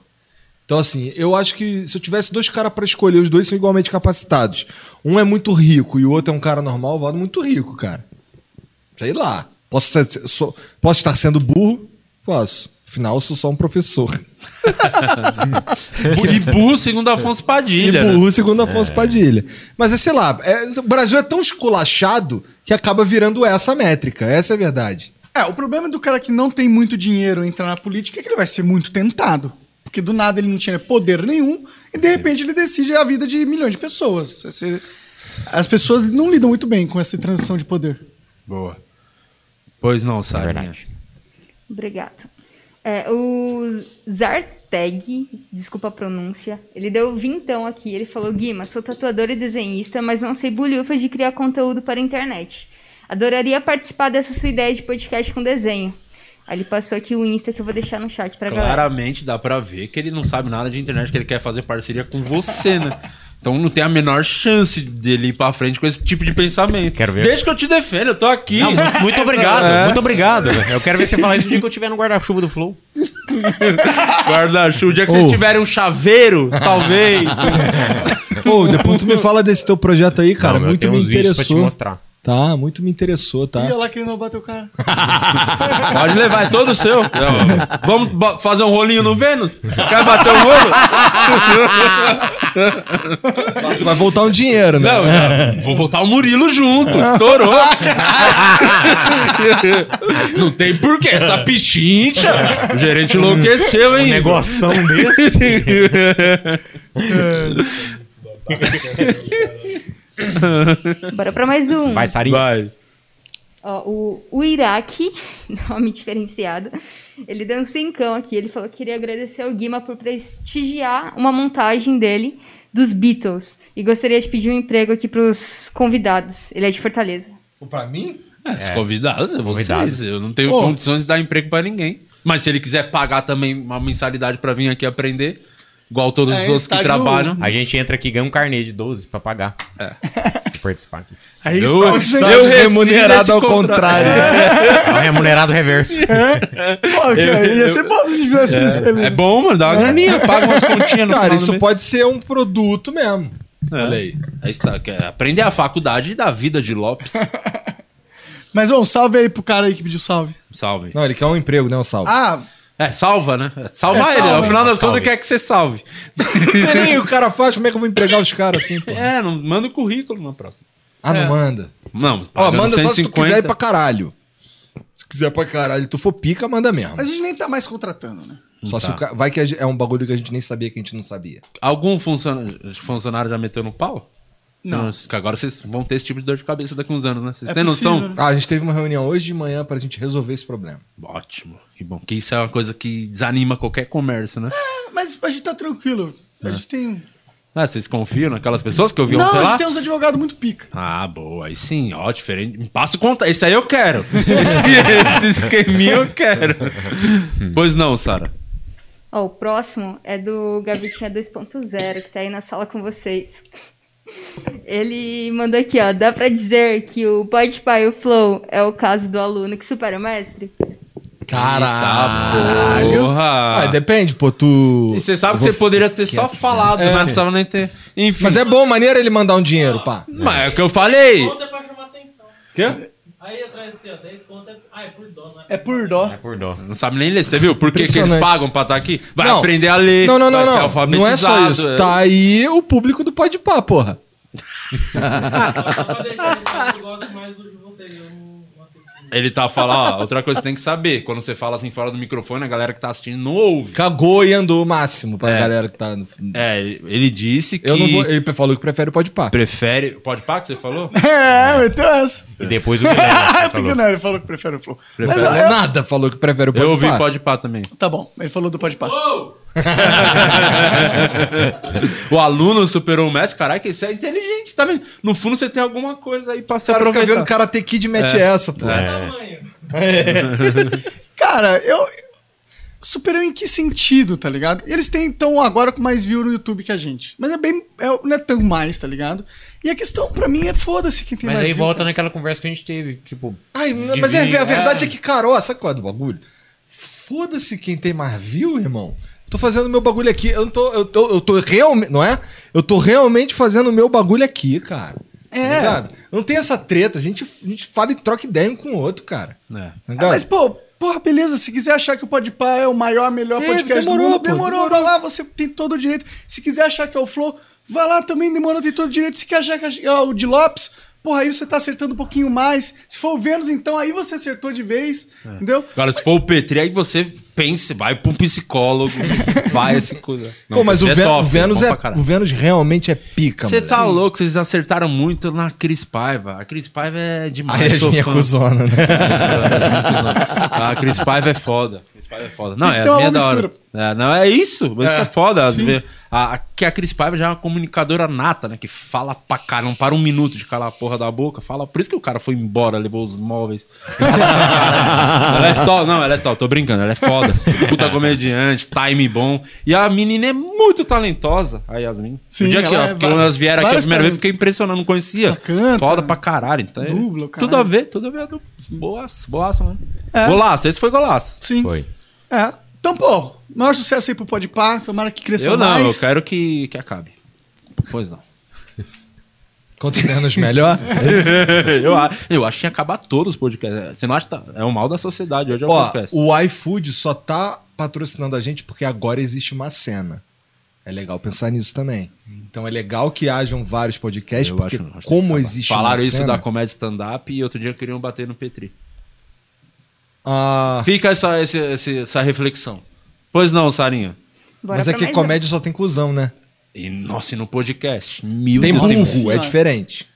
S4: Então, assim, eu acho que se eu tivesse dois caras pra escolher, os dois são igualmente capacitados. Um é muito rico e o outro é um cara normal, eu voto muito rico, cara. Sei lá. Posso, ser- sou- posso estar sendo burro? Posso. Afinal, eu sou só um professor.
S1: E burro, segundo Afonso Padilha.
S4: e
S1: né?
S4: burro, segundo
S2: É.
S4: Afonso Padilha. Mas é, sei lá, é- o Brasil é tão esculachado que acaba virando essa a métrica. Essa é a verdade.
S3: É, o problema do cara que não tem muito dinheiro entrar na política é que ele vai ser muito tentado. Porque do nada ele não tinha poder nenhum e de repente ele decide a vida de milhões de pessoas. Esse- As pessoas não lidam muito bem com essa transição de poder.
S1: Boa. Pois não,
S2: É
S1: Sara.
S2: verdade.
S6: Obrigado. É, o Zarteg, desculpa a pronúncia, ele deu vintão aqui. Ele falou: Guima, sou tatuador e desenhista, mas não sei bolhufas de criar conteúdo para a internet. Adoraria participar dessa sua ideia de podcast com desenho. Aí ele passou aqui o Insta que eu vou deixar no chat pra galera.
S1: Claramente dá pra ver que ele não sabe nada de internet, que ele quer fazer parceria com você, né? Então não tem a menor chance dele ir pra frente com esse tipo de pensamento.
S2: Quero ver.
S1: Deixa que eu te defendo, eu tô aqui.
S2: Não, muito, muito obrigado,
S1: É.
S2: muito obrigado. Eu quero ver você falar isso no dia que eu tiver no guarda-chuva do Flow.
S1: Guarda-chuva. O dia que vocês tiverem um chaveiro, talvez.
S2: É.
S4: Pô, depois tu me fala desse teu projeto aí, cara.
S2: Não, eu
S4: muito
S2: tenho
S4: me
S2: uns vídeos pra te
S4: interessou.
S2: mostrar.
S4: Tá, muito me interessou, tá?
S3: Olha lá que ele não bateu o cara.
S1: Pode levar, é todo seu. Não, Vamos bo- fazer um rolinho no Vênus? Quer bater o rolo?
S4: Tu vai voltar um dinheiro, né?
S1: Não, não. vou voltar o Murilo junto. Estourou. Não tem porquê. Essa pichincha. O gerente enlouqueceu, hein?
S2: Um negoção desse.
S6: Bora pra mais um.
S2: Vai, Sarinha.
S1: Vai.
S6: Ó, o, o Iraque, nome diferenciado, ele deu um cincão aqui. Ele falou que queria agradecer ao Guima por prestigiar uma montagem dele dos Beatles. E gostaria de pedir um emprego aqui pros convidados. Ele é de Fortaleza.
S4: Pra mim?
S1: É, os convidados, é vocês.
S2: Convidados.
S1: Eu não tenho
S3: Pô.
S1: condições de dar emprego pra ninguém. Mas se ele quiser pagar também uma mensalidade pra vir aqui aprender, igual todos
S3: É,
S1: os outros que
S3: estágio-
S1: trabalham.
S2: A gente entra aqui e ganha um carnê de 12 pra pagar. É. Participar aqui.
S3: Aí
S1: Eu-
S3: está o
S1: estágio
S3: desenho.
S1: remunerado ao
S2: É o remunerado reverso.
S3: Pô, cara, ia ser bom se a gente fizesse isso. né?
S1: É
S3: ele.
S1: bom, mano, dá uma graninha, paga umas continhas no
S4: Cara,
S1: final do
S4: isso
S1: mês.
S4: pode ser um produto mesmo.
S1: É.
S4: Olha aí.
S1: Aí está, que é aprender a faculdade da vida de Lopes.
S3: É. Mas, bom, salve aí pro cara aí que pediu salve.
S1: Salve.
S4: Não, ele quer um emprego, né? Um salve.
S3: Ah,
S1: É, salva, né? É, Salva
S3: É,
S1: ele.
S3: salva.
S1: Ao final das
S2: Salve.
S1: contas, quer que você salve.
S4: Não sei nem o cara faz, como é que eu vou empregar os caras assim, pô?
S1: É, não, manda o currículo na próxima.
S4: Ah,
S1: É.
S4: não manda.
S1: Não,
S4: Ó,
S1: pagando
S4: manda só se tu
S1: 150.
S4: quiser ir pra caralho. Se quiser pra caralho, tu for pica, manda mesmo.
S3: mas a gente nem tá mais contratando, né?
S4: Só se o ca- vai que a ge- é um bagulho que a gente nem sabia que a gente não sabia.
S1: Algum funcionário, funcionário já meteu no pau? Não. que Agora vocês vão ter esse tipo de dor de cabeça daqui uns anos, né? Vocês
S3: É
S1: têm
S3: possível,
S1: noção?
S3: né?
S4: Ah, a gente teve uma reunião hoje de manhã pra gente resolver esse problema.
S1: Ótimo. Que bom. Que isso é uma coisa que desanima qualquer comércio, né?
S3: Mas a gente tá tranquilo. A gente tem. um-
S1: Ah, vocês confiam naquelas pessoas que eu vi
S2: um
S3: não,
S1: ontem
S3: a
S1: lá?
S3: gente tem uns advogados muito pica.
S1: Ah, boa. Aí sim, ó, diferente. Me passa o contato. Esse aí eu quero. Esse, esse esqueminha eu quero. pois não, Sara.
S6: Ó, o próximo é do Gabitinha 2.0, que tá aí na sala com vocês. Ele mandou aqui, ó. Dá pra dizer que o Pode Pai e o Flow é o caso do aluno que supera o mestre?
S1: Caralho.
S4: Ah, depende, pô, tu.
S1: Tá E você sabe
S4: Eu
S1: que
S4: vou É.
S1: você poderia ter só falado, né? Não precisava nem ter. Enfim.
S4: Mas é bom, maneira ele mandar um dinheiro, pá.
S1: Mas é o que eu falei.
S10: Conta é pra chamar atenção.
S4: Quê?
S10: Aí atrás assim, ó, 10 conto é. Ah, é por dó, não é?
S3: É por dó.
S2: Por dó.
S1: Não sabe nem ler, você viu? Por que, que eles
S4: Impressionante.
S1: pagam pra estar aqui? Vai
S4: Não.
S1: aprender a ler.
S4: Não, não, não,
S1: vai ser
S4: não. Não é só
S1: alfabetizado,
S4: isso.
S1: é.
S4: Tá aí o público do Pode Pá, porra.
S10: Só pra deixar ele saber que eu gosto mais do que vocês. Eu não não assisto.
S1: Ele tá falando, ó, outra coisa que você tem que saber. Quando você fala assim fora do microfone, a galera que tá assistindo não ouve.
S4: Cagou e andou o máximo pra
S1: É.
S4: galera que tá no.
S1: É, ele disse que
S4: Eu não vou. Ele falou que prefere o Pode Pá.
S1: prefere. Pode pá que você falou?
S3: É, meteu essa.
S2: E depois o Guilherme
S3: Porque
S2: falou.
S3: não, ele falou que prefere o Flow.
S1: Prefere.
S3: Mas, ó,
S4: Ele é Nada falou que prefere o Pode
S1: Eu ouvi
S4: Pá.
S1: pode pá também.
S3: Tá bom, ele falou do pode parar.
S1: o aluno superou o mestre, caraca, isso é inteligente também. No fundo você tem alguma coisa aí pra se
S4: O cara fica vendo
S1: aproveitar.
S4: Karate Kid e mete essa, pô.
S1: É.
S10: Tamanho.
S3: Cara, eu. Superou em que sentido, tá ligado? Eles têm, então, agora com mais view no YouTube que a gente. Mas é bem. é- não é tão mais, tá ligado? E a questão pra mim é foda-se quem tem
S2: Mas
S3: mais.
S2: aí
S3: view.
S2: volta naquela conversa que a gente teve, tipo.
S4: Ai, não,
S2: de
S4: mas é,
S2: vídeo.
S4: a verdade é que, cara, ó, sabe qual é do bagulho? Foda-se quem tem mais view, irmão. Tô fazendo meu bagulho aqui. Eu não tô. Eu tô, eu tô realmente. Não é? Eu tô realmente fazendo o meu bagulho aqui, cara. Tá
S3: É.
S4: ligado? Não tem essa treta. A gente, a gente fala e troca ideia um com o outro, cara.
S1: É.
S4: Tá
S3: Ah,
S4: ligado?
S3: mas, pô, porra, beleza. Se quiser achar que o Podpah é o maior, melhor
S4: É,
S3: podcast
S4: demorou,
S3: do mundo,
S4: pô,
S3: demorou, vai lá, você tem todo o direito. Se quiser achar que é o Flow, vai lá também, demorou, tem todo o direito. Se quer achar que é o de Lopes, porra, aí você tá acertando um pouquinho mais. Se for o Vênus, então aí você acertou de vez,
S1: É.
S3: entendeu?
S1: Agora, se for o Petri, aí você pense, vai pra um psicólogo, vai essa coisa. Não,
S4: pô, mas o,
S1: Petri
S4: Ven-
S1: top,
S4: o Vênus
S1: bom
S4: é,
S1: pra caralho.
S4: o Vênus realmente é pica,
S1: Você
S4: mano.
S1: tá louco, vocês acertaram muito na Cris Paiva. A Cris Paiva é demais.
S4: Aí
S1: sou
S4: as me
S1: fã.
S4: acusona, né?
S1: A Cris Paiva é foda. A Cris Paiva é foda. Não, é a
S3: Então é
S1: minha
S3: uma
S1: da hora.
S3: mistura.
S1: É, não, é isso. Mas é, é foda. Às vezes, a, a- que a Cris Paiva já é uma comunicadora nata, né? Que fala pra cá, não para um minuto de calar a porra da boca. Fala. Por isso que o cara foi embora, levou os móveis. ela é top. Não, ela é top. Tô brincando. Ela é foda. Puta comediante, time bom. E a menina é muito talentosa. A Yasmin.
S3: Sim,
S1: o dia que,
S3: ela
S1: ó,
S3: é
S1: que elas vieram aqui a
S3: vários
S1: primeira vez, eu
S3: talentos.
S1: fiquei impressionado. Não conhecia.
S3: Ela canta,
S1: foda
S3: né?
S1: pra caralho. Então, é-
S3: Dubla, o
S1: tudo
S3: caralho.
S1: a ver, tudo a ver. do- Boas, boas, mano.
S4: É.
S1: Golaço, esse foi golaço.
S3: Sim.
S2: Foi.
S3: É. Então, pô, maior sucesso aí pro Podpah, tomara que cresça
S1: Eu não,
S3: mais.
S1: eu quero que, que acabe. Pois não.
S4: Quanto menos melhor.
S1: eu, a- eu acho que tinha que acabar todos os podcasts. Você não acha que tá- é o mal da sociedade hoje é o
S4: Ó,
S1: podcast.
S4: o iFood só tá patrocinando a gente porque agora existe uma cena. É legal pensar nisso também. Então é legal que hajam vários podcasts,
S1: Eu
S4: porque
S1: acho- acho que
S4: como
S1: acabar.
S4: existe
S1: Falaram
S4: uma
S1: isso
S4: cena...
S1: da comédia stand-up e outro dia queriam bater no Petri.
S4: Ah,
S1: Fica essa, esse- esse- essa reflexão. Pois não, Sarinha.
S6: Bora
S4: mas é
S6: pra
S4: que
S6: mais um.
S4: comédia só tem cuzão, né?
S1: E, nossa, e no podcast? Mil
S4: Tem
S1: Deus,
S4: burro, é
S3: Senhora.
S4: diferente.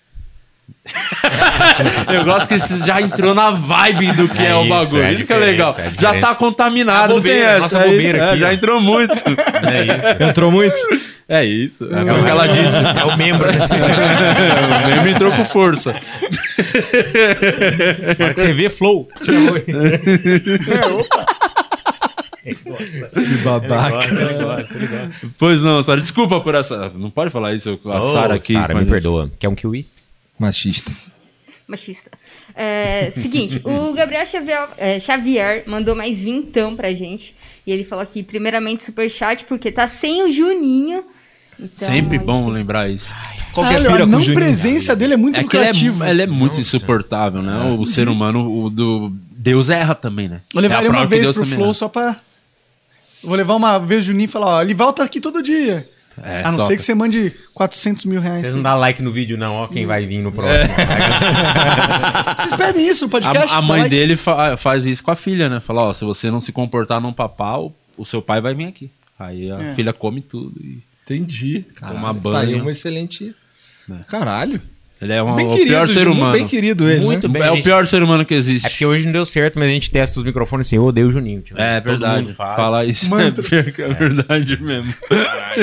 S1: Eu gosto que você já entrou na vibe do que é,
S2: É
S1: o
S2: isso,
S1: bagulho.
S2: é
S1: Isso que é legal.
S2: diferença, é diferença.
S1: já tá contaminado,
S2: A
S1: não tem
S2: bobeira,
S1: essa.
S2: nossa
S1: é isso,
S2: bobeira
S1: é,
S2: aqui,
S1: já
S2: ó.
S1: entrou muito.
S2: É isso.
S4: Entrou muito?
S1: É isso. É o que ela disse.
S2: É o membro. né?
S1: O meme entrou com força.
S2: Na hora que você vê, flow.
S4: Que babaca.
S2: Ele gosta, ele gosta, ele gosta.
S1: Pois não, Sara. Desculpa por essa. Não pode falar isso, a
S2: Ô,
S1: Sara aqui.
S2: Sara,
S1: com a
S2: me
S1: gente.
S2: perdoa. Quer um kiwi?
S4: Machista.
S6: Machista. É, seguinte, o Gabriel Xavier, é, Xavier mandou mais vintão pra gente. E ele falou aqui, primeiramente, superchat, porque tá sem o Juninho. Então,
S1: Sempre
S6: a gente
S1: bom
S6: tem-
S1: lembrar isso.
S3: Caralho, a não presença dele é muito
S1: É que ele
S3: lucrativa.
S1: é, ele é muito insuportável, né?
S2: Uhum.
S1: O ser humano, o do Deus erra também, né?
S3: Eu
S1: É
S3: levaria
S1: a
S3: uma
S1: prova que
S3: vez
S1: Deus
S3: pro
S1: também
S3: Flow
S1: erra.
S3: só pra. Vou levar uma vez o Juninho e falar, ó, ele volta aqui todo dia.
S1: É,
S3: a não
S1: toca.
S3: ser que você mande 400 mil reais.
S2: Vocês não dá like no vídeo, não. Ó, quem vai vir no próximo.
S1: É.
S3: Vocês pedem isso no podcast?
S1: A, a
S3: Dá
S1: mãe
S3: like.
S1: dele fa- faz isso com a filha, né? Fala, ó, se você não se comportar não papar, o, o seu pai vai vir aqui. Aí a
S3: É.
S1: filha come tudo. e
S4: Entendi. Caralho.
S1: Uma
S4: Tá aí
S1: banha.
S4: uma excelente. Caralho.
S1: Ele é um,
S4: Bem
S1: o
S4: querido,
S1: pior ser
S4: Ju,
S1: humano.
S4: bem querido ele,
S1: Muito
S2: né?
S1: bem-
S2: Bem
S1: É o
S2: querido.
S1: pior ser humano que
S2: É
S1: existe.
S2: porque hoje não deu certo, mas a gente testa os microfones assim. Eu odeio o Juninho. Tipo,
S1: É,
S2: todo
S1: verdade.
S2: mundo faz.
S1: Fala isso. É,
S3: Mantra.
S1: pior que é verdade mesmo.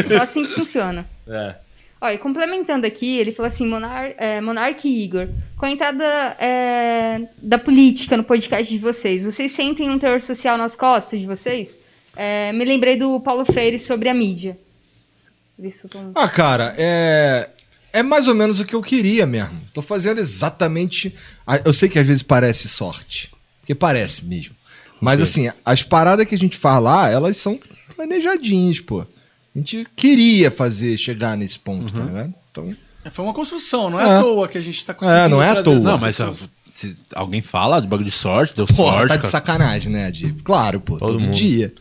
S6: Só assim que funciona.
S1: É.
S6: Ó, e complementando aqui, ele falou assim, Monar, é, Monark e Igor, com a entrada é, da política no podcast de vocês, vocês sentem um terror social nas costas de vocês? É, me lembrei do Paulo Freire sobre a mídia. Isso com...
S4: Ah, cara, é. É mais ou menos o que eu queria mesmo. Tô fazendo exatamente. a- Eu sei que às vezes parece sorte. Porque parece mesmo. Mas assim, as paradas que a gente faz lá, elas são planejadinhas, pô. A gente queria fazer chegar nesse ponto,
S1: Uhum.
S4: tá ligado? Então.
S3: Foi uma construção, não é, à
S4: É.
S3: toa que a gente tá conseguindo.
S4: É, não é à
S3: trazer
S4: toa.
S3: essas
S1: Não, mas ó,
S3: pessoas.
S1: se alguém fala de bagulho de sorte, deu
S4: Porra,
S1: sorte.
S4: tá de
S1: cara.
S4: sacanagem, né, Adi? Claro, pô,
S2: Todo
S4: todo,
S2: mundo.
S4: dia.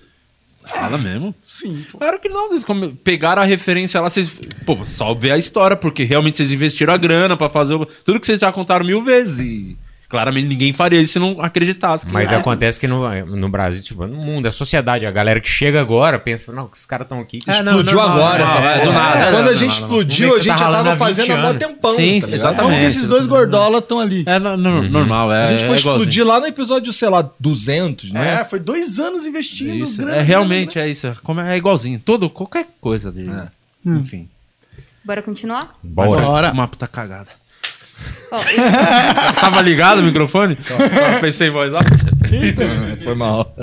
S1: Fala mesmo.
S3: Sim, pô.
S1: Claro que não, vocês come- pegaram a referência lá, vocês. Pô, só ver a história, porque realmente vocês investiram a grana pra fazer o- tudo que vocês já contaram mil vezes. E claramente ninguém faria isso se não acreditasse. que-
S2: Mas é acontece que no, no Brasil, tipo, no mundo, a sociedade, a galera que chega agora pensa, não, que os caras estão aqui.
S1: É, não,
S4: Explodiu
S1: normal,
S4: agora
S1: normal,
S4: essa
S1: é,
S4: porra.
S1: do nada,
S4: Quando
S1: não,
S4: a
S1: não,
S4: gente
S1: não.
S4: explodiu,
S2: Vamos ver
S4: a
S2: que você tá
S4: gente já tava
S2: ralando há
S4: fazendo
S2: 20
S4: há mó
S2: anos.
S4: tempão.
S1: Sim,
S4: tá ligado?
S1: exatamente.
S3: Como que esses dois gordola estão ali?
S1: É no-
S2: Uhum.
S1: no- normal, é.
S4: A gente foi
S1: é igualzinho.
S4: explodir lá no episódio, sei lá, 200, né?
S3: É, foi dois anos
S1: É
S3: investindo.
S1: isso,
S3: grana,
S1: é
S3: grana,
S1: realmente, é isso. é Como é, é igualzinho. Todo, qualquer coisa dele.
S4: Hum.
S1: Enfim.
S6: Bora continuar?
S2: É. Bora.
S3: Bora.
S1: Uma puta cagada.
S6: Ó, o-
S1: Tava ligado o microfone? Eu pensei em voz alta. Então,
S4: Ah, Foi mal.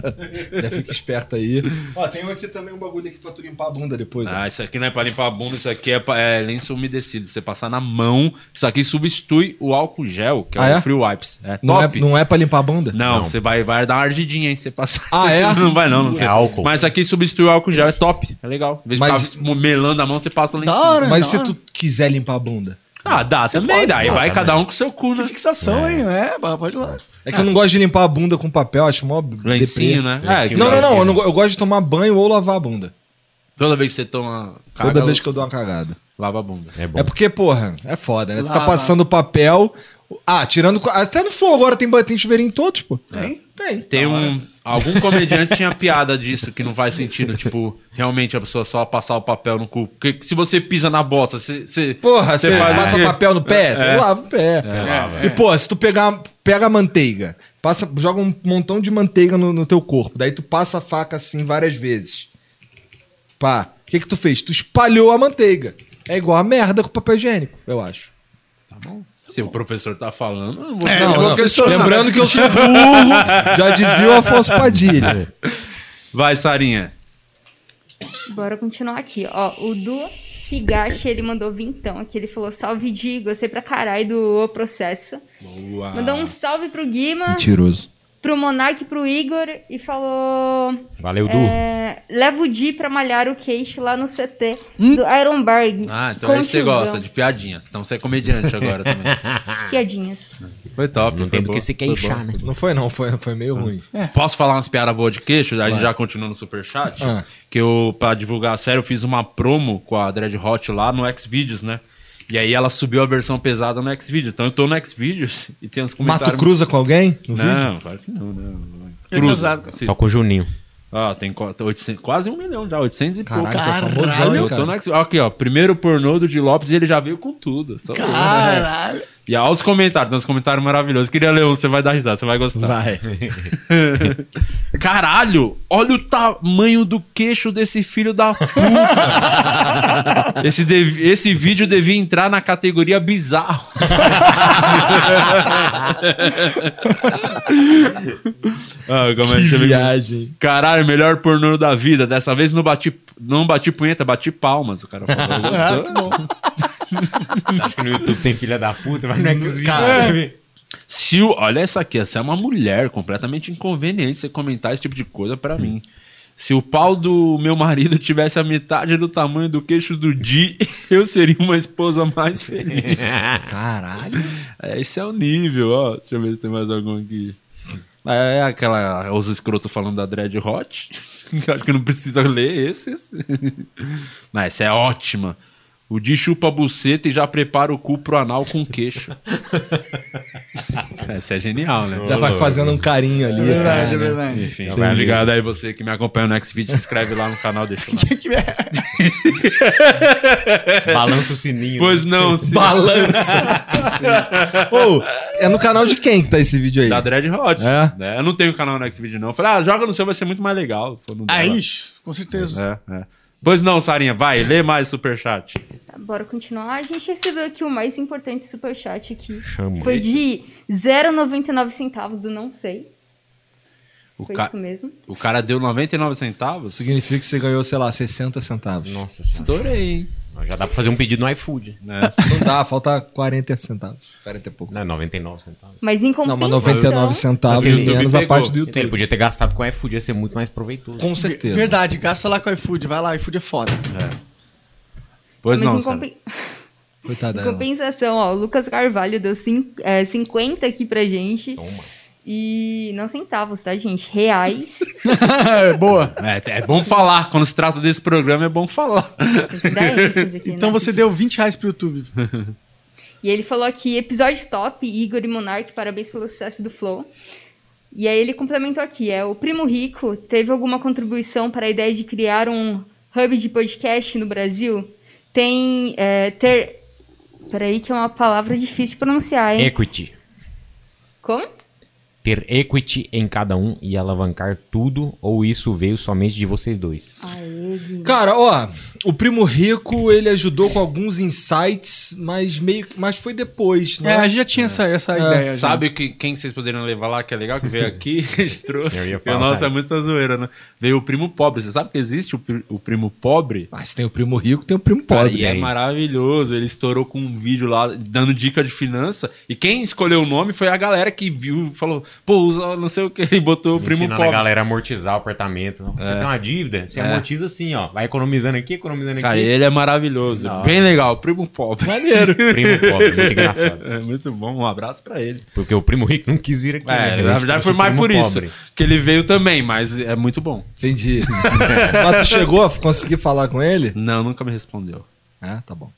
S4: Já fica esperto aí. Ó, tem aqui também um bagulho aqui pra tu limpar a bunda depois. ó.
S1: Ah, isso aqui não é pra limpar a bunda, isso aqui é, pra, é lenço umedecido. Pra você passar na mão. Isso aqui substitui o álcool gel, que é
S4: Ah,
S1: o
S4: é?
S1: Free Wipes. É
S4: não, é,
S1: top.
S4: não é pra limpar a bunda?
S1: Não,
S2: Não.
S1: você vai, vai dar uma ardidinha, hein? Você passar.
S4: Ah,
S1: Você-
S4: é?
S1: Não vai, não, não sei.
S2: álcool.
S1: Mas aqui substitui o álcool em gel, é top. É legal. Em vez de
S4: Mas-
S1: ficar melando a mão, você passa o lenço.
S3: Da hora.
S4: Mas se
S3: não.
S4: tu quiser limpar a bunda?
S1: Ah, dá também,
S3: pode,
S1: dá. Aí
S3: pô,
S1: vai cada um com seu cu, né?
S3: Que fixação, hein? É, bah, pode ir lá.
S4: É que
S1: Ah.
S4: eu não gosto de limpar a bunda com papel, acho mó deprê.
S1: Lencinho, né? É, que-
S4: Não, não, não. Eu, não go- eu gosto de tomar banho ou lavar a bunda.
S1: Toda vez que você toma caga,
S4: Toda vez que eu dou uma cagada.
S1: lava a bunda.
S2: É bom.
S4: É porque, porra, é foda, né? Tu Ficar
S3: Lava.
S4: passando papel. Ah, tirando. Até no Flow agora tem, ba- tem chuveirinho em todos, pô.
S1: É.
S4: Tem? Tem.
S1: Tem um. Algum comediante tinha piada disso que não faz sentido. Tipo, realmente a pessoa só passar o papel no cu. Porque se você pisa na bosta, você. você-
S4: Porra,
S1: você
S4: você
S1: faz É.
S4: passa
S1: o quê?
S4: papel no pé? Você lava o pé. E, pô, se tu pegar, pega a manteiga, passa, joga um montão de manteiga no, no teu corpo, daí tu passa a faca assim várias vezes. Pá, o que que tu fez? Tu espalhou a manteiga. É igual a merda com papel higiênico, eu acho.
S1: Se o professor tá falando, eu não vou
S4: Não, não.
S3: professor,
S4: Lembrando que eu sou burro, já dizia o Afonso Padilha.
S1: Vai, Sarinha.
S6: bora continuar aqui. Ó, o Du Higashi, ele mandou vintão aqui. Ele falou, salve Di, gostei pra caralho do O Processo.
S1: Boa.
S6: Mandou um salve pro Guima,
S4: Mentiroso.
S6: pro Monark e pro Igor e falou...
S2: Valeu, Du.
S6: É, leva o Di pra malhar o queixo lá no CT do Ironberg.
S1: Ah, então aí você gosta de piadinhas. Então você é comediante agora também.
S6: Piadinhas.
S1: Foi top.
S2: Não
S1: foi
S2: tem do
S1: bom,
S2: que se
S1: foi
S2: queixar,
S1: bom.
S2: né?
S4: Não foi não, foi, foi meio
S1: Hum.
S4: ruim.
S1: Posso falar umas piadas boas de queixo? A gente já continua no superchat.
S4: Ah.
S1: Que eu, pra divulgar a série, eu fiz uma promo com a Dread Hot lá no Xvideos, né? E aí ela subiu a versão pesada no Xvideos. Então eu tô no Xvideos e tem uns comentários.
S4: Mato cruza com alguém no vídeo?
S1: Não, claro que não, né?
S3: É casado, cara.
S1: Assista.
S2: Só com o Juninho.
S1: Ah, tem co- tem 800 quase um milhão já, 800 e pouco.
S4: Caralho, tu é
S3: Caralho,
S4: famosão, hein,
S1: Eu tô
S4: cara.
S1: no Xvideos. Aqui, ó. Primeiro pornô do Di Lopes e ele já veio com tudo. Só-
S3: Caralho.
S1: E olha os comentários, tem uns comentários maravilhosos. Queria ler um, você vai dar risada, você vai gostar.
S4: Vai.
S1: Caralho, olha o tamanho do queixo desse filho da puta. esse, dev- esse vídeo devia entrar na categoria bizarro. Ah, como é
S4: Que
S1: que teve-
S4: viagem.
S1: Caralho, melhor pornô da vida. Dessa vez não bati, não bati punheta, bati palmas. O cara falou. Gostou?
S2: Você acha que no YouTube tem filha da puta? Vai no Xvideos.
S4: Cara.
S2: né?
S1: Se o- olha essa aqui, essa é uma mulher completamente inconveniente você comentar esse tipo de coisa pra mim. Se o pau do meu marido tivesse a metade do tamanho do queixo do Di, eu seria uma esposa mais feliz.
S4: Caralho.
S1: É, esse é o nível, ó. Deixa eu ver se tem mais algum aqui. É aquela. Os escrotos falando da Dread Hot. Eu Acho que não precisa ler esses. Mas essa é ótima. O Di chupa a buceta e já prepara o cu pro anal com queixo. essa é genial, né?
S4: Já vai fazendo um carinho ali.
S3: É verdade, é
S4: cara.
S3: verdade.
S1: Enfim, vai ligado aí você que me acompanha no Xvideo, se inscreve lá no canal, deixa o like.
S2: Balança o sininho.
S1: Pois
S2: né?
S1: não, se...
S4: Balança. Ô, é no canal de quem que tá esse vídeo aí?
S1: da Dread Hot.
S4: É?
S1: né? Eu não tenho canal no Xvideo, não. Eu falei, ah, joga no seu, vai ser muito mais legal. Foi no
S3: Ah,
S1: dela.
S3: isso, com certeza.
S1: É, é. Pois não, Sarinha, vai, lê mais superchat.
S6: Tá, bora continuar. A gente recebeu aqui o mais importante superchat aqui.
S2: Chama.
S6: Foi de 0,99 centavos do não sei.
S1: O,
S6: Foi
S1: ca-
S6: isso mesmo.
S1: o cara deu 99 centavos?
S4: Significa que você ganhou, sei lá, 60 centavos.
S2: Nossa senhora.
S1: Estourei, hein?
S2: Já dá pra fazer um pedido no iFood.
S4: Não Então dá, falta 40 centavos. 40 e pouco.
S2: Não, é 99 centavos.
S6: Mas em
S4: Não,
S6: compensação...
S4: mas 99 centavos
S1: Mas o YouTube
S4: menos a
S1: pegou.
S4: parte do
S2: Ele
S4: YouTube.
S2: podia ter gastado com o iFood, ia ser muito mais proveitoso.
S4: Com certeza.
S3: Verdade, gasta lá com o iFood, vai lá, iFood é foda.
S1: Pois
S6: Mas
S1: não,
S6: em,
S1: Sarinha.
S6: compen-
S4: Coitada
S6: em
S4: dela.
S6: compensação, ó, o Lucas Carvalho deu cin- é, 50 aqui pra gente.
S2: Toma.
S6: E não centavos, tá, gente? Reais.
S3: Boa.
S1: É, é bom falar, quando se trata desse programa é bom falar.
S6: Dá ênfase aqui,
S3: Então
S6: né?
S3: você deu 20 reais pro YouTube.
S6: E ele falou aqui, episódio top, Igor e Monark, parabéns pelo sucesso do Flow. E aí ele complementou aqui, é, o Primo Rico teve alguma contribuição para a ideia de criar um hub de podcast no Brasil? Tem, é, ter... Peraí que é uma palavra difícil de pronunciar, hein?
S2: Equity.
S6: Como?
S2: Ter equity em cada um e alavancar tudo, ou isso veio somente de vocês dois?
S6: Aê, Gui.
S4: Cara, ó, o primo rico, ele ajudou com alguns insights, mas meio que- mas foi depois,
S3: É, a
S4: né?
S3: gente já tinha essa, essa
S2: É,
S3: ideia. já.
S1: Sabe que, quem vocês poderiam levar lá que é legal, que veio aqui e a gente
S2: Eu
S1: trouxe?
S2: ia
S1: Porque,
S2: falar
S1: nossa, é
S2: isso.
S1: muita zoeira, né? Veio o primo pobre. Você sabe que existe o, pri- o primo pobre?
S4: Mas tem o primo rico, tem o primo
S1: Cara,
S4: pobre.
S1: e é
S4: né?
S1: maravilhoso. Ele estourou com um vídeo lá dando dica de finança. E quem escolheu o nome foi a galera que viu e falou: pô, usa não sei o que. E botou o primo
S2: Ensinando
S1: pobre.
S2: a galera a amortizar o apartamento. Você tem uma dívida, você
S1: É.
S2: amortiza assim, ó. Vai economizando aqui, economizando
S1: Cara,
S2: aqui.
S1: ele é maravilhoso.
S2: Nossa.
S1: Bem legal. Primo pobre. Maneiro.
S2: Primo pobre, muito engraçado.
S1: É muito bom. Um abraço pra ele.
S2: Porque o primo rico não quis vir aqui. né?
S1: É,
S2: Ele
S1: na verdade
S2: trouxe
S1: foi
S2: o
S1: mais
S2: primo
S1: por isso
S2: pobre.
S1: que ele veio também, mas é muito bom.
S4: Entendi. mas tu chegou a conseguir falar com ele?
S1: Não, nunca me respondeu.
S4: Ah, tá bom.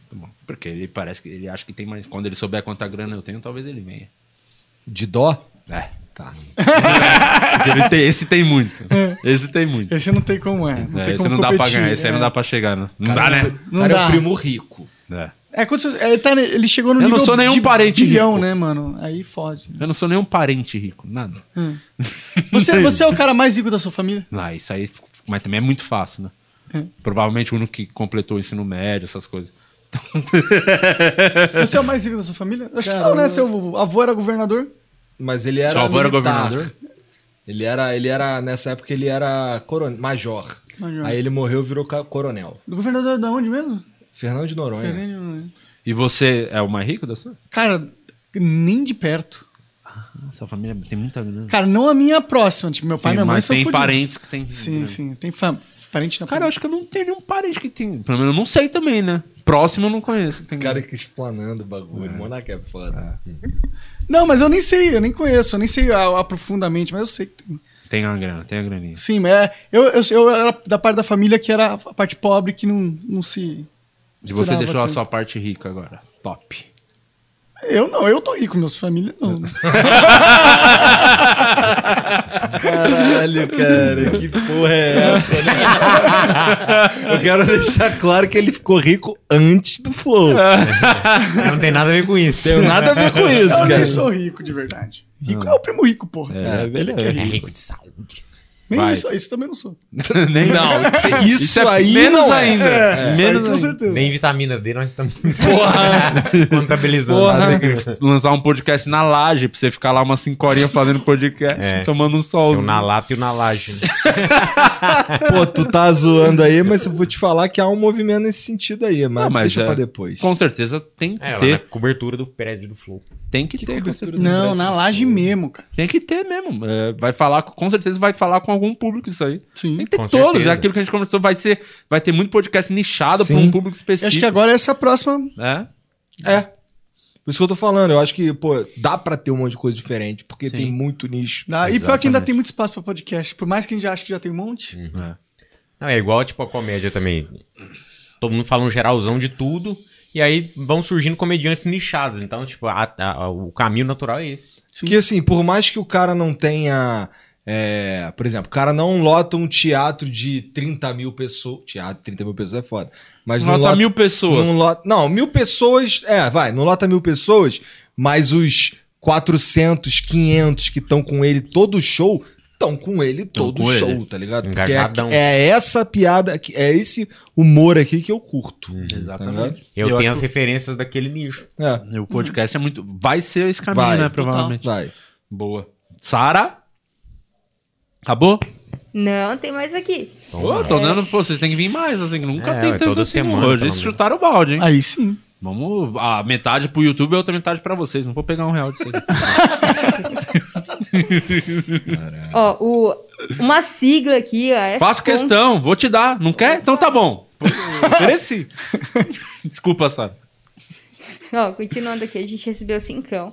S1: Muito bom. Porque ele parece que ele acha que tem mais. Quando ele souber quanta grana eu tenho, talvez ele venha.
S4: De dó?
S1: É.
S4: Tá.
S1: Ele tem- esse tem muito. Esse tem muito.
S3: Esse não tem como é. Não
S1: É,
S3: tem
S1: esse
S3: como
S1: É. não dá pra
S3: competir,
S1: ganhar, esse aí não
S3: é.
S1: dá pra chegar, né? Não dá, né?
S3: Não
S4: cara é
S3: dá.
S4: o primo rico.
S1: É.
S3: É, quando você- ele, tá, ele chegou no
S1: Eu não
S3: nível
S1: sou nenhum
S3: de
S1: parente
S3: bilhão,
S1: rico.
S3: né, mano? Aí fode.
S1: Eu não sou nenhum parente rico, nada.
S3: Você, você é o cara mais rico da sua família?
S1: Ah, isso aí. f- f- Mas também é muito fácil, né? Provavelmente o único que completou o ensino médio, essas coisas.
S3: Você é o mais rico da sua família? Acho que não, né? Seu avô era governador?
S4: Mas ele era.
S1: Seu avô era
S4: militar.
S1: é governador?
S4: Ele era, ele era, nessa época, ele era coron... major.
S3: Major.
S4: Aí ele morreu e virou ca- coronel.
S3: Do governador da onde mesmo?
S4: Fernando de
S1: É.
S4: Noronha.
S3: Fernando-
S1: E você é o mais rico da sua?
S3: Cara, nem de perto.
S1: Ah, Sua família tem muita grana.
S3: Cara, não a minha próxima. Tipo, meu pai e
S1: Sim,
S3: minha mãe
S1: mas
S3: são
S1: tem
S3: fudidos.
S1: parentes que tem.
S3: Sim, sim. Tem fa- parente na
S1: Cara, eu acho que eu não tenho nenhum parente que tem. Pelo menos eu não sei também, né? Próximo eu não conheço. que tem-
S4: O cara que explanando o bagulho. Monarca é foda.
S3: Não, mas eu nem sei, eu nem conheço, eu nem sei a- aprofundamente, mas eu sei que tem.
S1: Tem uma grana, tem a graninha.
S3: Sim, mas é, eu, eu, eu era da parte da família que era a parte pobre que não, não se.
S1: E você
S3: misturava
S1: deixou a
S3: tanto.
S1: sua parte rica agora. Top.
S3: Eu não, eu tô rico, meus família não.
S4: Caralho, cara, que porra é essa, né? Eu quero deixar claro que ele ficou rico antes do Flow.
S2: Não tem nada a ver com isso.
S4: Tem nada a ver com isso,
S3: eu
S4: cara.
S3: nem sou rico de verdade. Rico é o primo rico, porra.
S4: É,
S3: ele que é rico.
S2: de saúde.
S3: Nem
S1: Vai.
S3: isso, isso também não sou.
S1: Nem-
S4: Não, isso,
S1: Isso é
S4: aí
S1: menos
S4: não
S1: ainda.
S4: É.
S1: É,
S3: Isso aí,
S1: menos
S3: com
S1: ainda.
S3: certeza.
S2: Nem vitamina D nós estamos
S4: Porra,
S2: contabilizando.
S1: Porra, tem que lançar um podcast na laje pra você ficar lá umas 5 horinhas fazendo podcast,
S2: É.
S1: tomando um
S2: Tem
S1: solzinho.
S2: o na lata e o na laje. né?
S4: pô, tu tá zoando aí, mas eu vou te falar que há um movimento nesse sentido aí, mas,
S1: Não, mas
S4: deixa
S1: é-
S4: pra depois.
S1: Com certeza tem que
S2: É, lá na
S1: ter.
S2: cobertura do prédio do Flow.
S1: Tem que, ter. com certeza.
S3: Não, na laje mesmo, cara.
S1: Tem que ter mesmo. É, vai falar, com- com certeza vai falar com algum público isso aí.
S3: Sim.
S1: Tem que ter
S2: Hum, Com
S1: todos.
S2: certeza.
S1: É aquilo que a gente conversou. Vai ser, vai ter muito podcast nichado pra
S4: Sim.
S1: um público específico.
S3: Acho que agora essa é a próxima.
S1: É.
S4: É. Por isso que eu tô falando, eu acho que, pô, dá pra ter um monte de coisa diferente, porque
S1: Sim.
S4: tem muito nicho.
S3: Ah, e pior que ainda
S2: Exatamente.
S3: tem muito espaço pra podcast. Por mais que a gente ache que já tem um monte.
S2: Não, é igual, tipo, a comédia também. Todo mundo fala um geralzão de tudo. E aí vão surgindo comediantes nichados. Então, tipo, a- a- o caminho natural é esse.
S3: Sim.
S4: Que assim, por mais que o cara não tenha. é, por exemplo, o cara não lota um teatro de 30 mil pessoas. Teatro, 30 mil pessoas é foda. Mas não
S1: Nota
S4: lota
S1: mil pessoas.
S4: Não, lota, não, mil pessoas. É, vai, não lota mil pessoas, mas os 400, 500 que estão com ele todo show, estão com ele
S1: Tão
S4: todo
S1: com
S4: show,
S1: ele.
S4: tá ligado? Porque é,
S2: Engajadão.
S4: é essa piada, que- é esse humor aqui que eu curto.
S1: Hum.
S4: Exatamente.
S2: Eu,
S1: Eu
S2: tenho
S1: acho
S2: as referências daquele nicho.
S4: É,
S1: E O podcast é muito. Vai ser esse caminho,
S4: Vai,
S1: né?
S4: total.
S1: Provavelmente.
S4: vai.
S1: Boa. Sara? Acabou?
S6: Não, tem mais aqui.
S1: Pô, tô dando. Pô, vocês têm que vir mais, assim. que Nunca
S2: Então É,
S1: tem
S2: ué,
S1: tanto
S2: toda
S1: assim.
S2: semana,
S1: hoje
S2: pelo
S1: eles
S2: menos.
S1: chutaram o balde, hein?
S3: Aí sim.
S1: Vamos. A metade pro YouTube e a outra metade pra vocês. Não vou pegar um real disso aí.
S6: Ó, o, uma sigla aqui, ó. é
S1: Faço questão, vou te dar. Não quer? Então tá bom. Ofereci. Desculpa, Sara.
S6: Ó, continuando aqui, a gente recebeu cincão.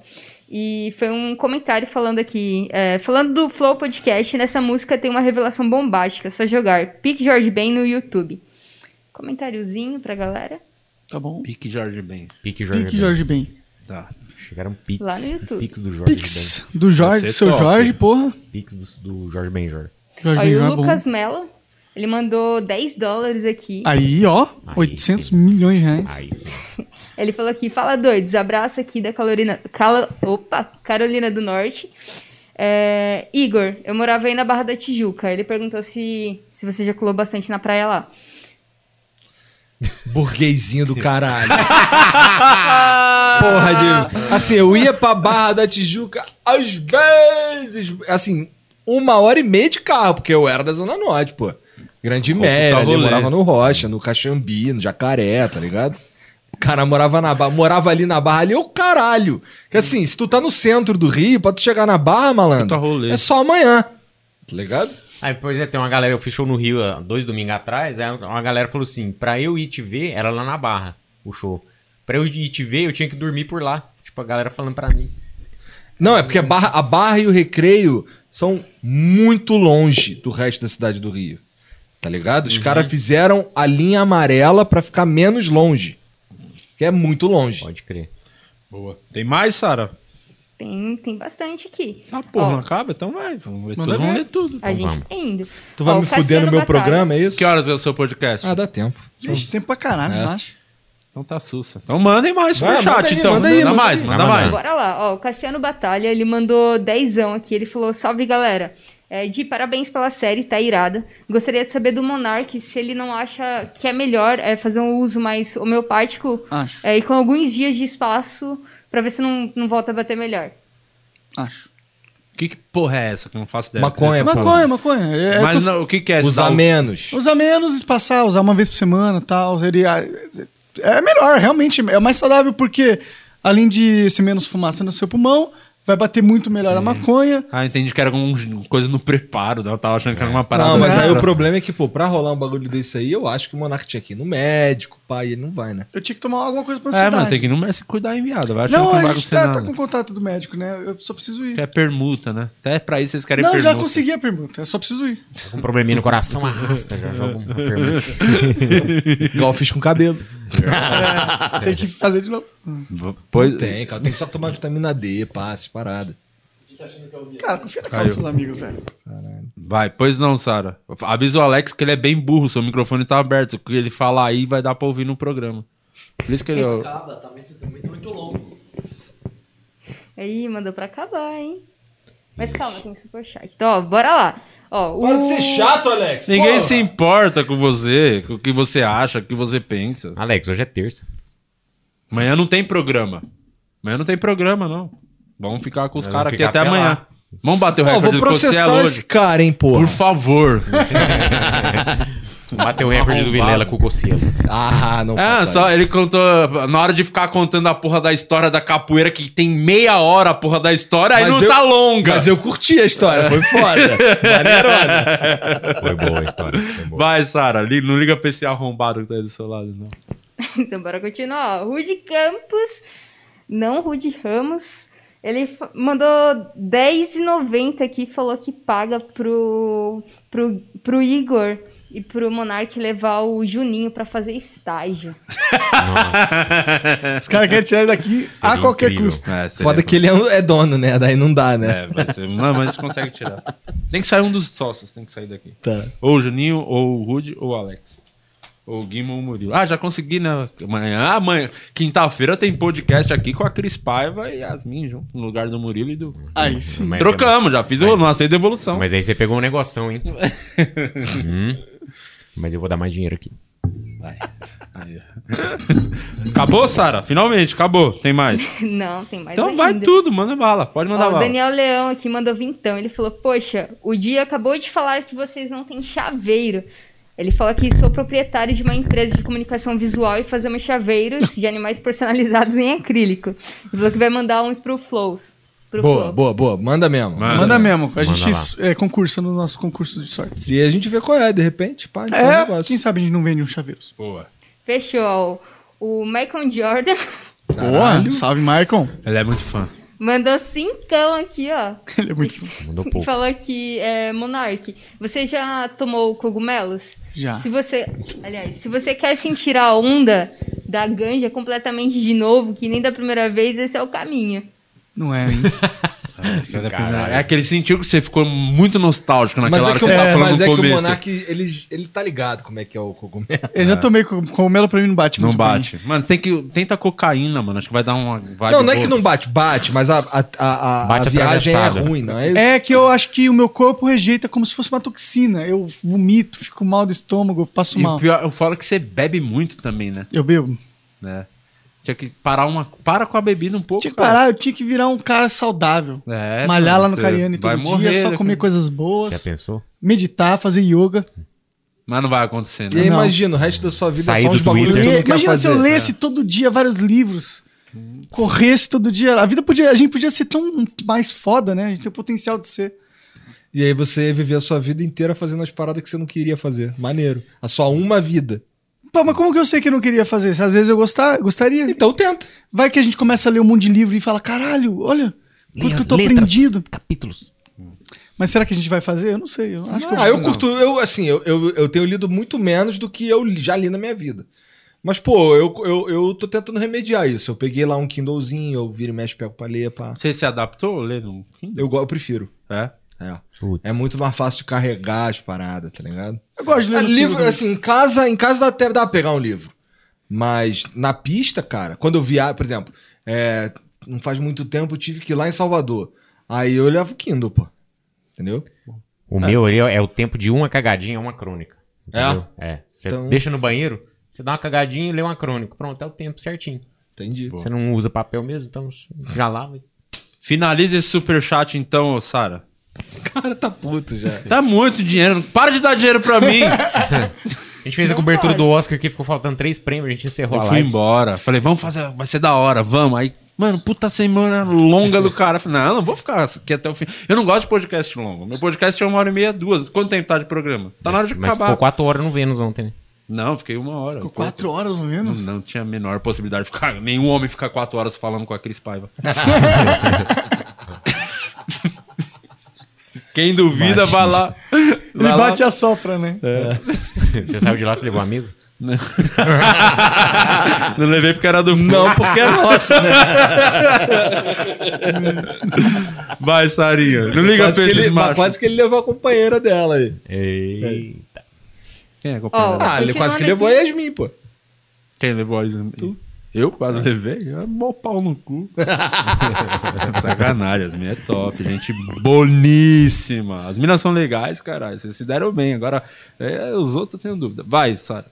S6: E foi um comentário falando aqui, é, falando do Flow Podcast, nessa música tem uma revelação bombástica, é só jogar Pique Jorge Ben no YouTube. Comentáriozinho pra galera
S3: Tá bom.
S1: Pique Jorge Ben.
S2: Pique Jorge.
S3: Pique
S2: Ben.
S3: Jorge Ben.
S1: Tá.
S2: Chegaram Pix.
S6: lá no YouTube.
S2: Pix do Jorge Pix.
S3: Pix do Jorge,
S1: Vai ser
S3: seu
S1: top.
S3: Jorge, porra.
S2: Ben. Pix do, do Jorge Ben Jorge.
S3: Jorge
S6: Ó, e
S3: Ben já é
S6: o
S3: bom.
S6: Lucas Mello, ele mandou 10 dólares aqui.
S3: Aí, ó,
S2: Aí,
S3: 800
S2: sim.
S3: milhões de reais.
S2: Aí sim.
S6: Ele falou aqui, fala doidos, abraço aqui da Carolina, Cala- opa, Carolina do Norte. É, Igor, eu morava aí na Barra da Tijuca. Ele perguntou se, se você já colou bastante na praia lá.
S4: Burguesinho do caralho. Porra, de... Assim, eu ia pra Barra da Tijuca às vezes, assim, uma hora e meia de carro, porque eu era da Zona Norte, pô. Grande Méria, ali, eu
S1: rolê.
S4: morava no Rocha, no Caxambi, no Jacaré, tá ligado? O cara morava na barra, morava ali na barra ali, ô caralho. Que assim, se tu tá no centro do Rio, pra tu chegar na barra,
S1: Puta
S4: malandro,
S1: rolê.
S4: é só amanhã. Tá ligado?
S2: Aí, pois é, tem uma galera, eu fiz show no Rio há dois domingos atrás, aí uma galera falou assim, pra eu ir te ver, era lá na Barra, o show. Pra eu ir te ver, eu tinha que dormir por lá. Tipo, a galera falando pra mim.
S4: Não, é porque a barra, a barra e o recreio são muito longe do resto da cidade do Rio. Tá ligado? Os caras fizeram a linha amarela pra ficar menos longe. Que é muito longe.
S2: Pode crer.
S1: Boa. Tem mais, Sara?
S6: Tem, tem bastante aqui.
S1: Ah, porra,
S6: Ó.
S1: não acaba? Então vai. Vamos ler
S3: Manda
S1: tudo. Vamos
S3: ver.
S1: ler tudo.
S6: A gente
S2: vamos.
S6: tá indo.
S4: Tu vai
S6: Ó, o
S4: me fuder
S6: Cassiano
S4: no meu
S6: Batalha.
S4: programa, é isso?
S1: Que horas é o seu podcast?
S4: Ah, dá tempo.
S3: Gente, tempo pra caralho,
S1: É.
S3: não acho.
S1: Então tá sussa. Então mandem mais
S4: Vai, manda
S1: superchat,
S4: aí,
S1: então.
S4: manda
S1: Manda,
S4: aí, manda
S1: mais,
S4: aí.
S1: manda
S2: Vai
S1: mais.
S2: mandar.
S6: Bora lá, ó, o Cassiano Batalha, ele mandou dezão aqui, ele falou, salve galera, É, de parabéns pela série, tá irada. Gostaria de saber do Monark se ele não acha que é melhor é, fazer um uso mais homeopático
S3: Acho,
S6: é, e com alguns dias de espaço pra ver se não, não volta a bater melhor.
S3: acho.
S1: Que, que porra é essa que eu não faço ideia?
S4: Maconha, pô.
S3: maconha, maconha. É,
S1: Mas
S3: tu-
S1: não, o que que é?
S4: um Usar
S1: Dá o-
S4: menos.
S3: Usar menos, espaçar, usar uma vez por semana e tal. Seria. É melhor, realmente. É mais saudável porque, além de ser menos fumaça no seu pulmão, vai bater muito melhor a maconha.
S1: Ah, entendi que era alguma coisa no preparo. né? Eu tava achando que era uma parada.
S4: não, mas
S1: extra.
S4: aí o problema é que, pô, pra rolar um bagulho desse aí, eu acho que o Monark tinha que ir no médico, pai, ele não vai, né?
S3: Eu tinha que tomar alguma coisa pra
S1: É,
S3: ansiedade.
S1: mano, tem que não se cuidar enviado. Vai achando
S3: Não,
S1: que não vai
S3: a gente
S1: acontecer
S3: tá,
S1: nada.
S3: tá com contato do médico, né? Eu só preciso ir.
S1: Que é permuta, né? Até pra isso vocês querem
S3: Não,
S1: permuta.
S3: já consegui a pergunta. Eu só preciso ir.
S2: Um probleminha no coração arrasta, já joga um pergunta.
S4: Igual eu fiz com o cabelo.
S1: É.
S3: Tem que fazer de novo.
S4: Pois... Tem, cara. Tem que só tomar vitamina D, passe, parada.
S3: Cara, confia na calça
S1: Caiu.
S3: dos amigos, velho.
S1: Vai, pois não, Sara. Avisa o Alex que ele é bem burro, seu microfone tá aberto. O que ele falar aí vai dar pra ouvir no programa. Por isso que ele.
S10: Acaba, tá muito, muito, muito longo.
S6: Aí, mandou pra acabar, hein? Mas calma, tem superchat. Então, ó, bora lá. Ó, o...
S4: Alex.
S1: Ninguém se importa com você, com o que você acha, o que você pensa.
S2: Alex, hoje é terça.
S1: Amanhã não tem programa. Amanhã não tem programa, não. Vamos ficar com os
S2: Nós vamos
S1: caras aqui
S2: ficar
S1: até
S2: até lá.
S1: amanhã. Vamos bater o
S4: Ó,
S1: recorde
S4: vou
S1: do Cossela
S4: processar esse
S1: hoje.
S4: cara, hein, porra.
S1: Por favor. Ah,
S2: Bateu o recorde do Vilela com o Cocelo.
S4: Ah, não
S1: Ah,
S4: faça
S1: só
S4: isso.
S1: ele contou. Na hora de ficar contando a porra da história da capoeira, que tem meia hora a porra da história, aí
S4: Mas
S1: não
S4: eu-
S1: tá longa.
S4: Mas eu curti a história, foi foda. Maneirona.
S2: Foi boa a história. Foi boa.
S1: Vai, Sara, li- não liga pra esse arrombado que tá aí do seu lado, não.
S6: Então, bora continuar. ó. Rude Campos, não Rude Ramos. Ele fa- mandou R$10,90 aqui, falou que paga pro, pro, pro Igor e pro Monark levar o Juninho pra fazer estágio.
S3: Os caras querem tirar ele daqui a qualquer
S2: incrível.
S3: custo.
S1: É,
S4: Foda que ele é, um- é dono, né? Daí não dá, né?
S1: É, vai ser... não, mas a gente consegue tirar. Tem que sair um dos sócios, tem que sair daqui.
S4: Tá.
S1: Ou o Juninho, ou o Rude, ou o Alex. Ou o Guima ou o Murilo. Ah, já consegui, né? Amanhã, amanhã. Quinta-feira tem podcast aqui com a Cris Paiva e Yasmin junto, no lugar do Murilo e do.
S3: Aí sim.
S2: Mas- é
S1: Trocamos, já fiz o não aceito devolução.
S2: Mas aí você pegou um negoção, hein? Hum. Mas eu vou dar mais dinheiro aqui.
S1: Acabou, Sara? Finalmente, acabou. Tem mais.
S6: Não, tem mais
S1: Então
S6: ainda.
S1: vai tudo, manda bala. Pode mandar
S6: Ó, o
S1: bala.
S6: Daniel Leão aqui mandou vintão. Ele falou: Poxa, o Dia acabou de falar que vocês não têm chaveiro. Ele fala que sou proprietário de uma empresa de comunicação visual e fazemos chaveiros de animais personalizados em acrílico. Ele falou que vai mandar uns pro Flows. Pro
S4: Boa,
S6: Flow.
S4: boa, boa. Manda mesmo.
S1: Manda.
S3: Manda mesmo. A gente
S2: lá.
S3: é, concursa no nosso concurso de sortes.
S4: E a gente vê qual é, de repente, pá, de um
S3: É,
S4: negócio.
S3: quem sabe a gente não vende um chaveiro.
S1: Boa.
S6: Fechou. ó. O Michael Jordan
S3: Boa, salve, Michael.
S1: Ele é muito fã.
S6: mandou cincão aqui, ó.
S3: Ele é muito fã.
S2: Mandou
S6: E
S2: pouco.
S6: falou que é Monark. Você já tomou cogumelos?
S3: Já.
S6: Se você, aliás, se você quer sentir a onda da ganja completamente de novo, que nem da primeira vez, esse é o caminho.
S3: Não é, hein?
S1: É que ele sentiu que você ficou muito nostálgico naquela
S4: Mas é
S1: hora
S4: que,
S1: que,
S4: o,
S1: eu tava
S4: é,
S1: falando
S4: mas
S1: no
S4: é que o
S1: começo.
S4: Monark, ele, ele tá ligado como é que é o cogumelo.
S3: Eu já tomei co- cogumelo pra mim não
S4: é
S3: bate
S1: Não
S3: muito
S1: bate. Mano, você tem que. Tenta cocaína, mano. Acho que vai dar uma. Vibe
S4: não, não é que
S1: boa.
S4: não bate, bate, mas a, a, a, a-
S2: Bate
S4: a viagem é
S2: atravessada.
S4: ruim, não é isso?
S3: bem. É que eu acho que o meu corpo rejeita como se fosse uma toxina. Eu vomito, fico mal do estômago, passo
S1: E
S3: mal.
S1: o pior, eu falo que você bebe muito também, né?
S3: Eu bebo.
S1: É. Tinha que parar uma. Para com a bebida um pouco.
S3: Tinha que
S1: cara.
S3: parar, eu tinha que virar um cara saudável.
S1: É,
S3: Malhar
S1: mano,
S3: lá no
S1: você
S3: Cariani
S1: vai
S3: todo
S1: morrer,
S3: dia, só
S1: né,
S3: comer
S1: cara? é
S3: coisas
S2: Já
S3: boas,
S2: pensou?
S3: meditar, fazer yoga.
S1: Mas não vai acontecer,
S4: E
S1: né?
S4: aí,
S3: Não.
S4: imagina, o resto da sua vida é
S2: Sair
S4: só uns
S2: do
S4: bagulho que
S2: Twitter.
S4: tu
S3: Ler-
S4: não quer
S3: Imagina se
S4: fazer. É.
S3: eu lesse todo dia vários livros. Corresse todo dia. A vida podia. A gente podia ser tão mais foda, né? A gente tem o potencial de ser.
S4: E aí você ia viver a sua vida inteira fazendo as paradas que você não queria fazer. Maneiro. A só uma vida.
S3: Pô, mas como que eu sei que eu não queria fazer? Se às vezes eu gostar, gostaria.
S4: Então tenta.
S3: Vai que a gente começa a ler um monte de livro e fala, caralho, olha, quanto que eu tô aprendido.
S2: Capítulos.
S3: Mas será que a gente vai fazer? Eu não sei. Eu acho que
S4: Ah,
S3: eu
S4: eu curto, eu assim, eu, eu, eu tenho lido muito menos do que eu já li na minha vida. Mas, pô, eu, eu, eu tô tentando remediar isso. Eu peguei lá um Kindlezinho, eu viro e mexe, pego pra ler, pá.
S1: Você se adaptou lendo um Kindle?
S4: Eu, go- eu prefiro.
S1: É.
S4: É. É muito mais fácil de carregar as paradas, tá ligado?
S3: Eu gosto de ler
S4: É,
S3: no
S4: livro,
S3: Kindle.
S4: assim, em casa, em casa dá até dá pra pegar um livro. Mas na pista, cara, quando eu viajo, por exemplo, é, não faz muito tempo eu tive que ir lá em Salvador. Aí eu levo o Kindle, pô. Entendeu?
S2: O meu ali ó, é o tempo de uma cagadinha, uma crônica. Entendeu? É. Você
S4: Então-
S2: deixa no banheiro, você dá uma cagadinha e lê uma crônica. Pronto, é o tempo certinho.
S4: Entendi.
S2: Você não usa papel mesmo, então já lava.
S1: Finaliza esse superchat então, ô, Sara.
S4: O cara tá puto já.
S1: Dá muito dinheiro. Para de dar dinheiro pra mim.
S2: A gente fez a
S6: Não
S2: cobertura
S6: pode.
S2: do Oscar aqui, ficou faltando três prêmios, a gente encerrou
S1: Eu
S2: a
S1: fui
S2: live.
S1: embora. Falei, vamos fazer, vai ser da hora, vamos. Aí, mano, puta semana longa do cara. Falei, não, não vou ficar aqui até o fim. Eu não gosto de podcast longo. Meu podcast é uma hora e meia, duas. Quanto tempo tá de programa? Tá na hora de
S2: mas
S1: acabar.
S2: ficou quatro horas no Vênus ontem, né?
S1: Não, fiquei uma hora.
S3: Ficou quatro horas ou
S1: Não,
S3: menos.
S1: não tinha a menor possibilidade de ficar. Nenhum homem ficar quatro horas falando com a Cris Paiva. Quem duvida, vai lá.
S3: Ele bate e assopra, né?
S2: Você saiu de lá, você levou a mesa?
S1: Não levei porque era do fundo.
S4: Não, porque é nosso, né?
S1: Vai, Sarinha. Não liga
S4: quase
S1: pra
S4: que
S1: esses
S4: ele, é? mas
S1: machos.
S4: quase que ele levou a companheira dela aí.
S1: É.
S2: Eita.
S1: Quem é que eu
S6: Ó,
S1: pego?
S4: Ah, ele quase que levou a Yasmin, pô.
S1: Quem levou a Yasmin? Eu quase levei? É mó pau no cu. Sacanagem, as minhas é top, gente boníssima. As minas são legais, caralho. Vocês se deram bem. Agora, é, os outros eu tenho dúvida. Vai, Sara.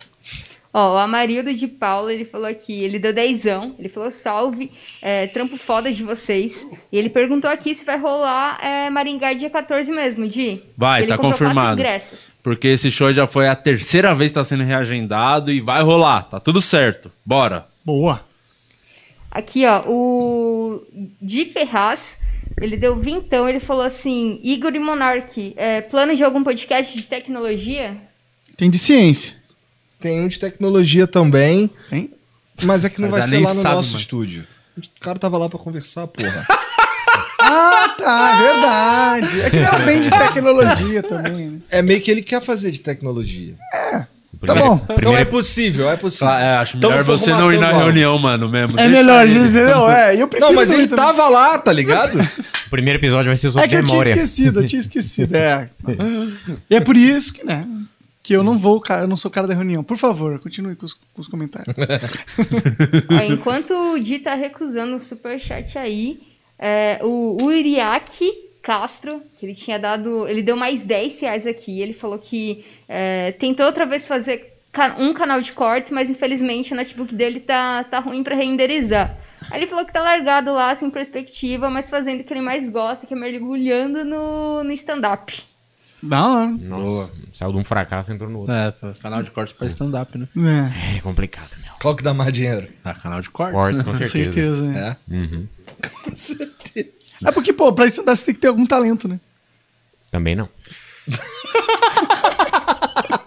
S6: Ó, o Amarildo de Paula, ele falou aqui, ele deu dezão, ele falou salve, é, trampo foda de vocês. E ele perguntou aqui se vai rolar é, Maringá dia 14 mesmo, Di.
S1: Vai,
S6: ele
S1: tá
S6: comprou
S1: confirmado.
S6: Quatro ingressos.
S1: Porque esse show já foi a terceira vez que tá sendo reagendado e vai rolar. Tá tudo certo.
S3: Tá
S1: Bora.
S3: Boa.
S6: Aqui, ó, o Di Ferraz, ele deu vintão, ele falou assim, Igor e Monark, é, plano de algum podcast de tecnologia?
S3: Tem de ciência.
S4: Tem um de tecnologia também.
S3: Tem?
S4: Mas é que não
S1: Mas
S4: vai
S1: ela
S4: ser
S1: nem
S4: lá no
S1: sabe,
S4: nosso
S1: mano.
S4: estúdio. O cara tava lá pra conversar, porra.
S3: Ah, tá, verdade. É que não era bem de tecnologia também, né?
S4: é meio que ele quer fazer de tecnologia.
S3: Tá bom.
S4: Não é
S2: Primeiro-
S4: possível, é possível.
S1: Ah, então é, acho
S3: Então
S4: Tamo
S1: melhor você não ir na
S4: formatando algo.
S1: reunião, mano, mesmo.
S3: É
S1: Deixa
S3: melhor,
S1: ele.
S3: gente, entendeu? É, eu prefiro
S4: Não, mas ele
S3: também.
S4: tava lá, tá ligado?
S2: O primeiro episódio vai ser sobre
S3: É que eu tinha
S2: memória.
S3: esquecido, eu tinha esquecido. É. E é por isso que, né? Que eu não vou, cara, eu não sou o cara da reunião. Por favor, continue com os, com os comentários.
S6: Ó, É, enquanto o Di tá recusando o superchat aí, é, o Uriaki Castro, que ele tinha dado. Ele deu mais 10 reais aqui. Ele falou que é, tentou outra vez fazer ca- um canal de cortes, mas infelizmente o notebook dele tá, tá ruim pra renderizar. Aí ele falou que tá largado lá, sem perspectiva, mas fazendo o que ele mais gosta, que é mergulhando no, no stand-up.
S3: Da hora.
S2: Nossa, saiu de um fracasso e entrou no outro.
S1: É, pô, canal de corte pra stand-up, né?
S3: É,
S2: É, complicado, meu.
S4: Qual que dá mais dinheiro?
S1: Ah, canal de cortes. né?
S2: Cortes, com
S3: com
S2: certeza.
S3: certeza, né?
S4: É.
S1: Uhum.
S3: É porque, pô, pra estudar você tem que ter algum talento, né?
S2: Também não.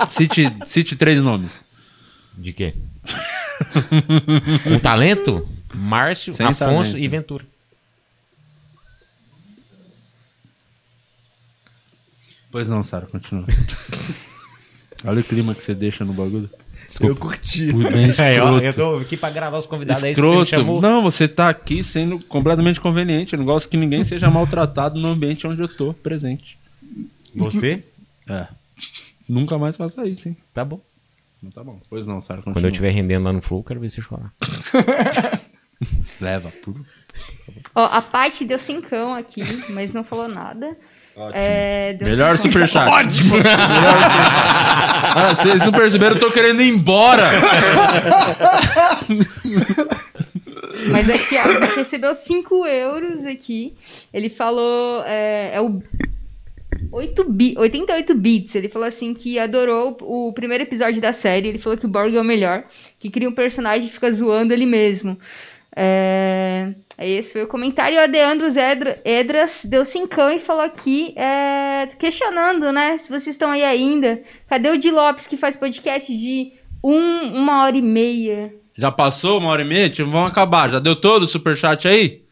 S1: Cite, cite três nomes.
S2: De quê? Com talento? Márcio,
S1: Sem
S2: Afonso
S1: talento.
S2: e Ventura.
S1: Pois não, Sara, continua. Olha o clima que você deixa no bagulho.
S4: Eu curti.
S1: Muito bem
S2: É, ó, eu
S1: escroto.
S2: tô aqui pra gravar os convidados aí que você me
S1: Escroto.
S2: chamou.
S1: Não, você tá aqui sendo completamente conveniente. Eu não gosto que ninguém seja maltratado no ambiente onde eu tô presente.
S2: Você?
S1: É. Nunca mais faça isso, hein?
S2: Tá bom.
S1: Não tá bom. Pois não, Sara, continua.
S2: Quando eu estiver rendendo lá no Flow, eu quero ver você chorar.
S1: Leva, por
S6: Ó, a Paty deu cincão aqui, mas não falou nada. É, deu
S1: Melhor
S6: cincão.
S1: superchat. Ótimo! Ah, vocês não perceberam, eu tô querendo ir embora.
S6: Mas é aqui, ó, ele recebeu 5 euros aqui. Ele falou. É, é o. 8 bi, 88 bits. Ele falou assim que adorou o primeiro episódio da série. Ele falou que o Borg é o melhor, que cria um personagem e fica zoando ele mesmo. É, esse foi o comentário. E o Adeandro Edra- Edras deu cincão e falou aqui, é, questionando, né? Se vocês estão aí ainda. Cadê o Di Lopes que faz podcast de um, uma hora e meia?
S1: Já passou uma hora e meia? Tipo, vamos acabar. Já deu todo o superchat aí?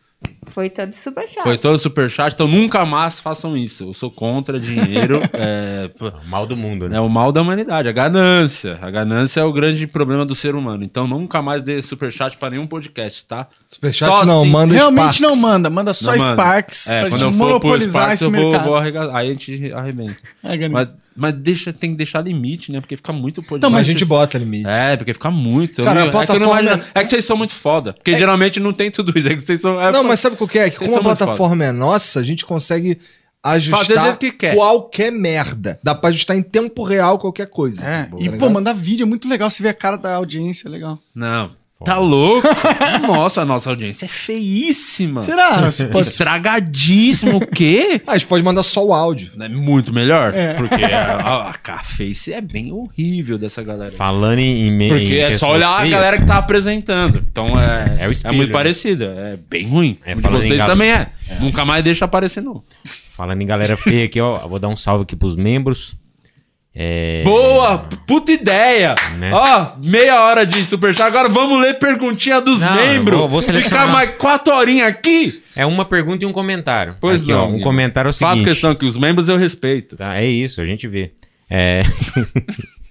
S6: Foi todo super chato.
S1: Foi todo o superchat. Então nunca mais façam isso. Eu sou contra dinheiro. é, pô,
S2: Mal do mundo, né?
S1: é o mal da humanidade, a ganância. A ganância é o grande problema do ser humano. Então nunca mais dê superchat pra nenhum podcast, tá? Só
S4: Superchat não,
S1: assim.
S4: manda
S3: Realmente
S4: Sparks.
S3: não manda, manda só
S1: Não manda.
S3: Sparks
S1: É,
S3: pra
S1: quando
S3: gente
S1: eu for pro
S3: monopolizar
S1: Sparks,
S3: esse
S1: eu vou,
S3: mercado.
S1: vou arregaçar. Aí a gente arrebenta.
S3: É, Gani.
S1: Mas, mas deixa, tem que deixar limite, né? Porque fica muito podcast.
S4: Não, mas a gente bota limite.
S1: É, porque fica muito. Eu
S4: Cara,
S1: não-
S4: a
S1: é que eu não
S4: plataforma- É-
S1: imagino- É que vocês são muito foda. Porque geralmente não tem tudo isso. É que vocês são. é
S4: Não,
S1: foda.
S4: mas sabe o que é? Que
S1: Vocês
S4: como
S1: são
S4: a
S1: muito
S4: plataforma é nossa, a gente consegue
S1: Fazer do
S4: ajustar
S1: jeito que quer.
S4: qualquer merda. Dá pra ajustar em tempo real qualquer coisa.
S3: É,
S4: Tá
S3: e
S4: ligado?
S3: pô, mandar vídeo é muito legal, você vê a cara da audiência, é legal.
S1: Não. Tá louco? Nossa, a nossa audiência é feíssima.
S3: Será? Pode-
S1: Estragadíssimo. O quê?
S4: Ah, a gente pode mandar só o áudio.
S1: É muito melhor.
S3: É.
S1: Porque a, a, a Cafeice é bem horrível dessa galera.
S2: Falando em... em
S1: Porque
S2: em
S1: é só
S2: pessoas
S1: olhar
S2: feias,
S1: a galera que tá apresentando. Então é,
S2: É o espelho,
S1: muito
S2: né?
S1: parecida. É bem ruim.
S2: É,
S1: O de
S2: falando em
S1: vocês
S2: gado.
S1: também é. Nunca mais deixa aparecer, não.
S2: Falando em galera feia aqui, ó. eu Vou dar um salve aqui pros membros. É...
S1: Boa! Puta ideia!
S2: Né?
S1: Ó, meia hora de superchat. Agora vamos ler perguntinha dos
S2: Não,
S1: membros.
S2: eu vou- vou
S1: Ficar
S2: selecionar.
S1: mais quatro horinhas aqui?
S2: É uma pergunta e um comentário.
S1: Pois
S2: Aqui,
S1: não,
S2: ó, um
S1: Guilherme.
S2: comentário é o seguinte. É
S1: Faz questão que os membros eu respeito.
S2: Tá, é isso, a gente vê. É...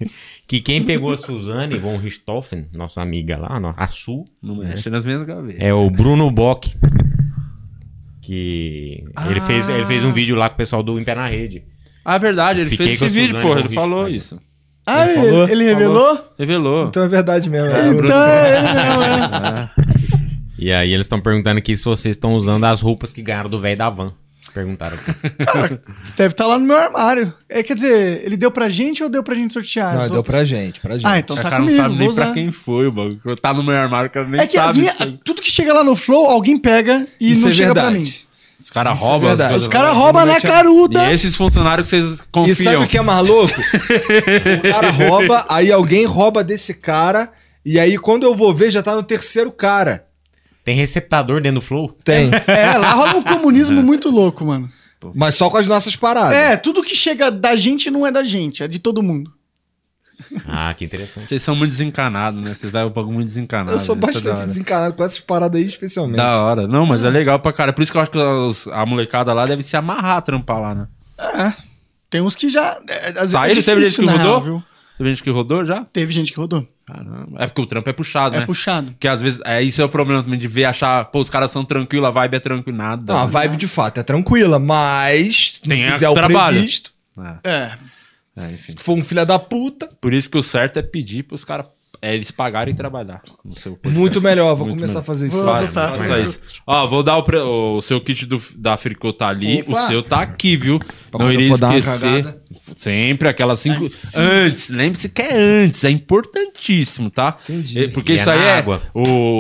S2: que quem pegou a Suzane von Richthofen, nossa amiga lá, no- a Su,
S1: Não
S2: né?
S1: mexe nas mesmas gavetas.
S2: é o Bruno Bock. Que ele, fez, ele fez um vídeo lá com o pessoal do Em Pé na Rede.
S1: Ah, verdade, ele
S2: Fiquei
S1: fez
S2: com a
S1: esse vídeo,
S2: Suzane
S1: porra.
S2: von
S1: Ele falou
S2: Richthofen.
S1: isso.
S3: Ah, ele,
S1: falou?
S3: ele
S1: Falou.
S3: revelou?
S1: Revelou.
S4: Então é verdade mesmo.
S1: É,
S4: né?
S1: Bruno-
S3: Então é ele mesmo, né?
S2: E aí eles estão perguntando aqui se vocês estão usando as roupas que ganharam do velho da van. Perguntaram aqui.
S3: Deve estar lá no meu armário. É, quer dizer, ele deu pra gente ou deu pra gente sortear?
S4: Não,
S3: as
S4: deu
S3: outras?
S4: pra gente, pra gente.
S3: Ah, então
S1: O
S3: tá
S1: cara não
S3: comigo,
S1: sabe
S3: vou
S1: nem
S4: né?
S3: usar.
S1: pra quem foi o bagulho. Tá no meu armário, o cara nem
S3: É que as
S1: sabe.
S3: minhas, tudo que chega lá no Flow, alguém pega e
S4: Isso
S3: não
S4: é
S3: chega pra mim.
S4: verdade.
S1: Os caras
S4: Isso é
S1: roubam. as
S4: verdade.
S1: coisas.
S3: Os caras roubam na
S4: Normalmente é-
S3: caruda.
S1: E esses funcionários que vocês
S4: E sabe
S1: confiam.
S4: o que é mais louco? o cara rouba, aí alguém rouba desse cara, e aí quando eu vou ver, já tá no terceiro cara.
S2: Tem receptador dentro do Flow?
S4: Tem.
S3: É, lá rola um
S1: É.
S3: comunismo muito louco, mano.
S4: Mas só com as nossas paradas.
S3: É, tudo que chega da gente não é da gente, é de todo mundo.
S2: Ah, que interessante.
S1: Vocês são muito desencanados, né? Vocês levam o bagulho muito desencanado.
S4: Eu sou
S1: né? Isso é da
S4: bastante
S1: hora.
S4: desencanado com essas paradas aí, especialmente.
S1: Da hora. Não, mas é legal pra cara. Por isso que eu acho que os- a molecada lá deve se amarrar a trampar lá, né?
S3: É, Tem uns que já. É, é,
S1: Tá, ele teve gente que
S3: na real,
S1: rodou?
S3: viu?
S1: Teve gente que rodou já?
S3: Teve gente que rodou.
S1: Caramba. É porque o trampo é puxado,
S3: É
S1: né?
S3: puxado.
S1: Porque às vezes. É, isso é o problema também de ver, achar. Pô, os caras são tranquilos, a vibe é tranquila. Nada.
S4: Não, a vibe de fato é tranquila, mas se
S1: Tem
S4: não
S1: a-
S4: fizer o
S1: trabalho.
S4: previsto,
S3: É.
S1: É, enfim.
S4: se tu for um filho da puta,
S1: Por isso que o certo é pedir pros caras. É eles pagarem e trabalhar. No seu podcast.
S4: muito melhor. Vou
S1: Muito
S4: começar
S1: melhor.
S4: a fazer isso.
S3: Vou
S1: Faz,
S3: adotar.
S1: faça isso. Ó, vou dar o, pre- o seu kit do, da Fricô tá ali.
S4: Opa.
S1: O seu tá aqui, viu? Não
S4: quando eu
S1: iria
S4: for dar uma
S2: né?
S1: esquecer.
S4: cagada.
S1: Sempre aquelas cinco. Antes. Lembre-se que é antes. É importantíssimo, tá? Entendi. Porque
S2: E é
S1: isso aí
S2: na
S1: é.
S2: água.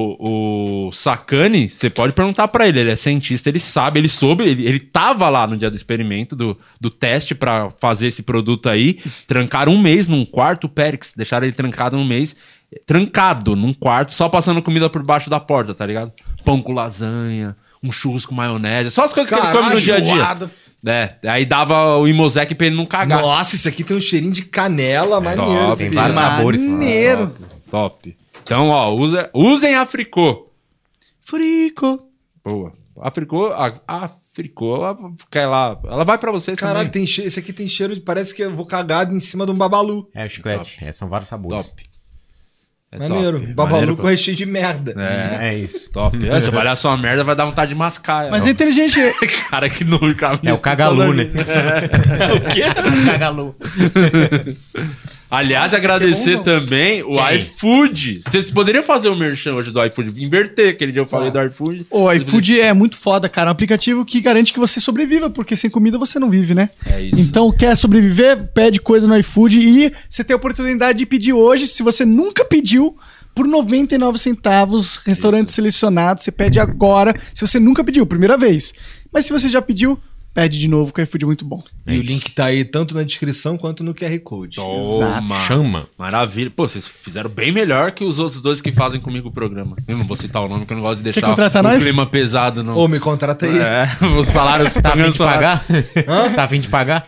S1: O, o Sacani, você pode perguntar pra ele. Ele é cientista, ele sabe, ele soube. Ele, ele tava lá no dia do experimento, do, do teste pra fazer esse produto aí. Trancaram um mês num quarto, o Périx. Deixaram ele trancado um mês. Trancado num quarto, só passando comida por baixo da porta, tá ligado? Pão com lasanha, um churros com maionese. Só as coisas que ele come no dia a
S4: Caralho,
S1: dia.
S4: enjoado.
S1: É, aí dava o Imosec pra ele não cagar.
S4: Nossa, isso aqui tem um cheirinho de canela maneiro.
S1: É top,
S4: esse
S2: Tem
S4: bicho.
S2: vários sabores.
S3: Maneiro.
S1: Top. Então, ó, usa, usem Africô.
S3: Frico.
S1: Boa. Africô, a, Africô, ela, quer lá, ela vai pra vocês
S4: Caralho,
S1: também.
S4: tem cheiro, esse aqui tem cheiro de. Parece que eu vou cagado em cima de um babalu.
S2: É o chiclete. É, são vários sabores.
S1: Top. É
S4: maneiro.
S1: top.
S4: babalu
S1: Maneiro,
S4: com
S1: pô.
S4: recheio de merda.
S1: É,
S2: É isso.
S1: top. É, se eu olhar sua merda, vai dar vontade de mascar.
S3: Mas
S1: Não.
S3: é inteligente.
S1: Cara, que nojo. cara,
S2: É o
S1: isso
S2: cagalu,
S1: toda-
S2: né?
S1: É o quê?
S2: Cagalu.
S1: Aliás,
S4: Nossa, que
S1: agradecer
S4: bom,
S1: também o
S2: Quem?
S1: iFood. Vocês poderiam fazer o merchan hoje do iFood? Inverter, aquele dia eu
S4: Ah.
S1: falei do iFood.
S3: O iFood é muito foda, cara. É um aplicativo que garante que você sobreviva, porque sem comida você não vive, né?
S1: É isso.
S3: Então, quer sobreviver? Pede coisa no iFood e você tem a oportunidade de pedir hoje, se você nunca pediu, por 99 centavos, restaurante selecionado. Você pede agora, se você nunca pediu, primeira vez. Mas se você já pediu, pede de novo, que o iFood é muito bom.
S4: E o link tá aí tanto na descrição quanto no QR Code.
S1: Toma.
S2: Chama.
S1: Maravilha. Pô, vocês fizeram bem melhor que os outros dois que fazem comigo o programa. Eu não vou citar o nome, porque eu não gosto de deixar
S3: contratar
S1: o
S3: nós?
S1: clima pesado no.
S4: Ô, me contrata aí.
S1: É, os salários
S2: Tá
S1: tá
S2: a fim
S1: vindo
S2: de pagar? Tá a fim de pagar?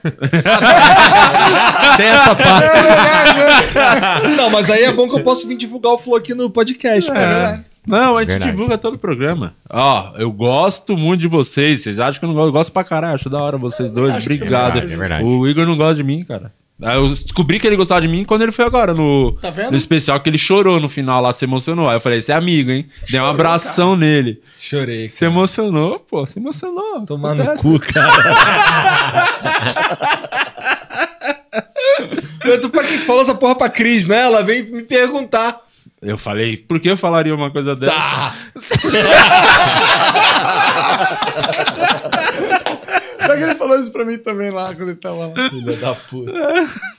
S4: Tem essa parte. Não, mas aí é bom que eu posso vir divulgar o Flow aqui no podcast.
S1: É.
S4: tá cara.
S1: Não, a gente
S2: Verdade.
S1: divulga todo o programa. Ó, eu gosto muito de vocês. Vocês acham que eu não gosto? Eu gosto pra caralho. Acho da hora vocês dois. Obrigado.
S2: é verdade, é verdade.
S1: O Igor não gosta de mim, cara. Aí eu descobri que ele gostava de mim quando ele foi agora no,
S3: Tá vendo?
S1: no especial, que ele chorou no final lá, se emocionou. Aí eu falei, esse é amigo, hein? Dei um abração nele.
S4: Chorei.
S1: Se emocionou, pô, se emocionou.
S4: Tomar no
S1: Acontece.
S4: cu, cara. Eu tô pra quem que falou essa porra pra Cris, né? Ela vem me perguntar.
S1: Eu falei, por que eu falaria uma coisa dessa?
S2: Tá.
S3: Só que ele falou isso pra mim também lá, quando ele tava lá.
S4: Filha da puta.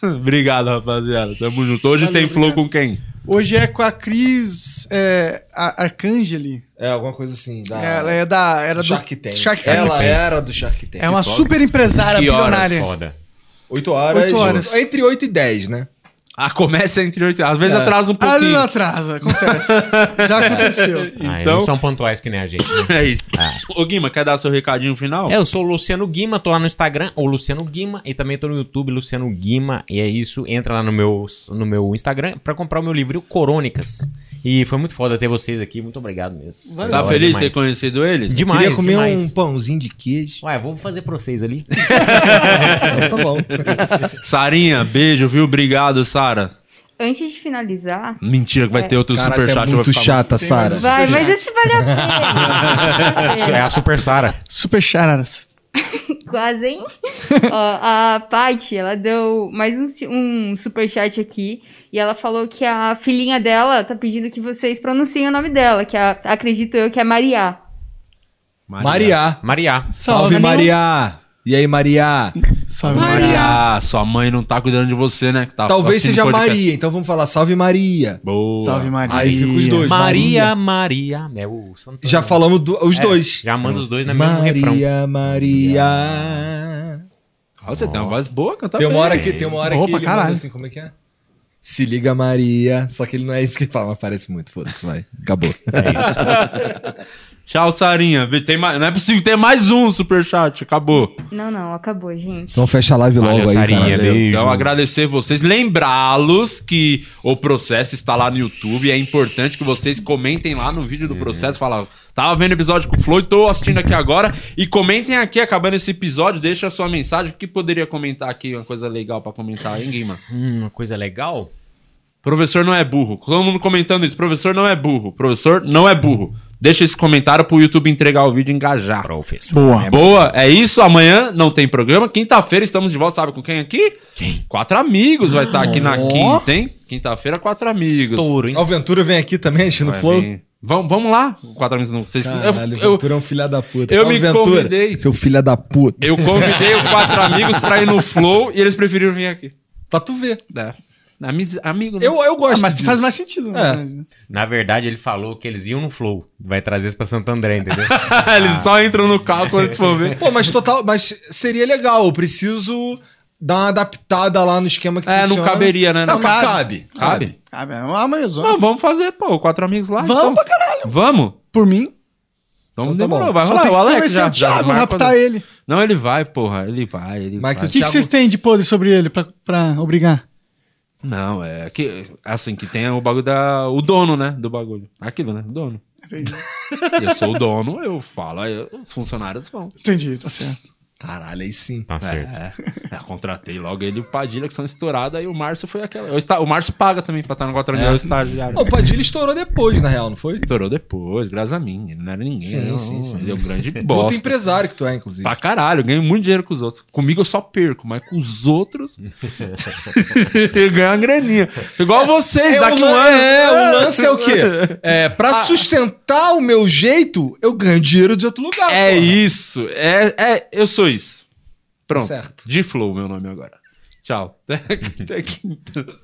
S1: obrigado, rapaziada. Tamo junto. Hoje tem flow com quem?
S3: Hoje é com a Cris é, a- Arcangeli.
S4: É, alguma coisa assim. Da...
S3: Ela é da. Era do
S4: Shark Tank.
S3: Shark Tank.
S4: Ela é era do Shark Tank.
S3: É uma super empresária
S1: Que horas?
S3: bilionária.
S2: Foda.
S4: 8 horas.
S3: Oito horas.
S4: Entre 8 e 10, né?
S1: Ah, começa entre oito. Às
S2: É.
S1: vezes atrasa um
S3: Ah, não tá,
S1: pouquinho.
S3: atrasa, acontece. Já aconteceu.
S2: Ah, eles
S1: Então-
S2: não são pontuais que nem a gente.
S1: É
S2: né?
S1: isso.
S4: Ah.
S1: Ô, Guima, quer dar seu recadinho final?
S2: É, eu sou o Luciano Guima, tô lá no Instagram, o Luciano Guima, e também tô no YouTube, Luciano Guima, e é isso. Entra lá no meu, no meu Instagram pra comprar o meu livro Corônicas. E foi muito foda ter vocês aqui, muito obrigado mesmo. Foi da
S1: Tá
S2: hora
S1: feliz de
S2: demais.
S1: ter conhecido eles?
S2: Demais,
S4: Queria comer
S2: demais.
S4: um pãozinho de queijo.
S2: Ué, vou fazer pra vocês ali.
S4: Então tá bom.
S1: Sarinha, beijo, viu? Obrigado, Sara.
S6: Antes de finalizar.
S1: Mentira, que vai
S6: É.
S1: ter outro
S4: Cara,
S1: superchat.
S4: tu é
S1: eu vou
S4: muito
S1: ficar-
S4: chata, Sara.
S6: Vai, mas esse vale a pena.
S2: É a Super Sara.
S3: Super chararas.
S6: Quase, hein? Ó, a Paty, ela deu mais um, ci- um superchat aqui. E ela falou que a filhinha dela tá pedindo que vocês pronunciem o nome dela, que a- acredito eu que é Maria.
S4: Mariá.
S2: Mariá.
S4: Salve,
S6: Salve.
S4: Mariá. E aí, Mariá?
S3: Salve,
S1: Maria, sua mãe não tá cuidando de você, né? Que tá
S4: Talvez
S1: assistindo
S4: seja
S1: podcast.
S4: Maria, então vamos falar salve Maria.
S1: Boa.
S3: Salve Maria.
S4: Aí fica os dois.
S2: Maria, Maria. É o Santana.
S4: Já falamos do- os
S2: É,
S4: dois.
S2: Já manda os dois no mesmo refrão.
S4: Maria, Maria.
S1: Ah, você tem uma voz boa, canta
S4: Tem uma
S1: Tá bem.
S4: hora que, tem uma hora
S3: Opa,
S4: que ele
S3: caralho.
S4: manda assim, como é que é? Se liga, Maria. Só que ele não é isso que ele fala, mas parece muito. Foda-se, vai. Acabou.
S1: Tchau, Sarinha. Tem mais- Não é possível ter mais um superchat. Acabou.
S6: Não, não, acabou, gente.
S4: Então fecha a live logo
S2: Valeu,
S4: aí,
S2: Sarinha,
S4: cara.
S2: beijo.
S1: Então, agradecer vocês. Lembrá-los que o processo está lá no YouTube. É importante que vocês comentem lá no vídeo do processo. Fala, tava vendo episódio com o Floyd, tô assistindo aqui agora. E comentem aqui, acabando esse episódio, deixa a sua mensagem. O que poderia comentar aqui? Uma coisa legal pra comentar, hein, Guima?
S2: Hum, uma coisa legal.
S1: Professor não é burro. Todo mundo comentando isso. Professor não é burro. Professor não é burro. Deixa esse comentário pro YouTube entregar o vídeo e engajar.
S2: Professor.
S3: Boa.
S1: Boa, é isso. Amanhã não tem programa. Quinta-feira estamos de volta, sabe com quem aqui? Quem? Quatro amigos vai estar aqui na quinta, hein? Quinta-feira, quatro amigos.
S2: Estouro, hein?
S4: Ó, O Ventura vem aqui também, enchendo
S1: Vai
S4: flow.
S1: vir. Vamos, vamos lá, quatro amigos não. Vocês,
S4: Caralho,
S1: eu, eu,
S4: Ventura é um filha da puta.
S1: eu
S4: Salve,
S1: me
S4: Ventura.
S1: convidei.
S4: Seu filha da puta.
S1: eu convidei os quatro amigos pra ir no Flow e eles preferiram vir aqui.
S4: Pra tu ver. Ah,
S1: É. Ami- Amigo, né?
S4: Eu, eu gosto.
S3: mas
S4: disso.
S3: faz mais sentido, na
S4: É.
S3: verdade, né?
S2: Na verdade, ele falou que eles iam no Flow. Vai trazer isso pra Santo André, entendeu?
S1: eles só entram no carro quando eles for ver.
S4: Pô, mas total. Mas seria legal. Eu preciso dar uma adaptada lá no esquema que
S1: É,
S4: funciona.
S1: não caberia, né?
S4: Não,
S1: Não
S4: mas cabe.
S1: cabe.
S4: Cabe.
S1: Cabe.
S3: Ah, velho, é uma Amazônia.
S1: Não, vamos fazer, pô, quatro amigos lá.
S3: Vamos
S1: então.
S3: pra caralho.
S1: Vamos?
S3: Por mim,
S1: Então,
S4: Então tá
S1: demorou,
S4: bom.
S1: vai
S3: só
S1: rolar.
S3: tem
S1: O
S3: que
S1: Alex
S3: convencer
S1: já,
S3: o Thiago,
S1: já
S3: raptar
S1: ele.
S3: ele.
S1: Não, ele vai, porra. Ele vai, ele
S4: Mas que
S1: vai.
S3: O que
S4: o
S3: que
S4: Thiago-
S3: vocês têm de podre sobre ele pra, pra obrigar?
S1: Não, é que assim que tem o bagulho da o dono, né, do bagulho. Aquilo, né, dono. Eu sou o dono, eu falo, aí os funcionários vão.
S3: Entendi, tá certo.
S4: Caralho, aí sim.
S2: Tá certo.
S1: É, é, contratei logo ele e o Padilha que são estourados, aí o Márcio foi aquela. O, esta- o Márcio paga também pra estar no 4 é. o estagiário.
S4: Ô, O Padilha estourou depois, na real, não foi?
S1: Estourou depois, graças a mim, ele não era ninguém.
S4: Sim,
S1: não.
S4: sim, sim.
S1: Ele é um grande
S4: Puta
S1: bosta.
S4: empresário que tu é, inclusive.
S1: Pra caralho, eu ganho muito dinheiro com os outros. Comigo eu só perco, mas com os outros eu ganho uma graninha. Igual vocês,
S4: É,
S1: daqui
S4: o
S1: um
S4: lan-
S1: ano.
S4: é, o lance é o quê? É, pra sustentar o meu jeito, eu ganho dinheiro de outro lugar.
S1: É
S4: porra.
S1: isso. É, é, eu sou isso. Pronto.
S4: Certo.
S1: De Flow, meu nome agora. Tchau. Até, até quinta.